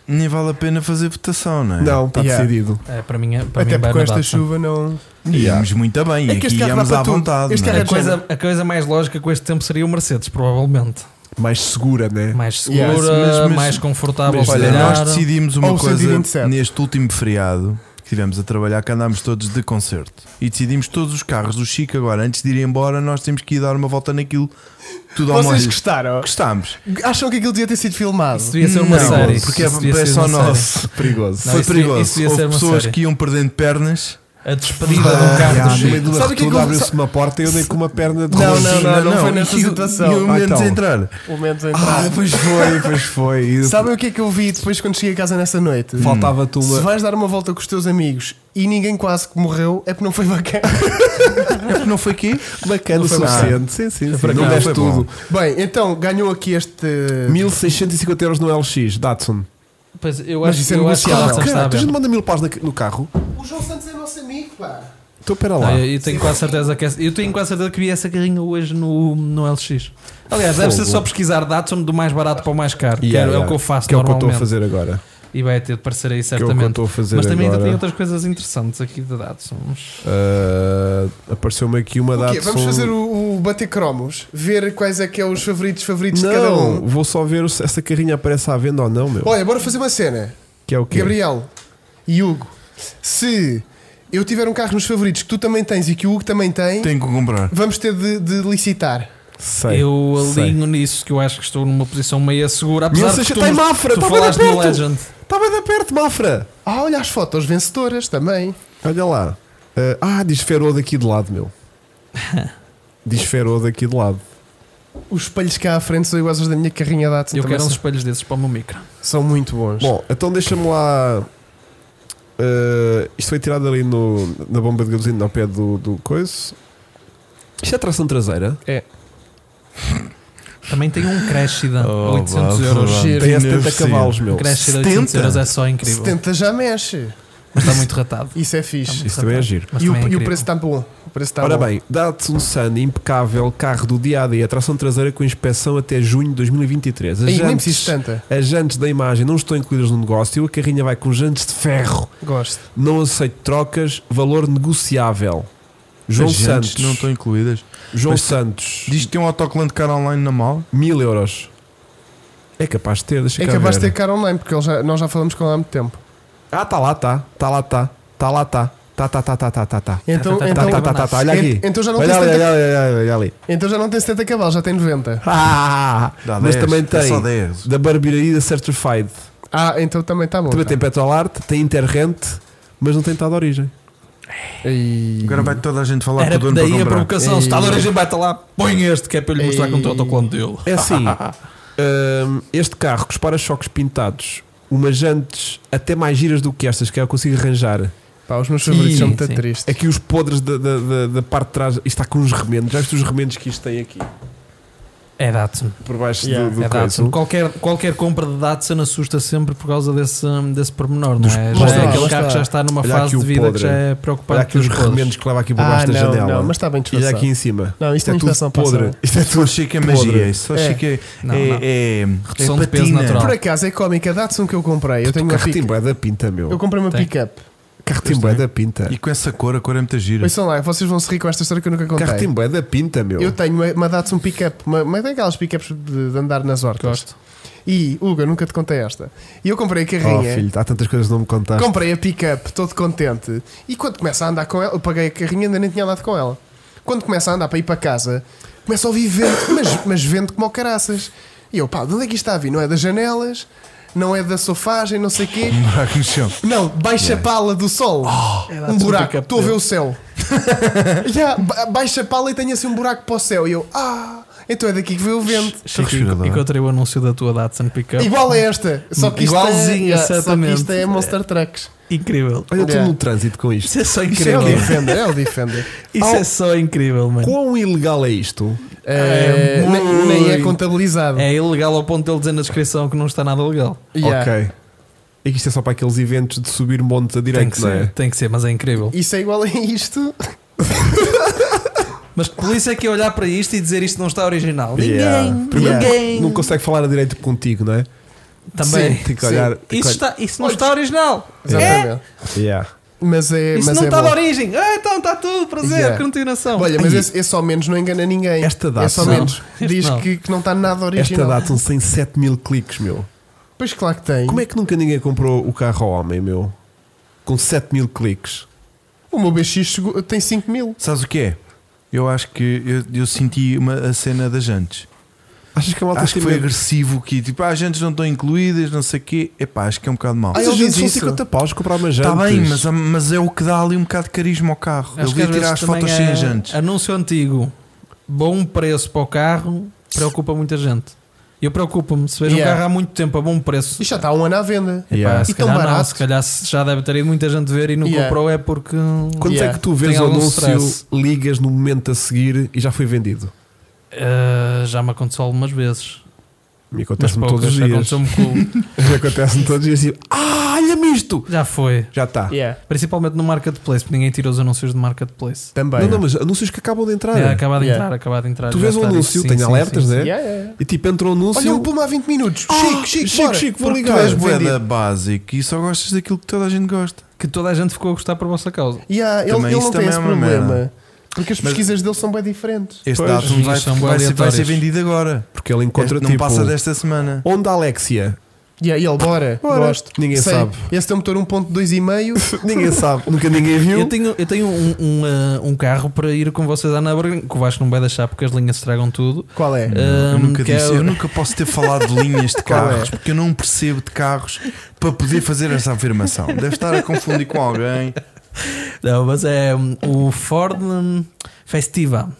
Speaker 1: nem vale a pena fazer votação, não é?
Speaker 2: Não, está
Speaker 3: Yeah.
Speaker 2: decidido.
Speaker 4: É, para mim, é- para
Speaker 3: Até
Speaker 4: mim
Speaker 3: porque
Speaker 4: vai
Speaker 3: com
Speaker 4: na
Speaker 3: esta
Speaker 4: data.
Speaker 3: chuva não.
Speaker 1: E Íamos muito bem,
Speaker 3: É que
Speaker 1: aqui
Speaker 3: este carro dá
Speaker 1: íamos
Speaker 3: para
Speaker 1: à
Speaker 3: tudo.
Speaker 1: vontade.
Speaker 3: Este
Speaker 1: não é?
Speaker 4: A coisa, a coisa mais lógica com este tempo seria o Mercedes, provavelmente.
Speaker 2: Mais segura, né?
Speaker 4: Mais segura,
Speaker 3: Yeah,
Speaker 1: mas- mas-
Speaker 4: mais confortável.
Speaker 1: Mas,
Speaker 4: se
Speaker 1: olha,
Speaker 4: calhar.
Speaker 1: nós decidimos uma
Speaker 3: Ou o
Speaker 1: coisa
Speaker 3: 127.
Speaker 1: neste último feriado que tivemos a trabalhar, que andámos todos de concerto e decidimos todos os carros do Chico agora, antes de ir embora, nós temos que ir dar uma volta naquilo tudo ao
Speaker 3: Vocês
Speaker 1: molho.
Speaker 3: gostaram?
Speaker 1: Gostámos.
Speaker 3: Acham que aquilo devia ter sido filmado?
Speaker 4: Isso devia ser uma
Speaker 1: Não,
Speaker 4: série.
Speaker 1: porque
Speaker 4: Isso devia
Speaker 1: é, é
Speaker 4: ser
Speaker 1: só
Speaker 4: uma série.
Speaker 1: nosso.
Speaker 2: Perigoso.
Speaker 4: Não,
Speaker 1: Foi
Speaker 4: isso devia-
Speaker 1: perigoso.
Speaker 4: isso devia
Speaker 1: Houve
Speaker 4: ser uma
Speaker 1: pessoas
Speaker 4: série.
Speaker 1: que iam perdendo pernas.
Speaker 4: A despedida
Speaker 1: Ah,
Speaker 4: do carro
Speaker 1: yeah,
Speaker 4: do
Speaker 2: no meio
Speaker 4: Chico.
Speaker 2: de um uma
Speaker 3: Sabe o que é que
Speaker 2: rotunda
Speaker 3: eu-
Speaker 2: abriu-se
Speaker 3: sabe-
Speaker 2: uma porta e eu dei com uma perna de
Speaker 3: Não,
Speaker 2: rosto.
Speaker 3: não, não, não foi nessa
Speaker 1: e-
Speaker 3: situação.
Speaker 1: E eu
Speaker 2: Ah,
Speaker 1: menos
Speaker 2: então.
Speaker 1: entrar.
Speaker 3: O menos então.
Speaker 2: Ah, pois foi, pois foi. Isso.
Speaker 3: Sabem o que é que eu vi depois quando cheguei a casa nessa noite?
Speaker 2: Faltava-te
Speaker 3: Se
Speaker 2: uma.
Speaker 3: vais dar uma volta com os teus amigos e ninguém quase que morreu, é porque não foi bacana.
Speaker 1: É porque não foi aqui?
Speaker 2: Bacana o
Speaker 1: Não foi mal.
Speaker 2: suficiente. Sim, sim, sim.
Speaker 1: por
Speaker 2: Não É
Speaker 1: acaso.
Speaker 2: deste
Speaker 1: Foi bom.
Speaker 2: tudo.
Speaker 3: Bem, então ganhou aqui este.
Speaker 2: tipo- 1650 euros no LX, Datsun.
Speaker 4: Pois, eu
Speaker 3: Mas
Speaker 4: acho,
Speaker 3: isso é
Speaker 4: eu acho
Speaker 2: Ah,
Speaker 4: que a
Speaker 3: negociável.
Speaker 4: Datsun está à
Speaker 2: Cara, tu já
Speaker 4: venda.
Speaker 2: não manda mil paus na- no carro?
Speaker 3: O João Santos é nosso amigo, pá.
Speaker 2: Então, pera lá.
Speaker 4: Não, eu, eu tenho quase certeza que essa- eu tenho quase certeza que vi essa carrinha hoje no, no LX. Aliás, deve ser
Speaker 2: Fogo.
Speaker 4: só pesquisar Datsun do mais barato para o mais caro, que
Speaker 2: Yeah,
Speaker 4: é, é
Speaker 2: yeah.
Speaker 4: o que eu faço
Speaker 2: Que é o que eu
Speaker 4: normalmente.
Speaker 2: estou a fazer agora.
Speaker 4: E vai ter de parecer aí
Speaker 2: Que é o que eu
Speaker 4: certamente.
Speaker 2: estou a fazer
Speaker 4: Mas também ainda
Speaker 2: agora.
Speaker 4: tem outras coisas interessantes aqui de Datsun.
Speaker 2: Ah, Apareceu-me aqui uma
Speaker 3: O quê?
Speaker 2: Datsun.
Speaker 3: é, Vamos fazer o, o bater cromos, ver quais é que é os favoritos favoritos de cada
Speaker 2: Não,
Speaker 3: um.
Speaker 2: vou só ver se essa carrinha aparece à venda ou não, meu.
Speaker 3: Olha, bora fazer uma cena.
Speaker 2: Que é o quê?
Speaker 3: Gabriel e Hugo, se eu tiver um carro nos favoritos que tu também tens e que o Hugo também tem,
Speaker 1: Tenho que comprar.
Speaker 3: vamos ter de, de licitar.
Speaker 2: Sei,
Speaker 4: eu
Speaker 2: sei.
Speaker 4: alinho nisso que eu acho que estou numa posição meio segura. Apesar de
Speaker 2: 1600
Speaker 4: que tu,
Speaker 2: tem Mafra,
Speaker 4: tu
Speaker 2: tá bem
Speaker 4: falaste no
Speaker 2: perto.
Speaker 4: Legend.
Speaker 3: Tá
Speaker 2: Está bem da perto, Mafra.
Speaker 3: Ah, olha as fotos vencedoras também.
Speaker 2: Olha lá. Ah, ah, desferou daqui de lado, meu. Desferou daqui de lado.
Speaker 3: Os espelhos cá à frente são iguais aos da minha carrinha da Datsun.
Speaker 4: Eu
Speaker 3: também
Speaker 4: quero uns
Speaker 3: são,
Speaker 4: espelhos desses para o meu micro.
Speaker 3: são muito bons.
Speaker 2: Bom, então deixa-me lá. Ah, isto foi tirado ali no, na bomba de gasolina ao pé do, do coiso. Isto é tração traseira?
Speaker 4: É. Também tem um Crashida,
Speaker 1: Oh,
Speaker 4: 800
Speaker 1: vá,
Speaker 4: euros.
Speaker 1: vá.
Speaker 2: Tem a 70
Speaker 1: Deve ser.
Speaker 2: cavalos, meu.
Speaker 4: Um Crashida, 800
Speaker 1: 70?
Speaker 4: euros é só incrível.
Speaker 3: 70 já mexe.
Speaker 4: Está muito ratado.
Speaker 3: Isso é fixe.
Speaker 2: Isso também é giro.
Speaker 4: Mas
Speaker 3: E o,
Speaker 4: também é
Speaker 3: e o
Speaker 4: incrível.
Speaker 3: preço está bom. O preço
Speaker 1: Tá
Speaker 3: está
Speaker 2: Ora
Speaker 3: bom.
Speaker 2: bem, Datsun Sun, impecável, carro do dia a dia, tração traseira com inspeção até junho de 2023. As
Speaker 3: Aí, nem preciso de
Speaker 2: jantes,
Speaker 3: tanta.
Speaker 2: as jantes da imagem não estão incluídas no negócio, a carrinha vai com jantes de ferro,
Speaker 3: Gosto.
Speaker 2: não aceito trocas, valor negociável. João
Speaker 1: As jantes
Speaker 2: Santos,
Speaker 1: Não estão incluídas.
Speaker 2: João
Speaker 1: Mas-
Speaker 2: Santos,
Speaker 1: Diz que tem um autocolante cara online na mala.
Speaker 2: mil euros. É capaz de ter, deixa
Speaker 3: É
Speaker 2: cá
Speaker 3: capaz de
Speaker 2: ver.
Speaker 3: ter cara online, porque ele já- nós já falamos com ele há muito tempo.
Speaker 2: Ah, tá lá, tá, tá lá, tá, tá lá, tá, tá, tá, tá, tá, tá, tá, tá.
Speaker 3: Então,
Speaker 4: tá, tá,
Speaker 3: então,
Speaker 2: tá, tá, tá, tá, olha
Speaker 3: ent-
Speaker 2: aqui.
Speaker 3: Então já não
Speaker 2: Olha
Speaker 3: tem
Speaker 2: ali,
Speaker 3: 70,
Speaker 2: olha ali, olha ali, olha ali.
Speaker 3: então já não tem 70 cavalos, já tem 90.
Speaker 2: Ah,
Speaker 1: Dá
Speaker 2: mas
Speaker 1: 10,
Speaker 2: também
Speaker 1: é
Speaker 2: tem
Speaker 1: só 10.
Speaker 2: da Barbearia Certified.
Speaker 3: Ah, então também está bom.
Speaker 2: Também
Speaker 3: tá.
Speaker 2: tem Petrolarte, tem Interrente, mas não tem estado de origem.
Speaker 3: Ei.
Speaker 1: Agora vai toda a gente falar
Speaker 4: Era
Speaker 1: que o dono
Speaker 4: daí
Speaker 1: para
Speaker 4: a
Speaker 1: comprar.
Speaker 4: provocação.
Speaker 3: Ei.
Speaker 4: Se está de origem, beta lá, põe este que é para eu lhe mostrar
Speaker 3: Ei.
Speaker 4: que não estou autocolante dele.
Speaker 2: É assim, hum, este carro com os para-choques pintados, umas jantes até mais giras do que estas que eu consigo arranjar.
Speaker 3: Pá, os meus favoritos
Speaker 4: Sim,
Speaker 3: são muito
Speaker 4: sim.
Speaker 3: tristes.
Speaker 2: Aqui os podres da, da- da- da parte de trás, isto está com uns remendos, já viste os remendos que isto tem aqui,
Speaker 4: É Datsun.
Speaker 2: por baixo
Speaker 3: Yeah.
Speaker 2: do, do
Speaker 4: É
Speaker 2: coiso.
Speaker 4: Datsun. Qualquer, qualquer compra de Datsun assusta sempre por causa desse, desse pormenor, não é?
Speaker 3: Lá
Speaker 4: Já
Speaker 3: está,
Speaker 4: é
Speaker 3: lá
Speaker 4: aquele carro
Speaker 3: está.
Speaker 4: que já está numa
Speaker 2: Olha aqui
Speaker 4: fase
Speaker 2: o
Speaker 4: de vida
Speaker 2: podre.
Speaker 4: que já é
Speaker 2: Olha
Speaker 4: preocupante
Speaker 2: aqui os
Speaker 4: dos podres.
Speaker 2: remendos que leva aqui por
Speaker 3: Ah,
Speaker 2: baixo da
Speaker 3: não,
Speaker 2: janela.
Speaker 3: não, mas está
Speaker 2: e
Speaker 3: bem
Speaker 2: olha
Speaker 3: disfarçado.
Speaker 2: aqui em cima.
Speaker 3: Não, isto
Speaker 2: Isto
Speaker 3: tem
Speaker 2: é
Speaker 3: inflação
Speaker 2: tudo podre.
Speaker 3: passada.
Speaker 2: Isto é
Speaker 1: Só
Speaker 2: tudo
Speaker 1: chique é
Speaker 2: podre.
Speaker 1: magia. Só
Speaker 3: É.
Speaker 1: chique é.
Speaker 4: Não,
Speaker 1: é,
Speaker 4: não.
Speaker 1: é-
Speaker 4: Redução
Speaker 1: é
Speaker 4: de peso
Speaker 1: patina.
Speaker 4: natural.
Speaker 3: Por acaso é cómica a Datsun que eu comprei. Eu tenho
Speaker 2: O
Speaker 3: uma
Speaker 2: carro tem
Speaker 3: pick.
Speaker 2: bué da pinta, meu.
Speaker 3: Eu né? comprei uma
Speaker 4: Tem.
Speaker 3: pickup.
Speaker 2: Carro tem bué é da pinta.
Speaker 1: E com essa cor, a cor é muita gira.
Speaker 3: Pensam lá, vocês vão se rir com esta história que eu nunca
Speaker 2: Carro tem
Speaker 3: contei.
Speaker 2: bué da pinta, meu.
Speaker 3: é. Eu tenho uma, uma Datsun pickup, uma, uma daquelas pickups de, de andar nas hortas.
Speaker 4: Gosto.
Speaker 3: E, Hugo, eu nunca te contei esta. E eu comprei a
Speaker 2: Oh,
Speaker 3: carrinha.
Speaker 2: filho, há tantas coisas que não me contaste.
Speaker 3: Comprei a pick-up, todo contente. E quando começa a andar com ela, eu paguei a carrinha ainda nem tinha andado com ela. Quando começa a andar para ir para casa, começa a ouvir vento, mas, mas vento como ao caraças. E eu, pá, de onde é que isto está a vir? Não é das janelas, não é da sofagem, não sei o quê.
Speaker 1: Um buraco no chão.
Speaker 3: Não, baixa pala do sol.
Speaker 4: Era
Speaker 3: um
Speaker 4: É tudo
Speaker 3: buraco.
Speaker 4: capeta.
Speaker 3: Estou a ver o céu. Já, ba- baixa pala e tenho assim um buraco para o céu. E eu, ah, então é daqui que veio o vento.
Speaker 4: Chico,
Speaker 1: respirador.
Speaker 4: encontrei o anúncio da tua Datsun Pickup.
Speaker 3: Igual é. a esta. Só que isto
Speaker 4: Igualzinho,
Speaker 3: é, só que isto
Speaker 4: exatamente.
Speaker 3: é Monster Trucks.
Speaker 4: Incrível.
Speaker 2: Olha, estou
Speaker 3: Yeah.
Speaker 2: no trânsito com isto.
Speaker 4: Isso é só
Speaker 3: Isto é o
Speaker 4: incrível.
Speaker 3: Defender, é o Defender.
Speaker 4: Isso é só incrível, mano.
Speaker 2: Quão ilegal é isto?
Speaker 3: É,
Speaker 4: É
Speaker 3: ne- nem, é
Speaker 4: muito-
Speaker 3: contabilizado.
Speaker 4: É ilegal ao ponto de ele dizer na descrição que não está nada legal.
Speaker 3: Yeah.
Speaker 2: Ok. É que isto é só para aqueles eventos de subir montes a
Speaker 4: Tem que
Speaker 2: direito, não
Speaker 4: ser,
Speaker 2: é?
Speaker 4: tem que ser, mas é incrível.
Speaker 3: Isso é igual a isto.
Speaker 4: Mas que polícia é que ia olhar para isto e dizer isto não está original?
Speaker 2: Yeah.
Speaker 4: Ninguém,
Speaker 2: Primeiro,
Speaker 4: ninguém.
Speaker 2: Não consegue falar a direito contigo, não é?
Speaker 4: Também.
Speaker 2: Tem que
Speaker 3: Sim.
Speaker 2: olhar. tem
Speaker 4: Isso,
Speaker 2: que olhar-
Speaker 4: está, isso não está original. É?
Speaker 3: Exatamente.
Speaker 2: Yeah.
Speaker 3: Mas é.
Speaker 4: Isso
Speaker 3: mas
Speaker 4: não
Speaker 3: é
Speaker 4: está
Speaker 3: bom.
Speaker 4: de origem. Ah, então está tudo, prazer,
Speaker 3: Yeah.
Speaker 4: continuação.
Speaker 3: Olha, mas
Speaker 2: Ai,
Speaker 3: esse, esse ao menos não engana ninguém.
Speaker 2: esta data,
Speaker 3: Esse ao
Speaker 2: não.
Speaker 3: menos
Speaker 4: Este
Speaker 3: diz
Speaker 4: não.
Speaker 3: que, que não está nada
Speaker 2: Esta
Speaker 3: original.
Speaker 2: data tem 7 mil cliques, meu.
Speaker 3: Pois claro que tem.
Speaker 2: Como é que nunca ninguém comprou o carro ao homem, meu? Com 7 mil cliques.
Speaker 3: O meu BX chegou- tem 5 mil.
Speaker 1: Sabes o que é? Eu acho que eu, eu senti uma, a cena das jantes.
Speaker 2: Achas que a malta
Speaker 1: Acho que
Speaker 2: tem
Speaker 1: foi
Speaker 2: medo?
Speaker 1: agressivo que tipo, ah, as jantes não estão incluídas, não sei o quê. Epá, acho que é um bocado mau.
Speaker 3: Ah,
Speaker 2: Mas
Speaker 3: ele
Speaker 2: às vezes
Speaker 3: diz
Speaker 2: são
Speaker 3: isso.
Speaker 2: 50 paus comprar uma janta.
Speaker 1: Está Tá bem, mas, mas é o que dá ali um bocado de carisma ao carro.
Speaker 4: Acho que
Speaker 1: Ele
Speaker 4: às
Speaker 1: ia tirar as
Speaker 4: vezes também
Speaker 1: fotos
Speaker 4: é
Speaker 1: sem jantes.
Speaker 4: Anúncio antigo, bom preço para o carro, preocupa muita gente. Eu preocupo-me se vejo
Speaker 3: Yeah.
Speaker 4: um carro há muito tempo a bom preço.
Speaker 3: E já está há um ano à venda.
Speaker 4: Epá,
Speaker 2: Yeah.
Speaker 4: se
Speaker 3: E tão
Speaker 4: calhar não,
Speaker 3: barato.
Speaker 4: se calhar se- já deve ter ido muita gente ver e não
Speaker 3: Yeah.
Speaker 4: comprou é porque.
Speaker 2: Quando
Speaker 3: Yeah.
Speaker 2: é que tu vês
Speaker 4: Tem
Speaker 2: o
Speaker 4: algum
Speaker 2: anúncio,
Speaker 4: stress.
Speaker 2: ligas no momento a seguir e já foi vendido?
Speaker 4: Ah, já me aconteceu algumas vezes.
Speaker 2: Me
Speaker 4: Mas
Speaker 2: acontece-me todos
Speaker 4: poucas,
Speaker 2: os
Speaker 4: já
Speaker 2: dias.
Speaker 4: aconteceu-me com.
Speaker 2: Acontece-me todos os dias assim, ah, olha-me isto!
Speaker 4: já foi.
Speaker 2: Já tá. está.
Speaker 3: Yeah.
Speaker 4: Principalmente no marketplace, porque ninguém tira os anúncios de marketplace.
Speaker 3: Também.
Speaker 2: Não, não, mas anúncios que acabam de entrar.
Speaker 4: É, acaba de
Speaker 3: Yeah.
Speaker 4: entrar, acaba de entrar.
Speaker 2: Ah, tu
Speaker 4: já
Speaker 2: vês um
Speaker 4: está
Speaker 2: anúncio,
Speaker 4: disso. Sim,
Speaker 2: tem
Speaker 4: sim,
Speaker 2: alertas,
Speaker 4: sim,
Speaker 2: né?
Speaker 3: Yeah, yeah.
Speaker 2: E tipo, entra o anúncio.
Speaker 3: é? Olha, um puma há 20 minutos.
Speaker 2: Ah,
Speaker 3: Chico, Chico,
Speaker 2: Chico,
Speaker 3: bora.
Speaker 2: Chico, vou
Speaker 3: Porque
Speaker 2: ligar.
Speaker 3: Tu és
Speaker 1: Tu é da
Speaker 3: vendido.
Speaker 1: básica e só gostas daquilo que toda a gente gosta.
Speaker 4: sim. Que toda a gente ficou a gostar por vossa causa.
Speaker 3: Yeah, ele,
Speaker 1: Também
Speaker 3: ele
Speaker 1: isso
Speaker 3: não tem
Speaker 1: também
Speaker 3: esse
Speaker 1: é uma
Speaker 3: problema.
Speaker 1: merda.
Speaker 3: Porque as
Speaker 1: Mas-
Speaker 3: pesquisas dele são bem diferentes.
Speaker 1: Este
Speaker 2: Pois,
Speaker 1: datum vai,
Speaker 4: isto são
Speaker 1: vai ser, vai ser
Speaker 4: aleatórios. É,
Speaker 1: vendido agora.
Speaker 2: Porque ele encontra
Speaker 1: Este não
Speaker 2: tipo.
Speaker 1: passa desta semana.
Speaker 2: Onde a Alexia?
Speaker 3: Yeah, e ele, bora,
Speaker 2: Bora.
Speaker 3: gosto.
Speaker 2: Ninguém
Speaker 3: Sei,
Speaker 2: sabe.
Speaker 3: Esse tem um motor 1.2,5.
Speaker 2: ninguém sabe, nunca ninguém viu.
Speaker 4: Eu tenho, eu tenho um, um, ah, um carro para ir com vocês à Nürburgring, que o Vasco não vai deixar porque as linhas estragam tudo.
Speaker 3: Qual é?
Speaker 1: eu,
Speaker 4: Ahm,
Speaker 1: nunca
Speaker 4: que é
Speaker 1: disse-
Speaker 4: o-
Speaker 1: eu nunca posso ter falado de linhas de
Speaker 3: Qual é?
Speaker 1: carros porque eu não percebo de carros para poder fazer essa afirmação. Deve estar a confundir com alguém.
Speaker 4: Não, mas é hum, o Ford hum, Festiva.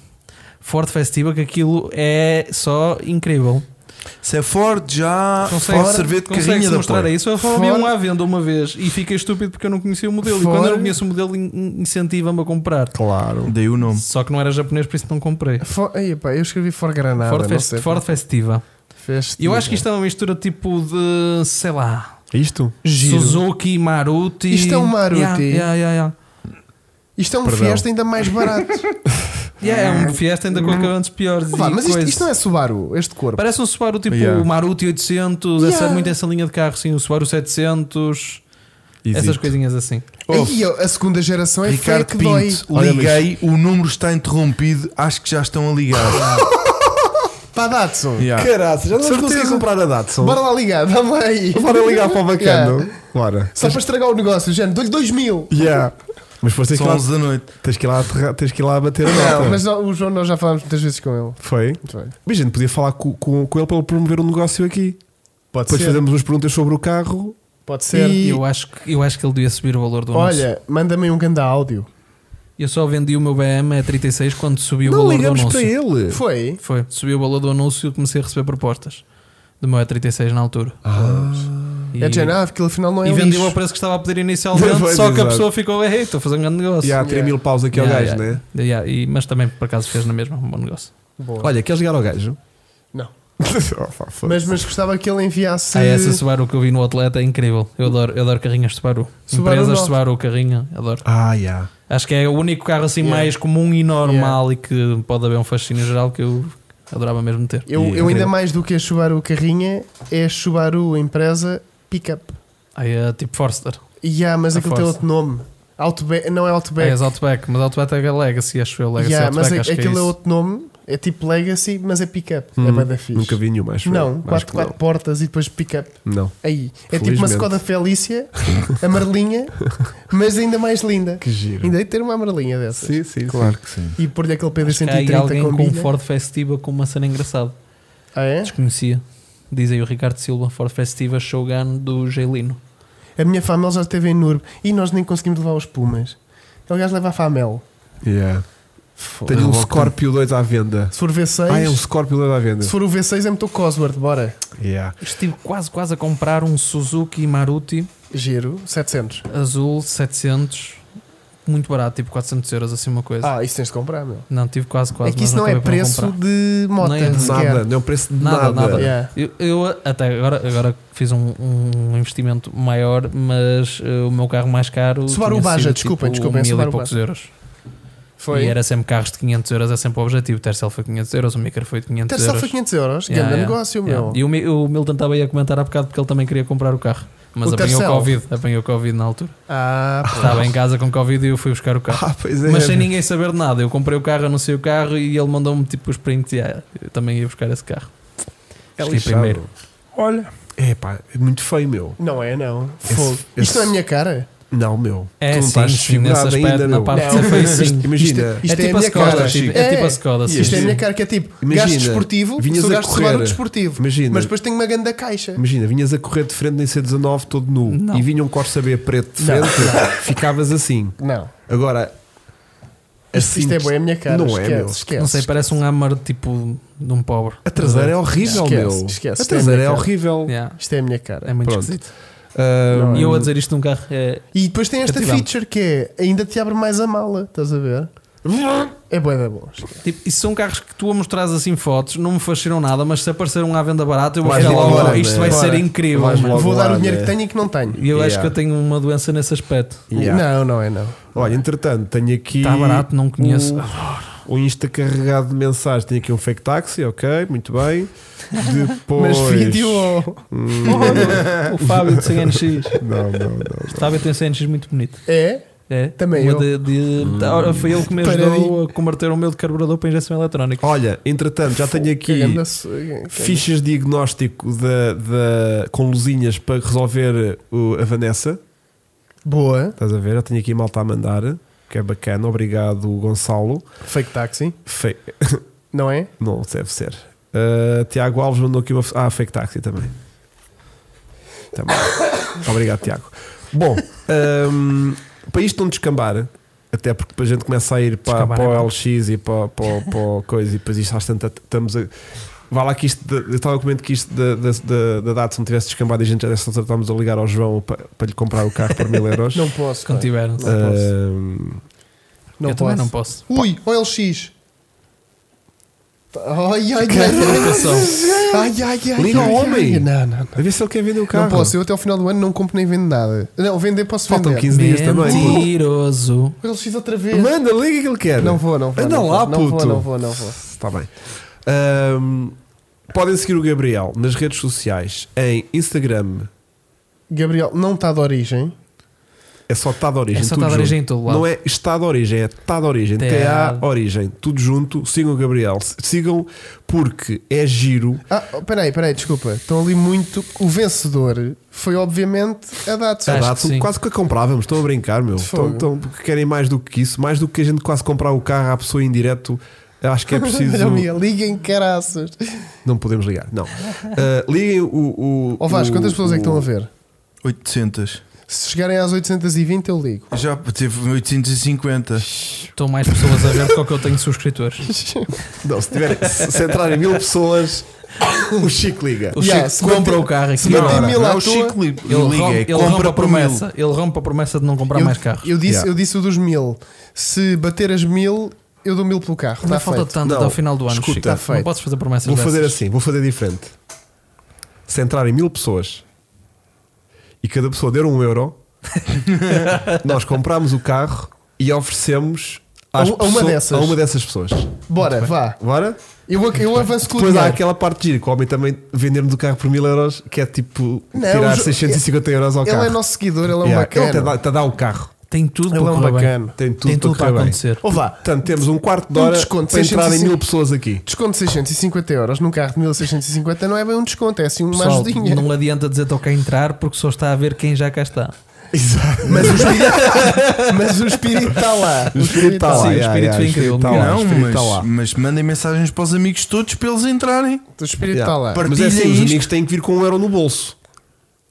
Speaker 4: Ford Festiva, que aquilo é só incrível.
Speaker 1: Se é Ford, já
Speaker 4: Consegue-
Speaker 1: pode servir de carrinha
Speaker 4: Consegue-se
Speaker 1: da
Speaker 4: mostrar
Speaker 1: Ford.
Speaker 4: isso? Eu
Speaker 3: Ford-
Speaker 4: vi um à venda uma vez e fiquei estúpido porque eu não conhecia o modelo. E quando eu
Speaker 3: Ford-
Speaker 4: não conheço o modelo, in- in- incentiva-me a comprar.
Speaker 2: Claro.
Speaker 1: Dei o nome.
Speaker 4: Só que não era japonês, por isso não comprei.
Speaker 3: For, Ei, epá, Ah, eu escrevi For Granada.
Speaker 4: Ford,
Speaker 3: não
Speaker 4: Fest-
Speaker 3: sei.
Speaker 4: Ford Festiva.
Speaker 3: Festiva.
Speaker 4: Eu acho que isto é uma mistura tipo de, sei lá,
Speaker 2: Isto?
Speaker 3: Giro.
Speaker 4: Suzuki, Maruti.
Speaker 3: Isto é um Maruti?
Speaker 4: Yeah, yeah, yeah, yeah.
Speaker 3: Isto é um
Speaker 2: Perdão.
Speaker 3: Fiesta ainda mais barato.
Speaker 4: Yeah, é um Fiesta ainda com acabantes piores.
Speaker 3: Vá,
Speaker 4: e
Speaker 3: Uhum. mas isto,
Speaker 4: coisas.
Speaker 3: isto não é Subaru, este corpo.
Speaker 4: Parece um Subaru tipo
Speaker 1: Yeah.
Speaker 4: o Maruti 800, essa,
Speaker 3: Yeah.
Speaker 4: muito essa linha de carro, sim, o Subaru 700, essas
Speaker 2: Existe.
Speaker 4: coisinhas assim.
Speaker 3: Aí, a segunda geração é feia
Speaker 1: Ricardo
Speaker 3: que dói.
Speaker 1: Pinto,
Speaker 2: Olha, mas-
Speaker 1: liguei, o número está interrompido, acho que já estão a ligar.
Speaker 3: Para a Datsun.
Speaker 1: Yeah.
Speaker 2: Caraca, já não
Speaker 3: Certeza.
Speaker 2: consegui comprar a Datsun.
Speaker 3: Bora lá ligar, dá-me lá aí.
Speaker 2: Bora ligar para o bacano.
Speaker 3: Yeah.
Speaker 2: Bora.
Speaker 3: Só para estragar o negócio, gente, dou-lhe 2 mil.
Speaker 2: Yeah. Mas foste que
Speaker 1: São
Speaker 2: lá,
Speaker 1: 11 da noite.
Speaker 2: tens que ir lá, aterrar- tens que ir lá bater a nota.
Speaker 3: Não, mas o João nós já falámos muitas vezes com ele.
Speaker 2: Foi.
Speaker 3: Muito bem.
Speaker 2: Mas a gente podia falar com, com, com ele para ele promover um negócio aqui.
Speaker 3: Pode
Speaker 2: Depois
Speaker 3: ser.
Speaker 2: fazemos umas perguntas sobre o carro.
Speaker 3: Pode ser.
Speaker 2: E-
Speaker 4: Eu acho, que, eu acho que ele devia subir o valor do anúncio.
Speaker 3: Olha, manda-me um ganda áudio.
Speaker 4: Eu só vendi o meu BM a 36 quando subiu o
Speaker 2: não
Speaker 4: valor do
Speaker 2: ligamos para
Speaker 4: anúncio.
Speaker 2: ele.
Speaker 3: Foi?
Speaker 4: Foi, subiu o valor do anúncio e comecei a receber propostas do meu E36 na altura. E,
Speaker 3: É de género, ah, porque ele afinal não é
Speaker 4: e vendi ao
Speaker 3: lixo.
Speaker 4: preço que estava a pedir inicialmente,
Speaker 2: um Pois,
Speaker 4: só que a
Speaker 2: exato.
Speaker 4: pessoa ficou, ei, estou a fazer um grande negócio.
Speaker 2: E há 3 mil paus aqui ao gajo, né?
Speaker 4: né? mas também por acaso fez na mesma um bom negócio.
Speaker 3: Boa.
Speaker 2: Olha, queres ligar ao gajo?
Speaker 3: Não.
Speaker 2: Oh, pá, foda-se.
Speaker 3: Mas, mas gostava que ele enviasse.
Speaker 4: Ah, essa Subaru que eu vi no Atleta é incrível. Eu adoro, eu adoro carrinhas de Subaru.
Speaker 3: Subaru
Speaker 4: Empresas
Speaker 3: nova.
Speaker 4: de Subaru, carrinha, adoro.
Speaker 2: Ah, yeah.
Speaker 4: Acho que é o único carro assim
Speaker 3: Yeah.
Speaker 4: mais comum e normal e que pode haver um fascínio geral que eu adorava mesmo ter.
Speaker 3: eu,
Speaker 2: E-
Speaker 3: eu ainda mais do que a Subaru carrinha, é a Subaru empresa pickup.
Speaker 4: Aí é tipo Forster.
Speaker 3: E há, mas
Speaker 4: A
Speaker 3: aquilo tem
Speaker 4: força.
Speaker 3: outro nome. Outback, não é
Speaker 4: Ah, É
Speaker 3: Outback.
Speaker 4: as Outback, mas Outback é Legacy, acho eu. Legacy
Speaker 3: Yeah, mas
Speaker 4: Outback,
Speaker 3: a-
Speaker 4: acho que é
Speaker 3: aquilo é,
Speaker 4: isso.
Speaker 3: outro nome, é tipo Legacy, mas é pickup.
Speaker 2: Hum,
Speaker 3: é bem da fixe.
Speaker 2: Nunca vi nenhuma, acho eu.
Speaker 3: Não,
Speaker 2: Acho
Speaker 3: quatro,
Speaker 2: que
Speaker 3: quatro portas e depois pickup.
Speaker 2: Não. não.
Speaker 3: Aí. É tipo uma
Speaker 2: Felizmente.
Speaker 3: Skoda Felícia, amarelinha, mas ainda mais linda.
Speaker 2: Que giro.
Speaker 3: Ainda hei de ter uma amarelinha dessa.
Speaker 2: Sim, sim,
Speaker 1: Claro que sim.
Speaker 3: E pôr-lhe aquele
Speaker 4: Acho que há aí
Speaker 3: PD130
Speaker 4: alguém
Speaker 3: com
Speaker 4: com um
Speaker 3: bilha.
Speaker 4: Ford Festiva com uma cena engraçada.
Speaker 3: Ah, é?
Speaker 4: Desconhecia. Diz aí o Ricardo Silva, Ford Festiva Shogun do Gelino.
Speaker 3: A minha Famel já esteve em Nurb e nós nem conseguimos levar os Pumas. Aquele gajo leva a Famel.
Speaker 2: Yeah.
Speaker 3: Foda.
Speaker 2: Tenho um
Speaker 1: Revolta.
Speaker 2: Scorpio 2 à venda.
Speaker 3: Se for V6,
Speaker 2: Ah, é um Scorpio 2 à venda.
Speaker 3: se for o V6 é muito o Cosworth, bora.
Speaker 2: Yeah.
Speaker 4: Estive quase, quase a comprar um Suzuki Maruti
Speaker 3: Giro, 700.
Speaker 4: azul 700, muito barato, tipo 400 euros, assim uma coisa.
Speaker 3: Ah, isso tens de comprar, meu.
Speaker 4: Não, tive quase, quase.
Speaker 3: é que
Speaker 4: mas
Speaker 3: isso não é
Speaker 4: acabei por
Speaker 3: preço
Speaker 4: comprar.
Speaker 3: de moto,
Speaker 4: Não é de
Speaker 2: Nada, não é um preço de nada.
Speaker 4: Nada, nada.
Speaker 3: Yeah.
Speaker 4: Eu, eu até agora, agora fiz um, um investimento maior, mas eh, o meu carro mais caro.
Speaker 3: Subaru
Speaker 4: tinha
Speaker 3: Baja,
Speaker 4: sido,
Speaker 3: desculpem,
Speaker 4: tipo,
Speaker 3: desculpem,
Speaker 4: mil
Speaker 3: Subaru
Speaker 4: e poucos
Speaker 3: Baja.
Speaker 4: euros.
Speaker 3: Foi.
Speaker 4: E era sempre carros de 500 euros, é sempre o objetivo. O Tercel foi 500 euros, o Micro foi 500
Speaker 3: Terceiro
Speaker 4: euros.
Speaker 3: foi 500 euros.
Speaker 4: Yeah,
Speaker 3: Grande
Speaker 4: yeah,
Speaker 3: negócio,
Speaker 4: Yeah.
Speaker 3: meu.
Speaker 4: E o, Mi- o Milton estava aí a comentar há bocado porque ele também queria comprar o carro. Mas
Speaker 3: O
Speaker 4: apanhou
Speaker 3: Tercel?
Speaker 4: Covid, apanhou Covid na altura.
Speaker 3: Ah, pô.
Speaker 4: Estava em casa com Covid e eu fui buscar o carro.
Speaker 2: Ah, pois é.
Speaker 4: Mas sem ninguém saber de nada, eu comprei o carro, anunciei o carro e ele mandou-me tipo os prints. e, ah, eu também ia buscar esse carro.
Speaker 2: É
Speaker 4: Escolhi
Speaker 2: lixado.
Speaker 4: primeiro.
Speaker 1: Olha,
Speaker 2: É pá, é muito feio, meu.
Speaker 3: Não é, não. Fogo.
Speaker 2: esse-
Speaker 3: Isto não é a minha cara.
Speaker 2: Não, meu.
Speaker 4: É,
Speaker 2: tu não
Speaker 4: sim,
Speaker 2: estás
Speaker 4: sim,
Speaker 2: desfigurado
Speaker 4: nesse
Speaker 2: ainda,
Speaker 4: aspecto, na
Speaker 2: meu.
Speaker 4: parte
Speaker 3: Não.
Speaker 4: de ser feio, sim.
Speaker 2: Imagina,
Speaker 3: Isto
Speaker 4: é
Speaker 3: é
Speaker 4: tipo
Speaker 3: a
Speaker 4: a
Speaker 3: minha
Speaker 4: Skoda,
Speaker 3: cara,
Speaker 4: é tipo-
Speaker 3: Chico.
Speaker 4: é tipo
Speaker 3: É.
Speaker 4: a Skoda.
Speaker 3: Isto é
Speaker 4: sim.
Speaker 3: a
Speaker 2: Este-
Speaker 3: minha cara, que é tipo
Speaker 2: Imagina,
Speaker 3: gasto desportivo,
Speaker 2: vinhas
Speaker 3: sou
Speaker 2: a
Speaker 3: gasto de seguro
Speaker 2: correr.
Speaker 3: desportivo.
Speaker 2: Imagina.
Speaker 3: Mas depois tenho uma grande caixa.
Speaker 2: imagina, vinhas a correr de frente em C19 todo nu
Speaker 4: Não.
Speaker 2: e vinha um Corsa B preto de
Speaker 3: Não,
Speaker 2: frente, ficavas assim.
Speaker 3: Não.
Speaker 2: Agora,
Speaker 3: Isto, isto é bom, é a minha cara.
Speaker 2: Não é,
Speaker 3: esquece,
Speaker 2: meu.
Speaker 3: esquece.
Speaker 4: Não sei, parece um Hammer tipo de um pobre.
Speaker 2: a traseira é horrível,
Speaker 3: Esquece,
Speaker 2: meu.
Speaker 3: esquece,
Speaker 2: a traseira
Speaker 3: tem
Speaker 2: é
Speaker 3: a minha cara.
Speaker 2: horrível.
Speaker 4: Yeah,
Speaker 3: Isto é a minha cara.
Speaker 4: É muito
Speaker 2: Pronto.
Speaker 4: esquisito.
Speaker 2: Ahm,
Speaker 4: E eu a dizer isto num carro é.
Speaker 3: E depois tem esta
Speaker 4: Cativante.
Speaker 3: feature que é ainda te abre mais a mala, estás a ver? É boa, é bom.
Speaker 4: Tipo, isso são carros que tu a mostras assim fotos, não me fascinam nada, mas se apareceram à venda barata, eu vou
Speaker 2: Vais
Speaker 4: ficar
Speaker 3: logo
Speaker 4: logo.
Speaker 3: lá,
Speaker 4: isto vai
Speaker 3: né?
Speaker 4: ser
Speaker 3: Bora.
Speaker 4: incrível.
Speaker 2: Vais
Speaker 4: mano."
Speaker 2: logo.
Speaker 3: Vou dar
Speaker 2: lá,
Speaker 3: o dinheiro
Speaker 2: né?
Speaker 3: que tenho e que não tenho.
Speaker 4: E eu acho
Speaker 2: Yeah.
Speaker 4: que eu tenho uma doença nesse aspecto.
Speaker 2: Yeah.
Speaker 3: Não, não é, não.
Speaker 2: Olha, entretanto, tenho aqui.
Speaker 4: Está Tá barato, não conheço.
Speaker 2: O, o Insta carregado de mensagens. Tenho aqui um fake taxi, ok, muito bem. Depois.
Speaker 3: Mas vídeo ou.
Speaker 2: Hum,
Speaker 4: Olha, Oh, o Fábio de 100 NX.
Speaker 2: não, não, não.
Speaker 4: O Fábio tem 100 NX um muito bonito.
Speaker 3: É?
Speaker 4: É?
Speaker 3: Também
Speaker 4: Uma
Speaker 3: eu.
Speaker 4: de-
Speaker 2: Hum.
Speaker 4: de- da hora, Foi ele que me ajudou
Speaker 3: Paradinho.
Speaker 4: a converter o meu de carburador para injeção eletrónica.
Speaker 2: Olha, entretanto, já tenho aqui.
Speaker 3: Cagando a su- cagando.
Speaker 2: fichas de diagnóstico da, da- com luzinhas para resolver o- a Vanessa.
Speaker 3: Boa.
Speaker 2: Estás a ver? Eu tenho aqui malta a mandar, que é bacana. Obrigado, Gonçalo.
Speaker 3: Fake taxi,
Speaker 2: Fe-
Speaker 3: não é?
Speaker 2: Não, deve ser. Uh, Tiago Alves mandou aqui uma. Ah, fake taxi também. Também. Obrigado, Tiago. Bom, um, para isto não descambar, até porque depois a gente começa a ir para,
Speaker 4: Descambar
Speaker 2: para
Speaker 4: é
Speaker 2: o
Speaker 4: bom.
Speaker 2: LX e para, para, para o coisa, e depois isto às tantas estamos a. Vá lá que isto. da- Eu estava a comentar que isto da, da, da, da Datsun tivesse descambado e a gente já nessa altura estávamos a ligar ao João para, para lhe comprar o carro por mil euros.
Speaker 3: Não posso.
Speaker 4: Quando
Speaker 3: pá.
Speaker 4: tiveram.
Speaker 2: Eh, Um,
Speaker 3: Não posso.
Speaker 4: eu também não posso.
Speaker 3: Ui, OLX. Ai, ai,
Speaker 4: Que provocação.
Speaker 3: ai, ai, ai, ai.
Speaker 2: Liga ao
Speaker 3: ai,
Speaker 2: homem.
Speaker 3: ai. Não, não, não.
Speaker 2: a ver se ele quer vender o carro.
Speaker 3: Não posso, eu até ao final do ano não compro nem vendo nada. Não, vender posso
Speaker 2: Faltam
Speaker 3: vender.
Speaker 2: 15 dias também. pô.
Speaker 4: Mentiroso.
Speaker 3: O LX outra vez.
Speaker 2: Manda, liga que ele quer.
Speaker 3: Não vou, não vou.
Speaker 2: Anda
Speaker 3: não
Speaker 2: lá,
Speaker 3: vou, não
Speaker 2: ah, puto.
Speaker 3: Vou, não vou, não vou.
Speaker 2: Está bem. Ahm, podem seguir o Gabriel nas redes sociais, em Instagram.
Speaker 3: Gabriel, não está de origem.
Speaker 2: É só tá de origem.
Speaker 4: É só
Speaker 2: tudo
Speaker 4: tá de
Speaker 2: junto.
Speaker 4: origem em todo lado.
Speaker 2: Não é está de origem, é tá de origem.
Speaker 4: Tá.
Speaker 2: TA origem. Tudo junto. Sigam o Gabriel. Sigam porque é giro.
Speaker 3: Ah, oh, peraí, peraí, desculpa. Estão ali muito. O vencedor foi, obviamente, a Datsun.
Speaker 4: Acho
Speaker 2: A
Speaker 4: que
Speaker 2: Datsun
Speaker 4: sim.
Speaker 2: É quase que a comprávamos. Estão a brincar, meu. Estão,
Speaker 3: Fogo.
Speaker 2: estão, querem mais do que isso. Mais do que a gente quase comprar o carro à pessoa em direto. Acho que é preciso.
Speaker 3: Olha, amiga, liguem caraças.
Speaker 2: Não podemos ligar, não. Ah, liguem o. o
Speaker 3: Ó Vasco, quantas
Speaker 2: o-
Speaker 3: pessoas é que estão a ver?
Speaker 1: 800.
Speaker 3: Se chegarem às 820, eu ligo.
Speaker 1: Já teve 850.
Speaker 4: Estão mais pessoas a ver do que o que eu tenho subscritores.
Speaker 2: Não, se, tiver, se se entrarem mil pessoas, o Chico liga.
Speaker 4: O
Speaker 3: Yeah,
Speaker 4: Chico compra
Speaker 3: se
Speaker 4: o carro aqui.
Speaker 3: se meter
Speaker 4: agora.
Speaker 3: mil-
Speaker 1: Não
Speaker 3: à
Speaker 1: é o
Speaker 3: toa,
Speaker 1: Chico Li-
Speaker 4: Ele rompe,
Speaker 1: liga, é
Speaker 4: ele rompe
Speaker 1: compra
Speaker 4: a
Speaker 1: por mil.
Speaker 4: promessa. Ele rompe a promessa de não comprar
Speaker 3: eu,
Speaker 4: mais carros.
Speaker 3: Eu disse,
Speaker 2: Yeah.
Speaker 3: eu disse o dos mil. Se bater as mil, eu dou mil pelo carro.
Speaker 4: Não
Speaker 3: Tá
Speaker 4: falta
Speaker 3: feito.
Speaker 4: tanto
Speaker 2: Não,
Speaker 4: até ao final do ano,
Speaker 2: escuta,
Speaker 4: Chico.
Speaker 2: tá
Speaker 4: não
Speaker 3: feito.
Speaker 4: podes fazer promessas
Speaker 2: Vou fazer
Speaker 4: dessas.
Speaker 2: assim, vou fazer diferente. Se entrarem mil pessoas e cada pessoa der um euro, nós compramos o carro e oferecemos às
Speaker 3: A u- a uma
Speaker 2: pessoas-
Speaker 3: dessas.
Speaker 2: a uma dessas pessoas.
Speaker 3: Bora, vá.
Speaker 2: Bora?
Speaker 3: Eu, eu avanço com o
Speaker 2: Depois há
Speaker 3: dinheiro.
Speaker 2: aquela parte gira que o homem também vendermos o carro por mil euros, que é tipo
Speaker 3: Não, o
Speaker 2: tirar
Speaker 3: Jo-
Speaker 2: 650 euros ao
Speaker 3: Ele
Speaker 2: carro.
Speaker 3: é nosso seguidor, ele é um
Speaker 2: Yeah, Ele te
Speaker 3: bacana.
Speaker 2: dá, te dá o carro.
Speaker 4: Tem tudo
Speaker 3: Ele é
Speaker 4: para
Speaker 3: um
Speaker 4: correr bem.
Speaker 3: bacana.
Speaker 2: Tem tudo,
Speaker 4: Tem tudo
Speaker 2: para
Speaker 4: para
Speaker 2: correr bem.
Speaker 4: acontecer.
Speaker 3: Ou vá,
Speaker 2: Portanto, temos um quarto de
Speaker 3: Um
Speaker 2: hora
Speaker 3: desconto,
Speaker 2: para entrarem
Speaker 3: 650.
Speaker 2: mil pessoas aqui.
Speaker 3: desconto de 650 euros num carro de 1650 não é bem um desconto, é assim uma
Speaker 4: Pessoal,
Speaker 3: ajudinha.
Speaker 4: não adianta dizer toca a entrar porque só está a ver quem já cá está.
Speaker 2: Exato.
Speaker 3: Mas o espírito- mas o espírito está lá.
Speaker 2: O espírito está lá.
Speaker 4: Sim, o
Speaker 2: yeah,
Speaker 4: espírito
Speaker 2: yeah,
Speaker 4: é incrível.
Speaker 2: Está lá, o
Speaker 1: não,
Speaker 2: espírito
Speaker 1: mas,
Speaker 2: está lá.
Speaker 1: mas mandem mensagens para os amigos todos para eles entrarem.
Speaker 3: O espírito
Speaker 2: Yeah.
Speaker 3: está lá.
Speaker 1: Para-
Speaker 2: Mas é assim,
Speaker 1: Partilhem
Speaker 2: os
Speaker 1: isto.
Speaker 2: amigos têm que vir com um euro no bolso.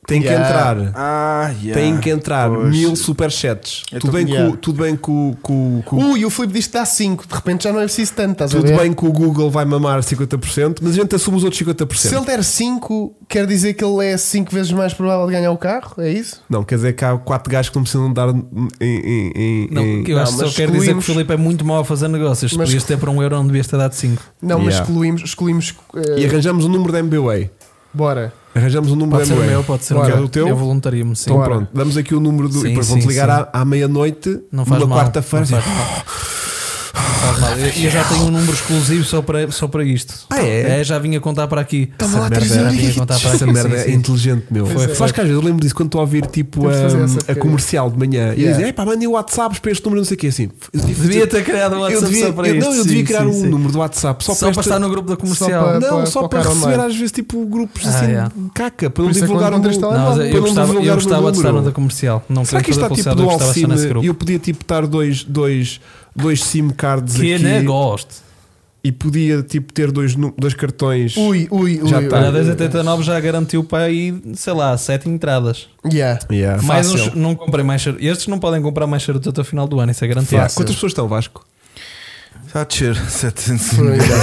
Speaker 2: Têm que
Speaker 3: Yeah.
Speaker 2: entrar.
Speaker 1: Ah,
Speaker 2: Têm que entrar
Speaker 1: Pois.
Speaker 2: mil superchats.
Speaker 1: Eu
Speaker 2: Tudo
Speaker 1: tô-
Speaker 2: bem, que
Speaker 3: Yeah.
Speaker 2: o- tudo bem que o- que o- que o
Speaker 4: Uh,
Speaker 3: Ui, o Filipe diz que dá 5. De repente já não é preciso tanto, estás a
Speaker 2: Tudo
Speaker 3: ver?
Speaker 2: bem que o Google vai mamar 50%, mas a gente assume os outros 50%.
Speaker 3: Se ele der 5, quer dizer que ele é 5 vezes mais provável de ganhar o carro? É isso?
Speaker 2: Não, quer dizer que há 4 gajos que não precisam dar em. em- em-
Speaker 4: Não,
Speaker 2: em-
Speaker 4: eu acho que
Speaker 3: mas
Speaker 4: só quero dizer que o
Speaker 3: excluímos-
Speaker 4: Filipe é muito mau a fazer negócios.
Speaker 3: Mas-
Speaker 4: Podias ter para um euro, não devias ter dado 5.
Speaker 3: Não, mas
Speaker 2: Yeah.
Speaker 3: excluímos. excluímos eh,
Speaker 2: E arranjamos um número da MBWay.
Speaker 3: Bora.
Speaker 2: Arranjamos um número
Speaker 4: Pode
Speaker 2: da
Speaker 4: ser o
Speaker 2: MBWay.
Speaker 4: meu, pode ser o
Speaker 2: Bora. É
Speaker 4: meu.
Speaker 2: O teu?
Speaker 4: Eu voluntario-me, sim.
Speaker 2: Então pronto, damos aqui o número do.
Speaker 4: Sim,
Speaker 2: e depois
Speaker 4: sim,
Speaker 2: vamos ligar
Speaker 4: sim.
Speaker 2: à, à meia-noite,
Speaker 4: Não faz
Speaker 2: numa
Speaker 4: mal.
Speaker 2: quarta-feira.
Speaker 4: não faz mal. Faz mal. Eu, eu já tenho um número exclusivo só para, só para isto.
Speaker 2: Ah, é? Então,
Speaker 4: já vinha contar para aqui.
Speaker 3: Toma lá
Speaker 4: merda
Speaker 3: 3
Speaker 4: era- vinha
Speaker 3: euros.
Speaker 4: contar para aqui.
Speaker 2: Essa merda
Speaker 4: sim,
Speaker 2: é
Speaker 4: tá sim.
Speaker 2: inteligente, meu.
Speaker 4: Pois é.
Speaker 2: Faz que às vezes eu lembro disso quando estou a ouvir tipo
Speaker 3: Temos de fazer essa
Speaker 2: a, a
Speaker 3: porcaria.
Speaker 2: comercial de manhã e eu
Speaker 3: Yeah.
Speaker 2: dizia: pá, mandem WhatsApps para este número, não sei o quê. Assim, eu
Speaker 4: Devia ter criado um WhatsApp
Speaker 2: eu devia,
Speaker 4: só para
Speaker 2: eu-
Speaker 4: isto.
Speaker 2: Não, eu devia
Speaker 4: sim,
Speaker 2: criar
Speaker 4: sim,
Speaker 2: um
Speaker 4: sim.
Speaker 2: número do WhatsApp só,
Speaker 4: Só
Speaker 2: para
Speaker 4: para
Speaker 2: esta-
Speaker 4: estar no grupo da comercial.
Speaker 3: para-
Speaker 2: Não, só
Speaker 3: colocar
Speaker 2: para receber
Speaker 3: online.
Speaker 2: às vezes tipo grupos
Speaker 4: Ah,
Speaker 2: assim
Speaker 4: yeah.
Speaker 2: de caca, para não
Speaker 3: Por isso é que
Speaker 2: divulgar
Speaker 3: quando
Speaker 2: o meu.
Speaker 3: encontras
Speaker 4: Não,
Speaker 3: telemóvel,
Speaker 4: mas
Speaker 2: para
Speaker 4: eu
Speaker 2: não
Speaker 4: gostava, eu
Speaker 2: divulgar o
Speaker 4: gostava
Speaker 2: meu
Speaker 4: de estar no
Speaker 2: número.
Speaker 4: da comercial. Não
Speaker 2: Será
Speaker 4: quero
Speaker 2: que isto
Speaker 4: fazer
Speaker 2: está tipo
Speaker 4: publicidade,
Speaker 2: do
Speaker 4: eu gostava de estar nesse
Speaker 2: Alcine e
Speaker 4: grupo.
Speaker 2: eu podia tipo estar dois, dois, dois SIM cards
Speaker 4: Que né,
Speaker 2: aqui
Speaker 4: negócio.
Speaker 2: e podia tipo ter dois, nu- dois cartões.
Speaker 3: Ui, ui, ui.
Speaker 2: Já
Speaker 3: ui.
Speaker 2: tá.
Speaker 4: Olha, a 1089 já garantiu para aí, sei lá, 7 entradas.
Speaker 3: Yeah.
Speaker 2: Yeah.
Speaker 4: Mais
Speaker 2: É Fácil.
Speaker 4: uns, não comprei mais charuto. Estes não podem comprar mais charuto até o final do ano, isso é garantido.
Speaker 2: Yeah.
Speaker 3: Fácil.
Speaker 2: Quantas pessoas estão, Vasco?
Speaker 1: Está a descer 700
Speaker 3: Foi, ainda bem.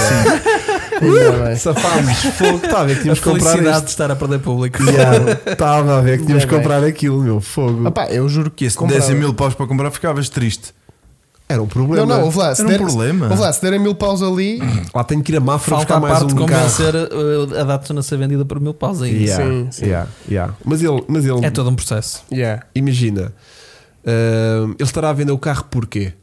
Speaker 3: Ainda bem.
Speaker 2: Safámos, fogo, estava a ver que
Speaker 4: A
Speaker 2: tínhamos que comprar
Speaker 4: felicidade de
Speaker 2: este. é
Speaker 4: estar a perder público.
Speaker 2: Yeah, Estava a ver que tínhamos que
Speaker 3: Ainda bem.
Speaker 2: comprar aquilo, meu fogo.
Speaker 3: Opá, eu juro
Speaker 1: Que
Speaker 3: que
Speaker 1: esse
Speaker 3: comprava.
Speaker 1: 10 mil paus para comprar ficavas triste.
Speaker 2: Era um problema.
Speaker 3: Não, não, ouve lá. Se
Speaker 1: Era um
Speaker 3: der,
Speaker 1: problema.
Speaker 3: Ouve lá, se derem mil paus ali.
Speaker 2: Lá tenho que ir a Mafra
Speaker 4: Falta
Speaker 2: buscar
Speaker 4: a
Speaker 2: mais
Speaker 4: parte de
Speaker 2: um carro.
Speaker 4: convencer uh, a Datsun a ser vendida por mil paus ainda.
Speaker 2: Yeah,
Speaker 3: Sim, sim.
Speaker 2: yeah, yeah. Mas ele, mas ele
Speaker 4: É todo um processo.
Speaker 3: Yeah.
Speaker 2: imagina, hum, ele estará a vender o carro porquê?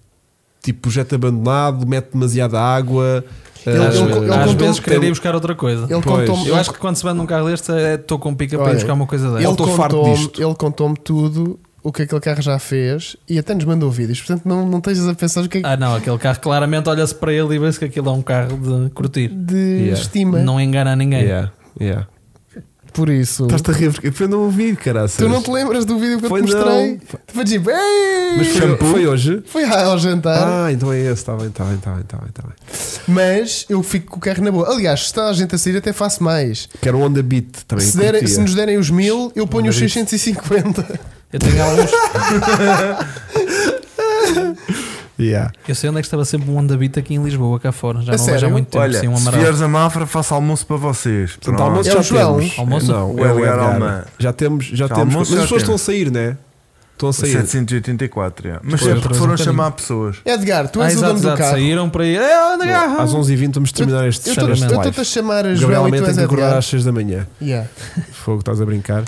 Speaker 2: Tipo, projeto abandonado, mete demasiada água.
Speaker 3: Ele-
Speaker 2: hum,
Speaker 4: às
Speaker 3: ele-
Speaker 4: ve-
Speaker 3: ele
Speaker 4: às
Speaker 3: contou-
Speaker 4: vezes
Speaker 2: tem-
Speaker 4: queria ir buscar outra coisa.
Speaker 3: Ele
Speaker 2: Pois.
Speaker 3: contou-me.
Speaker 4: Eu acho que quando se vende um carro deste, é- estou com pica para
Speaker 3: Olha,
Speaker 4: ir buscar uma coisa
Speaker 3: Ele
Speaker 4: desta.
Speaker 2: estou farto
Speaker 3: contou-me
Speaker 2: disto.
Speaker 3: ele contou-me tudo o que aquele carro já fez e até nos mandou vídeos. Portanto, não, não estejas a pensar o que é que-
Speaker 4: Ah, não, aquele carro claramente olha-se para ele e vê-se que aquilo é um carro de curtir.
Speaker 3: de
Speaker 2: Yeah.
Speaker 3: estima.
Speaker 4: Não engana ninguém.
Speaker 2: Yeah, yeah.
Speaker 3: Por isso.
Speaker 2: Estás-te a rir porque foi num vídeo, caraças.
Speaker 3: Tu não te lembras do vídeo que
Speaker 2: Foi
Speaker 3: eu te mostrei?
Speaker 2: não.
Speaker 3: Foi tipo, "Ei!"
Speaker 2: Mas foi, foi hoje?
Speaker 3: Foi lá ao jantar.
Speaker 2: Ah, então é esse, está bem, está bem, está bem, está bem, está bem.
Speaker 3: Mas eu fico com o carro na boa. Aliás, se está a gente a sair, até faço mais.
Speaker 2: Que era um Honda Beat também.
Speaker 3: Se, derem-
Speaker 2: curtia.
Speaker 3: se nos derem os mil, eu ponho os
Speaker 2: Maravilha.
Speaker 3: 650.
Speaker 4: Eu tenho alguns.
Speaker 2: Yeah.
Speaker 4: Eu sei onde é que estava sempre um Honda Beat aqui em Lisboa, cá fora. Já
Speaker 3: A
Speaker 4: não
Speaker 3: sério?
Speaker 4: vejo há muito tempo.
Speaker 1: Olha,
Speaker 4: sim, um
Speaker 1: se
Speaker 4: amarelo.
Speaker 1: vieres a Mafra, faço almoço para vocês.
Speaker 2: Portanto,
Speaker 1: Pronto.
Speaker 2: almoço
Speaker 3: É
Speaker 2: já
Speaker 3: o João.
Speaker 2: temos.
Speaker 4: Almoço?
Speaker 2: Não,
Speaker 1: O
Speaker 2: é o
Speaker 1: Edgar
Speaker 2: Edgar.
Speaker 1: Alma.
Speaker 2: Já temos, já
Speaker 1: Já
Speaker 2: temos. Mas as
Speaker 1: almoço já
Speaker 2: pessoas estão a
Speaker 1: temos.
Speaker 2: sair, né? Estão a sair.
Speaker 1: 784, é. mas
Speaker 4: Pois,
Speaker 1: é porque
Speaker 4: pois, um
Speaker 1: foram
Speaker 4: bocadinho.
Speaker 1: chamar pessoas.
Speaker 3: É, Edgar, tu
Speaker 4: Ah,
Speaker 3: és o
Speaker 4: exato,
Speaker 3: dono do
Speaker 4: exato.
Speaker 3: carro.
Speaker 4: Saíram para aí. É, Honda carro!
Speaker 2: Às 11h20 vamos terminar este este
Speaker 3: Eu estou-
Speaker 4: Sinceramente,
Speaker 3: eu
Speaker 2: live.
Speaker 3: estou-te a chamar a
Speaker 2: Gabriel
Speaker 3: Joel é e
Speaker 2: Almeida
Speaker 3: tu
Speaker 2: tem
Speaker 3: és
Speaker 2: que acordar
Speaker 3: Edgar.
Speaker 2: às 6 da manhã.
Speaker 3: Yeah.
Speaker 2: Fogo, estás a brincar.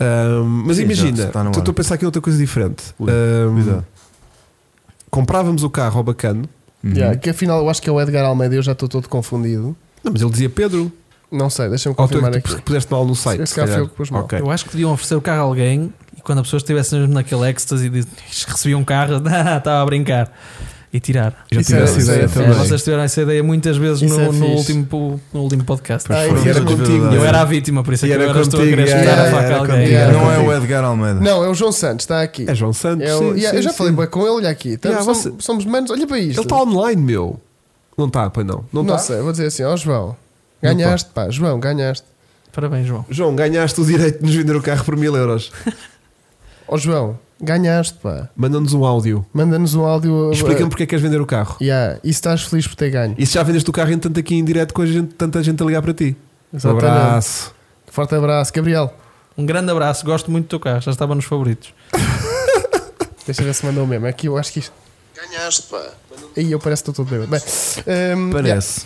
Speaker 2: Ahm, mas
Speaker 1: Sim, já,
Speaker 2: imagina,
Speaker 1: está no ar.
Speaker 2: estou estou a pensar aqui em outra coisa diferente.
Speaker 1: Ui,
Speaker 2: Ahm,
Speaker 1: Cuidado.
Speaker 2: comprávamos o carro ao bacano,
Speaker 1: Uhum.
Speaker 3: Yeah, Que afinal eu acho que é o Edgar Almeida, eu já estou todo confundido.
Speaker 2: não, mas ele dizia Pedro,
Speaker 3: Não sei, deixa-me
Speaker 2: ou tu
Speaker 3: confirmar
Speaker 2: é que
Speaker 3: aqui.
Speaker 2: tu puseste mal no site.
Speaker 3: Esse
Speaker 2: se
Speaker 3: carro
Speaker 2: calhar.
Speaker 3: foi eu que pus mal.
Speaker 2: Ok.
Speaker 4: Eu acho que deviam oferecer o carro a alguém e quando a pessoa estivesse mesmo naquele êxtase e diz, "Ixi, recebi um carro, estava a brincar. E tirar. É,
Speaker 2: Já
Speaker 3: Isso
Speaker 2: tive
Speaker 3: era-
Speaker 2: essa
Speaker 3: isso
Speaker 2: ideia
Speaker 3: era-
Speaker 2: também.
Speaker 4: Vocês tiveram essa ideia muitas vezes
Speaker 3: Isso
Speaker 4: no,
Speaker 3: é
Speaker 4: no
Speaker 3: fixe.
Speaker 4: último, no último podcast.
Speaker 1: Pois
Speaker 3: Ah,
Speaker 1: foi.
Speaker 2: e era contigo.
Speaker 4: Eu era a vítima, por isso
Speaker 2: E
Speaker 4: é que eu
Speaker 2: era
Speaker 4: agora estou a querer
Speaker 2: contigo,
Speaker 4: espetar
Speaker 3: yeah,
Speaker 4: a faca
Speaker 2: era
Speaker 4: a alguém.
Speaker 2: contigo,
Speaker 3: era
Speaker 1: Não é
Speaker 2: contigo.
Speaker 1: o Edgar Almeida.
Speaker 3: Não, é o João Santos, está aqui.
Speaker 2: É João Santos.
Speaker 3: É o-
Speaker 2: sim,
Speaker 3: yeah,
Speaker 2: sim,
Speaker 3: eu já
Speaker 2: sim.
Speaker 3: falei bué com ele, olha aqui. Estamos-
Speaker 2: Yeah,
Speaker 3: somos,
Speaker 2: você-
Speaker 3: somos manos, olha para isto.
Speaker 2: Ele está online, meu. Não está, pois não. Não tá?
Speaker 3: não
Speaker 2: está.
Speaker 3: sei, vou dizer assim, ó João, ganhaste, pá, João, ganhaste.
Speaker 4: Parabéns, João.
Speaker 2: João, ganhaste o direito de nos vender o carro por mil euros.
Speaker 3: Ó João, ganhaste, pá.
Speaker 2: Manda-nos um áudio.
Speaker 3: Manda-nos um áudio.
Speaker 2: Explica-me porque é que queres vender o carro.
Speaker 3: Yeah, e se estás feliz por ter ganho.
Speaker 2: E se já vendeste o carro, entanto, aqui em direto com a gente, tanta gente a ligar para ti. Um
Speaker 3: Exatamente.
Speaker 2: abraço.
Speaker 3: Forte abraço, Gabriel.
Speaker 4: Um grande abraço, gosto muito do teu carro, já estava nos favoritos.
Speaker 3: Deixa eu ver se mandou mesmo. Aqui eu acho que isto. Ganhaste, pá. Aí eu parece que estou todo bêbado. Bem, hum,
Speaker 2: Parece.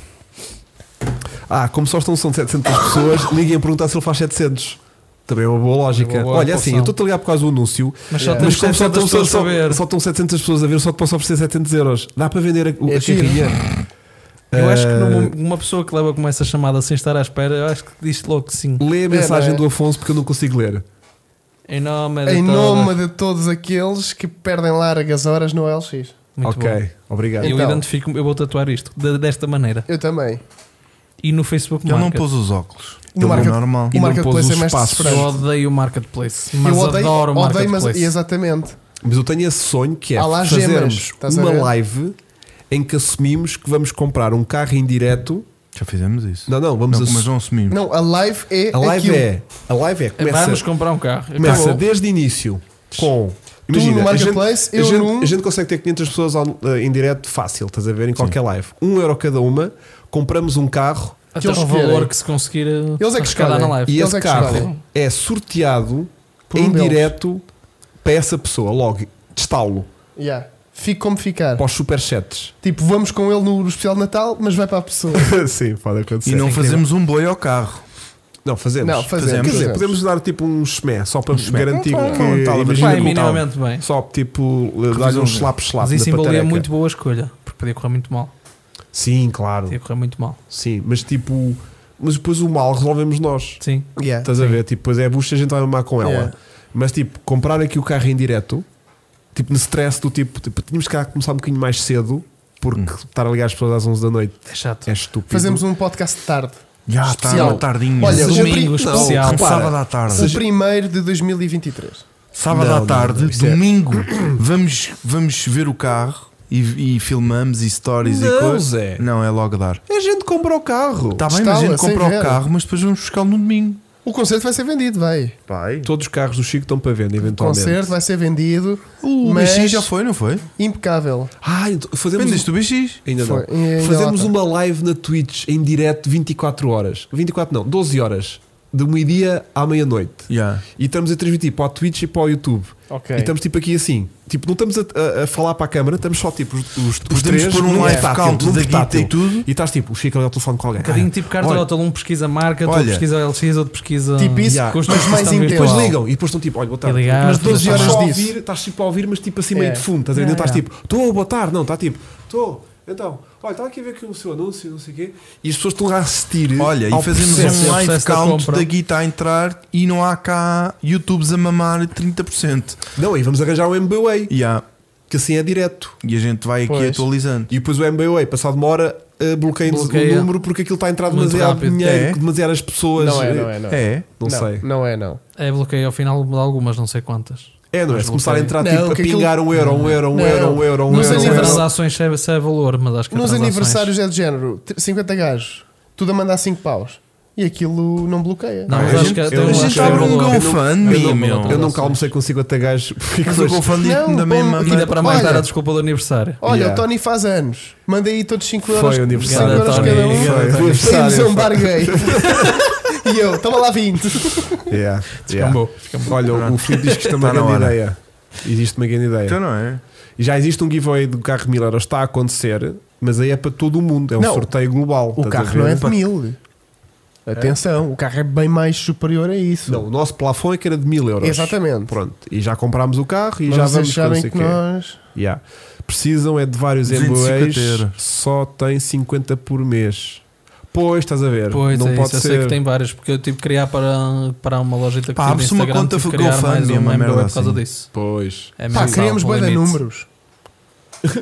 Speaker 2: Ah, como só estão são 700 pessoas, ninguém a perguntar se ele faz 700. Também é uma boa lógica.
Speaker 4: Uma boa
Speaker 2: Olha, assim, eu
Speaker 4: proporção.
Speaker 2: estou a ligar por causa do anúncio.
Speaker 4: Mas só
Speaker 3: Yeah.
Speaker 2: Mas
Speaker 4: temos
Speaker 2: como só
Speaker 4: 700
Speaker 2: estão, só,
Speaker 4: pessoas a
Speaker 2: só,
Speaker 4: saber.
Speaker 2: só estão 700 pessoas a ver, só te posso oferecer 700 euros. Dá para vender a, a
Speaker 3: É giro.
Speaker 2: carrinha?
Speaker 4: Eu
Speaker 3: Eh,
Speaker 4: acho que
Speaker 2: Ah,
Speaker 4: numa- uma pessoa que leva como essa chamada sem estar à espera, eu acho que diz logo que sim.
Speaker 2: Lê a mensagem
Speaker 3: não é?
Speaker 2: do Afonso porque eu não consigo ler.
Speaker 4: Em nome de
Speaker 3: em
Speaker 4: toda-
Speaker 3: nome de todos aqueles que perdem largas horas no LX.
Speaker 4: Muito
Speaker 2: ok,
Speaker 4: bom.
Speaker 2: obrigado.
Speaker 4: Eu
Speaker 3: Então.
Speaker 4: identifico, eu vou tatuar isto de- desta maneira.
Speaker 3: Eu também.
Speaker 4: E no Facebook
Speaker 1: Ele não
Speaker 4: Market.
Speaker 1: pôs os óculos. Ele
Speaker 3: No
Speaker 1: é
Speaker 3: market-
Speaker 1: normal.
Speaker 3: o
Speaker 2: não pôs
Speaker 3: marketplace é
Speaker 2: os
Speaker 3: mais
Speaker 2: espaços.
Speaker 4: Eu
Speaker 3: desesperado.
Speaker 4: odeio o marketplace, mas adoro
Speaker 3: odeio,
Speaker 4: o marketplace.
Speaker 3: mas exatamente.
Speaker 2: Mas eu tenho esse sonho que é
Speaker 3: Há lá gemas,
Speaker 2: fazermos
Speaker 3: estás a
Speaker 2: uma
Speaker 3: ver?
Speaker 2: live em que assumimos que vamos comprar um carro em direto.
Speaker 1: Já fizemos isso.
Speaker 2: Não, não, vamos
Speaker 1: Não, mas
Speaker 2: assumir.
Speaker 1: não assumimos.
Speaker 3: Não, a live é
Speaker 2: A live
Speaker 3: aquilo.
Speaker 2: é. A live é. Começa,
Speaker 4: Vamos comprar um carro.
Speaker 2: começa
Speaker 4: Acabou.
Speaker 2: desde o início com.
Speaker 3: Tu no marketplace,
Speaker 2: a
Speaker 3: eu
Speaker 2: gente,
Speaker 3: num.
Speaker 2: a gente consegue ter 500 pessoas on- eh, em direto fácil, estás a ver? Em qualquer live. Um euro cada uma, compramos um carro
Speaker 4: Até
Speaker 3: eles
Speaker 4: o valor
Speaker 3: querem.
Speaker 4: que se conseguir
Speaker 3: Eles é que
Speaker 4: arrecadar na
Speaker 3: escolhem.
Speaker 4: live.
Speaker 2: e
Speaker 3: Eles
Speaker 2: esse
Speaker 3: é que
Speaker 2: carro
Speaker 3: escolhem.
Speaker 2: é sorteado
Speaker 3: Por um
Speaker 2: em
Speaker 3: deles.
Speaker 2: direto para essa pessoa. Logo, testá-lo
Speaker 3: Yeah. Fico como ficar.
Speaker 2: para os superchats.
Speaker 3: Tipo, vamos com ele no especial de Natal, mas vai para a pessoa.
Speaker 2: Sim, pode acontecer.
Speaker 1: E não fazemos um boi ao carro.
Speaker 2: Não, fazemos.
Speaker 3: Não, fazemos.
Speaker 2: Quer dizer,
Speaker 3: Fazemos.
Speaker 2: podemos dar tipo um Então, chumé, só para garantir
Speaker 1: Não,
Speaker 2: que
Speaker 1: não, não, talvez.
Speaker 2: imagina
Speaker 4: Vai
Speaker 2: que-
Speaker 4: minimamente bem.
Speaker 2: Só tipo dar
Speaker 1: Fazer um-
Speaker 2: um slap slap
Speaker 4: Mas
Speaker 2: na
Speaker 4: isso envolvia
Speaker 2: patareca.
Speaker 4: muito boa escolha, porque podia correr muito
Speaker 3: Então.
Speaker 4: mal.
Speaker 2: Sim, claro.
Speaker 4: Podia correr muito mal.
Speaker 2: Sim, mas tipo, mas depois o mal resolvemos nós.
Speaker 4: Sim.
Speaker 3: Yeah.
Speaker 2: Estás a ver? Tipo, pois é, a bucha a gente vai mamar com ela.
Speaker 3: Yeah.
Speaker 2: Mas tipo, comprar aqui o carro em direto, tipo, no stress do tipo, tipo tínhamos que começar um bocadinho mais cedo, porque estar a ligar as pessoas às 11 da noite
Speaker 4: É chato.
Speaker 2: é estúpido.
Speaker 3: Fazemos um podcast de tarde.
Speaker 1: Já
Speaker 3: Especial.
Speaker 1: está,
Speaker 2: Hum.
Speaker 1: tardinho.
Speaker 3: Olha,
Speaker 1: um
Speaker 3: o pri-
Speaker 4: Domingo
Speaker 3: não,
Speaker 4: especial.
Speaker 2: repara.
Speaker 1: sábado à tarde.
Speaker 3: O primeiro de 2023.
Speaker 1: Sábado
Speaker 2: Não,
Speaker 1: à
Speaker 2: não,
Speaker 1: tarde,
Speaker 2: não, isso é-
Speaker 1: domingo, vamos, vamos ver o carro e, e filmamos e stories e
Speaker 2: Não,
Speaker 1: coisas.
Speaker 2: Zé.
Speaker 1: Não, é logo a dar.
Speaker 2: A gente compra o carro.
Speaker 1: Está bem,
Speaker 3: Instala,
Speaker 1: mas a gente
Speaker 3: sem
Speaker 1: compra
Speaker 3: ver.
Speaker 1: o carro, mas depois vamos buscá-lo no domingo.
Speaker 3: O concerto vai ser vendido, vai.
Speaker 1: Pai.
Speaker 2: Todos os carros do Chico estão para venda,
Speaker 3: O
Speaker 2: eventualmente.
Speaker 3: concerto vai ser vendido.
Speaker 1: O
Speaker 3: mas
Speaker 1: BX já foi, não foi?
Speaker 3: impecável.
Speaker 2: Ah, então fazemos.
Speaker 1: Vendeste o BX?
Speaker 2: Ainda não.
Speaker 3: Foi, ainda
Speaker 2: Fazemos
Speaker 3: lá tá.
Speaker 2: uma live na Twitch em direto 24 horas. 24 não, 12 horas. De meio-dia à meia-noite.
Speaker 1: Já.
Speaker 2: E estamos a transmitir para a Twitch e para o YouTube.
Speaker 3: Ok.
Speaker 2: E estamos tipo aqui assim. Tipo, não estamos a, a- a falar para a câmara, estamos só tipo os, os, os
Speaker 1: Podemos
Speaker 2: três
Speaker 1: pôr um
Speaker 2: num
Speaker 1: live
Speaker 2: portátil,
Speaker 1: count
Speaker 2: num
Speaker 1: da guita
Speaker 2: portátil.
Speaker 1: e tudo.
Speaker 2: E estás tipo, o Chico ali ao telefone com alguém. Ah,
Speaker 4: Um bocadinho tipo carta
Speaker 2: olha,
Speaker 4: ao um pesquisa marca, outro
Speaker 1: Olha.
Speaker 4: pesquisa LX, outro pesquisa.
Speaker 3: Tipo isso,
Speaker 2: Yeah.
Speaker 4: custo
Speaker 3: mas mais
Speaker 4: de custo
Speaker 3: intenso.
Speaker 2: Depois
Speaker 4: virtual.
Speaker 2: ligam e depois estão tipo, olha, boa tarde.
Speaker 4: Então. E ligar,
Speaker 2: mas 12
Speaker 3: fazer
Speaker 2: horas
Speaker 3: fotos.
Speaker 2: a
Speaker 3: disso.
Speaker 2: ouvir, estás tipo a ouvir, mas tipo assim meio
Speaker 3: É.
Speaker 2: de fundo. Estás a ver?
Speaker 4: Yeah,
Speaker 2: Não estás
Speaker 4: yeah.
Speaker 2: tipo, estou, boa tarde. Não, está tipo, estou. Então, olha, está aqui a ver aqui o seu anúncio, não sei o quê. E as pessoas estão a assistir.
Speaker 1: Olha,
Speaker 2: ao
Speaker 1: e fazemos
Speaker 2: processo.
Speaker 1: um
Speaker 4: ao
Speaker 1: live
Speaker 4: processo da
Speaker 1: count
Speaker 4: compra.
Speaker 1: da guita a entrar e não há cá YouTubes a mamar 30%.
Speaker 2: Não, e vamos arranjar um o MBWay,
Speaker 1: Já.
Speaker 2: que assim é direto.
Speaker 1: E a gente vai aqui
Speaker 3: Pois.
Speaker 1: atualizando.
Speaker 2: E depois o MBWay, passado uma hora, eh, bloqueia-nos
Speaker 4: Bloqueia.
Speaker 2: o número porque aquilo está a entrar
Speaker 4: Muito
Speaker 2: demasiado
Speaker 4: rápido.
Speaker 2: dinheiro,
Speaker 1: É.
Speaker 2: demasiadas pessoas.
Speaker 3: Não é, não é, não é.
Speaker 1: É.
Speaker 2: Não sei.
Speaker 3: Não é, não.
Speaker 4: É bloqueio ao final de algumas, não sei quantas.
Speaker 2: É, não é?
Speaker 4: Mas
Speaker 2: Se começar a
Speaker 4: bloqueia.
Speaker 2: entrar
Speaker 3: Não,
Speaker 2: tipo, a
Speaker 3: que aquilo-
Speaker 2: pingar um euro, um euro, um
Speaker 3: Não.
Speaker 2: euro, um euro, um
Speaker 3: Nos
Speaker 2: euro.
Speaker 4: As
Speaker 2: um euro.
Speaker 4: transações se é, se é valor, mas acho que há
Speaker 3: Nos
Speaker 4: transações-
Speaker 3: aniversários é de género, t- 50 gajos, tudo a mandar 5 paus. E aquilo não bloqueia.
Speaker 4: Não,
Speaker 2: Ah,
Speaker 4: mas
Speaker 2: eu
Speaker 4: acho
Speaker 2: não-
Speaker 4: que
Speaker 2: eu
Speaker 4: tem
Speaker 2: não
Speaker 4: um-
Speaker 1: A
Speaker 2: acho
Speaker 1: gente
Speaker 2: que
Speaker 1: abre
Speaker 2: eu
Speaker 1: um
Speaker 2: não-
Speaker 1: GoFundMe,
Speaker 2: Eu
Speaker 1: meu.
Speaker 2: não, eu não calmocei com 50 gajos. Fico
Speaker 1: Mas o
Speaker 2: hoje-
Speaker 1: GoFundMe
Speaker 3: Não,
Speaker 1: também
Speaker 3: bom,
Speaker 1: mama.
Speaker 4: Ainda para mais
Speaker 3: Olha.
Speaker 4: dar a desculpa do aniversário.
Speaker 3: Olha,
Speaker 2: Yeah.
Speaker 3: o Tony faz anos. Manda aí todos 5 euros.
Speaker 2: Foi o aniversário
Speaker 3: cinco euros
Speaker 4: do Tony.
Speaker 3: cada um.
Speaker 4: Foi,
Speaker 2: foi
Speaker 3: Para
Speaker 2: aniversário.
Speaker 3: irmos a um bar gay. e eu, estava lá 20.
Speaker 2: Yeah,
Speaker 4: Descambou.
Speaker 2: yeah. Olha, o- o Filipe diz que isto é
Speaker 3: Tá
Speaker 2: uma
Speaker 1: Está Tá na
Speaker 2: grande
Speaker 1: hora.
Speaker 2: ideia. Existe uma grande ideia.
Speaker 1: Então não é?
Speaker 2: E já existe um giveaway do carro mil euros, está a acontecer, mas aí é para todo o mundo, é um
Speaker 3: Não,
Speaker 2: sorteio global.
Speaker 3: O
Speaker 2: estás a
Speaker 3: carro
Speaker 2: ver?
Speaker 3: não é de mil. Atenção, o carro é bem mais superior a isso.
Speaker 2: Não, o nosso plafond é que era de mil euros.
Speaker 3: Exatamente.
Speaker 2: Pronto, e já comprámos o carro e
Speaker 3: Mas
Speaker 2: já vamos com
Speaker 3: vocês
Speaker 2: não
Speaker 3: acharem
Speaker 2: sei
Speaker 3: que
Speaker 2: quê.
Speaker 3: nós.
Speaker 2: Yeah. Precisam é de vários
Speaker 1: 250
Speaker 2: MBAs,
Speaker 1: euros.
Speaker 2: só tem 50 por mês. Pois, estás a ver,
Speaker 4: Pois
Speaker 2: não
Speaker 4: é,
Speaker 2: pode
Speaker 4: isso, eu sei
Speaker 2: ser.
Speaker 4: que tem várias, porque eu tive que criar para, para uma lojita que
Speaker 1: Pá,
Speaker 4: tive no
Speaker 1: abre-se uma
Speaker 4: Instagram,
Speaker 1: conta
Speaker 4: tive que criar
Speaker 1: GoFundMe,
Speaker 4: mais
Speaker 1: é uma
Speaker 4: uma member
Speaker 1: merda
Speaker 4: por causa
Speaker 1: assim.
Speaker 4: disso.
Speaker 2: Pois.
Speaker 4: É
Speaker 3: Pá,
Speaker 4: mensal,
Speaker 3: queremos
Speaker 4: com
Speaker 3: bem de
Speaker 4: limite.
Speaker 3: números. Bem de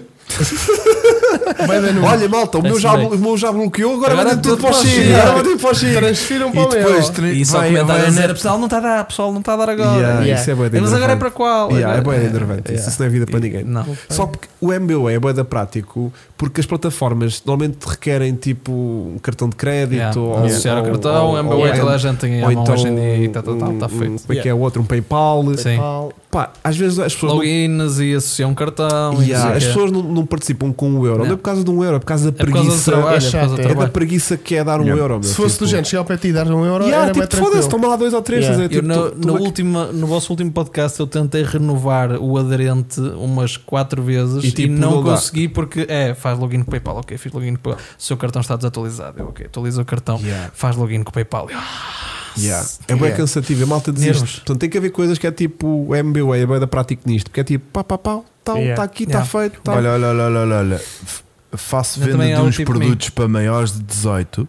Speaker 3: números.
Speaker 2: Olha, malta, o
Speaker 4: É
Speaker 2: meu, já,
Speaker 4: isso
Speaker 2: o
Speaker 4: aí.
Speaker 2: meu já bloqueou, agora,
Speaker 4: Agora
Speaker 2: vai ter tudo para o
Speaker 4: tudo
Speaker 2: Chile.
Speaker 4: para o
Speaker 2: Agora vai
Speaker 4: Chile.
Speaker 2: ter para o Chile.
Speaker 3: Transfiram para
Speaker 1: E
Speaker 3: o meu.
Speaker 1: depois tre-
Speaker 4: E só
Speaker 1: vai-
Speaker 4: comentários
Speaker 1: vai
Speaker 4: a
Speaker 1: a
Speaker 4: dizer,
Speaker 1: net-
Speaker 4: pessoal, não está a dar, pessoal, não está a dar agora.
Speaker 2: Yeah,
Speaker 3: Yeah.
Speaker 2: Isso é bué de
Speaker 4: Mas agora é para
Speaker 2: irrelevante.
Speaker 4: qual?
Speaker 2: Yeah, é
Speaker 4: Agora-
Speaker 2: bem enervante. Isso,
Speaker 4: Yeah.
Speaker 2: isso não é vida para ninguém.
Speaker 4: Não.
Speaker 2: Só porque o MBA é bué da prático porque as plataformas normalmente requerem tipo um cartão de crédito
Speaker 4: Yeah.
Speaker 2: ou
Speaker 4: Associar
Speaker 2: ou-
Speaker 4: o cartão,
Speaker 2: ou-
Speaker 4: MBA,
Speaker 2: ou-
Speaker 4: toda a gente tem a
Speaker 2: ou
Speaker 4: mão
Speaker 2: então
Speaker 4: hoje em dia e tá, tá, tá,
Speaker 2: um-
Speaker 4: tá feito.
Speaker 2: um- Como é que é o outro? Um PayPal.
Speaker 4: Sim.
Speaker 3: Pau.
Speaker 2: Pá, às vezes as pessoas. não-
Speaker 4: Logins e associar um cartão.
Speaker 2: Yeah,
Speaker 4: e não sei
Speaker 2: as
Speaker 4: o quê.
Speaker 2: pessoas não, não participam com um euro. Não.
Speaker 4: Não.
Speaker 2: é por causa de um euro, é por causa da
Speaker 4: É por causa do
Speaker 2: preguiça.
Speaker 4: trabalho. é por
Speaker 3: chato,
Speaker 4: causa
Speaker 3: é.
Speaker 4: do
Speaker 2: é da
Speaker 4: trabalho.
Speaker 2: preguiça que é dar um
Speaker 1: Yeah.
Speaker 2: euro. meu,
Speaker 3: Se fosse
Speaker 2: tipo.
Speaker 3: do género, chegar ao pé de ti e dar um euro,
Speaker 2: Yeah,
Speaker 3: era mais
Speaker 2: tipo, foda-se,
Speaker 3: tranquilo.
Speaker 2: toma lá dois ou três. estás
Speaker 3: Yeah.
Speaker 2: a dizer,
Speaker 4: Eu
Speaker 2: tipo,
Speaker 4: no,
Speaker 2: tu- tu
Speaker 4: no
Speaker 2: é que-
Speaker 4: última- no vosso último podcast eu tentei renovar o aderente umas quatro vezes
Speaker 2: E,
Speaker 4: e,
Speaker 2: tipo,
Speaker 4: não
Speaker 2: não dá.
Speaker 4: consegui porque é, faz login com o PayPal, ok, fiz login com o seu cartão está desatualizado, eu, ok, atualiza o cartão,
Speaker 2: Yeah.
Speaker 4: faz login com o PayPal. Eu, ah,
Speaker 2: Yeah. É bem
Speaker 3: Yeah.
Speaker 2: cansativo, a malta desiste.
Speaker 4: Nervos.
Speaker 2: Portanto, tem que haver coisas que é tipo o MBA, é bem da prática nisto, porque é tipo pá, pá, pá, está
Speaker 3: Yeah.
Speaker 2: tá aqui, está
Speaker 4: Yeah.
Speaker 2: feito. Tá.
Speaker 1: Olha, olha, olha, olha, olha, olha. F- Faço
Speaker 4: Eu
Speaker 1: venda
Speaker 4: também
Speaker 1: de
Speaker 4: era um
Speaker 1: uns
Speaker 4: tipo
Speaker 1: é produtos para maiores de 18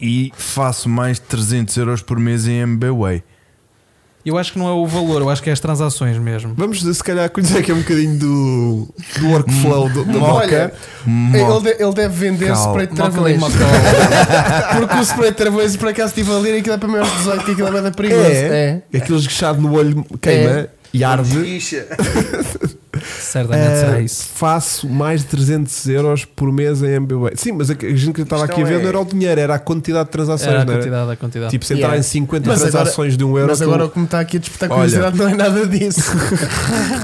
Speaker 1: e faço mais de 300 euros por mês em MBWay.
Speaker 4: Eu acho que não é o valor, eu acho que é as transações mesmo.
Speaker 2: Vamos, se calhar, conhecer aqui um bocadinho do, do workflow do,
Speaker 4: Mm.
Speaker 2: do
Speaker 3: Olha,
Speaker 2: Mocha.
Speaker 1: Mo-
Speaker 3: Ele, de- ele deve vender
Speaker 1: Cal-
Speaker 3: spray de
Speaker 4: Moca e
Speaker 3: travões.
Speaker 4: Moca.
Speaker 3: Porque o spray de travões, por acaso, estive a ler aquilo é para maiores de 18, que aquilo é bem perigoso.
Speaker 2: É, aquele esguichado no olho queima
Speaker 3: É.
Speaker 2: e arde.
Speaker 3: Guicha.
Speaker 4: Certamente é será
Speaker 2: Eh,
Speaker 4: isso.
Speaker 2: faço mais de 300 euros por mês em MBWay. Sim, mas a, a gente que estava
Speaker 3: Isto
Speaker 2: aqui a ver
Speaker 3: é-
Speaker 2: não era o dinheiro, era a quantidade de transações.
Speaker 4: Era É, a
Speaker 2: não era?
Speaker 4: quantidade, a quantidade.
Speaker 2: né? Tipo, se entrar
Speaker 3: Yeah.
Speaker 2: em 50
Speaker 3: Mas agora-
Speaker 2: transações de um euro,
Speaker 3: Mas agora,
Speaker 2: aquilo-
Speaker 3: o que me está aqui a despertar curiosidade não é nada disso.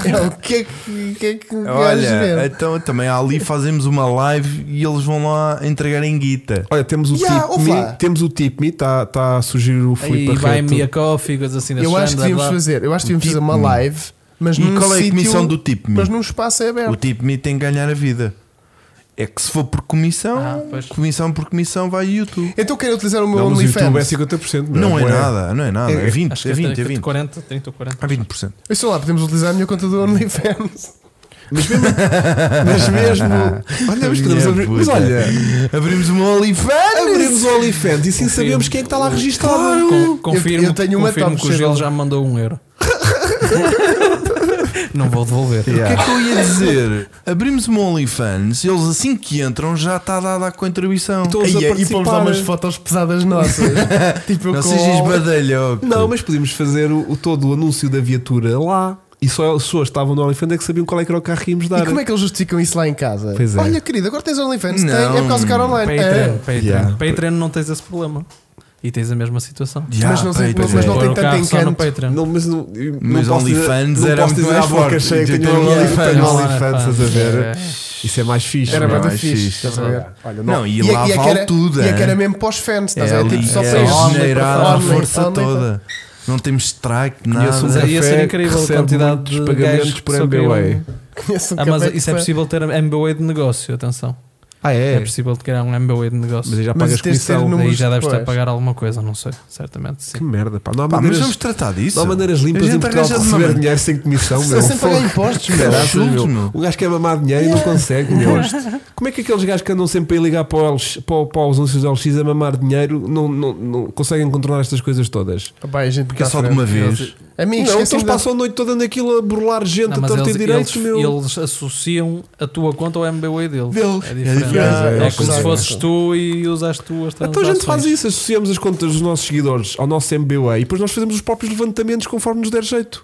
Speaker 3: é o que é que, o que, é que queres
Speaker 1: Olha,
Speaker 3: ver?
Speaker 1: então também ali fazemos uma live e eles vão lá entregar em guita.
Speaker 2: Olha, temos o
Speaker 3: Yeah,
Speaker 2: tip
Speaker 3: ouve lá.
Speaker 2: me, temos o tip me, está tá a surgir o Filipe
Speaker 4: Aí vai
Speaker 2: Barreto.
Speaker 4: me a coffee, coisas assim. desse
Speaker 3: Eu acho que
Speaker 4: género,
Speaker 3: devíamos
Speaker 4: blá, blá.
Speaker 3: fazer, eu acho que devíamos fazer uma
Speaker 1: Tipo-
Speaker 3: live, mas
Speaker 1: E
Speaker 3: num
Speaker 1: qual é a
Speaker 3: sítio-
Speaker 1: comissão do tipo me?
Speaker 3: Mas num espaço é
Speaker 1: O
Speaker 3: aberto.
Speaker 1: tipo me tem que ganhar a vida. É que se for por comissão,
Speaker 4: Ah, pois.
Speaker 1: comissão por comissão vai YouTube.
Speaker 3: Então quero utilizar o meu
Speaker 2: Não, mas o YouTube é
Speaker 3: OnlyFans.
Speaker 2: 50%. meu,
Speaker 1: Não é
Speaker 2: bué.
Speaker 1: nada, não é nada. É 20,
Speaker 4: Acho que
Speaker 1: é 20, é
Speaker 4: de
Speaker 1: 20.
Speaker 4: 40, 30 ou 40.
Speaker 1: É 20%.
Speaker 3: Eu sei lá, podemos utilizar a minha conta do OnlyFans.
Speaker 2: Mas mesmo. mas mesmo olha, mas, podemos
Speaker 1: Minha
Speaker 2: abrir, mas
Speaker 1: puta.
Speaker 2: olha,
Speaker 1: Abrimos um uma OnifAN!
Speaker 2: abrimos o OnlyFans e sim sabemos quem é que está lá registado.
Speaker 4: Con- Confirmo,
Speaker 3: eu tenho uma
Speaker 4: confirmo
Speaker 3: top
Speaker 4: que o Gil
Speaker 3: channel.
Speaker 4: já me mandou um euro. não vou devolver.
Speaker 1: O que é que eu ia dizer? Abrimos uma OnlyFans e eles assim que entram já está dada a contribuição.
Speaker 2: Todos a
Speaker 3: Ai, ai, E pomos
Speaker 2: participar.
Speaker 3: lá umas fotos pesadas nossas. tipo, eu
Speaker 1: Não
Speaker 3: com
Speaker 1: sejas badalhoco.
Speaker 2: Não, mas podíamos fazer o, o todo o anúncio da viatura lá e só as pessoas que estavam no OnlyFans é que sabiam qual é que era o carro que íamos dar.
Speaker 3: E como é que eles justificam isso lá em casa?
Speaker 2: Pois é.
Speaker 3: Olha, querido, agora tens OnlyFans, tem,
Speaker 1: Não.
Speaker 3: é por causa do cara online.
Speaker 4: Patreon,
Speaker 3: É.
Speaker 4: Patreon.
Speaker 2: Yeah.
Speaker 4: Patreon não tens esse problema. E tens a mesma situação.
Speaker 1: Já,
Speaker 3: Mas não sei-
Speaker 1: peraí,
Speaker 3: mas não
Speaker 1: peraí.
Speaker 3: tem
Speaker 4: Pôr o
Speaker 3: tanto
Speaker 4: carro só no
Speaker 3: encanto.
Speaker 4: Patreon.
Speaker 2: Não, mas não,
Speaker 1: Mas
Speaker 2: não posso dizer-
Speaker 1: OnlyFans
Speaker 2: não
Speaker 1: era
Speaker 2: posso dizer
Speaker 1: muito
Speaker 2: as
Speaker 1: à borda.
Speaker 2: bocas cheias que
Speaker 1: Eu
Speaker 2: tenho um
Speaker 1: tenho
Speaker 2: OnlyFans, tenho
Speaker 1: OnlyFans,
Speaker 2: OnlyFans, estás a ver?
Speaker 4: é.
Speaker 2: Isso é mais fixe.
Speaker 3: Era
Speaker 2: não é?
Speaker 1: Não,
Speaker 3: bem
Speaker 1: é
Speaker 3: fixe,
Speaker 1: fixe.
Speaker 3: estás a ver? Olha,
Speaker 1: Não, e
Speaker 3: é-
Speaker 1: lá
Speaker 3: é que
Speaker 1: vale
Speaker 3: era-
Speaker 1: tudo,
Speaker 3: E é que
Speaker 1: hein?
Speaker 3: era mesmo para os fans, estás a
Speaker 1: É
Speaker 3: ver? Tipo,
Speaker 1: ali,
Speaker 3: só
Speaker 1: é
Speaker 3: para eles.
Speaker 1: generada a
Speaker 3: Only-
Speaker 1: força
Speaker 3: only-
Speaker 1: toda. Não temos strike,
Speaker 2: Conheço um
Speaker 1: nada.
Speaker 4: Mas é, ia ser
Speaker 2: café
Speaker 4: incrível
Speaker 2: que
Speaker 4: a
Speaker 2: recebe
Speaker 4: quantidade
Speaker 2: muitos
Speaker 4: de
Speaker 2: pagamentos
Speaker 4: gajos que
Speaker 2: por
Speaker 4: só
Speaker 2: MBWay.
Speaker 4: queriam-
Speaker 3: Conheço um
Speaker 4: Ah, mas
Speaker 3: café
Speaker 4: isso é
Speaker 3: que-
Speaker 4: possível ter MBA de negócio, atenção.
Speaker 2: Ah,
Speaker 4: É,
Speaker 2: é?
Speaker 4: possível criar um MBA de negócio.
Speaker 2: Mas aí já é
Speaker 3: Mas é
Speaker 2: pagas
Speaker 3: tens de ter
Speaker 2: comissão.
Speaker 3: número-
Speaker 4: Daí
Speaker 3: números
Speaker 4: já deves estar a
Speaker 3: depois.
Speaker 4: pagar alguma coisa, não sei. Certamente sim.
Speaker 2: Que merda, pá. Não há
Speaker 1: Pá, mas vamos
Speaker 2: maneiras,
Speaker 1: tratar disso.
Speaker 2: não há maneiras
Speaker 1: A
Speaker 2: limpas em
Speaker 1: gente
Speaker 2: Portugal
Speaker 1: arranja
Speaker 2: de
Speaker 1: de uma
Speaker 2: receber
Speaker 1: maneira.
Speaker 2: dinheiro sem comissão,
Speaker 3: Sem-
Speaker 2: meu.
Speaker 3: sem pagar
Speaker 2: Fogo.
Speaker 3: impostos, meu.
Speaker 2: Caraças,
Speaker 1: Insultos,
Speaker 2: meu.
Speaker 1: meu.
Speaker 2: O gajo quer mamar dinheiro e não consegue, meu. Como é que aqueles gajos que andam sempre a ligar para, o LX, para, o- para os anúncios da LX a mamar dinheiro não, não, não conseguem controlar estas coisas todas?
Speaker 3: Pá, a gente
Speaker 1: Porque é
Speaker 3: tá
Speaker 1: só de
Speaker 3: frente.
Speaker 1: uma vez.
Speaker 3: Amigos,
Speaker 2: não, então
Speaker 3: esquecem
Speaker 2: eles
Speaker 3: de-
Speaker 2: passam a noite toda naquilo a burlar gente
Speaker 4: Não,
Speaker 2: a
Speaker 4: mas
Speaker 2: torto e
Speaker 4: eles,
Speaker 2: direito, meu.
Speaker 4: eles, eles associam a tua conta ao MBA deles.
Speaker 1: Deles.
Speaker 4: É
Speaker 1: É
Speaker 4: diferente.
Speaker 1: diferente.
Speaker 4: É,
Speaker 2: É,
Speaker 4: como
Speaker 2: é,
Speaker 4: se
Speaker 2: é.
Speaker 4: fosses tu e usaste tu as
Speaker 2: Então a
Speaker 4: transações.
Speaker 2: gente faz isso, associamos as contas dos nossos seguidores ao nosso MBA e depois nós fazemos os próprios levantamentos conforme nos der jeito.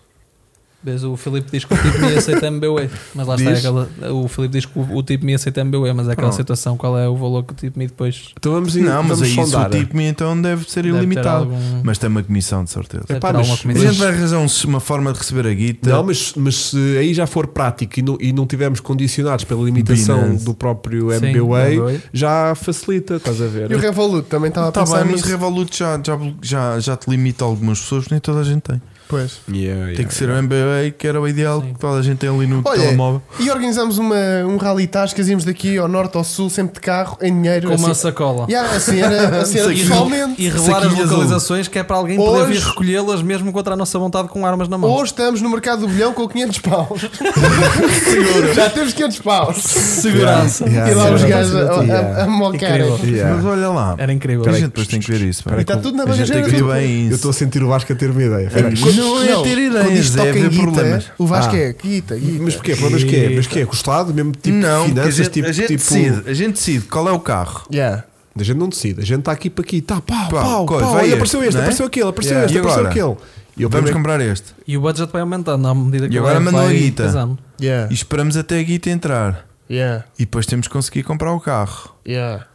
Speaker 4: Vês, o Filipe diz que o tipo me aceita MBA. Mas lá está
Speaker 1: Diz?
Speaker 4: aquela. O Filipe diz que o, o tipo me aceita MBA, mas é aquela
Speaker 1: Pronto.
Speaker 4: situação. Qual é o valor que o tipo me depois.
Speaker 2: Então vamos
Speaker 1: Não, mas
Speaker 2: vamos
Speaker 1: aí isso o
Speaker 2: sondar. é.
Speaker 1: tipo me então deve ser
Speaker 4: deve ter
Speaker 1: ilimitado.
Speaker 4: algum-
Speaker 1: Mas tem uma comissão, de certeza.
Speaker 4: deve
Speaker 2: Epá,
Speaker 4: ter
Speaker 2: É. mas-
Speaker 4: alguma
Speaker 1: A
Speaker 4: comissão.
Speaker 1: gente vai arranjar um- uma forma de receber a guita.
Speaker 2: Não, mas, mas se aí já for prático e não, e não tivermos condicionados pela limitação
Speaker 1: Binance.
Speaker 2: do próprio
Speaker 4: Sim,
Speaker 2: MBA,
Speaker 4: MBWay.
Speaker 2: já facilita, estás a ver?
Speaker 3: E o Revolut também estava a
Speaker 1: Tá
Speaker 3: pensar
Speaker 1: bem, mas
Speaker 3: nisso.
Speaker 1: Revolut já, já, já, já te limita a algumas pessoas, nem toda a gente tem.
Speaker 3: Pois.
Speaker 2: Yeah,
Speaker 1: tem
Speaker 2: yeah,
Speaker 1: que ser o MBA, que era o ideal
Speaker 4: Sim.
Speaker 1: que toda a gente tem ali no
Speaker 3: Olha,
Speaker 1: telemóvel.
Speaker 3: E organizámos uma, um rally tascas, íamos daqui ao norte, ao sul, sempre de carro, em dinheiro.
Speaker 4: Com uma
Speaker 3: assim,
Speaker 4: sacola.
Speaker 3: yeah, assim era, assim era
Speaker 1: Saquinho.
Speaker 3: pessoalmente.
Speaker 4: E revelar as
Speaker 1: Saquinho azul.
Speaker 4: localizações que é para alguém poder
Speaker 3: Hoje-
Speaker 4: vir recolhê-las mesmo contra a nossa vontade com armas na mão.
Speaker 3: Hoje estamos no mercado do bilhão com 500 paus. Já temos 500 paus.
Speaker 4: Segurança.
Speaker 2: Yeah,
Speaker 3: e lá
Speaker 2: sim,
Speaker 3: os
Speaker 2: sim,
Speaker 3: gajos
Speaker 2: sim,
Speaker 3: a,
Speaker 2: sim,
Speaker 3: a,
Speaker 2: yeah.
Speaker 3: a mocarem.
Speaker 4: Incrível.
Speaker 2: Yeah.
Speaker 1: Mas olha lá,
Speaker 4: Era incrível.
Speaker 1: a gente depois tem que ver isso. pá.
Speaker 3: E está tudo na
Speaker 1: a gente tem
Speaker 3: bagageira.
Speaker 1: que
Speaker 3: do-
Speaker 1: ver bem
Speaker 2: Eu
Speaker 1: isso.
Speaker 2: estou a sentir o Vasco a ter uma ideia. Espera
Speaker 1: Não
Speaker 2: aí.
Speaker 1: é
Speaker 3: Não,
Speaker 1: ter
Speaker 3: Quando
Speaker 1: ideias,
Speaker 3: isto
Speaker 1: é
Speaker 3: toca em
Speaker 1: haver
Speaker 3: guita,
Speaker 1: problemas.
Speaker 3: o Vasco
Speaker 2: Ah.
Speaker 3: é guita, guita.
Speaker 2: Mas porquê? Mas que é? Mas que é? Custado? Mesmo tipo
Speaker 1: não, porque a
Speaker 2: finanças?
Speaker 1: gente,
Speaker 2: tipo,
Speaker 1: a gente
Speaker 2: tipo...
Speaker 1: decide, a gente decide qual é o carro.
Speaker 3: Yeah.
Speaker 2: A gente não decide. A gente está aqui para aqui. Tá,
Speaker 1: Pau,
Speaker 2: pau, pau,
Speaker 1: coisa,
Speaker 2: pau.
Speaker 1: vai
Speaker 2: Olha,
Speaker 1: este,
Speaker 2: apareceu este,
Speaker 1: não é?
Speaker 2: apareceu aquele, apareceu
Speaker 1: Yeah.
Speaker 2: este,
Speaker 1: E
Speaker 2: apareceu
Speaker 1: agora?
Speaker 2: aquele. E eu
Speaker 1: Vamos
Speaker 2: primeiro-
Speaker 1: comprar este.
Speaker 4: E o budget vai aumentando à medida que
Speaker 1: E agora
Speaker 4: vai-
Speaker 1: mandou a
Speaker 4: vai
Speaker 1: guita.
Speaker 4: pesando.
Speaker 1: E
Speaker 3: Yeah.
Speaker 1: esperamos até a guita entrar.
Speaker 3: Yeah.
Speaker 1: E depois temos que conseguir comprar o carro.
Speaker 3: Yeah.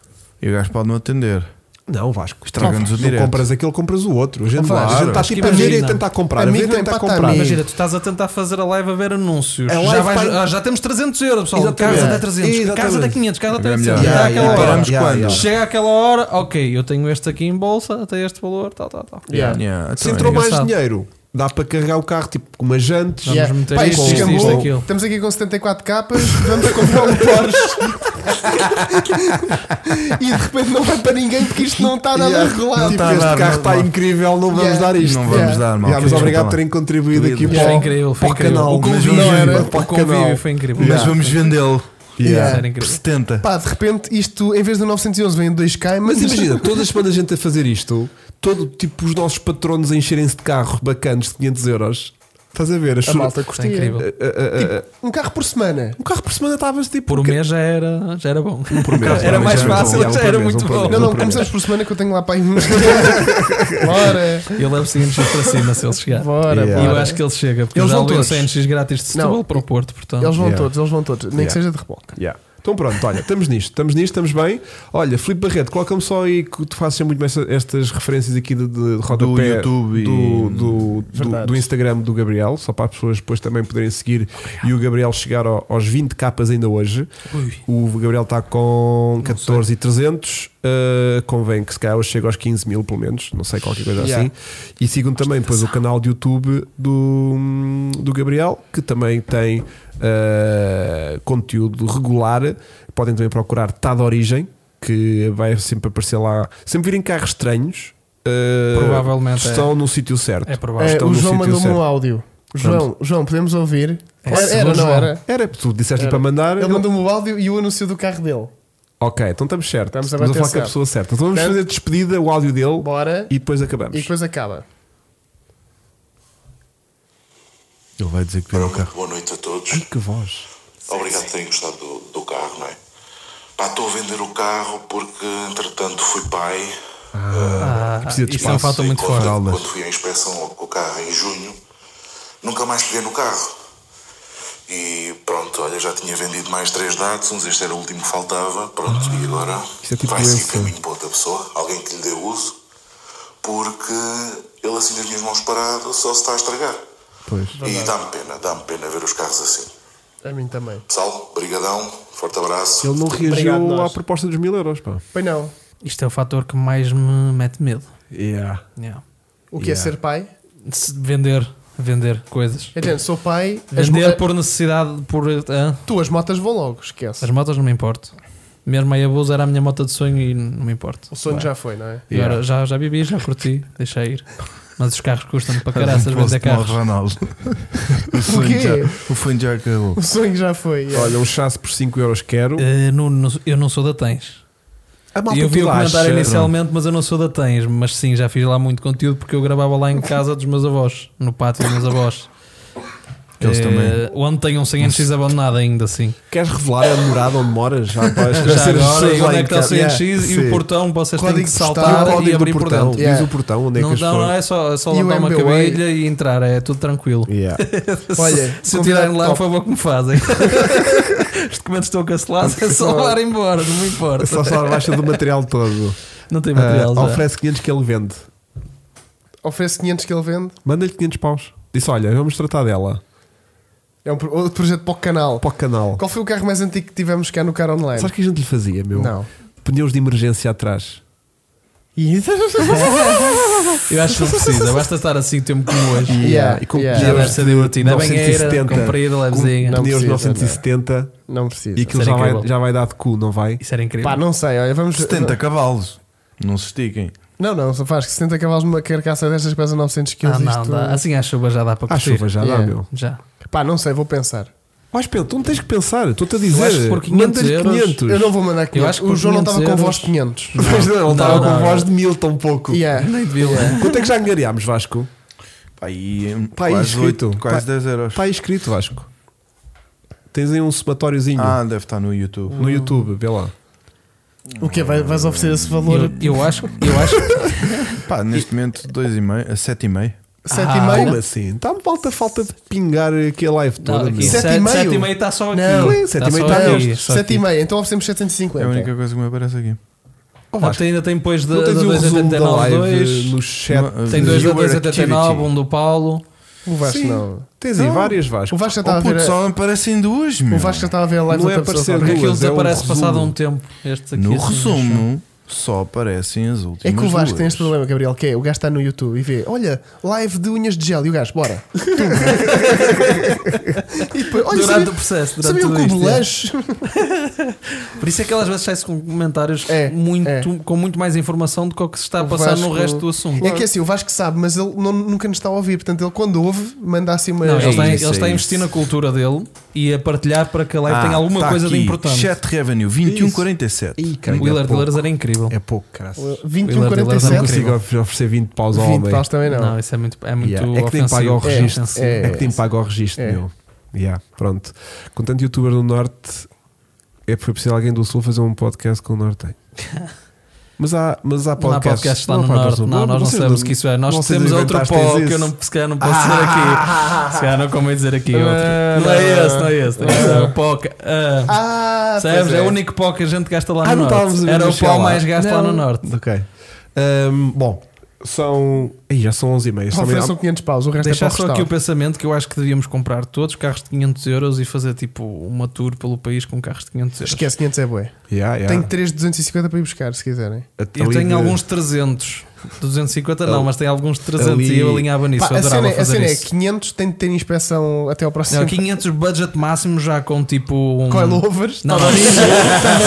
Speaker 1: E o gajo pode não atender.
Speaker 2: Não, Vasco.
Speaker 1: Estragamos
Speaker 2: não,
Speaker 1: o direto.
Speaker 2: Não compras aquele, compras o outro. A gente,
Speaker 1: Claro.
Speaker 2: a gente está
Speaker 1: Acho
Speaker 4: que
Speaker 2: tipo a ver e a
Speaker 4: imagina.
Speaker 2: tentar comprar.
Speaker 3: A
Speaker 2: A
Speaker 3: mim
Speaker 2: ver e a
Speaker 3: tem
Speaker 2: tentar
Speaker 3: para estar
Speaker 2: comprar.
Speaker 3: a mim.
Speaker 4: Imagina, tu estás a tentar fazer a live a ver anúncios.
Speaker 2: A
Speaker 4: Já,
Speaker 2: live
Speaker 4: vais-
Speaker 2: vai-
Speaker 4: ah, já temos 300 euros, pessoal.
Speaker 2: Exatamente.
Speaker 4: Casa até 300, casa até
Speaker 2: Exatamente.
Speaker 4: 500, casa até
Speaker 1: Agora é
Speaker 4: 800.
Speaker 1: melhor.
Speaker 4: Chega
Speaker 1: Yeah,
Speaker 4: àquela
Speaker 1: yeah,
Speaker 4: hora.
Speaker 1: paramos quando?
Speaker 4: Chega àquela hora, ok, eu tenho este aqui em bolsa, até este valor, tal, tal, tal.
Speaker 3: Yeah.
Speaker 1: Yeah,
Speaker 2: Se
Speaker 1: então é
Speaker 2: entrou mais
Speaker 4: engraçado.
Speaker 2: dinheiro, dá para carregar o carro tipo com umas jantes.
Speaker 4: Vamos
Speaker 3: Yeah.
Speaker 4: meter
Speaker 3: Pá,
Speaker 4: isto,
Speaker 3: isto
Speaker 2: isto,
Speaker 3: descambou.
Speaker 2: isto,
Speaker 4: aquilo.
Speaker 3: Estamos aqui com 74 capas, vamos comprar um Porsche e de repente não vai para ninguém porque isto não está nada
Speaker 2: Yeah.
Speaker 3: regulado.
Speaker 2: Tipo,
Speaker 1: tá a
Speaker 2: este
Speaker 1: dar,
Speaker 2: carro
Speaker 1: não
Speaker 2: está
Speaker 1: dá.
Speaker 2: incrível, não vamos
Speaker 3: Yeah.
Speaker 2: dar isto.
Speaker 1: Não
Speaker 2: Yeah.
Speaker 1: vamos dar, mal.
Speaker 2: Yeah, mas
Speaker 1: é Desculpa
Speaker 2: obrigado
Speaker 1: lá. é
Speaker 2: por terem contribuído aqui
Speaker 1: Foi
Speaker 2: um para,
Speaker 4: Foi
Speaker 2: o-
Speaker 4: incrível,
Speaker 2: para
Speaker 4: foi
Speaker 2: o
Speaker 4: incrível.
Speaker 2: canal.
Speaker 4: O
Speaker 1: Mas
Speaker 4: convívio,
Speaker 1: não era-
Speaker 4: o convívio foi incrível.
Speaker 1: Mas vamos vendê-lo
Speaker 2: Yeah.
Speaker 4: Isso era
Speaker 1: por
Speaker 4: incrível.
Speaker 1: 70.
Speaker 3: Pá, de repente isto, em vez do 911, vem dois
Speaker 2: Mas
Speaker 3: caimas.
Speaker 2: imagina, todas as semanas a gente a fazer isto, todo tipo os nossos patronos a encherem-se de carro bacanas de 500 euros. Estás a ver? A
Speaker 3: A
Speaker 2: chur-
Speaker 3: malta
Speaker 4: Está
Speaker 3: curtia.
Speaker 4: incrível.
Speaker 2: a- a- a- a-
Speaker 3: Um carro por semana.
Speaker 2: um carro por semana estavas tipo.
Speaker 4: Por um mês já era, já era bom.
Speaker 2: por mês,
Speaker 4: era
Speaker 2: um
Speaker 4: mais
Speaker 2: mês era
Speaker 1: é
Speaker 2: bom.
Speaker 4: fácil,
Speaker 2: Yeah, um
Speaker 4: já
Speaker 2: por
Speaker 4: era
Speaker 2: mês,
Speaker 4: muito
Speaker 2: um por
Speaker 4: bom.
Speaker 2: mês.
Speaker 3: Não, não,
Speaker 2: por
Speaker 3: começamos por semana que eu tenho lá para aí uns. bora,
Speaker 4: Eu levo CNX para cima se ele chegar.
Speaker 3: bora,
Speaker 2: Yeah.
Speaker 4: E eu
Speaker 3: bora.
Speaker 4: acho que ele chega, porque
Speaker 3: Eles
Speaker 4: eles
Speaker 3: vão
Speaker 4: já levam
Speaker 3: todos.
Speaker 4: CNX grátis de Setúbal
Speaker 3: Não.
Speaker 4: para o Porto, portanto.
Speaker 3: Eles vão
Speaker 2: Yeah.
Speaker 3: todos, eles vão todos. Nem
Speaker 2: Yeah.
Speaker 3: que seja de reboque.
Speaker 2: Yeah. Então pronto, olha, estamos nisto, estamos nisto, estamos bem. Olha, Filipe Barreto, coloca-me só aí que tu faças muito bem esta- estas referências aqui de, de rodapé
Speaker 1: YouTube e-
Speaker 2: do, do, do,
Speaker 3: Verdade.
Speaker 2: do Instagram do Gabriel, só para as pessoas depois também poderem seguir e o Gabriel chegar ao- aos 20 capas ainda hoje. O Gabriel está com 14,300. Uh, convém que se calhar hoje chega aos 15 mil, pelo menos, não sei, qualquer coisa
Speaker 3: Yeah.
Speaker 2: assim. E sigam também depois o canal de YouTube do, do Gabriel, que também tem uh, conteúdo regular. Podem também procurar Tá de Origem, que vai sempre aparecer lá. Sempre virem carros estranhos. uh,
Speaker 4: Provavelmente é.
Speaker 2: Estão no sítio certo.
Speaker 4: É provável.
Speaker 2: Estão
Speaker 3: Eh, o
Speaker 2: no
Speaker 3: João
Speaker 2: sítio
Speaker 3: mandou-me
Speaker 2: certo.
Speaker 3: um áudio. João, João, podemos ouvir?
Speaker 4: É,
Speaker 3: Era,
Speaker 4: se
Speaker 3: era,
Speaker 4: for
Speaker 3: não
Speaker 4: João.
Speaker 3: era?
Speaker 2: Era, tu disseste
Speaker 3: Era.
Speaker 2: para mandar.
Speaker 3: Ele
Speaker 2: ele-
Speaker 3: mandou-me o áudio e o anúncio do carro dele.
Speaker 2: Ok, então estamos certos.
Speaker 3: Estamos
Speaker 2: Estamos,
Speaker 3: a
Speaker 2: a
Speaker 3: bater
Speaker 2: falar com a
Speaker 3: certo.
Speaker 2: pessoa certa. Então vamos
Speaker 3: Portanto,
Speaker 2: fazer despedida, o áudio dele
Speaker 3: Bora.
Speaker 2: e depois acabamos.
Speaker 3: E depois acaba.
Speaker 1: Ele vai dizer que
Speaker 5: Ora,
Speaker 1: virou o
Speaker 5: muito
Speaker 1: carro.
Speaker 5: boa noite a todos.
Speaker 2: Ai, que voz.
Speaker 5: Obrigado por terem gostado do, do carro, não é? Pá, estou a vender o carro porque, entretanto, fui pai.
Speaker 4: Ah,
Speaker 2: Precisa de
Speaker 4: isso é um
Speaker 2: espaço.
Speaker 4: fator muito
Speaker 5: E,
Speaker 4: forte.
Speaker 5: quando,
Speaker 1: Fraldas.
Speaker 5: quando fui à inspeção ao- com o carro em junho, nunca mais peguei no carro. E pronto, olha, já tinha vendido mais três Datsuns, este era o último que faltava, pronto, e agora
Speaker 2: Isto é tipo
Speaker 5: vai seguir
Speaker 2: esse.
Speaker 5: caminho para outra pessoa, alguém que lhe dê uso, porque ele assim nas minhas mãos parado só se está a estragar.
Speaker 2: Pois.
Speaker 5: E dá-me pena, dá-me pena ver os carros assim.
Speaker 3: A mim também.
Speaker 5: Pessoal, brigadão, forte abraço.
Speaker 2: Ele não
Speaker 3: Obrigado,
Speaker 2: reagiu
Speaker 3: nós.
Speaker 2: à proposta dos mil euros, pá.
Speaker 3: Pois não.
Speaker 4: Isto é o fator que mais me mete medo.
Speaker 2: Yeah.
Speaker 4: Yeah.
Speaker 3: O que é
Speaker 2: Yeah.
Speaker 3: ser pai?
Speaker 4: Se Vender, vender coisas.
Speaker 3: Entende? Sou pai. As
Speaker 4: Vender
Speaker 3: mo-
Speaker 4: por necessidade, por. ah,
Speaker 3: Tu, as motas vão logo, esquece.
Speaker 4: as motas não me importo. Mesmo a Yabusa era a minha moto de sonho e não me importo.
Speaker 3: O sonho
Speaker 4: Vai.
Speaker 3: já foi, não é?
Speaker 4: Eu era-
Speaker 2: Yeah.
Speaker 4: já, já bebi, já curti, deixa ir. Mas os carros custam para caraças
Speaker 1: Posso
Speaker 4: vender
Speaker 1: tomar
Speaker 4: é carros.
Speaker 1: Ronaldo. o
Speaker 3: quê?
Speaker 1: sonho já, o sonho já acabou.
Speaker 3: O sonho já foi. yeah.
Speaker 2: Olha, um chasse por 5 euros quero.
Speaker 4: Eh, Nuno, não sou- eu não sou da Tens.
Speaker 2: A
Speaker 4: eu vi o
Speaker 2: lá
Speaker 4: comentário
Speaker 2: acha-
Speaker 4: inicialmente, mas eu não sou da Tens. Mas sim, já fiz lá muito conteúdo porque eu gravava lá em casa dos meus avós, no pátio dos meus avós.
Speaker 1: Eles
Speaker 4: Eh,
Speaker 1: também.
Speaker 4: Onde tem um 100NX abandonado ainda assim.
Speaker 2: Queres revelar a morada onde moras? Já, pá,
Speaker 4: Já
Speaker 2: esquecer as
Speaker 4: agora,
Speaker 2: pessoas
Speaker 4: e
Speaker 2: lá
Speaker 4: onde é
Speaker 2: em
Speaker 4: que está o
Speaker 2: casa.
Speaker 4: 100NX
Speaker 2: Yeah,
Speaker 4: e
Speaker 2: sim.
Speaker 4: o portão vocês têm
Speaker 3: Código
Speaker 4: que
Speaker 3: de
Speaker 2: Ah,
Speaker 3: postal,
Speaker 4: saltar
Speaker 2: o
Speaker 4: e
Speaker 2: código do
Speaker 4: abrir por
Speaker 2: portão.
Speaker 4: dentro.
Speaker 2: Diz
Speaker 3: Yeah.
Speaker 2: o portão, onde é que
Speaker 4: Não,
Speaker 2: as
Speaker 4: não, não
Speaker 2: pessoas.
Speaker 4: é só, é só
Speaker 3: E o
Speaker 4: levantar uma
Speaker 3: MBA?
Speaker 4: cabilha e entrar, é tudo tranquilo.
Speaker 2: Yeah.
Speaker 3: Olha,
Speaker 4: se eu tirarem lá,
Speaker 3: convidado
Speaker 4: por favor, que me fazem. Os documentos estão cancelados, é só levar embora, não me importa.
Speaker 2: É Só só a baixa do material todo.
Speaker 4: Não tem material
Speaker 2: Ah,
Speaker 4: já.
Speaker 2: oferece 500 que ele vende.
Speaker 3: Oferece 500 que ele vende.
Speaker 2: Manda-lhe 500 paus. Disse: Olha, vamos tratar dela.
Speaker 3: É um pro- outro projeto para o canal.
Speaker 2: Para o canal.
Speaker 3: Qual foi o carro mais antigo que tivemos cá no Car Online?
Speaker 2: Sabe o que a gente lhe fazia, meu?
Speaker 3: Não.
Speaker 2: Pneus de emergência atrás.
Speaker 4: Eu acho que não precisa, basta estar assim, tempo como hoje.
Speaker 3: Yeah,
Speaker 2: e com
Speaker 3: yeah.
Speaker 4: Já
Speaker 2: pneus
Speaker 4: deve ser divertido. É banheira,
Speaker 2: 970,
Speaker 4: comprida, levezinha.
Speaker 3: Não
Speaker 2: pneus
Speaker 3: precisa,
Speaker 2: 970
Speaker 3: Não precisa.
Speaker 2: e aquilo
Speaker 4: Isso
Speaker 2: já
Speaker 4: era
Speaker 2: vai,
Speaker 4: incrível.
Speaker 2: já vai dar de cu, não vai?
Speaker 4: Isso era incrível. Ah,
Speaker 3: Pá, não sei, olha, vamos.
Speaker 1: 70 cavalos. Não se estiquem.
Speaker 3: Não, não, só faz que 70 cavalos numa carcaça destas pesa 900 kg.
Speaker 4: ah, não, dá. Assim à chuva já dá para
Speaker 2: À
Speaker 4: curtir.
Speaker 2: chuva já
Speaker 3: Yeah.
Speaker 2: dá, meu.
Speaker 4: Já.
Speaker 3: Pá, não sei, vou pensar.
Speaker 2: Mas Pedro, tu não tens que pensar, estou-te a
Speaker 4: acho que
Speaker 2: dizer.
Speaker 4: por 500
Speaker 2: Mandas-lhe
Speaker 4: euros-
Speaker 2: 500.
Speaker 3: Eu não vou mandar 500.
Speaker 4: acho que
Speaker 3: o
Speaker 4: por
Speaker 3: João não estava
Speaker 4: 500
Speaker 3: com
Speaker 4: euros-
Speaker 3: voz de 500.
Speaker 2: Mas não, ele estava
Speaker 4: Não,
Speaker 2: com
Speaker 4: não.
Speaker 2: voz de mil tão pouco.
Speaker 3: Yeah.
Speaker 4: Nem devia lá.
Speaker 2: Quanto é que já angariámos, Vasco?
Speaker 1: Pá, e, hum,
Speaker 2: Pá, aí
Speaker 1: quase
Speaker 2: escrito.
Speaker 1: 8, quase
Speaker 2: Pá-
Speaker 1: 10 euros.
Speaker 2: Está aí escrito, Vasco. Tens aí um somatóriozinho
Speaker 1: Ah, deve estar no YouTube.
Speaker 2: no YouTube, vê lá.
Speaker 3: O que vai Vais oferecer esse valor?
Speaker 4: Eu, eu acho, eu acho.
Speaker 1: Pá, neste momento 2,5 a 7,5.
Speaker 3: 7,5?
Speaker 2: Como assim? Está-me falta falta de pingar aqui a live
Speaker 4: Não,
Speaker 2: toda.
Speaker 4: tá aqui, é
Speaker 2: meu.
Speaker 3: Sete
Speaker 4: sete-
Speaker 3: e meio?
Speaker 4: sete e meio está só aqui.
Speaker 3: Não,
Speaker 4: Está
Speaker 2: sete e meio
Speaker 4: só
Speaker 2: está
Speaker 3: tá
Speaker 4: aqui,
Speaker 2: neles.
Speaker 4: só aqui.
Speaker 3: 7,5, então oferecemos
Speaker 1: É a
Speaker 3: 750.
Speaker 1: única coisa que me aparece
Speaker 3: Então
Speaker 1: aqui.
Speaker 2: Oh,
Speaker 4: Ah,
Speaker 2: Vasco,
Speaker 4: tem- ainda tem depois um da
Speaker 2: não tens o resumo da live
Speaker 4: 2.
Speaker 2: no chat?
Speaker 1: Não,
Speaker 4: Tem dois da
Speaker 1: Viewer
Speaker 4: 279, um do Paulo.
Speaker 3: O Vasco
Speaker 2: Sim.
Speaker 3: não.
Speaker 2: Tens aí
Speaker 1: Não.
Speaker 2: várias, Vasco.
Speaker 3: O Vasco já estava
Speaker 1: Oh,
Speaker 3: a ver.
Speaker 1: puto,
Speaker 3: a-
Speaker 1: só me aparecem duas, meu.
Speaker 3: O Vasco já estava a ver a live
Speaker 2: Não é
Speaker 3: da outra pessoa.
Speaker 4: Porque
Speaker 2: aparecer
Speaker 4: aquilo
Speaker 2: Duas, é um
Speaker 4: desaparece passado
Speaker 2: resumo.
Speaker 4: um tempo. Estes aqui
Speaker 1: No
Speaker 4: assim,
Speaker 1: resumo, só aparecem as
Speaker 3: É
Speaker 1: últimas
Speaker 3: que o Vasco
Speaker 1: duas.
Speaker 3: tem este problema, Gabriel, que é o gajo está no YouTube e vê, olha, live de unhas de gel e o gajo, bora. e depois, olha,
Speaker 4: durante o
Speaker 3: sabia,
Speaker 4: processo, durante
Speaker 3: sabia o
Speaker 4: tudo
Speaker 3: cubo
Speaker 4: isto, é.
Speaker 3: lanche?
Speaker 4: Por isso é que elas vezes sai-se com comentários
Speaker 3: É,
Speaker 4: muito,
Speaker 3: é.
Speaker 4: com muito mais informação do que o que se está a
Speaker 3: O
Speaker 4: passar no
Speaker 3: Vasco-
Speaker 4: resto do assunto.
Speaker 3: É que assim, o Vasco sabe, mas ele não- nunca nos está a ouvir, portanto ele quando ouve, manda assim uma.
Speaker 4: Não,
Speaker 1: É
Speaker 4: ele, está,
Speaker 1: isso,
Speaker 4: ele está
Speaker 1: é
Speaker 4: a investir
Speaker 1: isso.
Speaker 4: na cultura dele e a partilhar para que a live
Speaker 1: Ah,
Speaker 4: tenha alguma
Speaker 1: tá
Speaker 4: coisa de
Speaker 1: aqui.
Speaker 4: importante.
Speaker 1: Chat Revenue 2147.
Speaker 2: Ih, caralho,
Speaker 4: o Willer
Speaker 2: é pouco.
Speaker 4: Dealers era incrível. incrível.
Speaker 2: É pouco, graças.
Speaker 3: eh,
Speaker 2: Eu
Speaker 4: é
Speaker 3: 21,47.
Speaker 2: não consigo of- oferecer 20 paus ao
Speaker 3: 20
Speaker 2: homem.
Speaker 3: paus também não.
Speaker 4: Não, isso é muito. É, muito
Speaker 2: Yeah. É que nem paga o
Speaker 4: ofensivo.
Speaker 2: registro.
Speaker 4: ofensivo.
Speaker 2: É, que tem pago ao registro,
Speaker 3: É.
Speaker 2: meu. Yeah, pronto. Com tanto youtuber do Norte, é porque foi preciso alguém do Sul fazer um podcast com o Norte. Mas há, mas há
Speaker 4: Não há
Speaker 2: podcasts.
Speaker 4: podcast lá
Speaker 2: há
Speaker 4: no
Speaker 2: podcasts
Speaker 4: Norte. Não, nós não
Speaker 2: vocês
Speaker 4: sabemos que isso é. Nós
Speaker 2: vocês
Speaker 4: temos outro
Speaker 2: inventaste
Speaker 4: pó que
Speaker 2: isso.
Speaker 4: eu não, se calhar não posso dizer aqui. Se calhar não convém dizer aqui outro.
Speaker 3: Ah,
Speaker 4: Não é
Speaker 3: não.
Speaker 4: esse, não é esse. Não é o pó que- ah,
Speaker 3: Ah,
Speaker 4: Sabes?
Speaker 3: pois
Speaker 4: É o único pó que a gente gasta lá
Speaker 2: Ah,
Speaker 4: no
Speaker 2: não estávamos
Speaker 4: Norte.
Speaker 2: a
Speaker 4: Era o
Speaker 2: chegar
Speaker 4: pó mais gasto lá no
Speaker 2: Não.
Speaker 4: Norte.
Speaker 2: Ok. Ahm, bom, são. Ih, já são 11 e meia.
Speaker 3: Só ofereçam 500 paus, o resto
Speaker 4: Deixar
Speaker 3: é para
Speaker 4: só
Speaker 3: o
Speaker 4: aqui o
Speaker 3: restauro.
Speaker 4: pensamento que eu acho que devíamos comprar todos carros de 500 euros e fazer tipo uma tour pelo país com carros de 500 euros.
Speaker 3: Esquece, 500 é bué.
Speaker 2: Yeah, yeah.
Speaker 3: Tenho 3 de 250 para ir buscar, se quiserem.
Speaker 4: Eu
Speaker 2: Ali
Speaker 4: tenho
Speaker 2: de-
Speaker 4: alguns 300, 250 não,
Speaker 2: Ali-
Speaker 4: mas tenho alguns 300 e eu
Speaker 2: ali-
Speaker 4: alinhava nisso.
Speaker 3: Pá,
Speaker 4: eu
Speaker 3: a
Speaker 4: adorava
Speaker 3: cena, é- a
Speaker 4: fazer
Speaker 3: cena é
Speaker 4: isso.
Speaker 3: 500 tem de ter inspeção até ao próximo.
Speaker 4: Não, 500 budget máximo já com tipo um.
Speaker 3: Coilovers,
Speaker 4: Não,
Speaker 3: tá
Speaker 4: não.
Speaker 3: origem, tá na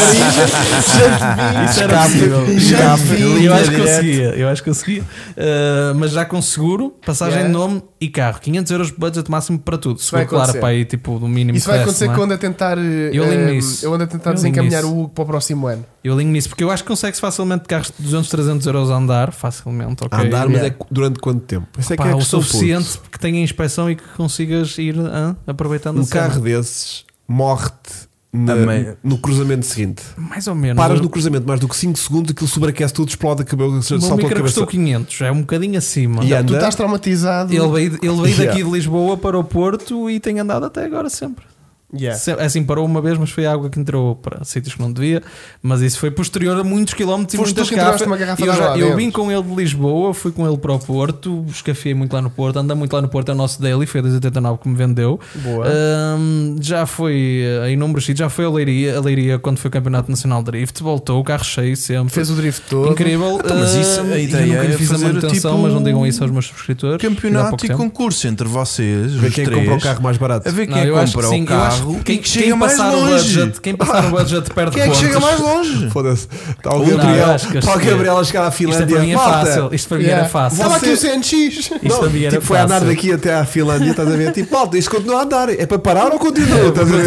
Speaker 3: origem,
Speaker 4: Isso
Speaker 3: já
Speaker 4: era possível.
Speaker 3: Já
Speaker 4: Escape,
Speaker 3: vi.
Speaker 4: Eu acho que
Speaker 1: Direto.
Speaker 4: conseguia, eu acho que conseguia. Uh, mas já com seguro, passagem
Speaker 3: Yeah.
Speaker 4: de nome e carro. 500 euros budget máximo para tudo. Seguro,
Speaker 3: vai
Speaker 4: claro,
Speaker 3: acontecer.
Speaker 4: para aí tipo do mínimo
Speaker 3: Isso vai
Speaker 4: que
Speaker 3: acontecer
Speaker 4: desce, não é?
Speaker 3: quando a tentar. eh,
Speaker 4: Eu alinho
Speaker 3: eh,
Speaker 4: nisso.
Speaker 3: Eu ando a tentar
Speaker 4: Eu alinho
Speaker 3: desencaminhar
Speaker 4: nisso.
Speaker 3: o Hugo para o próximo ano.
Speaker 4: Eu alinho nisso, porque eu acho que consegue-se facilmente carros de 200, 300 euros a andar, facilmente, ok?
Speaker 2: A andar, mas
Speaker 3: Yeah.
Speaker 2: é durante quanto tempo? Isso é
Speaker 4: Pá,
Speaker 2: que é a
Speaker 4: o
Speaker 2: questão,
Speaker 4: suficiente que tenha inspeção e que consigas ir hã, aproveitando
Speaker 2: puto.
Speaker 4: a
Speaker 2: Um
Speaker 4: cena.
Speaker 2: carro desses morre-te na-
Speaker 1: A meia.
Speaker 2: no cruzamento seguinte.
Speaker 4: Mais ou menos.
Speaker 2: Paras
Speaker 4: Eu-
Speaker 2: no cruzamento mais do que 5 segundos, aquilo sobreaquece tudo, explode a cabeça,
Speaker 4: o meu
Speaker 2: salta a
Speaker 4: micro
Speaker 2: cabeça.
Speaker 4: custou 500, é um bocadinho acima.
Speaker 2: Yeah.
Speaker 3: Tu
Speaker 2: Anda.
Speaker 3: estás traumatizado.
Speaker 4: Ele veio, ele veio
Speaker 2: Yeah.
Speaker 4: daqui de Lisboa para o Porto e tem andado até agora sempre.
Speaker 3: Yeah.
Speaker 4: Se- Assim, parou uma vez, mas foi a água que entrou para sítios que não devia. Mas isso foi posterior a muitos quilómetros
Speaker 3: Foste
Speaker 4: e muitas
Speaker 3: tu que entraste
Speaker 4: garrafas.
Speaker 3: uma garrafa
Speaker 4: eu,
Speaker 3: de água
Speaker 4: já,
Speaker 3: lá
Speaker 4: eu
Speaker 3: dentro.
Speaker 4: vim com ele de Lisboa, fui com ele para o Porto, escafei muito lá no Porto, anda muito lá no Porto, é o nosso daily, foi a 289 que me vendeu.
Speaker 3: Boa.
Speaker 4: Ahm, já foi eh, a inúmeros sítios, já foi a Leiria, a Leiria quando foi o Campeonato Nacional de Drift, voltou, o carro cheio sempre.
Speaker 3: Fez o drift todo.
Speaker 4: Incrível,
Speaker 1: mas isso, a
Speaker 4: Ahm, e eu
Speaker 1: ideia
Speaker 4: nunca lhe
Speaker 1: é
Speaker 4: fiz a
Speaker 1: fazer o
Speaker 4: manutenção,
Speaker 1: tipo
Speaker 4: mas não digam isso aos meus subscritores. Ainda há pouco
Speaker 1: Campeonato e
Speaker 4: tempo.
Speaker 1: concurso entre vocês,
Speaker 2: Vê
Speaker 1: os
Speaker 2: quem
Speaker 1: três,
Speaker 2: compra o carro mais barato.
Speaker 1: a ver
Speaker 4: Não,
Speaker 1: quem é
Speaker 4: eu acho que
Speaker 1: compra
Speaker 4: sim,
Speaker 1: o
Speaker 4: eu acho que
Speaker 1: carro
Speaker 4: quem,
Speaker 1: e que chega
Speaker 4: quem
Speaker 1: mais
Speaker 4: passar o
Speaker 1: longe.
Speaker 4: budget, quem passar o budget perde
Speaker 1: Quem é que
Speaker 4: pontos.
Speaker 1: chega mais longe?
Speaker 2: Foda-se. Tá, Está o
Speaker 4: Não, eu
Speaker 2: Gabriel,
Speaker 4: acho que
Speaker 2: está o
Speaker 4: este-
Speaker 2: Gabriel a chegar à
Speaker 4: Isto é
Speaker 2: Finlândia.
Speaker 4: para mim é
Speaker 2: Malta!
Speaker 4: fácil. Isto para mim
Speaker 3: Yeah.
Speaker 4: era fácil.
Speaker 3: Estava aqui o
Speaker 2: Você-
Speaker 3: CNX.
Speaker 4: Isto
Speaker 2: Não,
Speaker 4: para mim era
Speaker 2: tipo, foi a andar
Speaker 4: fácil.
Speaker 2: daqui até à Finlândia, estás a ver? Tipo, malta, isto continua a andar. É para parar ou continua? Estás a ver?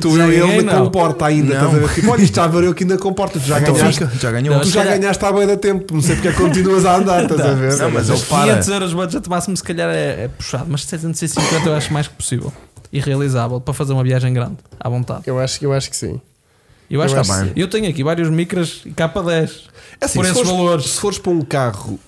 Speaker 2: Tu
Speaker 4: Já
Speaker 2: eu e
Speaker 4: ganhei,
Speaker 2: ele na
Speaker 4: não.
Speaker 2: comporta ainda. Estás a ver? Tipo, olha, isto já vareu aqui na comporta. Tu já
Speaker 1: Então
Speaker 2: ganhaste.
Speaker 1: fica, já ganhou.
Speaker 4: Não,
Speaker 2: Tu já
Speaker 4: Será-
Speaker 2: ganhaste há bem da tempo. Não sei porque é que continuas a andar, estás a ver?
Speaker 1: Não, mas ele para.
Speaker 4: 500 euros budget máximo, se calhar é, é puxado, mas 750 eu acho mais que possível e realizável para fazer uma viagem grande, à vontade.
Speaker 3: Eu acho, eu acho que sim.
Speaker 4: Eu acho
Speaker 3: Eu
Speaker 4: que
Speaker 1: acho
Speaker 4: sim.
Speaker 1: que
Speaker 4: Eu tenho aqui vários micras e K10
Speaker 2: É assim,
Speaker 4: por
Speaker 2: se
Speaker 4: esses
Speaker 2: fores-
Speaker 4: valores.
Speaker 2: Se fores para um carro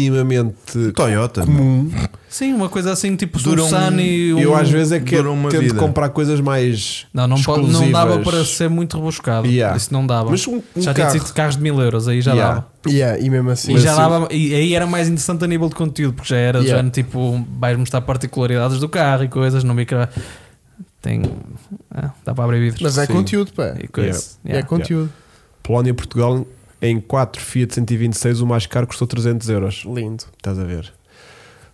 Speaker 2: minimamente
Speaker 1: Toyota.
Speaker 2: comum,
Speaker 4: Sim, uma coisa assim tipo
Speaker 1: Dura um-
Speaker 4: Duran e um...
Speaker 2: eu às vezes é que
Speaker 1: dura uma
Speaker 2: tento
Speaker 1: vida.
Speaker 2: comprar coisas mais.
Speaker 4: Não, não, pode- não
Speaker 2: exclusivas.
Speaker 4: dava para ser muito rebuscado.
Speaker 2: Yeah.
Speaker 4: Isso não dava.
Speaker 2: Mas um- um
Speaker 4: já
Speaker 2: carro-
Speaker 4: tinha sido carros de 1000 euros, aí já
Speaker 2: Yeah.
Speaker 4: dava.
Speaker 3: Yeah, e mesmo assim.
Speaker 4: E, já
Speaker 2: assim-
Speaker 4: dava, e aí era mais interessante a nível de conteúdo, porque já era do
Speaker 3: Yeah.
Speaker 4: género, tipo, vais mostrar particularidades do carro e coisas, no micro. Tem. ah, dá para abrir vidros.
Speaker 3: Mas é
Speaker 4: Sim.
Speaker 3: conteúdo, pá.
Speaker 4: E coisa.
Speaker 3: É
Speaker 4: Yeah.
Speaker 3: conteúdo.
Speaker 2: Polónia e Portugal, em 4 Fiat 126, o mais caro custou 300 euros.
Speaker 3: Lindo.
Speaker 2: Estás a ver?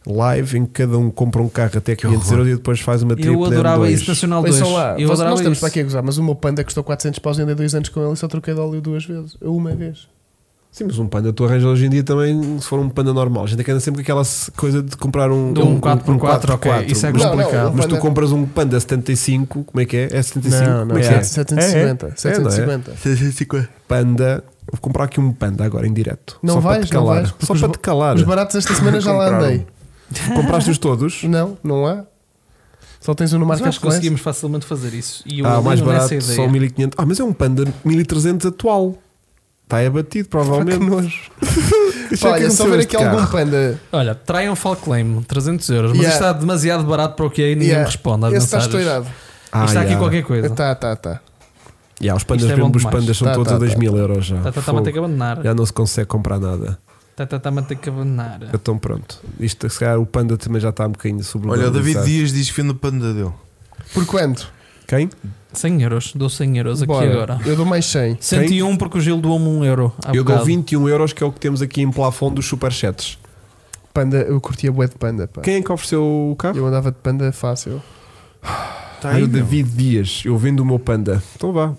Speaker 2: Live em que cada um compra um carro até 500 euros e depois faz uma tripla
Speaker 4: Eu adorava
Speaker 2: M2.
Speaker 4: isso Nacional 2.
Speaker 3: Olha só lá,
Speaker 4: eu
Speaker 3: nós
Speaker 4: adorava
Speaker 3: nós estamos
Speaker 4: isso.
Speaker 3: para aqui a gozar, mas o meu panda custou 400 paus e andei dois anos com ele e só troquei de óleo duas vezes. Uma vez.
Speaker 2: Sim, mas um panda tu arranjas hoje em dia também, se for um panda normal. A gente é que anda sempre com aquela se- coisa de comprar um,
Speaker 4: De um 4x4, ok, isso é
Speaker 2: mas,
Speaker 3: Não, não,
Speaker 4: complicado.
Speaker 3: um
Speaker 2: mas tu
Speaker 3: panda-
Speaker 2: compras um panda 75, como é que é? É 75? como é que é?
Speaker 3: 750.
Speaker 2: É, é. É, não é?
Speaker 3: 750.
Speaker 2: Panda. Vou comprar aqui um panda agora em direto.
Speaker 3: Não
Speaker 2: só para
Speaker 3: vais,
Speaker 2: te
Speaker 3: não
Speaker 2: calar.
Speaker 3: vais.
Speaker 2: Só
Speaker 3: Os
Speaker 2: para
Speaker 3: ba-
Speaker 2: te calar.
Speaker 3: Os baratos esta semana já lá
Speaker 1: Compraram.
Speaker 3: andei.
Speaker 2: Compraste-os todos?
Speaker 3: Não, não há. Só tens um no
Speaker 4: Mas eu
Speaker 3: marca
Speaker 4: acho que conseguimos facilmente fazer isso. E eu
Speaker 2: Ah, o
Speaker 4: alinho
Speaker 2: mais
Speaker 4: nessa
Speaker 2: barato
Speaker 4: ideia.
Speaker 2: são 1500. Ah, mas é um Panda 1300 atual. Está abatido, provavelmente. Isto é que
Speaker 3: Olha, se
Speaker 2: aconteceu
Speaker 3: houver
Speaker 2: este
Speaker 3: aqui algum
Speaker 2: carro.
Speaker 3: panda.
Speaker 4: Olha, um traiam Fall Claim, 300 euros, mas
Speaker 3: Yeah.
Speaker 4: isto está demasiado barato para o que é e ninguém
Speaker 3: Yeah,
Speaker 4: me responde às
Speaker 3: Esse está
Speaker 4: mensagens.
Speaker 3: estourado.
Speaker 2: Ah,
Speaker 4: isto está aqui
Speaker 2: yeah.
Speaker 4: qualquer coisa. Está,
Speaker 3: Tá, tá, tá.
Speaker 2: Yeah, os pandas,
Speaker 4: Isto é
Speaker 2: mesmo
Speaker 4: bom
Speaker 2: os
Speaker 4: demais.
Speaker 2: pandas são
Speaker 3: Tá,
Speaker 2: todos
Speaker 3: tá,
Speaker 2: a 2
Speaker 3: tá.
Speaker 2: mil euros já.
Speaker 4: está, está-me a ter que
Speaker 2: Fogo.
Speaker 4: abandonar.
Speaker 2: já não se consegue comprar nada.
Speaker 4: Está, está, está-me a ter que abandonar.
Speaker 2: Então pronto. Isto, se calhar o panda também já está um bocadinho
Speaker 1: Olha, o
Speaker 2: sobrevalorizado.
Speaker 1: David Dias diz que vende o panda dele.
Speaker 3: Por quanto?
Speaker 2: Quem?
Speaker 4: 100 euros, dou 100 euros aqui
Speaker 3: Bora.
Speaker 4: agora.
Speaker 3: Eu dou mais 100.
Speaker 4: 101 porque o Gil doou-me 1 euro. há
Speaker 2: Eu dou
Speaker 4: bocado.
Speaker 2: 21 euros, que é o que temos aqui em plafond dos superchats.
Speaker 3: Panda, eu curtia bué de panda,
Speaker 4: Tá.
Speaker 3: pá.
Speaker 2: Quem é que ofereceu o carro?
Speaker 3: Eu andava de panda fácil.
Speaker 1: Tá
Speaker 2: Ah,
Speaker 1: aí, meu.
Speaker 2: o David Dias. Eu vendo o meu panda. Então vá.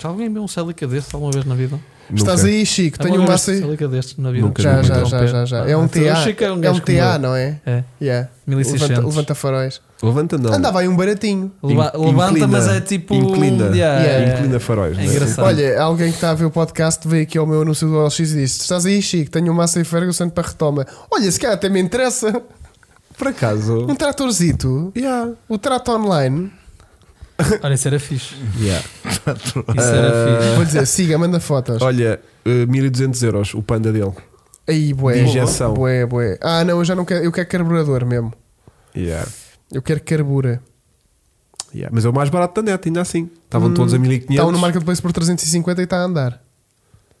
Speaker 4: Já alguém viu um Celica desse alguma vez na vida?
Speaker 3: Estás aí, Chico, tenho
Speaker 4: uma
Speaker 3: uma
Speaker 4: vez
Speaker 3: açaí.
Speaker 4: salica destes na vida.
Speaker 2: Nunca
Speaker 3: um Já,
Speaker 2: vi
Speaker 3: já,
Speaker 4: Então,
Speaker 3: já, já, já. É um
Speaker 4: então, o
Speaker 3: TA.
Speaker 4: Chico
Speaker 3: É um
Speaker 4: gajo como
Speaker 3: TA,
Speaker 4: eu.
Speaker 3: não é?
Speaker 4: É.
Speaker 3: Yeah.
Speaker 4: 1600.
Speaker 3: Levanta, levanta faróis.
Speaker 2: Levanta não.
Speaker 3: Andava aí um baratinho.
Speaker 4: Leva-
Speaker 2: In-
Speaker 4: Levanta,
Speaker 2: inclina,
Speaker 4: mas é tipo.
Speaker 2: Inclina,
Speaker 4: Yeah,
Speaker 3: Yeah.
Speaker 4: é-
Speaker 2: inclina faróis.
Speaker 4: É
Speaker 2: não
Speaker 4: engraçado.
Speaker 3: Olha, alguém que está a ver o podcast veio aqui ao meu anúncio do OLX e disse: Estás aí, Chico, tenho uma Massa e Ferguson para retoma. Olha, se calhar até me interessa.
Speaker 2: Por acaso.
Speaker 3: Um tratorzito.
Speaker 2: Yeah.
Speaker 3: O trato online.
Speaker 4: Olha, isso era fixe.
Speaker 2: Yeah. Ah,
Speaker 4: Isso era fixe.
Speaker 3: Vou dizer, siga, manda fotos.
Speaker 2: Olha, eh, 1200 euros o panda dele.
Speaker 3: Aí, bué.
Speaker 2: De injeção.
Speaker 3: Bué, bué. Ah, não, eu já não quero. Eu quero carburador mesmo.
Speaker 2: Yeah.
Speaker 3: Eu quero carbura.
Speaker 2: Yeah. Mas é o mais barato da net, ainda assim.
Speaker 4: Hum,
Speaker 2: Estavam todos a 1500.
Speaker 3: Está Tá no marketplace por 350 e está a andar.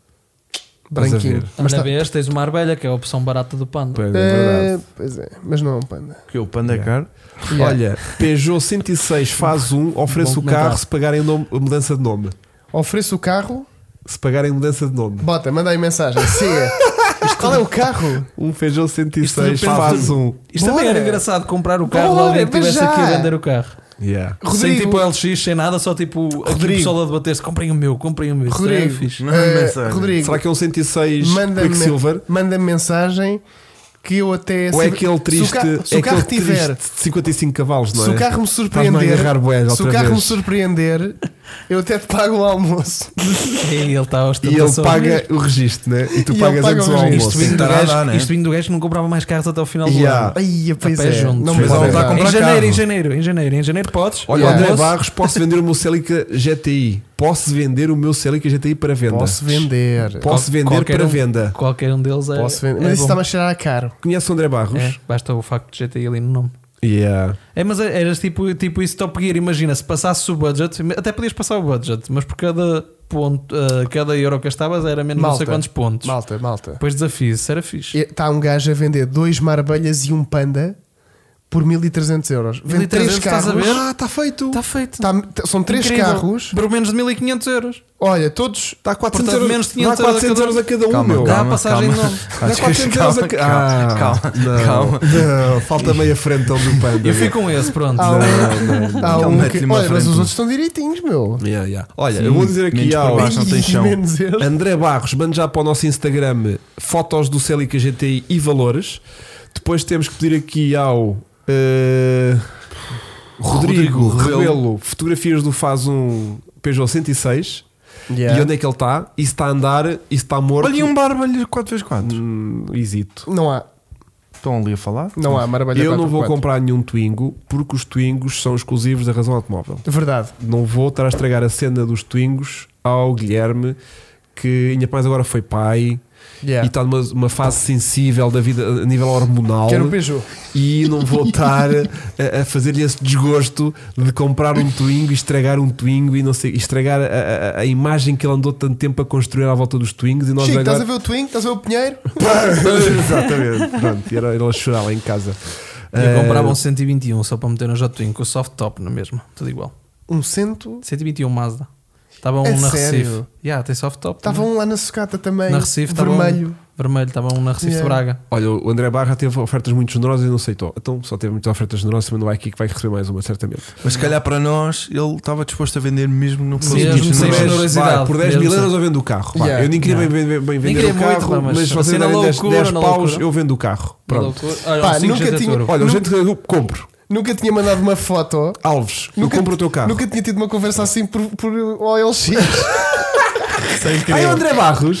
Speaker 2: Estás a ver.
Speaker 3: Branquinho.
Speaker 4: Mas
Speaker 3: tá-
Speaker 4: vez tens uma arbelha, que é a opção barata do panda.
Speaker 2: Pois, é
Speaker 3: É,
Speaker 2: verdade.
Speaker 3: pois é, mas não é um panda.
Speaker 1: Porque o panda é caro.
Speaker 3: Yeah.
Speaker 2: Olha, Peugeot 106 faz 1, oferece
Speaker 4: Bom
Speaker 2: o carro
Speaker 4: comentário.
Speaker 2: se pagarem nome- mudança de nome.
Speaker 3: Ofereço o carro,
Speaker 2: Se pagarem mudança de nome.
Speaker 3: bota, manda aí mensagem. Siga. Isto- Qual é o carro?
Speaker 2: Um Peugeot
Speaker 4: Isto de
Speaker 2: 106
Speaker 4: repente-
Speaker 2: faz 1.
Speaker 4: Isto
Speaker 3: um. Bora.
Speaker 4: também era engraçado comprar o carro
Speaker 3: Bora,
Speaker 4: logo alguém que
Speaker 3: mas
Speaker 4: estivesse
Speaker 3: já.
Speaker 4: aqui a vender o carro.
Speaker 2: Yeah.
Speaker 3: Rodrigo.
Speaker 4: Sem tipo LX, sem nada, só tipo aqui o
Speaker 3: Rodrigo.
Speaker 4: pessoal a debater-se: comprem o meu, comprem o meu. Isso era
Speaker 3: Rodrigo.
Speaker 4: é fixe.
Speaker 1: Manda
Speaker 3: eh,
Speaker 1: mensagem.
Speaker 3: Rodrigo,
Speaker 2: Será que é um 106
Speaker 3: manda-me
Speaker 2: Quicksilver?
Speaker 3: manda mensagem que eu até.
Speaker 2: Ou é
Speaker 3: Assim, se-
Speaker 2: aquele triste,
Speaker 3: Se o, ca- se o
Speaker 2: é
Speaker 3: carro
Speaker 2: aquele
Speaker 3: tiver.
Speaker 2: triste de 55 cavalos, não é?
Speaker 3: Se o carro me
Speaker 2: Estás-me a
Speaker 3: surpreender,
Speaker 2: agarrar bué
Speaker 3: se o
Speaker 2: outra
Speaker 3: carro me
Speaker 2: vez.
Speaker 3: surpreender, eu até te pago o almoço.
Speaker 4: E É, ele tá está a
Speaker 2: E ele paga o registro, né? E tu
Speaker 3: E ele
Speaker 2: pagas
Speaker 3: paga
Speaker 2: antes
Speaker 3: o
Speaker 2: o
Speaker 3: registro. é-
Speaker 2: almoço.
Speaker 4: Isto vindo, do
Speaker 1: Estará a
Speaker 4: gajo,
Speaker 1: dar, né?
Speaker 4: isto vindo do gajo que não comprava mais carros até ao final
Speaker 2: Yeah.
Speaker 4: do ano.
Speaker 3: Ai, pois
Speaker 4: A
Speaker 3: é.
Speaker 4: Tá pé juntos.
Speaker 3: Não me
Speaker 1: Mas ele
Speaker 3: pode
Speaker 1: está a
Speaker 3: dar.
Speaker 1: comprar
Speaker 4: Em janeiro,
Speaker 1: carro.
Speaker 4: em janeiro, em janeiro, em janeiro podes.
Speaker 2: Olha,
Speaker 3: Yeah.
Speaker 2: André
Speaker 4: Posso?
Speaker 2: Barros, posso vender o meu Celica GTI? Posso vender o meu Celica GTI para venda?
Speaker 3: Posso vender.
Speaker 2: Posso
Speaker 4: Qual-
Speaker 2: vender
Speaker 4: qualquer
Speaker 2: para
Speaker 4: um-
Speaker 2: venda.
Speaker 4: Qualquer um deles é.
Speaker 3: Posso vender.
Speaker 4: é
Speaker 3: Mas isso
Speaker 4: bom.
Speaker 3: está-me a cheirar a caro.
Speaker 2: Conhece o André Barros?
Speaker 4: É, basta o facto de GTI ali no nome.
Speaker 2: Yeah.
Speaker 4: É, mas eras tipo, tipo isso Top Gear, imagina, se passasse o budget, até podias passar o budget, mas por cada ponto, ah, cada euro que gastavas era menos não sei
Speaker 3: Malta.
Speaker 4: quantos pontos.
Speaker 3: Malta, malta.
Speaker 4: Depois desafio, isso era fixe.
Speaker 3: Está um gajo a vender dois marbelhas e um panda por 1300 euros. Vende três
Speaker 4: 1300, estás a
Speaker 3: carros.
Speaker 4: ver?
Speaker 2: Ah, está feito.
Speaker 4: Está feito.
Speaker 3: Tá- t- são três
Speaker 4: Incrível.
Speaker 3: carros.
Speaker 4: Por menos de 1500 euros.
Speaker 3: Olha, todos.
Speaker 2: Dá 400
Speaker 4: Portanto,
Speaker 2: euros,
Speaker 4: menos
Speaker 2: dá
Speaker 4: 500
Speaker 2: 400 euros a cada um, meu.
Speaker 4: calma. Dá a passagem de nome.
Speaker 2: Dá
Speaker 1: Acho que-
Speaker 2: 400 euros
Speaker 1: calma,
Speaker 2: a ca-
Speaker 1: calma,
Speaker 2: Ah,
Speaker 1: calma,
Speaker 2: não.
Speaker 1: calma.
Speaker 2: Não, falta meia frente ao do panda.
Speaker 4: Eu fico com esse, pronto.
Speaker 3: Há um, há
Speaker 1: Então
Speaker 3: um
Speaker 1: mete-lhe
Speaker 3: que-
Speaker 1: uma
Speaker 3: olha, mas
Speaker 1: frente.
Speaker 3: os outros estão direitinhos, meu.
Speaker 2: Yeah, yeah. Olha,
Speaker 1: Sim,
Speaker 2: eu vou dizer
Speaker 1: menos
Speaker 2: aqui
Speaker 1: por
Speaker 2: ao
Speaker 1: baixo. Mas não tem
Speaker 3: Ih,
Speaker 1: chão.
Speaker 3: menos este.
Speaker 2: André Barros, manda já para o nosso Instagram fotos do Celica GTI e valores. Depois temos que pedir aqui ao eh, Rodrigo,
Speaker 1: Rodrigo
Speaker 2: Rebelo,
Speaker 1: Rebelo.
Speaker 2: fotografias do Faz um Peugeot 106
Speaker 3: Yeah.
Speaker 2: e onde é que ele está, e se está a andar, e se está morto.
Speaker 1: Olha e um barbalho 4x4.
Speaker 2: Hum, hesito.
Speaker 3: Não há.
Speaker 1: Estão ali a falar?
Speaker 3: Não há marbelha
Speaker 2: Eu não vou
Speaker 3: 4x4.
Speaker 2: comprar nenhum Twingo porque os Twingos são exclusivos da razão automóvel.
Speaker 3: Verdade.
Speaker 2: não vou estar a estragar a cena dos Twingos ao Guilherme, que ainda mais agora foi pai
Speaker 3: Yeah.
Speaker 2: e tá está numa uma fase sensível da vida a nível hormonal.
Speaker 3: Quero o Peugeot.
Speaker 2: E não vou estar a, a fazer-lhe esse desgosto de comprar um Twingo e estragar um Twingo e não sei, e estragar a, a- a imagem que ele andou tanto tempo a construir à volta dos Twingos. E nós
Speaker 3: Chico,
Speaker 2: agora...
Speaker 3: estás a ver o Twingo? Estás a ver o Pinheiro?
Speaker 2: Exatamente, pronto, e era ele a chorar lá em casa.
Speaker 4: E eu
Speaker 2: Eh,
Speaker 4: comprava um 121 só para meter no Jotwin com o soft top na mesma, tudo igual.
Speaker 3: Um cento.
Speaker 4: 121 Mazda. Estava um
Speaker 3: É
Speaker 4: na
Speaker 3: sério?
Speaker 4: Recife. Yeah, tem soft top.
Speaker 3: Estava
Speaker 4: também.
Speaker 3: um lá na sucata também.
Speaker 4: na Recife, estava um-
Speaker 3: Vermelho.
Speaker 4: vermelho, estava um na Recife
Speaker 3: Yeah.
Speaker 4: de Braga.
Speaker 2: Olha, o André Barra teve ofertas muito generosas e não aceitou. Então só teve muitas ofertas generosas, mas não vai aqui que vai receber mais uma, certamente.
Speaker 1: Mas se calhar para nós ele estava disposto a vender mesmo no
Speaker 4: Sim,
Speaker 1: positivo.
Speaker 4: mesmo sem
Speaker 1: não é?
Speaker 4: generosidade.
Speaker 2: Vai, por 10 mil
Speaker 4: Mesmo
Speaker 2: euros eu vendo o carro. Vai,
Speaker 3: Yeah.
Speaker 2: Eu nem queria
Speaker 4: Não.
Speaker 2: bem, bem- bem
Speaker 4: Nem
Speaker 2: vender
Speaker 4: queria
Speaker 2: o carro,
Speaker 4: muito, mas
Speaker 2: mas se vocês
Speaker 4: assim, na
Speaker 2: derem 10,
Speaker 4: loucura,
Speaker 2: 10
Speaker 4: na
Speaker 2: paus,
Speaker 4: loucura.
Speaker 2: eu vendo o carro. Pronto.
Speaker 4: Olha,
Speaker 3: Pá,
Speaker 4: um 5
Speaker 3: nunca
Speaker 4: GT
Speaker 3: tinha-
Speaker 4: Turbo.
Speaker 2: Olha, o
Speaker 3: Nunca-
Speaker 2: gente que eu compro.
Speaker 3: Nunca tinha mandado uma foto.
Speaker 2: Alves, eu compro o teu carro.
Speaker 3: Nunca tinha tido uma conversa assim por, por OLX.
Speaker 2: Ah, é o André Barros?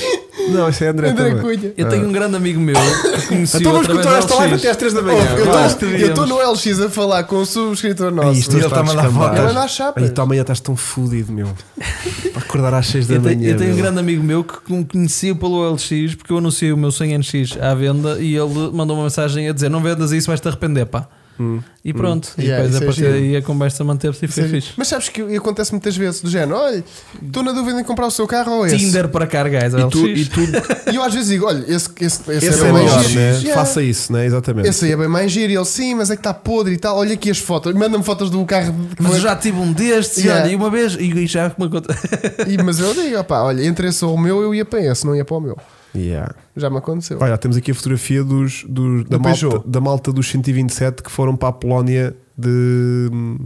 Speaker 2: Não, esse é André,
Speaker 3: André
Speaker 2: também.
Speaker 3: Cunha.
Speaker 4: Eu tenho um grande amigo meu que conheci
Speaker 2: Então vamos cortar
Speaker 4: através do
Speaker 2: esta
Speaker 4: LX.
Speaker 2: live até às 3 da
Speaker 3: Oh,
Speaker 2: manhã. Vai.
Speaker 3: Eu estou no LX a falar com um subscritor nosso.
Speaker 2: Ai,
Speaker 1: E ele
Speaker 2: está
Speaker 1: está-me a dar
Speaker 2: descambar.
Speaker 1: voltas.
Speaker 3: Ele anda às chapas.
Speaker 2: Ai, tu amanhã estás tão fodido, meu. Para acordar às 6 da
Speaker 4: Eu
Speaker 2: manhã.
Speaker 4: tenho, eu tenho um
Speaker 2: meu.
Speaker 4: grande amigo meu que con- conheci pelo LX porque eu anunciei o meu 100 NX à venda e ele mandou uma mensagem a dizer: Não vendas isso, vais te arrepender, pá.
Speaker 2: Hum.
Speaker 4: E pronto, e
Speaker 3: Yeah,
Speaker 4: depois
Speaker 3: isso
Speaker 4: a
Speaker 3: é
Speaker 4: partir
Speaker 3: giro. é
Speaker 4: daí a conversa manteve-se e foi
Speaker 3: Sim.
Speaker 4: É fixe.
Speaker 3: Mas sabes que acontece muitas vezes do género: olha, estou na dúvida em comprar o seu carro ou esse.
Speaker 4: Tinder para cá, guys.
Speaker 2: E
Speaker 4: LX.
Speaker 2: tu, e tu
Speaker 3: E eu às vezes digo: olha, esse, esse, esse,
Speaker 2: Esse
Speaker 3: era
Speaker 2: é
Speaker 3: bem
Speaker 2: melhor,
Speaker 3: giro.
Speaker 2: né?
Speaker 3: Yeah.
Speaker 2: Faça isso, né? Exatamente.
Speaker 3: Esse aí é bem mais giro. E ele, sim, mas é que está podre e tal. Olha aqui as fotos. Manda-me fotos do carro. que
Speaker 4: Mas
Speaker 3: foi-
Speaker 4: eu já tive um destes
Speaker 3: Yeah.
Speaker 4: e olha, e uma vez, e e já me conta.
Speaker 3: E- mas eu digo: opá, olha, entre esse ou o meu, eu ia para esse, não ia para o meu.
Speaker 2: Yeah.
Speaker 3: Já me aconteceu.
Speaker 2: Olha, temos aqui a fotografia dos, dos- da,
Speaker 3: Do
Speaker 2: malta,
Speaker 3: Peugeot.
Speaker 2: da malta dos 127 que foram para a Polónia de. hum,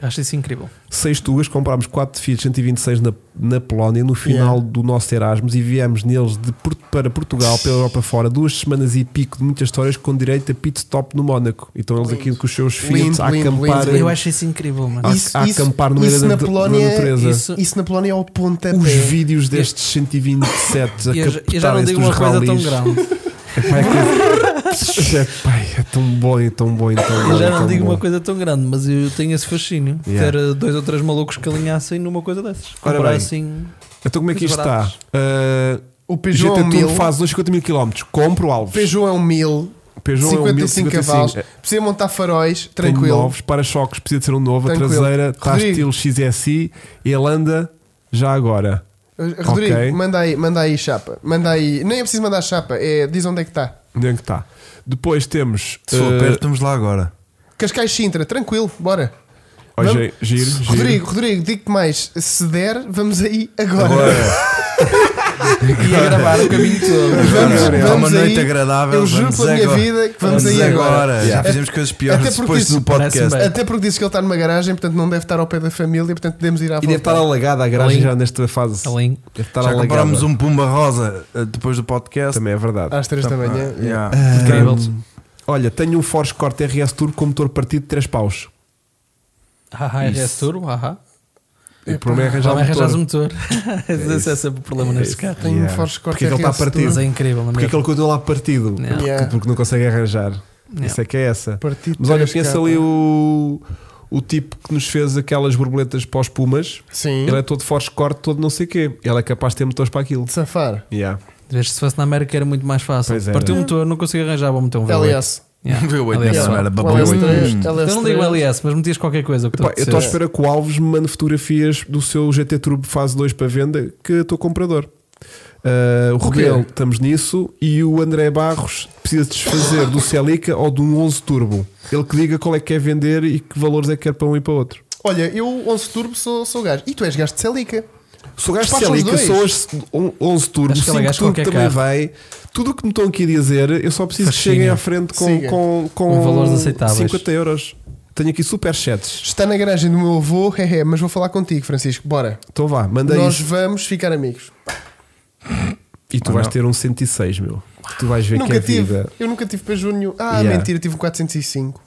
Speaker 4: Acho isso incrível.
Speaker 2: seis tugas, comprámos quatro Fiat 126 na, na Polónia no final
Speaker 3: Yeah.
Speaker 2: do nosso Erasmus e viemos neles de Por- para Portugal, pela Europa fora, duas semanas e pico de muitas histórias com direito a pit stop no Mónaco. Então eles aqui com os seus Fiat
Speaker 3: Lindo,
Speaker 2: a
Speaker 3: lindo,
Speaker 2: acampar.
Speaker 3: lindo.
Speaker 4: Eu acho isso incrível, mano.
Speaker 2: a- a acampar no meio
Speaker 3: isso
Speaker 2: da-
Speaker 3: na
Speaker 2: da- da
Speaker 3: Polónia,
Speaker 2: natureza.
Speaker 3: Isso, isso na Polónia é ao pontapé.
Speaker 2: Os vídeos destes 127 a
Speaker 4: E eu, já- eu já não
Speaker 2: captarem-se
Speaker 4: digo
Speaker 2: dos
Speaker 4: uma coisa tão
Speaker 2: ralis.
Speaker 4: grande.
Speaker 2: Epá, é que- Epá, é tão bom, é tão bom, é tão bom.
Speaker 4: Eu já
Speaker 2: é
Speaker 4: não
Speaker 2: tão
Speaker 4: digo
Speaker 2: bom.
Speaker 4: uma coisa tão grande, mas eu tenho esse fascínio.
Speaker 1: Yeah.
Speaker 4: Ter eh, dois ou três malucos que alinhassem numa coisa dessas.
Speaker 2: Ora
Speaker 4: Comprar
Speaker 2: bem.
Speaker 4: assim.
Speaker 2: Então como é que isto está?
Speaker 4: Baratos.
Speaker 2: Uh,
Speaker 3: O Peugeot é
Speaker 2: GT
Speaker 3: um
Speaker 2: Turbo
Speaker 3: mil.
Speaker 2: faz 250 mil km. Compro alvos.
Speaker 3: Peugeot é um mil.
Speaker 2: Peugeot
Speaker 3: 55
Speaker 2: é um 1055.
Speaker 3: cavalos.
Speaker 2: É,
Speaker 3: Precisa montar faróis,
Speaker 2: tem
Speaker 3: tranquilo.
Speaker 2: novos, para-choques, precisa de ser um novo.
Speaker 3: Tranquilo.
Speaker 2: A traseira está
Speaker 3: Rodrigo.
Speaker 2: estilo XSI. Ele anda já agora.
Speaker 3: Eh, Rodrigo,
Speaker 2: Ok.
Speaker 3: manda, aí, manda aí chapa. Manda aí. Nem é preciso mandar chapa, é, diz onde é que está.
Speaker 2: Onde é que está? Depois temos.
Speaker 1: Se for
Speaker 2: eh,
Speaker 1: perto, estamos lá agora.
Speaker 3: Cascais Sintra, tranquilo, bora.
Speaker 2: ó,
Speaker 3: Vamos-
Speaker 2: gi- oh, giro, giro.
Speaker 3: Rodrigo, Rodrigo, digo-te mais. Se der, vamos aí agora.
Speaker 1: Agora,
Speaker 4: E a gravar o caminho todo.
Speaker 3: Vamos,
Speaker 1: Agora,
Speaker 3: vamos
Speaker 1: é uma
Speaker 3: aí.
Speaker 1: noite agradável.
Speaker 3: Eu juro
Speaker 1: vamos
Speaker 3: pela minha
Speaker 1: agora. É-
Speaker 3: vida que vamos,
Speaker 1: Vamos
Speaker 3: aí agora.
Speaker 1: Já
Speaker 3: Yeah.
Speaker 1: fizemos coisas piores
Speaker 3: Até porque
Speaker 1: depois
Speaker 3: isso
Speaker 1: do podcast.
Speaker 4: parece-me
Speaker 3: Até porque disse que ele está numa garagem, portanto não deve estar ao pé da família, portanto podemos ir à
Speaker 2: E
Speaker 3: volta.
Speaker 2: deve estar alagada a garagem
Speaker 4: Além-
Speaker 2: já nesta fase.
Speaker 4: Além.
Speaker 2: Deve estar
Speaker 1: Já
Speaker 2: alagada.
Speaker 1: comprámos um Pumba Rosa eh, depois do podcast.
Speaker 2: Também é verdade.
Speaker 3: Às três da manhã.
Speaker 1: Ah, yeah.
Speaker 4: Incrível.
Speaker 2: Hum, olha, tenho um Force Corte RS Turbo com motor partido de 3 paus.
Speaker 4: Haha, RS Turbo, haha.
Speaker 2: O problema é
Speaker 4: Já
Speaker 2: arranjar
Speaker 4: me
Speaker 2: um motor.
Speaker 4: arranjas um motor. Esse é sempre o problema neste
Speaker 2: isso.
Speaker 4: carro.
Speaker 3: Tem
Speaker 2: Yeah.
Speaker 3: um Forge Corte
Speaker 2: Porque é que ele está
Speaker 3: RS Turbo
Speaker 2: partido?
Speaker 4: Mas é incrível, mano.
Speaker 2: Porque é que ele continua lá partido?
Speaker 4: Yeah.
Speaker 2: Porque,
Speaker 3: Yeah.
Speaker 2: porque não consegue arranjar. Isso é que é essa.
Speaker 3: Partido
Speaker 2: Mas olha,
Speaker 3: 3K.
Speaker 2: pensa ali o, o tipo que nos fez aquelas borboletas para os Pumas.
Speaker 3: Sim.
Speaker 2: Ele é todo forte corte, todo não sei o quê. Ele é capaz de ter motores para aquilo.
Speaker 3: De safar.
Speaker 2: Yeah.
Speaker 4: Vês, se fosse na América era muito mais fácil.
Speaker 2: é- Pois é. era.
Speaker 4: Partiu um motor, não consegui arranjar, vou meter um V8.
Speaker 3: LS.
Speaker 4: Yeah.
Speaker 1: V8,
Speaker 4: LS.
Speaker 1: não era
Speaker 3: Um
Speaker 1: babão.
Speaker 3: LS3,
Speaker 1: Hum.
Speaker 4: Eu não digo LS, mas metias qualquer coisa. o que
Speaker 2: Epá,
Speaker 4: te
Speaker 2: eu estou à
Speaker 4: apetecer.
Speaker 2: espera que o Alves me mande fotografias do seu GT Turbo Fase 2 para venda, que eu estou comprador. Ah, o Rebelo, estamos nisso. E o André Barros precisa se desfazer do Celica ou de um 11 Turbo. Ele que diga qual é que quer vender e que valores é que quer para um e para o outro.
Speaker 3: Olha, eu 11 Turbo sou, sou gajo. E tu és gajo de Celica.
Speaker 2: Sou gajo
Speaker 3: Faz os
Speaker 2: Celica,
Speaker 3: dois.
Speaker 2: sou as 11 turbo,
Speaker 4: Acho que ela
Speaker 2: 5
Speaker 4: gasta
Speaker 2: turbo
Speaker 4: qualquer
Speaker 2: também
Speaker 4: carro.
Speaker 2: vai. Tudo o que me estão aqui a dizer, eu só preciso
Speaker 4: Fascínio.
Speaker 2: que cheguem à frente com,
Speaker 3: Siga.
Speaker 2: com, com,
Speaker 4: Com valores aceitáveis.
Speaker 2: 50 euros. Tenho aqui super chats.
Speaker 3: Está na garagem do meu avô, hehe, mas vou falar contigo, Francisco. Bora.
Speaker 2: Então vá, manda
Speaker 3: Nós
Speaker 2: isso.
Speaker 3: vamos ficar amigos.
Speaker 2: E tu
Speaker 1: Ah,
Speaker 2: vais
Speaker 1: não.
Speaker 2: ter um 106, meu. Que tu vais ver que é
Speaker 3: nunca tive.
Speaker 2: vida.
Speaker 3: Eu nunca tive Peugeot nenhum. Ah,
Speaker 2: Yeah.
Speaker 3: mentira, tive um 405.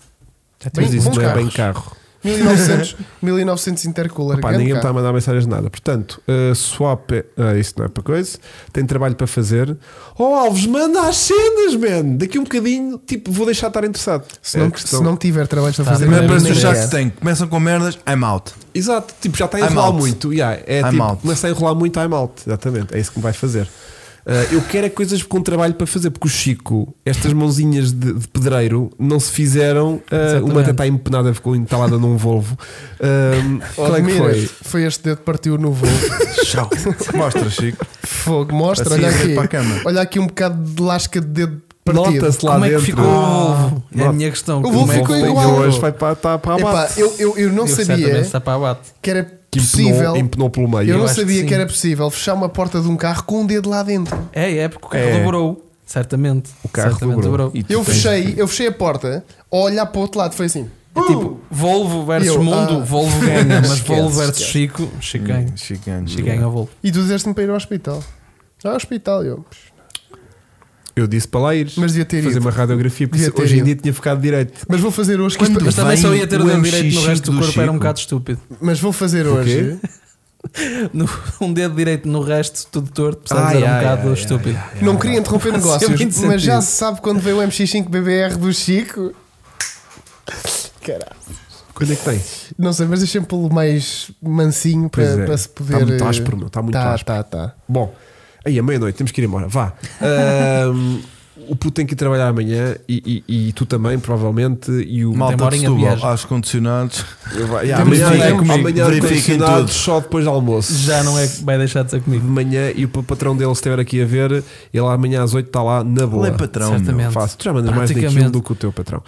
Speaker 2: Mas
Speaker 3: Bem-
Speaker 2: isso
Speaker 3: bons
Speaker 2: não é
Speaker 3: carros.
Speaker 2: bem carro.
Speaker 3: 1900, 1900 Intercooler.
Speaker 2: Pá,
Speaker 3: grande
Speaker 2: ninguém me tá está a
Speaker 3: carro.
Speaker 2: mandar mensagens de nada. Portanto, uh, swap. é- ah, isso não é para coisa. Tem trabalho para fazer. Oh, Alves, manda as cenas, man. Daqui um bocadinho, tipo, vou deixar de estar interessado.
Speaker 3: se,
Speaker 2: É a
Speaker 3: não,
Speaker 2: questão.
Speaker 3: se não tiver trabalho para fazer,
Speaker 1: Primeiro
Speaker 3: nem
Speaker 1: parece o
Speaker 3: nem
Speaker 1: Shark
Speaker 3: é.
Speaker 1: Tank. Começam com merdas, I'm out.
Speaker 2: Exato, tipo, já está a
Speaker 1: I'm
Speaker 2: enrolar
Speaker 1: out.
Speaker 2: muito. Yeah, é
Speaker 1: I'm
Speaker 2: tipo,
Speaker 1: out.
Speaker 2: começa a enrolar muito, I'm out. Exatamente, é isso que me vai fazer. Uh, eu quero é coisas com trabalho para fazer, porque o Chico, estas mãozinhas de, de pedreiro, não se fizeram. uh,
Speaker 4: Exatamente.
Speaker 2: uma até está empenada, ficou entalada num Volvo. Um, qual é que
Speaker 3: Admira,
Speaker 2: foi?
Speaker 3: Foi este dedo que partiu no voo.
Speaker 1: Tchau. Mostra, Chico.
Speaker 3: Fogo, mostra,
Speaker 1: Assim,
Speaker 3: olha
Speaker 1: direto
Speaker 3: aqui.
Speaker 1: para a cama.
Speaker 3: Olha aqui um bocado de lasca de dedo partido.
Speaker 2: Nota-se lá
Speaker 4: Como é que
Speaker 2: dentro.
Speaker 4: ficou o Volvo? É a
Speaker 2: Nota-
Speaker 4: minha questão.
Speaker 3: O
Speaker 4: Como
Speaker 3: Volvo
Speaker 4: é que
Speaker 3: ficou
Speaker 4: foi?
Speaker 2: Bem,
Speaker 3: igual.
Speaker 2: Hoje vai para, está para
Speaker 3: Epá,
Speaker 2: abate.
Speaker 3: eu, eu, eu não
Speaker 4: Eu
Speaker 3: sabia
Speaker 4: certamente está para abate.
Speaker 3: que era
Speaker 2: Que
Speaker 3: possível.
Speaker 2: empenou, empenou pelo meio.
Speaker 3: eu não
Speaker 4: acho que
Speaker 3: sabia que,
Speaker 4: sim.
Speaker 3: era possível fechar uma porta de um carro com um dedo lá dentro.
Speaker 4: É, é, porque o carro
Speaker 2: É.
Speaker 4: dobrou. Certamente.
Speaker 2: O carro
Speaker 4: certamente
Speaker 2: dobrou.
Speaker 4: E
Speaker 3: Eu fechei, eu fechei a porta a olhar para o outro lado. Foi assim.
Speaker 4: é tipo, Volvo versus
Speaker 3: Eu,
Speaker 4: Mundo,
Speaker 3: ah.
Speaker 4: Volvo ganha, mas
Speaker 2: Esquece,
Speaker 4: Volvo versus
Speaker 2: esquece.
Speaker 4: Chico, Chico
Speaker 1: Hum,
Speaker 4: ganha.
Speaker 1: Chicano.
Speaker 4: Chico ganha o Volvo.
Speaker 3: E tu dizeste-me para ir ao hospital. Ao hospital, eu.
Speaker 2: Eu disse para lá ires.
Speaker 3: Mas devia ter
Speaker 2: fazer
Speaker 3: ido.
Speaker 2: uma radiografia, porque
Speaker 3: Devia ter
Speaker 2: hoje em
Speaker 3: ido.
Speaker 2: dia tinha ficado direito.
Speaker 3: Mas vou fazer hoje. Que
Speaker 1: Quando-
Speaker 3: isto-
Speaker 4: Mas também
Speaker 1: Vem
Speaker 4: só ia ter o
Speaker 1: o
Speaker 4: dedo
Speaker 1: MC
Speaker 4: direito no resto do
Speaker 1: do
Speaker 4: corpo, era um
Speaker 1: Chico.
Speaker 4: bocado estúpido.
Speaker 3: mas vou fazer hoje.
Speaker 4: No- um dedo direito no resto, tudo torto,
Speaker 2: Ah,
Speaker 4: precisava era um
Speaker 2: yeah,
Speaker 4: bocado
Speaker 2: yeah,
Speaker 4: estúpido.
Speaker 3: É. Não queria interromper
Speaker 4: Fazia
Speaker 3: negócios,
Speaker 4: muito sentido.
Speaker 3: mas já se sabe quando veio o MX5BBR do Chico. Caralho.
Speaker 2: Quando é que tem?
Speaker 3: Não sei, mas deixem pelo mais mansinho
Speaker 2: Pois é.
Speaker 3: para, eh, para
Speaker 4: Tá
Speaker 3: se poder.
Speaker 2: Está muito áspero, meu. Está muito
Speaker 3: tá,
Speaker 2: áspero.
Speaker 3: tá, tá.
Speaker 2: Bom, aí à meia-noite temos que ir embora. Vá. Ahm, o puto tem que ir trabalhar amanhã e, e- e tu também, provavelmente. E o
Speaker 4: Tem uma
Speaker 1: Malta de
Speaker 4: horinha de
Speaker 1: Setúbal,
Speaker 4: viagem.
Speaker 1: aos condicionados.
Speaker 2: Vai- yeah,
Speaker 3: Temos
Speaker 2: amanhã
Speaker 3: de
Speaker 2: é
Speaker 3: ver comigo.
Speaker 2: amanhã
Speaker 1: Verifiquem
Speaker 2: ar-condicionado
Speaker 1: tudo.
Speaker 2: só depois do almoço.
Speaker 4: Já não é que vai deixar de ser
Speaker 2: De
Speaker 4: comigo.
Speaker 2: manhã e o pa- patrão dele, se estiver aqui a ver, ele amanhã às 8 está lá na boa.
Speaker 1: Lê patrão, meu.
Speaker 4: Certamente.
Speaker 2: Fácil. Tu já mandas mais daquilo
Speaker 4: Praticamente.
Speaker 2: do que o teu patrão.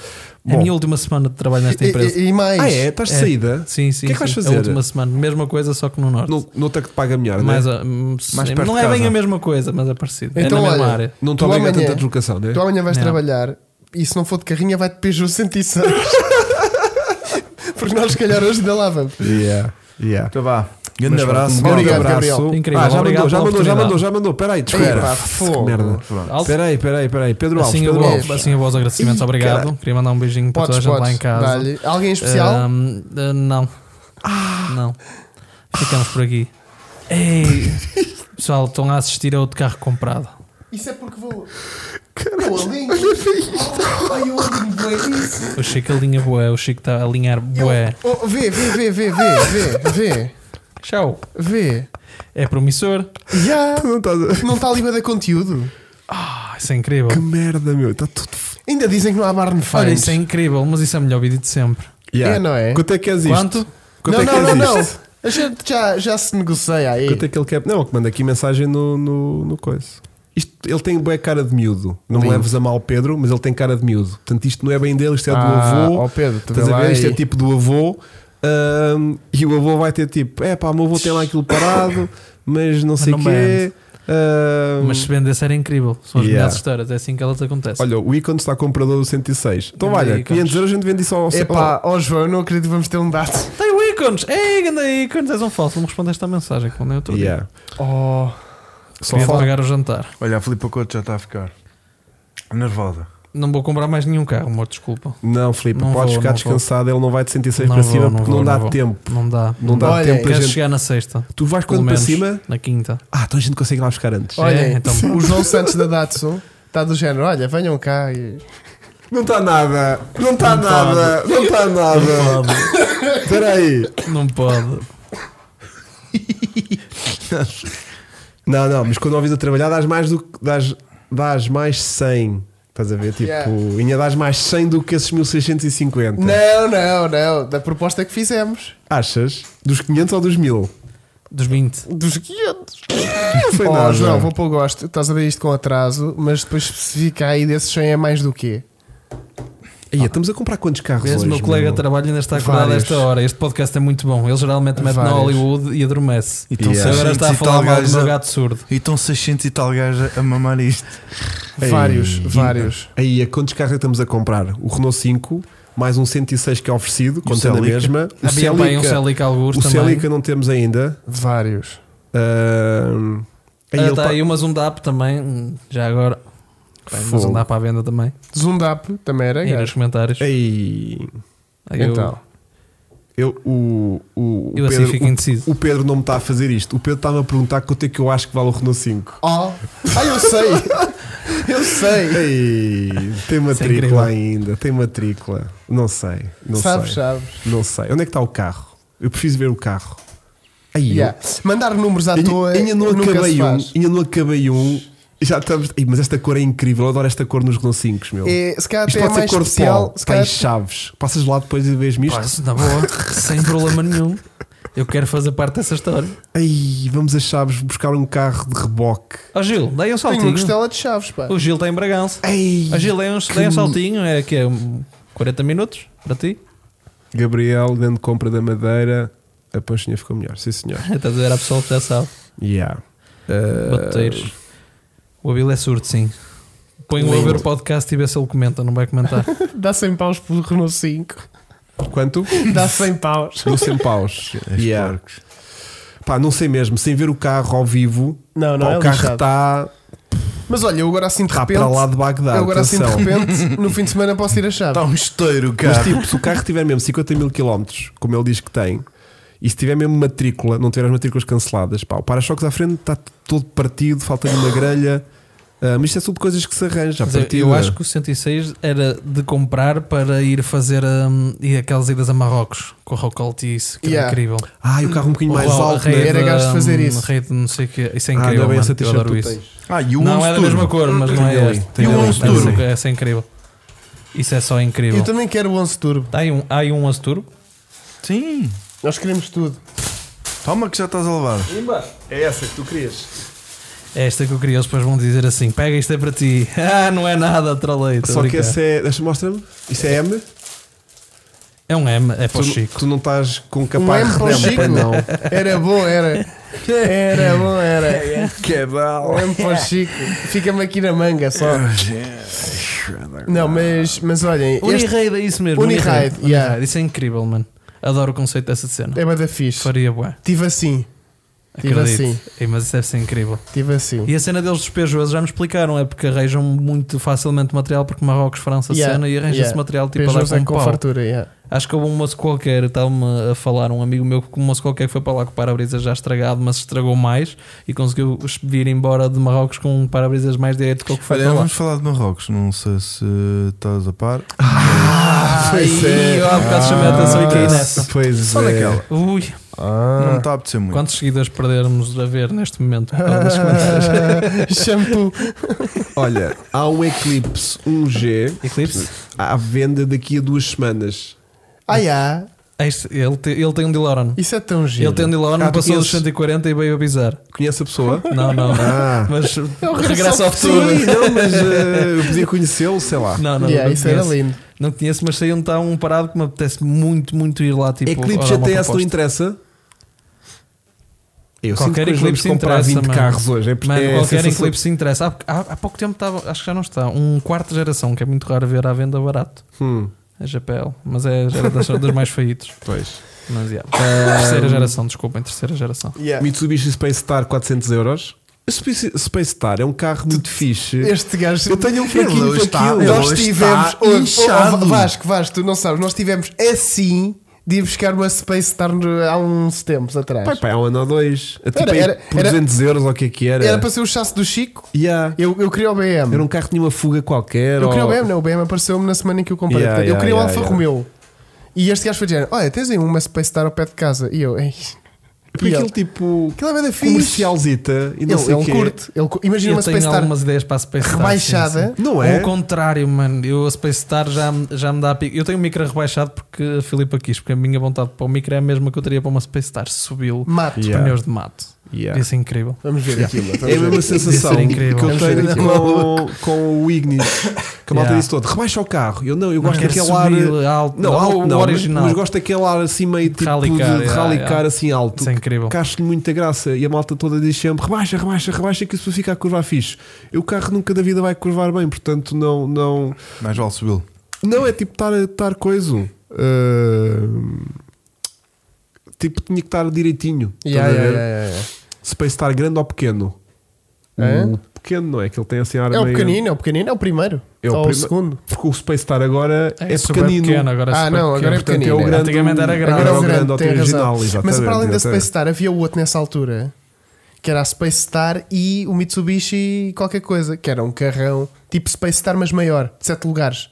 Speaker 4: É a
Speaker 2: Bom.
Speaker 4: minha última semana de trabalho nesta
Speaker 3: E,
Speaker 4: empresa.
Speaker 3: e- e mais.
Speaker 2: Ah, é? Estás de
Speaker 4: É.
Speaker 2: saída?
Speaker 4: Sim,
Speaker 2: O
Speaker 4: sim.
Speaker 2: que é que vais
Speaker 4: sim.
Speaker 2: fazer?
Speaker 4: A última semana. Mesma coisa, só que no norte.
Speaker 2: No, noutra que te paga melhor,
Speaker 4: mais,
Speaker 2: né?
Speaker 4: a- hum,
Speaker 1: Mais
Speaker 4: sim,
Speaker 1: perto
Speaker 4: não
Speaker 1: de
Speaker 4: é bem
Speaker 1: casa.
Speaker 4: a mesma coisa, mas a parecida.
Speaker 3: Então,
Speaker 4: é na mesma
Speaker 3: olha,
Speaker 4: área.
Speaker 2: Não te
Speaker 3: Tu
Speaker 2: obriga a
Speaker 3: amanhã-
Speaker 2: tanta deslocação, né?
Speaker 3: Tu amanhã vais
Speaker 4: Não.
Speaker 3: é trabalhar e se não for de carrinha, vai de Peugeot 106. Porque nós, se calhar, hoje ainda lá vamos.
Speaker 2: Yeah, yeah.
Speaker 1: Então vá. Grande abraço.
Speaker 3: Obrigado,
Speaker 2: um Grande
Speaker 3: Gabriel.
Speaker 2: abraço.
Speaker 4: Incrível,
Speaker 2: Ah, já
Speaker 4: obrigado
Speaker 2: mandou, já
Speaker 4: pela
Speaker 2: mandou, já
Speaker 4: oportunidade.
Speaker 2: mandou, já mandou. Peraí, desculpa.
Speaker 3: Ih, pá,
Speaker 2: Que
Speaker 3: fogo.
Speaker 2: merda.
Speaker 4: Alves?
Speaker 2: Peraí, peraí, peraí. Pedro Alves,
Speaker 4: Assim, eu
Speaker 2: Pedro
Speaker 4: vou,
Speaker 2: Alves.
Speaker 3: Alves.
Speaker 4: assim eu vou aos agradecimentos,
Speaker 3: Ih,
Speaker 4: obrigado.
Speaker 3: caralho.
Speaker 4: Queria mandar um beijinho para
Speaker 3: Podes,
Speaker 4: toda a gente lá em
Speaker 3: podes.
Speaker 4: casa.
Speaker 3: Dá-lhe. Alguém em especial?
Speaker 4: Ahm, ah, não.
Speaker 2: Ah.
Speaker 4: Não. Ficamos por aqui. Ei, pessoal, estão a assistir a outro carro comprado.
Speaker 3: Isso é porque vou. Caralho, olha para Ai, eu alinho, bué isso.
Speaker 4: O Chico alinha boé, o Chico está a alinhar boé.
Speaker 3: Oh, vê, vê, vê, vê, vê, vê, vê,
Speaker 4: Tchau.
Speaker 3: vê.
Speaker 4: É promissor.
Speaker 3: Já.
Speaker 2: Tu não estás a-
Speaker 3: Não está ali bué de conteúdo.
Speaker 4: Ah, isso é incrível.
Speaker 2: Que merda, meu. Está tudo. f-
Speaker 3: Ainda dizem que não há Barn
Speaker 4: Olha,
Speaker 3: Finds.
Speaker 4: isso é incrível, mas isso é o melhor vídeo de sempre.
Speaker 2: Yeah.
Speaker 3: É, não é?
Speaker 2: Quanto é que és isto?
Speaker 4: Quanto?
Speaker 2: Quanto
Speaker 3: não,
Speaker 2: é que
Speaker 3: não,
Speaker 2: és
Speaker 3: não,
Speaker 2: isto?
Speaker 3: não. A gente já, já se negocia aí.
Speaker 2: Quanto é que ele quer? Não, que manda aqui mensagem no, no, no coisa. Isto, ele tem boa cara de miúdo. Não me
Speaker 3: Lindo.
Speaker 2: leves a mal, Pedro, mas ele tem cara de miúdo. Portanto, isto não é bem dele, isto é do
Speaker 3: Ah,
Speaker 2: avô.
Speaker 3: ó Pedro, tu
Speaker 2: Estás
Speaker 3: vê
Speaker 2: a
Speaker 3: lá
Speaker 2: ver? Isto é
Speaker 3: aí.
Speaker 2: tipo do avô. ahm, e o avô vai ter tipo: é pá, o meu avô tem lá aquilo parado, mas não sei o
Speaker 4: não
Speaker 2: quê. ahm,
Speaker 4: Mas se vendesse era incrível. São as
Speaker 2: Yeah.
Speaker 4: melhores histórias, é assim que elas acontecem.
Speaker 2: Olha, o Icon está comprador do 106. Então,
Speaker 4: Grande
Speaker 2: olha,
Speaker 4: Icons.
Speaker 2: 500 euros a gente vende isso ao
Speaker 3: É pá, ó João, eu não acredito que vamos ter um dado.
Speaker 4: Tem o ícones! Ei, ganda ícones, és um falso. Não me respondeste à mensagem que mandei outro dia.
Speaker 2: Yeah.
Speaker 3: Oh,
Speaker 4: Só Queria pagar o jantar.
Speaker 1: Olha, a Filipe Couto já está a ficar nervosa.
Speaker 4: Não vou comprar mais nenhum carro, amor, desculpa.
Speaker 2: Não, Filipe,
Speaker 4: Não
Speaker 2: podes
Speaker 4: vou,
Speaker 2: ficar
Speaker 4: não vou.
Speaker 2: descansado. Ele não vai de 106
Speaker 4: Não
Speaker 2: para
Speaker 4: vou,
Speaker 2: cima
Speaker 4: não
Speaker 2: porque
Speaker 4: vou,
Speaker 2: não dá
Speaker 4: não vou.
Speaker 2: tempo.
Speaker 4: Não dá.
Speaker 2: Não dá
Speaker 3: Olha,
Speaker 2: tempo a
Speaker 4: Queres
Speaker 2: gente.
Speaker 4: chegar na sexta?
Speaker 2: Tu vais
Speaker 4: Pelo
Speaker 2: quando para
Speaker 4: menos
Speaker 2: cima?
Speaker 4: Na quinta.
Speaker 2: Ah, então a gente consegue ir lá buscar antes.
Speaker 4: Oh.
Speaker 3: olha,
Speaker 4: É, então.
Speaker 3: o João Santos da Datsun está do género. Olha, venham cá. E...
Speaker 2: Não está nada, não está nada, não está nada. Espera aí.
Speaker 4: Não pode.
Speaker 2: Não, não, mas quando ouvis a trabalhar, dás mais do que. Dás, dás mais 100. Estás a ver? Tipo,
Speaker 3: Yeah.
Speaker 2: ainda dás mais 100 do que esses 1650.
Speaker 3: Não, não, não. Da proposta que fizemos.
Speaker 2: Achas? Dos 500 ou dos 1000?
Speaker 4: Dos 20.
Speaker 3: Dos 500.
Speaker 2: Não foi
Speaker 3: Ó
Speaker 2: nada.
Speaker 3: João, vou para o gosto. Estás a ver isto com atraso, mas depois especifica aí desses 100 é mais do quê?
Speaker 2: Aí, estamos a comprar quantos carros
Speaker 4: Vês,
Speaker 2: hoje?
Speaker 4: o meu colega de
Speaker 2: meu?
Speaker 4: trabalho ainda está acordado a
Speaker 3: Vários.
Speaker 4: esta hora. Este podcast é muito bom. Ele geralmente mete na
Speaker 3: Vários.
Speaker 4: Hollywood e adormece.
Speaker 1: E é. estão
Speaker 2: Yeah.
Speaker 4: Agora
Speaker 1: 600
Speaker 4: está a
Speaker 1: e
Speaker 4: falar
Speaker 1: tal
Speaker 4: mal do
Speaker 1: gajos
Speaker 4: meu
Speaker 1: a-
Speaker 4: gato surdo.
Speaker 1: E estão 600 e tal gajos a mamar isto.
Speaker 2: Ei.
Speaker 3: Vários, vários.
Speaker 2: Aí, a quantos carros é que estamos a comprar? O Renault 5, mais um 106 que é oferecido, contando a
Speaker 1: Celica?
Speaker 2: mesma. O
Speaker 4: Havia bem um
Speaker 2: Celica.
Speaker 4: Celica alguns
Speaker 2: O
Speaker 4: também.
Speaker 2: Celica não temos ainda.
Speaker 3: Vários.
Speaker 2: Ahm, aí
Speaker 4: Ah,
Speaker 2: ele
Speaker 4: tá
Speaker 2: pa-
Speaker 4: aí uma Zundap também, hum, já agora. Bem, uma
Speaker 2: Fogo.
Speaker 4: Zundap à venda também.
Speaker 3: Zundap também era.
Speaker 4: Aí nos
Speaker 3: gajo.
Speaker 4: comentários.
Speaker 2: é. Ei,
Speaker 4: Aí eu-
Speaker 3: Então.
Speaker 2: eu, o, o, o
Speaker 4: Eu assim
Speaker 2: Pedro,
Speaker 4: fico
Speaker 2: o-
Speaker 4: indeciso.
Speaker 2: o Pedro não me está a fazer isto. O Pedro está-me a perguntar quanto é que eu acho que vale o Renault 5.
Speaker 3: Oh. Ah, eu sei. eu sei. é
Speaker 2: Ei, tem
Speaker 4: incrível.
Speaker 2: matrícula ainda, tem matrícula. Não sei, não
Speaker 3: sabes,
Speaker 2: sei.
Speaker 3: sabes.
Speaker 2: Não sei. Onde é que está o carro? Eu preciso ver o carro. Aí, eu-
Speaker 3: Yeah. Mandar números à
Speaker 2: Ainda-
Speaker 3: toa.
Speaker 2: ainda não
Speaker 3: nunca se
Speaker 2: acabei um.
Speaker 3: faz.
Speaker 2: Ainda não acabei um. E Já estamos. Ei, mas esta cor é incrível. Eu adoro esta cor nos Renault 5, meu.
Speaker 3: É, se calhar
Speaker 2: Isto
Speaker 3: até é
Speaker 2: pode ser
Speaker 3: mais
Speaker 2: cor de
Speaker 3: especial.
Speaker 2: pó.
Speaker 3: Se
Speaker 2: Pai
Speaker 3: calhar,
Speaker 2: chaves. Passas lá depois e vês-me isto.
Speaker 4: Pá, isso na boa, sem problema nenhum. Eu quero fazer parte dessa história.
Speaker 2: Ai, vamos a Chaves buscar um carro de reboque.
Speaker 4: Ó Gil, dá aí um
Speaker 3: tenho uma
Speaker 4: saltinho.
Speaker 3: costela de chaves, pá.
Speaker 4: O Gil está em Bragança.
Speaker 2: Ei,
Speaker 4: Ó Gil, dá aí um, dá aí um saltinho. É que é um 40 minutos para ti.
Speaker 2: Gabriel, grande compra da madeira. A panchinha ficou melhor, sim senhor.
Speaker 4: Estás É, tá a ver a pessoa que já sabe.
Speaker 2: Yeah. Uh,
Speaker 4: Bateiros. O Abel é surdo, sim. Põe-o a
Speaker 2: Lindo.
Speaker 4: ver o podcast e vê se ele comenta. Não vai comentar.
Speaker 3: Dá 100 paus pelo Renault 5.
Speaker 2: Quanto?
Speaker 3: Dá 100 paus.
Speaker 2: No 100 paus.
Speaker 1: As
Speaker 2: Yeah.
Speaker 1: porcos.
Speaker 2: Pá, não sei mesmo, sem ver o carro ao vivo,
Speaker 3: Não, não
Speaker 2: pá,
Speaker 3: é
Speaker 2: o carro
Speaker 3: lixado.
Speaker 2: está
Speaker 3: Mas olha, eu agora assim de
Speaker 2: tá
Speaker 3: repente.
Speaker 2: para lá de Bagdá.
Speaker 3: eu agora assim de
Speaker 2: atenção. Então,
Speaker 3: repente, no fim de semana posso ir a chave.
Speaker 1: Está um esteiro, cara.
Speaker 2: Mas tipo, se o carro tiver mesmo 50 mil km, como ele diz que tem, e se tiver mesmo matrícula, não tiver as matrículas canceladas, pá, o para-choques à frente está todo partido, falta-lhe uma grelha. Ah, mas isto é tudo coisas que se arranja. à
Speaker 4: Mas eu-
Speaker 2: partida.
Speaker 4: eu acho que o 106 era de comprar para ir fazer hum, e aquelas idas a Marrocos com o Rocolt e isso, que
Speaker 3: Yeah.
Speaker 4: era incrível.
Speaker 2: Ah, e o carro um bocadinho mais
Speaker 4: Ou a- a
Speaker 2: alto.
Speaker 4: rede,
Speaker 2: Né?
Speaker 3: Era gajo de fazer
Speaker 4: hum,
Speaker 3: isso.
Speaker 4: rede de não sei o quê. Isso é
Speaker 2: Ah, não
Speaker 4: incrível.
Speaker 2: é bem
Speaker 4: mano.
Speaker 2: essa
Speaker 4: Eu
Speaker 2: t-shirt
Speaker 4: adoro
Speaker 2: tu
Speaker 4: isso.
Speaker 2: tens.
Speaker 1: Ah, e o
Speaker 4: Não
Speaker 1: Onze
Speaker 4: é da
Speaker 1: Turbo.
Speaker 4: mesma cor, mas não é
Speaker 2: Tem ali,
Speaker 4: esta.
Speaker 2: tem
Speaker 4: É
Speaker 1: ali.
Speaker 4: esta,
Speaker 1: E o
Speaker 4: essa-
Speaker 1: Onze
Speaker 4: Essa é incrível. Isso é só incrível.
Speaker 3: Eu também quero o 11 Turbo.
Speaker 4: Tá aí um, há aí um Onze Turbo.
Speaker 1: Sim.
Speaker 3: Nós queremos tudo.
Speaker 1: Toma que já estás a levar.
Speaker 2: É essa que tu querias.
Speaker 4: É esta que eu queria. Eles depois vão dizer assim: pega isto é para ti. Ah, não é nada, trolei. tô a
Speaker 2: Só que
Speaker 4: brincar.
Speaker 2: essa é. Deixa-me mostrar-me. Isso é M.
Speaker 4: É um M, é para o
Speaker 2: Tu,
Speaker 4: Chico.
Speaker 2: tu não estás com
Speaker 3: Um
Speaker 2: capaz
Speaker 3: M para o
Speaker 2: de
Speaker 3: Chico.
Speaker 2: rampa, não.
Speaker 3: Era bom, era. Era bom, era.
Speaker 1: Que
Speaker 3: Um
Speaker 1: bal.
Speaker 3: M para o Chico. Fica-me aqui na manga só. Não, mas, mas olhem. este-
Speaker 4: Uniride é isso mesmo.
Speaker 3: Uniride, yeah.
Speaker 4: Isso é incrível, mano. Adoro o conceito dessa cena.
Speaker 3: É bué da fixe.
Speaker 4: Faria bué.
Speaker 3: Tive assim, Tipo
Speaker 4: Acredito.
Speaker 3: assim.
Speaker 4: Ei, mas isso deve ser incrível.
Speaker 3: tive assim.
Speaker 4: E a cena deles despejosos já me explicaram, é porque arranjam muito facilmente material, porque Marrocos, França,
Speaker 3: Yeah,
Speaker 4: cena e arranja-se
Speaker 3: yeah. é
Speaker 4: material tipo a
Speaker 3: Peixes
Speaker 4: dar com um
Speaker 3: com
Speaker 4: pau.
Speaker 3: fartura, yeah.
Speaker 4: Acho que houve um moço qualquer, estava-me a falar, um amigo meu, que um moço qualquer que foi para lá com o para-brisa já estragado, mas estragou mais e conseguiu vir embora de Marrocos com um para-brisas mais direito que o que foi
Speaker 1: Olha,
Speaker 4: para lá.
Speaker 1: vamos falar de Marrocos, não sei se estás a par.
Speaker 4: Ah,
Speaker 2: Pois é.
Speaker 4: e eu há bocado chamei a atenção e caí nessa.
Speaker 2: Pois
Speaker 1: Só
Speaker 2: é.
Speaker 1: naquela.
Speaker 4: Ui,
Speaker 3: Ah.
Speaker 1: Não me está a apetecer muito.
Speaker 4: quantos seguidores perdermos a ver neste momento? por causa das comentários?
Speaker 3: Ah, Shampoo.
Speaker 2: Olha, há um Eclipse 1G
Speaker 4: Eclipse?
Speaker 2: à venda daqui a duas semanas.
Speaker 3: Ah, yeah.
Speaker 4: Este- É ele, te- ele tem um Diloran.
Speaker 3: Isso é tão giro.
Speaker 4: Ele tem um Diloran,
Speaker 2: Ah, tu
Speaker 4: passou dos
Speaker 2: conheces?
Speaker 4: 140 e veio avisar.
Speaker 2: Conhece a pessoa?
Speaker 4: Não, não.
Speaker 2: Ah.
Speaker 4: Mas
Speaker 3: o regresso
Speaker 4: regresso
Speaker 3: ao
Speaker 4: ao futuro.
Speaker 2: Sim, não, mas eh, eu podia conhecê-lo, sei lá.
Speaker 4: Não, não,
Speaker 3: Yeah,
Speaker 4: não
Speaker 3: isso era
Speaker 4: conheço.
Speaker 3: lindo.
Speaker 4: Não conheço, mas sei onde está um parado que me apetece muito, muito ir lá. Tipo,
Speaker 2: Eclipse
Speaker 4: olhar uma
Speaker 2: GTS não
Speaker 4: proposta.
Speaker 2: interessa? Eu
Speaker 4: Qualquer
Speaker 2: sinto que hoje vamos
Speaker 4: Eclipse
Speaker 2: comprar
Speaker 4: interessa,
Speaker 2: 20
Speaker 4: mano.
Speaker 2: carros hoje. É porque
Speaker 4: Mano,
Speaker 2: é
Speaker 4: qualquer
Speaker 2: sensação-
Speaker 4: Eclipse interessa. Há, há, há pouco tempo estava, acho que já não está, um quarta geração, que é muito raro ver à venda barato.
Speaker 2: Hum,
Speaker 4: A GPL, mas é já era das, dos mais feitos.
Speaker 2: pois. Ah,
Speaker 4: Mas, yeah. Terceira geração, desculpem, terceira geração.
Speaker 3: Yeah.
Speaker 2: Mitsubishi Space Star 400 euros. A Space Space Star é um carro muito fixe.
Speaker 3: Este gajo.
Speaker 2: Eu tenho um fraquinho
Speaker 1: Ele
Speaker 2: para
Speaker 1: está-
Speaker 2: aquilo.
Speaker 1: ele
Speaker 3: Nós
Speaker 1: está
Speaker 3: tivemos. Oh, oh,
Speaker 1: inchado.
Speaker 3: Vasco, Vasco, tu não sabes. Nós tivemos assim de ir buscar uma Space Star no- há uns tempos atrás.
Speaker 2: Pai, pai, há um ano ou dois. A tipo
Speaker 3: Era-
Speaker 2: aí
Speaker 3: era-
Speaker 2: por
Speaker 3: era-
Speaker 2: 200 euros ou o que é que era.
Speaker 3: Era para ser o chasse do Chico.
Speaker 2: Yeah.
Speaker 3: Eu, eu queria o BM.
Speaker 2: Era um carro que tinha uma fuga qualquer.
Speaker 3: Eu queria
Speaker 2: ou...
Speaker 3: o BM, não. O BM apareceu-me na semana em que eu comprei.
Speaker 2: Yeah,
Speaker 3: Portanto, eu
Speaker 2: yeah,
Speaker 3: queria o
Speaker 2: yeah,
Speaker 3: Alfa
Speaker 2: yeah.
Speaker 3: Romeo. E este gajo foi dizer: Olha, tens aí uma Space Star ao pé de casa. E eu, ei.
Speaker 2: Porque
Speaker 3: E
Speaker 2: aquilo
Speaker 3: ele,
Speaker 2: tipo.
Speaker 3: Aquilo é bem da fixe.
Speaker 2: Comercialzita e não
Speaker 3: Ele,
Speaker 2: sei o
Speaker 3: ele
Speaker 2: quê.
Speaker 3: curte. Ele, cu- imagina
Speaker 4: eu
Speaker 3: uma
Speaker 4: tenho
Speaker 3: Space Star.
Speaker 4: algumas ideias para a Space Star.
Speaker 3: rebaixada.
Speaker 4: sim, sim.
Speaker 2: Não
Speaker 4: Ou
Speaker 2: é?
Speaker 4: o contrário, mano. Eu a Space Star já, me- já me dá a pica. Eu tenho o micro rebaixado porque a Filipa quis, porque a minha vontade para o micro é a mesma que eu teria para uma Space Star. Subiu
Speaker 3: Mato.
Speaker 2: Yeah.
Speaker 4: pneus de mato.
Speaker 2: Yeah.
Speaker 4: Isso é incrível.
Speaker 3: Vamos ver aquilo. vamos
Speaker 2: É a
Speaker 3: ver.
Speaker 2: mesma sensação
Speaker 4: ser
Speaker 2: que
Speaker 4: incrível.
Speaker 2: eu
Speaker 3: Vamos ver
Speaker 2: tenho
Speaker 3: aquilo.
Speaker 2: com, com o Ignis. Que a malta
Speaker 4: Yeah.
Speaker 2: disse todo: rebaixa o carro. Eu não, eu gosto
Speaker 4: quero
Speaker 2: daquele ar.
Speaker 4: subir alto.
Speaker 2: Não,
Speaker 4: Não,
Speaker 2: alto
Speaker 4: o
Speaker 2: não,
Speaker 4: original.
Speaker 2: Mas, mas gosto daquele ar assim meio tipo
Speaker 4: Ralicar,
Speaker 2: de, de
Speaker 4: yeah,
Speaker 2: ralicar
Speaker 4: yeah.
Speaker 2: assim alto.
Speaker 4: Isso é incrível.
Speaker 2: Que acho-lhe muita graça. E a malta toda diz sempre: rebaixa, rebaixa, rebaixa, que isso fica a curvar fixe. E o carro nunca da vida vai curvar bem, portanto não. Não,
Speaker 1: Mais vale subi-lo.
Speaker 2: não é tipo estar, estar coiso. Ah, tipo, tinha que estar direitinho. estás a
Speaker 3: Yeah, yeah,
Speaker 2: ver?
Speaker 3: yeah, yeah, yeah.
Speaker 2: Space Star grande ou pequeno?
Speaker 3: Hã?
Speaker 4: Hum.
Speaker 2: O pequeno não é? Que ele tem assim a
Speaker 3: É o pequenino, é o pequenino, é o primeiro.
Speaker 2: É o
Speaker 3: Ou o
Speaker 2: prime-
Speaker 3: segundo.
Speaker 2: Porque o Space Star agora é,
Speaker 4: super
Speaker 2: pequenino.
Speaker 4: pequeno, agora é
Speaker 3: Ah,
Speaker 4: super
Speaker 3: não, agora é
Speaker 4: pequeno.
Speaker 2: Portanto, é o
Speaker 3: pequenino.
Speaker 2: grande.
Speaker 4: Antigamente era grande.
Speaker 3: Agora é o
Speaker 2: Era
Speaker 3: grande,
Speaker 2: o
Speaker 3: tem
Speaker 2: grande original,
Speaker 3: razão.
Speaker 2: exatamente.
Speaker 3: Mas para além da Space
Speaker 2: exatamente.
Speaker 3: Star, havia o outro nessa altura, que era a Space Star e o Mitsubishi qualquer coisa, que era um carrão tipo Space Star, mas maior, de 7 lugares.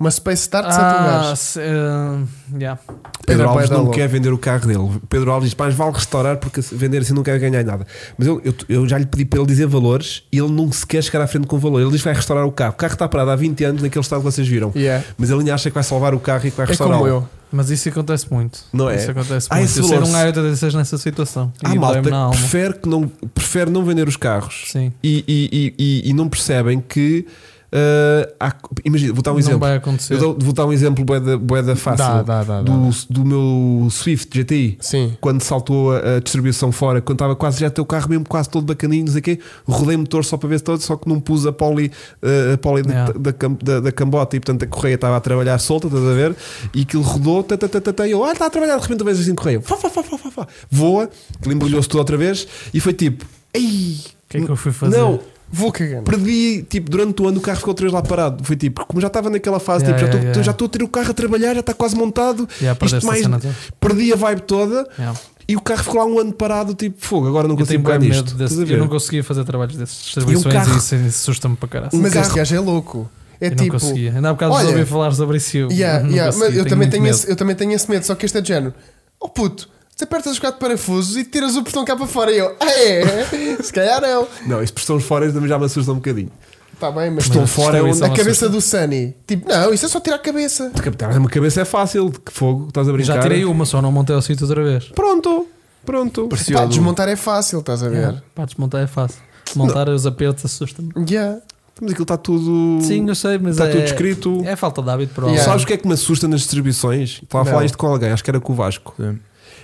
Speaker 3: Uma Space Star de 7
Speaker 4: Ah,
Speaker 3: lugares.
Speaker 4: se, ah, yeah.
Speaker 2: Pedro
Speaker 3: Era
Speaker 2: Alves é
Speaker 3: bué da
Speaker 2: não
Speaker 3: é louco.
Speaker 2: quer vender o carro dele. Pedro Alves diz: pá, mas vale restaurar porque se vender assim não quer ganhar nada. Mas eu, eu, eu já lhe pedi para ele dizer valores e ele não se quer chegar à frente com o valor. Ele diz que vai restaurar o carro. O carro está parado há 20 anos naquele estado que vocês viram.
Speaker 3: Yeah.
Speaker 2: Mas ele ainda acha que vai salvar o carro e que vai
Speaker 3: É
Speaker 2: restaurar.
Speaker 3: como eu.
Speaker 4: Mas isso acontece muito.
Speaker 2: Não é?
Speaker 4: Isso acontece
Speaker 2: Ah,
Speaker 4: muito.
Speaker 2: esse
Speaker 4: Eu ser
Speaker 2: valor-
Speaker 4: um A86 nessa situação.
Speaker 2: Há
Speaker 4: e
Speaker 2: malta
Speaker 4: dói-me na
Speaker 2: que
Speaker 4: alma.
Speaker 2: prefere, que não, prefere não vender os carros
Speaker 4: Sim.
Speaker 2: e, e- e- e- e não percebem que. ah, há- imagina, vou dar um
Speaker 4: não
Speaker 2: exemplo.
Speaker 4: vai acontecer.
Speaker 2: Eu dou- vou dar um exemplo bué da, bué da fácil
Speaker 3: Dá, dá, dá, dá.
Speaker 2: do, do meu Swift GTI.
Speaker 3: Sim.
Speaker 2: Quando saltou a, a distribuição fora, quando estava quase já teu carro mesmo quase todo bacaninho, não sei o quê, rodei o motor só para ver se todo, só que não pus a poli, eh, a poli de-
Speaker 4: Yeah.
Speaker 2: da, cam- da, da cambota e portanto a correia estava a trabalhar solta, estás a ver? E aquilo rodou, tá, tá, tá, tá, tá, e eu, ah, está a trabalhar, de repente vejo assim correia, fá, fá, fá, fá, fá, fá. voa, aquilo embrulhou-se tudo outra vez e foi tipo, ei,
Speaker 4: O que é que eu fui fazer?
Speaker 2: Não,
Speaker 3: Vou cagando.
Speaker 2: Perdi, tipo, durante o ano o carro ficou outra vez lá parado. Foi tipo, como já estava naquela fase,
Speaker 4: Yeah,
Speaker 2: tipo, já
Speaker 4: yeah,
Speaker 2: estou
Speaker 4: yeah.
Speaker 2: já estou a ter o carro a trabalhar, já está quase montado.
Speaker 4: Yeah, perdeste
Speaker 2: isto
Speaker 4: a
Speaker 2: mais,
Speaker 4: cena toda.
Speaker 2: perdi a vibe toda
Speaker 4: Yeah.
Speaker 2: e o carro ficou lá um ano parado, tipo, fogo, agora não
Speaker 4: Eu tenho
Speaker 2: consigo pegar
Speaker 4: bem
Speaker 2: nisto.
Speaker 4: medo desse.
Speaker 2: Estás a ver?
Speaker 4: Eu não conseguia fazer trabalhos desses distribuições e,
Speaker 2: carro-
Speaker 4: isso assusta-me para caralho.
Speaker 3: um Mas
Speaker 2: um carro-
Speaker 3: este gajo é louco. É
Speaker 4: eu não
Speaker 3: tipo.
Speaker 4: conseguia. Ainda há bocado
Speaker 3: olha-
Speaker 4: resolvi falar sobre isso. e Eu,
Speaker 3: Yeah,
Speaker 4: não
Speaker 3: yeah,
Speaker 4: consegui,
Speaker 3: mas eu, também
Speaker 4: muito
Speaker 3: tenho
Speaker 4: medo.
Speaker 3: esse, eu também tenho esse medo, só que este é de género. Oh puto, você apertas os quatro parafusos e tiras o portão cá para fora. E eu, ah, é? Se calhar não.
Speaker 2: Não, isso pressão fora também já me assusta um bocadinho.
Speaker 3: Está Tá bem, mas.
Speaker 2: Estão fora é onde.
Speaker 4: distribuição
Speaker 3: a
Speaker 4: não
Speaker 3: cabeça
Speaker 4: assusta.
Speaker 3: do Sunny. Tipo, não, isso é só tirar a cabeça.
Speaker 2: Captar uma cabeça é fácil, que fogo, estás a brincar.
Speaker 4: Já tirei uma, só não montei ao sítio outra vez.
Speaker 2: Pronto, pronto.
Speaker 3: Pá, desmontar é fácil, estás a ver?
Speaker 4: Pá, desmontar é fácil. Montar os apertos assusta-me.
Speaker 3: Yeah.
Speaker 2: Mas aquilo está tudo.
Speaker 4: Sim, eu sei, mas
Speaker 2: Está
Speaker 4: é,
Speaker 2: Tá tudo escrito.
Speaker 4: É falta de hábito para
Speaker 3: Yeah.
Speaker 2: Sabes o que é que me assusta nas distribuições? Estava a
Speaker 3: Não.
Speaker 2: falar isto com alguém, acho que era com o Vasco.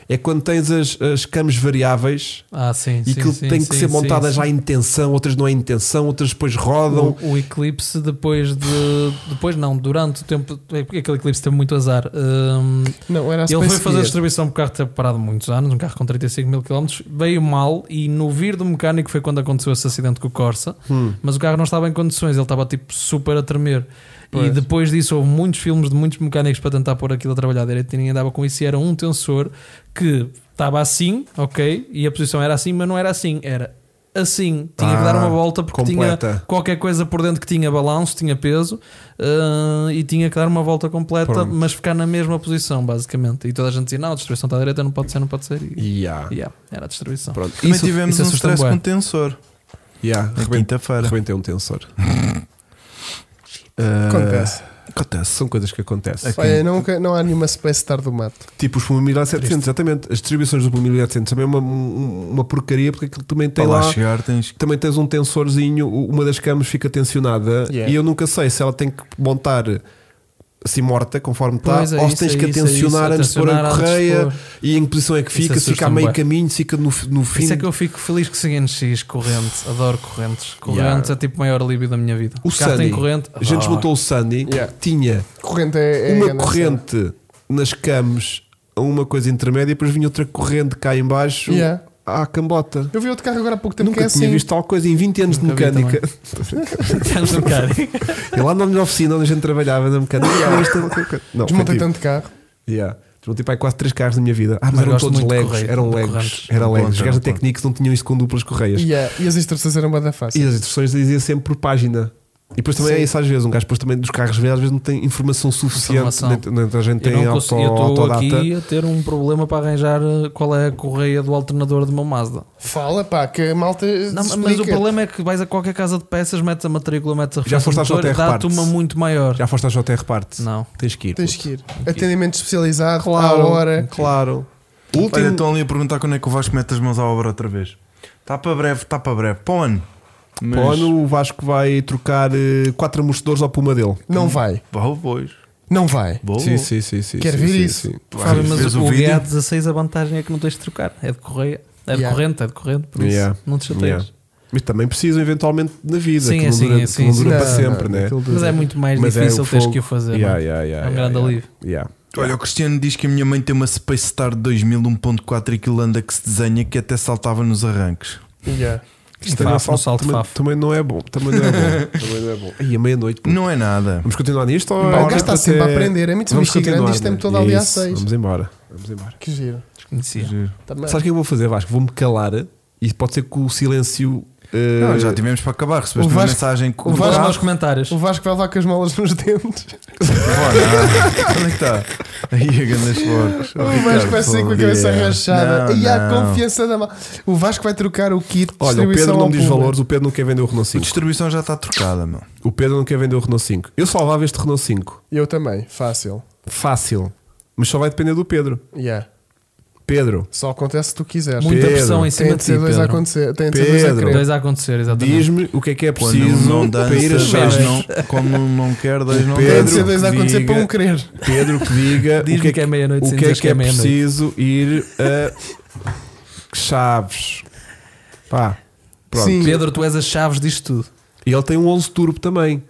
Speaker 2: é quando tens as, as cams variáveis
Speaker 4: Ah, sim,
Speaker 2: e
Speaker 4: sim,
Speaker 2: aquilo
Speaker 4: sim,
Speaker 2: tem
Speaker 4: sim,
Speaker 2: que ser
Speaker 4: sim,
Speaker 2: montadas
Speaker 4: sim.
Speaker 2: já em tensão, outras não em tensão, outras depois rodam.
Speaker 4: O, o eclipse depois de. Depois não, durante o tempo. é porque Aquele eclipse teve muito azar. Hum,
Speaker 3: Não, era a
Speaker 4: ele foi
Speaker 3: Space
Speaker 4: fazer a
Speaker 3: Gear.
Speaker 4: distribuição porque o carro teve parado muitos anos, um carro com 35 mil km, veio mal e no vir do mecânico foi quando aconteceu esse acidente com o Corsa,
Speaker 2: Hum.
Speaker 4: mas o carro não estava em condições, ele estava tipo super a tremer. E depois disso houve muitos filmes de muitos mecânicos para tentar pôr aquilo a trabalhar direito e ninguém dava com isso. E era um tensor que estava assim, ok, e a posição era assim, mas não era assim, era assim. Tinha que dar
Speaker 2: Ah,
Speaker 4: uma volta porque
Speaker 2: completa.
Speaker 4: tinha qualquer coisa por dentro que tinha balanço, tinha peso ah, e tinha que dar uma volta completa,
Speaker 2: Pronto.
Speaker 4: mas ficar na mesma posição, basicamente. E toda a gente dizia: não, a distribuição está à direita, não pode ser, não pode ser. E,
Speaker 2: Yeah.
Speaker 4: yeah, era a distribuição.
Speaker 2: Pronto,
Speaker 1: Também
Speaker 2: isso,
Speaker 1: tivemos
Speaker 4: isso
Speaker 3: é
Speaker 1: um
Speaker 4: assusta-me
Speaker 1: stress
Speaker 4: bué.
Speaker 1: com tensor
Speaker 2: yeah,
Speaker 1: na
Speaker 2: rebenta-
Speaker 1: quinta-feira.
Speaker 2: Rebentei um tensor. Ah,
Speaker 3: Acontece.
Speaker 1: Acontece.
Speaker 2: São coisas que
Speaker 4: Ah,
Speaker 2: acontecem.
Speaker 3: Olha, nunca, não há nenhuma Space Star do mato.
Speaker 2: Tipo os Puma 1700, exatamente. As distribuições do Puma 1700 também é uma, um- uma porcaria porque aquilo também tem
Speaker 1: Para lá
Speaker 2: lá.
Speaker 1: chegar tens que.
Speaker 2: Também tens um tensorzinho, u- uma das camas fica tensionada
Speaker 3: Yeah.
Speaker 2: e eu nunca sei se ela tem que montar assim morta conforme está,
Speaker 4: Pois é,
Speaker 2: ou se
Speaker 4: isso,
Speaker 2: tens
Speaker 4: é
Speaker 2: que
Speaker 4: isso, é
Speaker 2: atencionar
Speaker 4: isso,
Speaker 2: antes de pôr a
Speaker 4: atencionar antes de
Speaker 2: correia
Speaker 4: pôr.
Speaker 2: e em que posição é que
Speaker 4: Isso
Speaker 2: fica, se fica a
Speaker 4: assusta-me
Speaker 2: meio
Speaker 4: bué.
Speaker 2: caminho, se fica no, fi- no fim.
Speaker 4: Isso é que eu fico feliz que siga NX, corrente, adoro correntes. Correntes
Speaker 2: Yeah.
Speaker 4: é tipo o maior alívio da minha vida.
Speaker 2: O
Speaker 4: carro
Speaker 2: Sunny,
Speaker 4: tem corrente. Ah.
Speaker 2: a gente
Speaker 4: adoro.
Speaker 2: montou o Sunny,
Speaker 3: Yeah.
Speaker 2: que tinha
Speaker 3: Corrente é. é
Speaker 2: uma
Speaker 3: grande
Speaker 2: corrente nas camas, uma coisa intermédia, e depois vinha outra corrente cá em baixo
Speaker 3: Yeah.
Speaker 2: à cambota.
Speaker 3: cena. Eu vi outro carro agora há pouco tempo
Speaker 2: Nunca
Speaker 3: que é
Speaker 2: tinha
Speaker 3: assim.
Speaker 2: visto tal coisa em 20 anos
Speaker 4: Nunca
Speaker 2: de
Speaker 4: vi
Speaker 2: mecânica.
Speaker 4: Estamos no carro.
Speaker 2: E lá na minha oficina onde a gente trabalhava na mecânica. não, isto é outra coisa. não, foi
Speaker 3: Desmontei
Speaker 2: tipo,
Speaker 3: tanto carro.
Speaker 2: yeah. Tipo, Desmontei para aí quase 3 carros na minha vida. Ah, mas,
Speaker 4: Mas
Speaker 2: eram
Speaker 4: gosto
Speaker 2: todos
Speaker 4: muito de
Speaker 2: legos.
Speaker 4: correia,
Speaker 2: eram
Speaker 4: de
Speaker 2: legos.
Speaker 4: correntes.
Speaker 2: Era
Speaker 1: Não
Speaker 2: legos. Os
Speaker 1: conta,
Speaker 2: gajos da
Speaker 1: não conta.
Speaker 2: Technics não tinham isso com duplas correias.
Speaker 3: E, é, e as instruções eram bada
Speaker 2: E
Speaker 3: fáceis.
Speaker 2: as instruções diziam sempre por página. E depois também
Speaker 3: Sim.
Speaker 2: é isso às vezes. Um gajo depois também dos carros velhos às vezes não tem informação suficiente.
Speaker 4: Informação.
Speaker 2: Nem- nem a gente
Speaker 4: Eu
Speaker 2: tem
Speaker 4: não
Speaker 2: auto,
Speaker 4: consigo- eu estou
Speaker 2: autodata.
Speaker 4: aqui a ter um problema para arranjar eh, qual é a correia do alternador do meu Mazda.
Speaker 3: Fala, pá, que a malta.
Speaker 4: Não,
Speaker 3: se
Speaker 4: mas o
Speaker 3: explica.
Speaker 4: problema é que vais a qualquer casa de peças, metes a matrícula, metes a
Speaker 2: Já foste à
Speaker 4: referência do motor,
Speaker 2: JR
Speaker 4: dá-te uma
Speaker 2: Parts?
Speaker 4: muito maior.
Speaker 2: Já foste à JR Parte?
Speaker 4: Não.
Speaker 2: Tens que ir.
Speaker 3: Tens
Speaker 2: puto.
Speaker 3: que ir. Atendimento especializado,
Speaker 2: Claro.
Speaker 3: à hora.
Speaker 2: Claro. O
Speaker 1: Olha,
Speaker 2: último.
Speaker 1: estão ali a perguntar quando é que o Vasco mete as mãos à obra outra vez. Está para breve, está para breve. Para o ano. Mas-
Speaker 2: Para o ano o Vasco vai trocar 4 amortecedores ao puma dele.
Speaker 3: Não vai.
Speaker 1: Vou, pois.
Speaker 3: Não vai.
Speaker 4: Oh.
Speaker 1: Vou.
Speaker 2: Sim, sim, sim, sim.
Speaker 3: Quer
Speaker 2: sim,
Speaker 3: ver
Speaker 2: sim,
Speaker 3: isso?
Speaker 2: sim.
Speaker 4: Fábio,
Speaker 1: Vês-
Speaker 4: mas
Speaker 1: vês
Speaker 4: o,
Speaker 1: o
Speaker 4: o
Speaker 1: vídeo?
Speaker 4: GA16 a vantagem é que não tens de trocar, é de correia, é de
Speaker 3: Yeah.
Speaker 4: corrente, é de corrente, por isso
Speaker 2: Yeah.
Speaker 4: não te chateias.
Speaker 2: Yeah. Mas também precisam eventualmente na vida,
Speaker 4: Sim,
Speaker 2: que
Speaker 4: é
Speaker 2: não
Speaker 4: sim,
Speaker 2: dura,
Speaker 4: é
Speaker 2: que
Speaker 4: sim,
Speaker 2: não
Speaker 4: sim.
Speaker 2: dura para
Speaker 3: Não,
Speaker 2: sempre,
Speaker 3: não,
Speaker 2: né?
Speaker 3: aquilo
Speaker 4: Mas é muito mais
Speaker 2: Mas
Speaker 4: difícil
Speaker 2: o
Speaker 4: teres
Speaker 2: fogo.
Speaker 4: que o fazer.
Speaker 2: Yeah,
Speaker 4: não é?
Speaker 2: yeah, yeah,
Speaker 4: É um
Speaker 2: yeah,
Speaker 4: grande
Speaker 2: yeah.
Speaker 4: alívio.
Speaker 2: Yeah.
Speaker 1: Olha, o Cristiano diz que a minha mãe tem uma Space Star 2000 1.4 e que anda que se desenha que até saltava nos arranques.
Speaker 3: Yeah.
Speaker 2: Isto
Speaker 4: Fafo,
Speaker 2: também, é
Speaker 4: um
Speaker 2: falso,
Speaker 4: salto
Speaker 2: também,
Speaker 4: fafo.
Speaker 2: também não é bom. Também não é bom. também não é bom. E a meia-noite. pô.
Speaker 1: Não é nada.
Speaker 2: Vamos continuar nisto? ou
Speaker 3: Pá, o
Speaker 2: é
Speaker 3: gajo está
Speaker 2: até-
Speaker 3: sempre a aprender. É muito
Speaker 2: Vamos
Speaker 3: bicho grande.
Speaker 2: continuar,
Speaker 3: Isto tem
Speaker 2: né?
Speaker 3: toda ali às
Speaker 2: Isso.
Speaker 3: 6.
Speaker 2: Vamos embora. Vamos embora.
Speaker 3: Que giro.
Speaker 4: Desconhecia.
Speaker 1: Giro.
Speaker 3: Também.
Speaker 2: Sabes o que é que eu vou fazer, Vasco? Vou-me calar e pode ser que o silêncio. eh,
Speaker 1: Não, já tivemos para acabar. Recebeste
Speaker 3: o
Speaker 1: uma
Speaker 3: Vasco-
Speaker 1: mensagem com
Speaker 3: o
Speaker 1: o
Speaker 4: Vamos
Speaker 3: Vasco-
Speaker 1: Vasco.
Speaker 4: lá aos comentários.
Speaker 3: O Vasco vai levar com as malas nos dentes.
Speaker 1: Onde é que está? Aí a grandes porcos.
Speaker 3: O Vasco vai sair com a cabeça rachada.
Speaker 1: Não,
Speaker 3: e há a
Speaker 1: não.
Speaker 3: confiança da mala. O Vasco vai trocar o kit de
Speaker 2: Olha, o Pedro
Speaker 3: distribuição
Speaker 2: não
Speaker 3: ao
Speaker 2: me diz
Speaker 3: público.
Speaker 2: valores, o Pedro não quer vender o Renault
Speaker 1: A
Speaker 2: 5.
Speaker 1: distribuição já está trocada, meu.
Speaker 2: O Pedro não quer vender o Renault 5. Eu salvava este Renault 5.
Speaker 3: Eu também. Fácil.
Speaker 2: Fácil. Mas só vai depender do Pedro.
Speaker 3: Yeah.
Speaker 2: Pedro,
Speaker 3: Só acontece se tu quiseres.
Speaker 4: Muita
Speaker 2: Pedro,
Speaker 4: pressão em
Speaker 3: Tem
Speaker 4: cima de
Speaker 3: É de
Speaker 4: ti,
Speaker 3: ser dois a
Speaker 4: Pedro.
Speaker 3: acontecer. Tem de ser dois a
Speaker 2: Pedro.
Speaker 3: crer.
Speaker 4: Dois a acontecer, exatamente.
Speaker 2: diz-me o que é que é
Speaker 1: Quando um
Speaker 2: preciso
Speaker 1: não
Speaker 2: para ir a
Speaker 1: dança,
Speaker 2: Chaves.
Speaker 1: dois não. Como um não quer, dois não
Speaker 3: Tem de
Speaker 2: Pedro
Speaker 3: ser dois a
Speaker 2: que
Speaker 3: acontecer
Speaker 2: diga-
Speaker 3: para um crer.
Speaker 2: Pedro que diga o
Speaker 4: Diz-me
Speaker 2: que é
Speaker 4: que é meia-noite,
Speaker 2: o
Speaker 4: sem
Speaker 2: que é,
Speaker 4: dizeres
Speaker 2: que
Speaker 4: que é
Speaker 2: é
Speaker 4: meia-noite.
Speaker 2: preciso ir a Chaves. Pá, pronto.
Speaker 3: Sim.
Speaker 4: Pedro, tu és as chaves disto tudo.
Speaker 2: E ele tem um 11 Turbo também.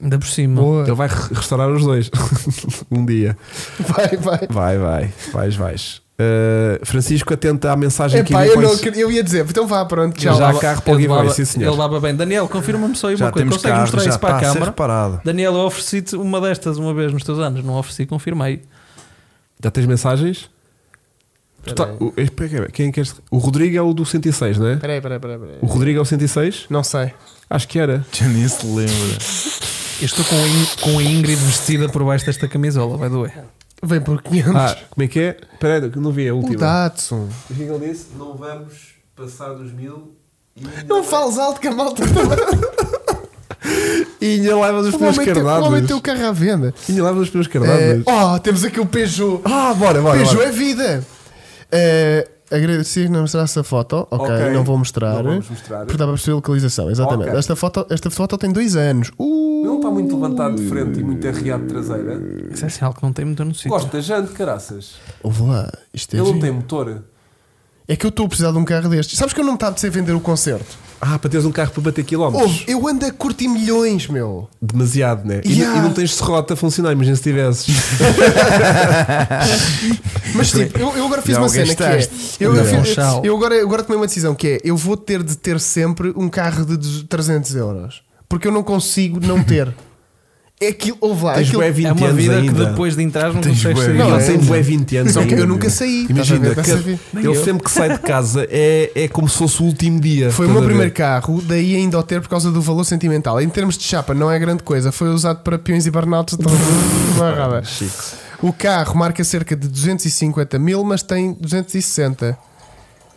Speaker 4: Ainda por cima.
Speaker 3: Boa.
Speaker 2: Ele vai re- restaurar os dois um dia.
Speaker 3: Vai, vai.
Speaker 2: Vai, vai, vais, vais. Uh, Francisco, atenta à mensagem que
Speaker 3: Epá,
Speaker 2: aqui
Speaker 3: eu, não, acre- eu ia dizer, então vá, pronto,
Speaker 4: Ele
Speaker 3: tchau.
Speaker 2: já
Speaker 4: lava-
Speaker 2: carro para o
Speaker 4: ele
Speaker 2: giveaway,
Speaker 4: lava-
Speaker 2: sim, senhor.
Speaker 4: Ele lava bem. Daniel, confirma-me só aí uma
Speaker 1: Já
Speaker 4: coisa.
Speaker 1: temos
Speaker 4: Consegues
Speaker 1: carro,
Speaker 4: mostrar
Speaker 1: já
Speaker 4: isso
Speaker 1: está
Speaker 4: para
Speaker 1: a
Speaker 4: a
Speaker 1: ser
Speaker 4: câmara?
Speaker 1: reparado.
Speaker 4: Daniel, eu ofereci-te uma destas uma vez nos teus anos. Não ofereci, confirmei.
Speaker 2: Já tens mensagens? Tu tá- o, espera, espera, quem quer, o Rodrigo é o do 106, não é?
Speaker 3: Peraí, peraí, peraí, peraí.
Speaker 2: O Rodrigo é o 106?
Speaker 3: Não sei.
Speaker 2: Acho que era.
Speaker 1: Já nem se lembra.
Speaker 4: Eu estou com a, In- com a Ingrid vestida por baixo desta camisola, vai doer.
Speaker 3: Vem por 500.
Speaker 2: Ah, como é que é? Espera aí, que não vi a
Speaker 3: o
Speaker 2: última.
Speaker 3: Datsun.
Speaker 2: O que é que ele disse? Não vamos passar dos mil
Speaker 3: Não fales alto que a malta está
Speaker 2: e ainda levas os
Speaker 3: O
Speaker 2: pneus
Speaker 3: homem tem- o homem tem é- o
Speaker 2: cardados.
Speaker 3: carro à venda.
Speaker 2: Ainda levas os pneus
Speaker 3: É,
Speaker 2: cardados.
Speaker 3: oh, temos aqui o Peugeot.
Speaker 2: Ah, bora, bora.
Speaker 3: Peugeot
Speaker 2: bora.
Speaker 3: é vida. É, agradecer que não mostrasse a foto. Ok,
Speaker 2: Ok,
Speaker 3: não vou mostrar.
Speaker 2: não vamos mostrar.
Speaker 3: Porque dá para perceber a localização. Exatamente.
Speaker 2: Ok.
Speaker 3: Esta, foto, esta foto tem dois anos. Uh,
Speaker 2: Não está
Speaker 6: muito levantado de frente e muito arriado de traseira.
Speaker 4: Isso é sinal que não tem muito no sítio.
Speaker 6: Gosto da jante, caraças.
Speaker 3: Ouve lá, isto é.
Speaker 6: Ele não
Speaker 3: giro.
Speaker 6: tem motor.
Speaker 3: É que eu estou a precisar de um carro destes. Sabes que eu não me estava a dizer vender o concerto?
Speaker 2: Ah, para teres um carro para bater quilómetros.
Speaker 3: Ouve, eu ando a curtir milhões, meu.
Speaker 2: Demasiado, né? E
Speaker 3: Yeah.
Speaker 2: não- E, não tens serrota a funcionar, imagina se tivesses.
Speaker 3: Mas tipo, eu, eu agora fiz
Speaker 1: Já
Speaker 3: uma
Speaker 1: o
Speaker 3: cena que é.
Speaker 1: gastaste.
Speaker 3: Eu, eu,
Speaker 4: Não.
Speaker 3: fiz-
Speaker 4: Chau.
Speaker 3: eu agora, eu agora tomei uma decisão que é: eu vou ter de ter sempre um carro de 300 euros. Porque eu não consigo não ter. É aquilo, ouve lá,
Speaker 2: Tens
Speaker 3: aquilo,
Speaker 2: bué 20
Speaker 4: É uma
Speaker 2: anos
Speaker 4: vida
Speaker 2: ainda.
Speaker 4: que depois de entrar não
Speaker 1: Tens bué
Speaker 4: consegues sair.
Speaker 1: vida.
Speaker 2: Não,
Speaker 4: Não,
Speaker 2: ele tem bué 20 anos.
Speaker 3: é Só que
Speaker 2: ainda,
Speaker 3: eu nunca
Speaker 2: meu.
Speaker 3: saí,
Speaker 2: Imagina,
Speaker 3: estás a ver?
Speaker 2: cada-
Speaker 3: Dessa vida.
Speaker 2: ele sempre que sai de casa é, é como se fosse o último dia.
Speaker 3: Foi
Speaker 2: estás
Speaker 3: o meu
Speaker 2: a ver?
Speaker 3: primeiro carro, daí ainda o ter por causa do valor sentimental. Em termos de chapa, não é grande coisa. Foi usado para peões e então, burnouts de barrada. é O carro marca cerca de 250 mil, mas tem 260.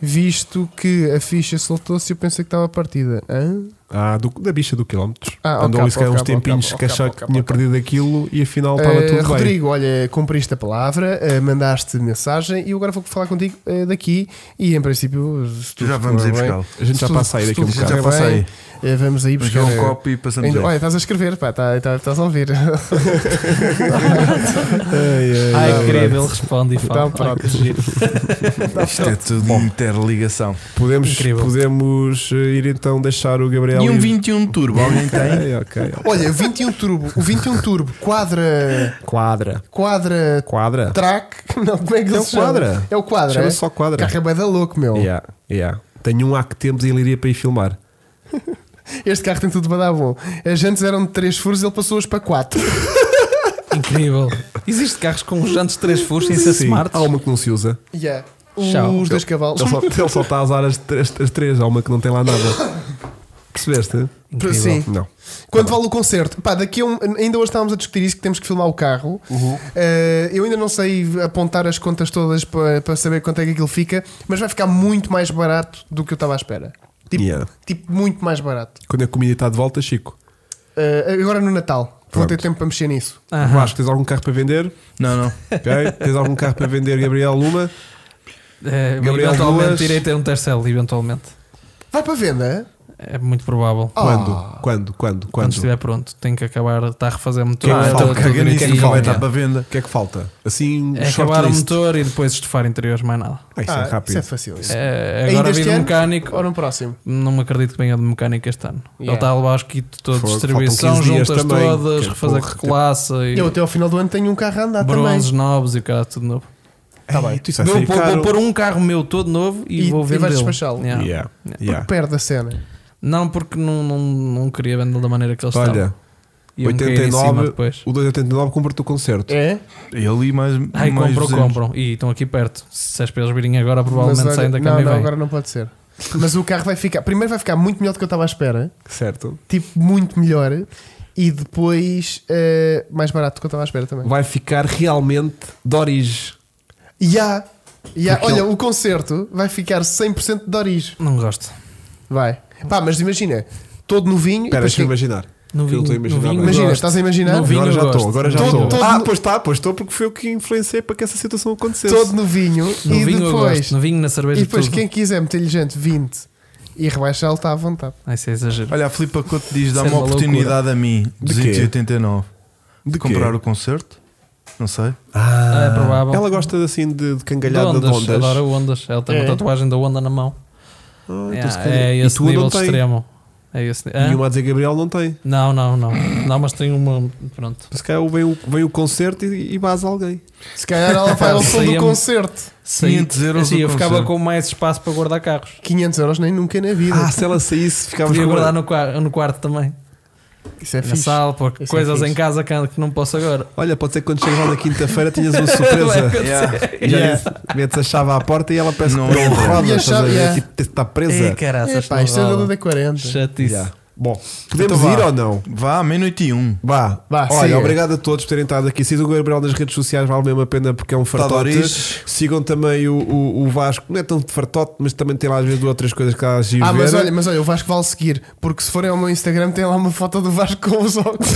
Speaker 3: Visto que a ficha soltou-se, eu pensei que estava partida. Hã?
Speaker 2: Ah, do- da bicha do quilómetro.
Speaker 3: Ah,
Speaker 2: Andou
Speaker 3: ok,
Speaker 2: ali se calhar
Speaker 3: ok,
Speaker 2: uns
Speaker 3: ok,
Speaker 2: tempinhos
Speaker 3: ok,
Speaker 2: que achava
Speaker 3: ok,
Speaker 2: que tinha
Speaker 3: ok.
Speaker 2: perdido aquilo e afinal estava
Speaker 3: Eh,
Speaker 2: tudo bem.
Speaker 3: Rodrigo, olha, cumpriste a palavra, eh, mandaste mensagem e eu agora vou falar contigo eh, daqui. E em princípio, se tudo
Speaker 1: é? Já vamos
Speaker 3: correr
Speaker 1: ir
Speaker 3: bem-
Speaker 1: buscá-lo.
Speaker 2: A gente
Speaker 3: se
Speaker 2: já
Speaker 3: tudo-
Speaker 2: passa aí
Speaker 3: se
Speaker 2: daqui um
Speaker 3: tudo
Speaker 2: bocado.
Speaker 3: correr
Speaker 1: Já passa
Speaker 3: bem,
Speaker 1: aí.
Speaker 3: eh, Vamos aí buscar eh,
Speaker 1: Buscar um copo e passamos
Speaker 3: Ainda,
Speaker 1: a
Speaker 3: olha, estás a escrever, pá, tá- tá- estás a ouvir.
Speaker 4: Ai, Ah, é incrível, ele responde e fala.
Speaker 3: Então, pronto.
Speaker 4: Ai, que giro.
Speaker 1: Isto é tudo interligação.
Speaker 2: Podemos,
Speaker 4: Ah, Incrível.
Speaker 2: podemos eh, ir então deixar o Gabriel.
Speaker 1: E um
Speaker 2: ir-
Speaker 1: 21 Turbo, alguém tem?
Speaker 2: Ok, ok. ok.
Speaker 3: Olha, 21 Turbo, o 21 Turbo, quadra.
Speaker 2: Quadra.
Speaker 3: Quadra.
Speaker 2: Quadra.
Speaker 4: Então.
Speaker 3: Track. Não, como é que
Speaker 2: É
Speaker 3: ele
Speaker 2: o
Speaker 3: se chama?
Speaker 2: quadra.
Speaker 3: É o quadra.
Speaker 2: Chama-se
Speaker 3: é?
Speaker 2: só quadra.
Speaker 3: Carro é bué da louco, meu.
Speaker 2: Yeah, yeah. Tenho um há que temos em Liria para ir filmar.
Speaker 3: Este carro tem tudo para dar bom. As jantes eram de 3 furos, ele passou-as para 4.
Speaker 4: Incrível. Existem carros com jantes de 3 furos sem ser smart.
Speaker 2: Há uma que não se usa.
Speaker 3: Yeah.
Speaker 4: Tchau.
Speaker 3: Os dois cavalos.
Speaker 2: Ele só, ele só está a usar as, tre- as, as três, há uma que não tem lá nada. Percebeste?
Speaker 4: Incrível.
Speaker 3: Sim.
Speaker 2: Não.
Speaker 3: Quanto vale o concerto? Pá, daqui a um, ainda hoje estávamos a discutir isso que temos que filmar o carro.
Speaker 2: Uhum.
Speaker 3: Eh, eu ainda não sei apontar as contas todas para, para saber quanto é que aquilo fica, mas vai ficar muito mais barato do que eu estava à espera. Tipo,
Speaker 2: Yeah.
Speaker 3: tipo, muito mais barato.
Speaker 2: Quando a comida está de volta, Chico,
Speaker 3: Eh, agora no Natal, vou
Speaker 2: Pronto.
Speaker 3: ter tempo para mexer nisso.
Speaker 4: Aham.
Speaker 2: Vasco, tens algum carro para vender?
Speaker 1: Não, não.
Speaker 2: Ok? Tens algum carro para vender, Gabriel Luma?
Speaker 4: É,
Speaker 2: Gabriel
Speaker 4: eventualmente
Speaker 2: Ruas.
Speaker 4: irei ter um Tercel, eventualmente.
Speaker 3: Vai para venda?
Speaker 4: É muito provável.
Speaker 3: Ah,
Speaker 2: Quando? Quando? Quando?
Speaker 4: Quando
Speaker 2: Quando?
Speaker 4: estiver pronto, tenho que acabar, está a refazer motor.
Speaker 2: Que é que
Speaker 4: tá
Speaker 2: falta?
Speaker 4: tudo
Speaker 2: Que é que
Speaker 4: direitinho.
Speaker 2: nisso que
Speaker 1: Vai
Speaker 2: falta?
Speaker 1: estar para venda.
Speaker 2: O que é que falta? Assim,
Speaker 4: É
Speaker 2: short
Speaker 4: acabar o
Speaker 2: list.
Speaker 4: motor e depois estufar interiores, mais nada.
Speaker 2: Ah, isso
Speaker 3: Ah,
Speaker 2: é rápido.
Speaker 3: Isso é fácil. Isso.
Speaker 4: É,
Speaker 3: Ainda
Speaker 4: agora vim
Speaker 3: este
Speaker 4: do
Speaker 3: ano?
Speaker 4: mecânico,
Speaker 3: Ou no próximo?
Speaker 4: não me acredito que venha de mecânico este ano. Ele
Speaker 3: Yeah.
Speaker 4: está a levar os kits todos,
Speaker 2: Fogo,
Speaker 4: distribuição,
Speaker 2: faltam 15 dias
Speaker 4: juntas
Speaker 2: também.
Speaker 4: todas,
Speaker 2: Que
Speaker 4: refazer
Speaker 2: porra, tipo-
Speaker 4: classe
Speaker 3: Eu
Speaker 4: e
Speaker 3: até ao final do ano tenho um carro a andar
Speaker 4: bronzes novos e o cara tudo novo.
Speaker 2: Tá bem. Isso vai
Speaker 4: Vou,
Speaker 2: sair
Speaker 4: vou,
Speaker 2: caro.
Speaker 4: vou pôr um carro meu todo novo e,
Speaker 3: E-
Speaker 4: vou
Speaker 3: e vais
Speaker 4: vender.
Speaker 3: despachá-lo.
Speaker 2: Yeah,
Speaker 3: também.
Speaker 2: yeah.
Speaker 3: Perde a cena.
Speaker 4: Não, porque não, não, não queria vender da maneira que eles estavam.
Speaker 2: Olha,
Speaker 4: E eu me caí em cima
Speaker 2: 89,
Speaker 4: depois.
Speaker 2: o 289 compra-te o concerto.
Speaker 3: É?
Speaker 1: Ele e mais.
Speaker 4: Ai,
Speaker 1: mais
Speaker 4: compram,
Speaker 1: 200.
Speaker 4: compram. E estão aqui perto. Se és para eles virem agora,
Speaker 3: Mas
Speaker 4: provavelmente
Speaker 3: olha-
Speaker 4: saem da
Speaker 3: não,
Speaker 4: cama e
Speaker 3: não,
Speaker 4: vêm.
Speaker 3: agora não pode ser. Mas o carro vai ficar. Primeiro vai ficar muito melhor do que eu estava à espera.
Speaker 2: Certo.
Speaker 3: tipo muito melhor e depois eh, mais barato do que eu estava à espera também.
Speaker 2: Vai ficar realmente de origem.
Speaker 3: E há, e há-
Speaker 2: Porque
Speaker 3: olha,
Speaker 2: ele-
Speaker 3: o concerto vai ficar 100% de origem.
Speaker 4: Não gosto.
Speaker 3: Vai. Pá, mas imagina, todo novinho. e
Speaker 2: Espera,
Speaker 3: depois
Speaker 2: deixa eu
Speaker 3: quem-
Speaker 2: imaginar.
Speaker 4: é. No
Speaker 2: Que eu estou a
Speaker 4: vinho-
Speaker 2: imaginar
Speaker 4: no vinho-
Speaker 2: bem.
Speaker 3: imagina,
Speaker 4: gosto.
Speaker 3: estás a imaginar?
Speaker 4: Não vinho
Speaker 2: agora já
Speaker 4: eu gosto.
Speaker 2: estou, agora já
Speaker 3: Todo-
Speaker 2: estou.
Speaker 3: todo-
Speaker 2: Ah, pois está, pois estou porque foi o que influenciei para que essa situação acontecesse.
Speaker 3: Todo novinho
Speaker 4: No
Speaker 3: e
Speaker 4: vinho eu
Speaker 3: depois.
Speaker 4: gosto. No vinho, na cerveja,
Speaker 3: E depois
Speaker 4: tudo.
Speaker 3: quem quiser meter-lhe gente 20 e rebaixá-lo está à vontade.
Speaker 4: Ai, isso é exagero.
Speaker 1: Olha, a Filipa Couto diz: dá
Speaker 4: Isso é
Speaker 1: uma
Speaker 4: uma
Speaker 1: oportunidade a mim,
Speaker 2: De quê?
Speaker 1: 289, de,
Speaker 2: De quê?
Speaker 1: comprar o concerto. Não sei.
Speaker 2: Ah,
Speaker 4: É provável.
Speaker 2: Ela gosta assim de, de
Speaker 4: De
Speaker 2: cangalhada de
Speaker 4: ondas,
Speaker 2: ondas.
Speaker 4: adora ondas. Ela tem
Speaker 3: É.
Speaker 4: uma tatuagem da onda na mão.
Speaker 2: Ah,
Speaker 4: É,
Speaker 2: então se calhar-
Speaker 4: é
Speaker 2: E
Speaker 4: esse
Speaker 2: tu não
Speaker 4: nível
Speaker 2: tem.
Speaker 4: extremo. É esse. Hã?
Speaker 2: E uma a dizer Gabriel não tem.
Speaker 4: Não, não, não. Não, mas tem uma. Pronto.
Speaker 2: Se calhar vem o, vem o concerto e, e baza alguém.
Speaker 3: Se calhar ela vai ao som do
Speaker 4: Saía-me-
Speaker 3: concerto.
Speaker 1: 500 euros
Speaker 4: Assim,
Speaker 1: do
Speaker 4: eu ficava
Speaker 1: concerto.
Speaker 4: com mais espaço para guardar carros.
Speaker 3: 500 euros nem nunca na vida.
Speaker 2: Ah, se ela saísse, ficava
Speaker 4: Podia guardar no, qua- no quarto também.
Speaker 3: Isso é
Speaker 4: Na
Speaker 3: fixe.
Speaker 4: sala, porque
Speaker 3: Isso é
Speaker 4: coisas
Speaker 3: fixe.
Speaker 4: em casa que que não posso agora.
Speaker 2: Olha, pode ser que quando chegas lá na quinta-feira tenhas uma surpresa.
Speaker 1: Yeah.
Speaker 2: Já disse, metes a chave à porta e ela parece
Speaker 1: Não
Speaker 2: que não
Speaker 1: entra.
Speaker 2: roda,
Speaker 3: é. E a
Speaker 2: estás a
Speaker 3: chave,
Speaker 2: ver?
Speaker 3: yeah.
Speaker 2: Tipo, está presa.
Speaker 4: Ei, caraças,
Speaker 3: Epá, isto é
Speaker 4: não
Speaker 3: da
Speaker 4: rola.
Speaker 3: da 40.
Speaker 4: Chatice.
Speaker 2: Yeah. Bom, podemos
Speaker 1: Então
Speaker 2: ir
Speaker 1: vá.
Speaker 2: ou não?
Speaker 1: Vá à meia-noite e um.
Speaker 2: Vá,
Speaker 3: Vá,
Speaker 2: olha,
Speaker 3: siga.
Speaker 2: obrigado a todos por terem estado aqui. Sigam o Gabriel nas redes sociais, vale mesmo a pena porque é um fartote.
Speaker 1: Tadoriz.
Speaker 2: Sigam também o, o, o Vasco, não é tão de fartote, mas também tem lá às vezes duas ou três coisas que há a giro
Speaker 3: Ah, mas
Speaker 2: ver.
Speaker 3: olha, mas olha, o Vasco vale seguir, porque se forem ao meu Instagram tem lá uma foto do Vasco com os óculos.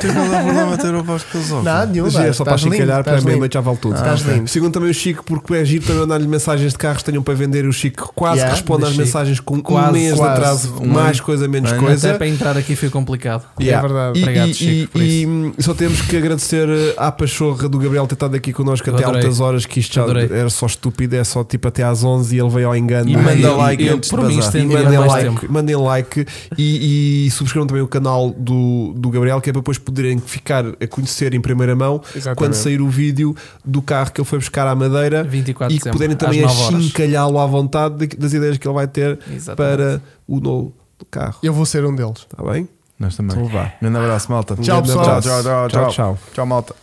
Speaker 1: Tem qual é o problema ter o Vasco pelos óculos?
Speaker 3: Nada, nenhum.
Speaker 2: Giro,
Speaker 3: pá,
Speaker 2: é só para
Speaker 3: estás lindo,
Speaker 2: chincalhar para a
Speaker 3: estás lindo.
Speaker 2: meia-noite já vale tudo.
Speaker 3: Estás
Speaker 2: ok.
Speaker 3: lindo.
Speaker 2: Sigam também o Chico porque é giro para mandar-lhe mensagens de carros que tenham para vender. e O Chico quase
Speaker 3: Yeah,
Speaker 2: responde
Speaker 4: do
Speaker 2: às
Speaker 4: Chico.
Speaker 2: mensagens com um
Speaker 4: Quase,
Speaker 2: mês de
Speaker 3: quase.
Speaker 2: atraso,
Speaker 1: Um
Speaker 2: mais
Speaker 1: ano.
Speaker 2: coisa, menos
Speaker 1: Bem,
Speaker 2: coisa.
Speaker 4: Até para entrar aqui foi complicado.
Speaker 3: É verdade.
Speaker 2: E,
Speaker 4: Obrigado,
Speaker 2: e-
Speaker 4: Chico, por
Speaker 2: e- e só temos que agradecer eh, à pachorra do Gabriel ter estado aqui connosco
Speaker 4: Eu
Speaker 2: até
Speaker 4: adorei.
Speaker 2: altas horas, que isto já
Speaker 4: Adorei.
Speaker 2: era só estúpido, é só tipo até às 11 e ele veio ao engano.
Speaker 4: E
Speaker 2: Ai,
Speaker 1: manda
Speaker 4: mandei-
Speaker 2: eu-
Speaker 1: like
Speaker 4: eu,
Speaker 1: antes de
Speaker 4: por mim,
Speaker 1: bazar.
Speaker 2: e
Speaker 4: estendia
Speaker 2: mandem
Speaker 4: mais
Speaker 2: like,
Speaker 4: tempo.
Speaker 2: mandem like e, e subscrevam também o canal do, do Gabriel, que é para depois poderem ficar a conhecer em primeira mão
Speaker 3: Exatamente.
Speaker 2: quando sair o vídeo do carro que ele foi buscar à Madeira
Speaker 4: 24
Speaker 2: e
Speaker 4: de
Speaker 2: que
Speaker 4: dezembro,
Speaker 2: poderem
Speaker 4: às
Speaker 2: também
Speaker 4: 9 horas.
Speaker 2: achincalhá-lo à vontade de- das ideias que ele vai ter
Speaker 4: Exatamente.
Speaker 2: para o novo carro.
Speaker 3: Eu vou ser um deles.
Speaker 2: Está bem?
Speaker 1: Nós também.
Speaker 2: Então vá.
Speaker 1: Um grande abraço, malta.
Speaker 2: grande
Speaker 1: Tchau,
Speaker 2: abraço.
Speaker 1: Tchau, tchau,
Speaker 2: Tchau,
Speaker 1: tchau.
Speaker 2: tchau.
Speaker 1: Tchau, malta.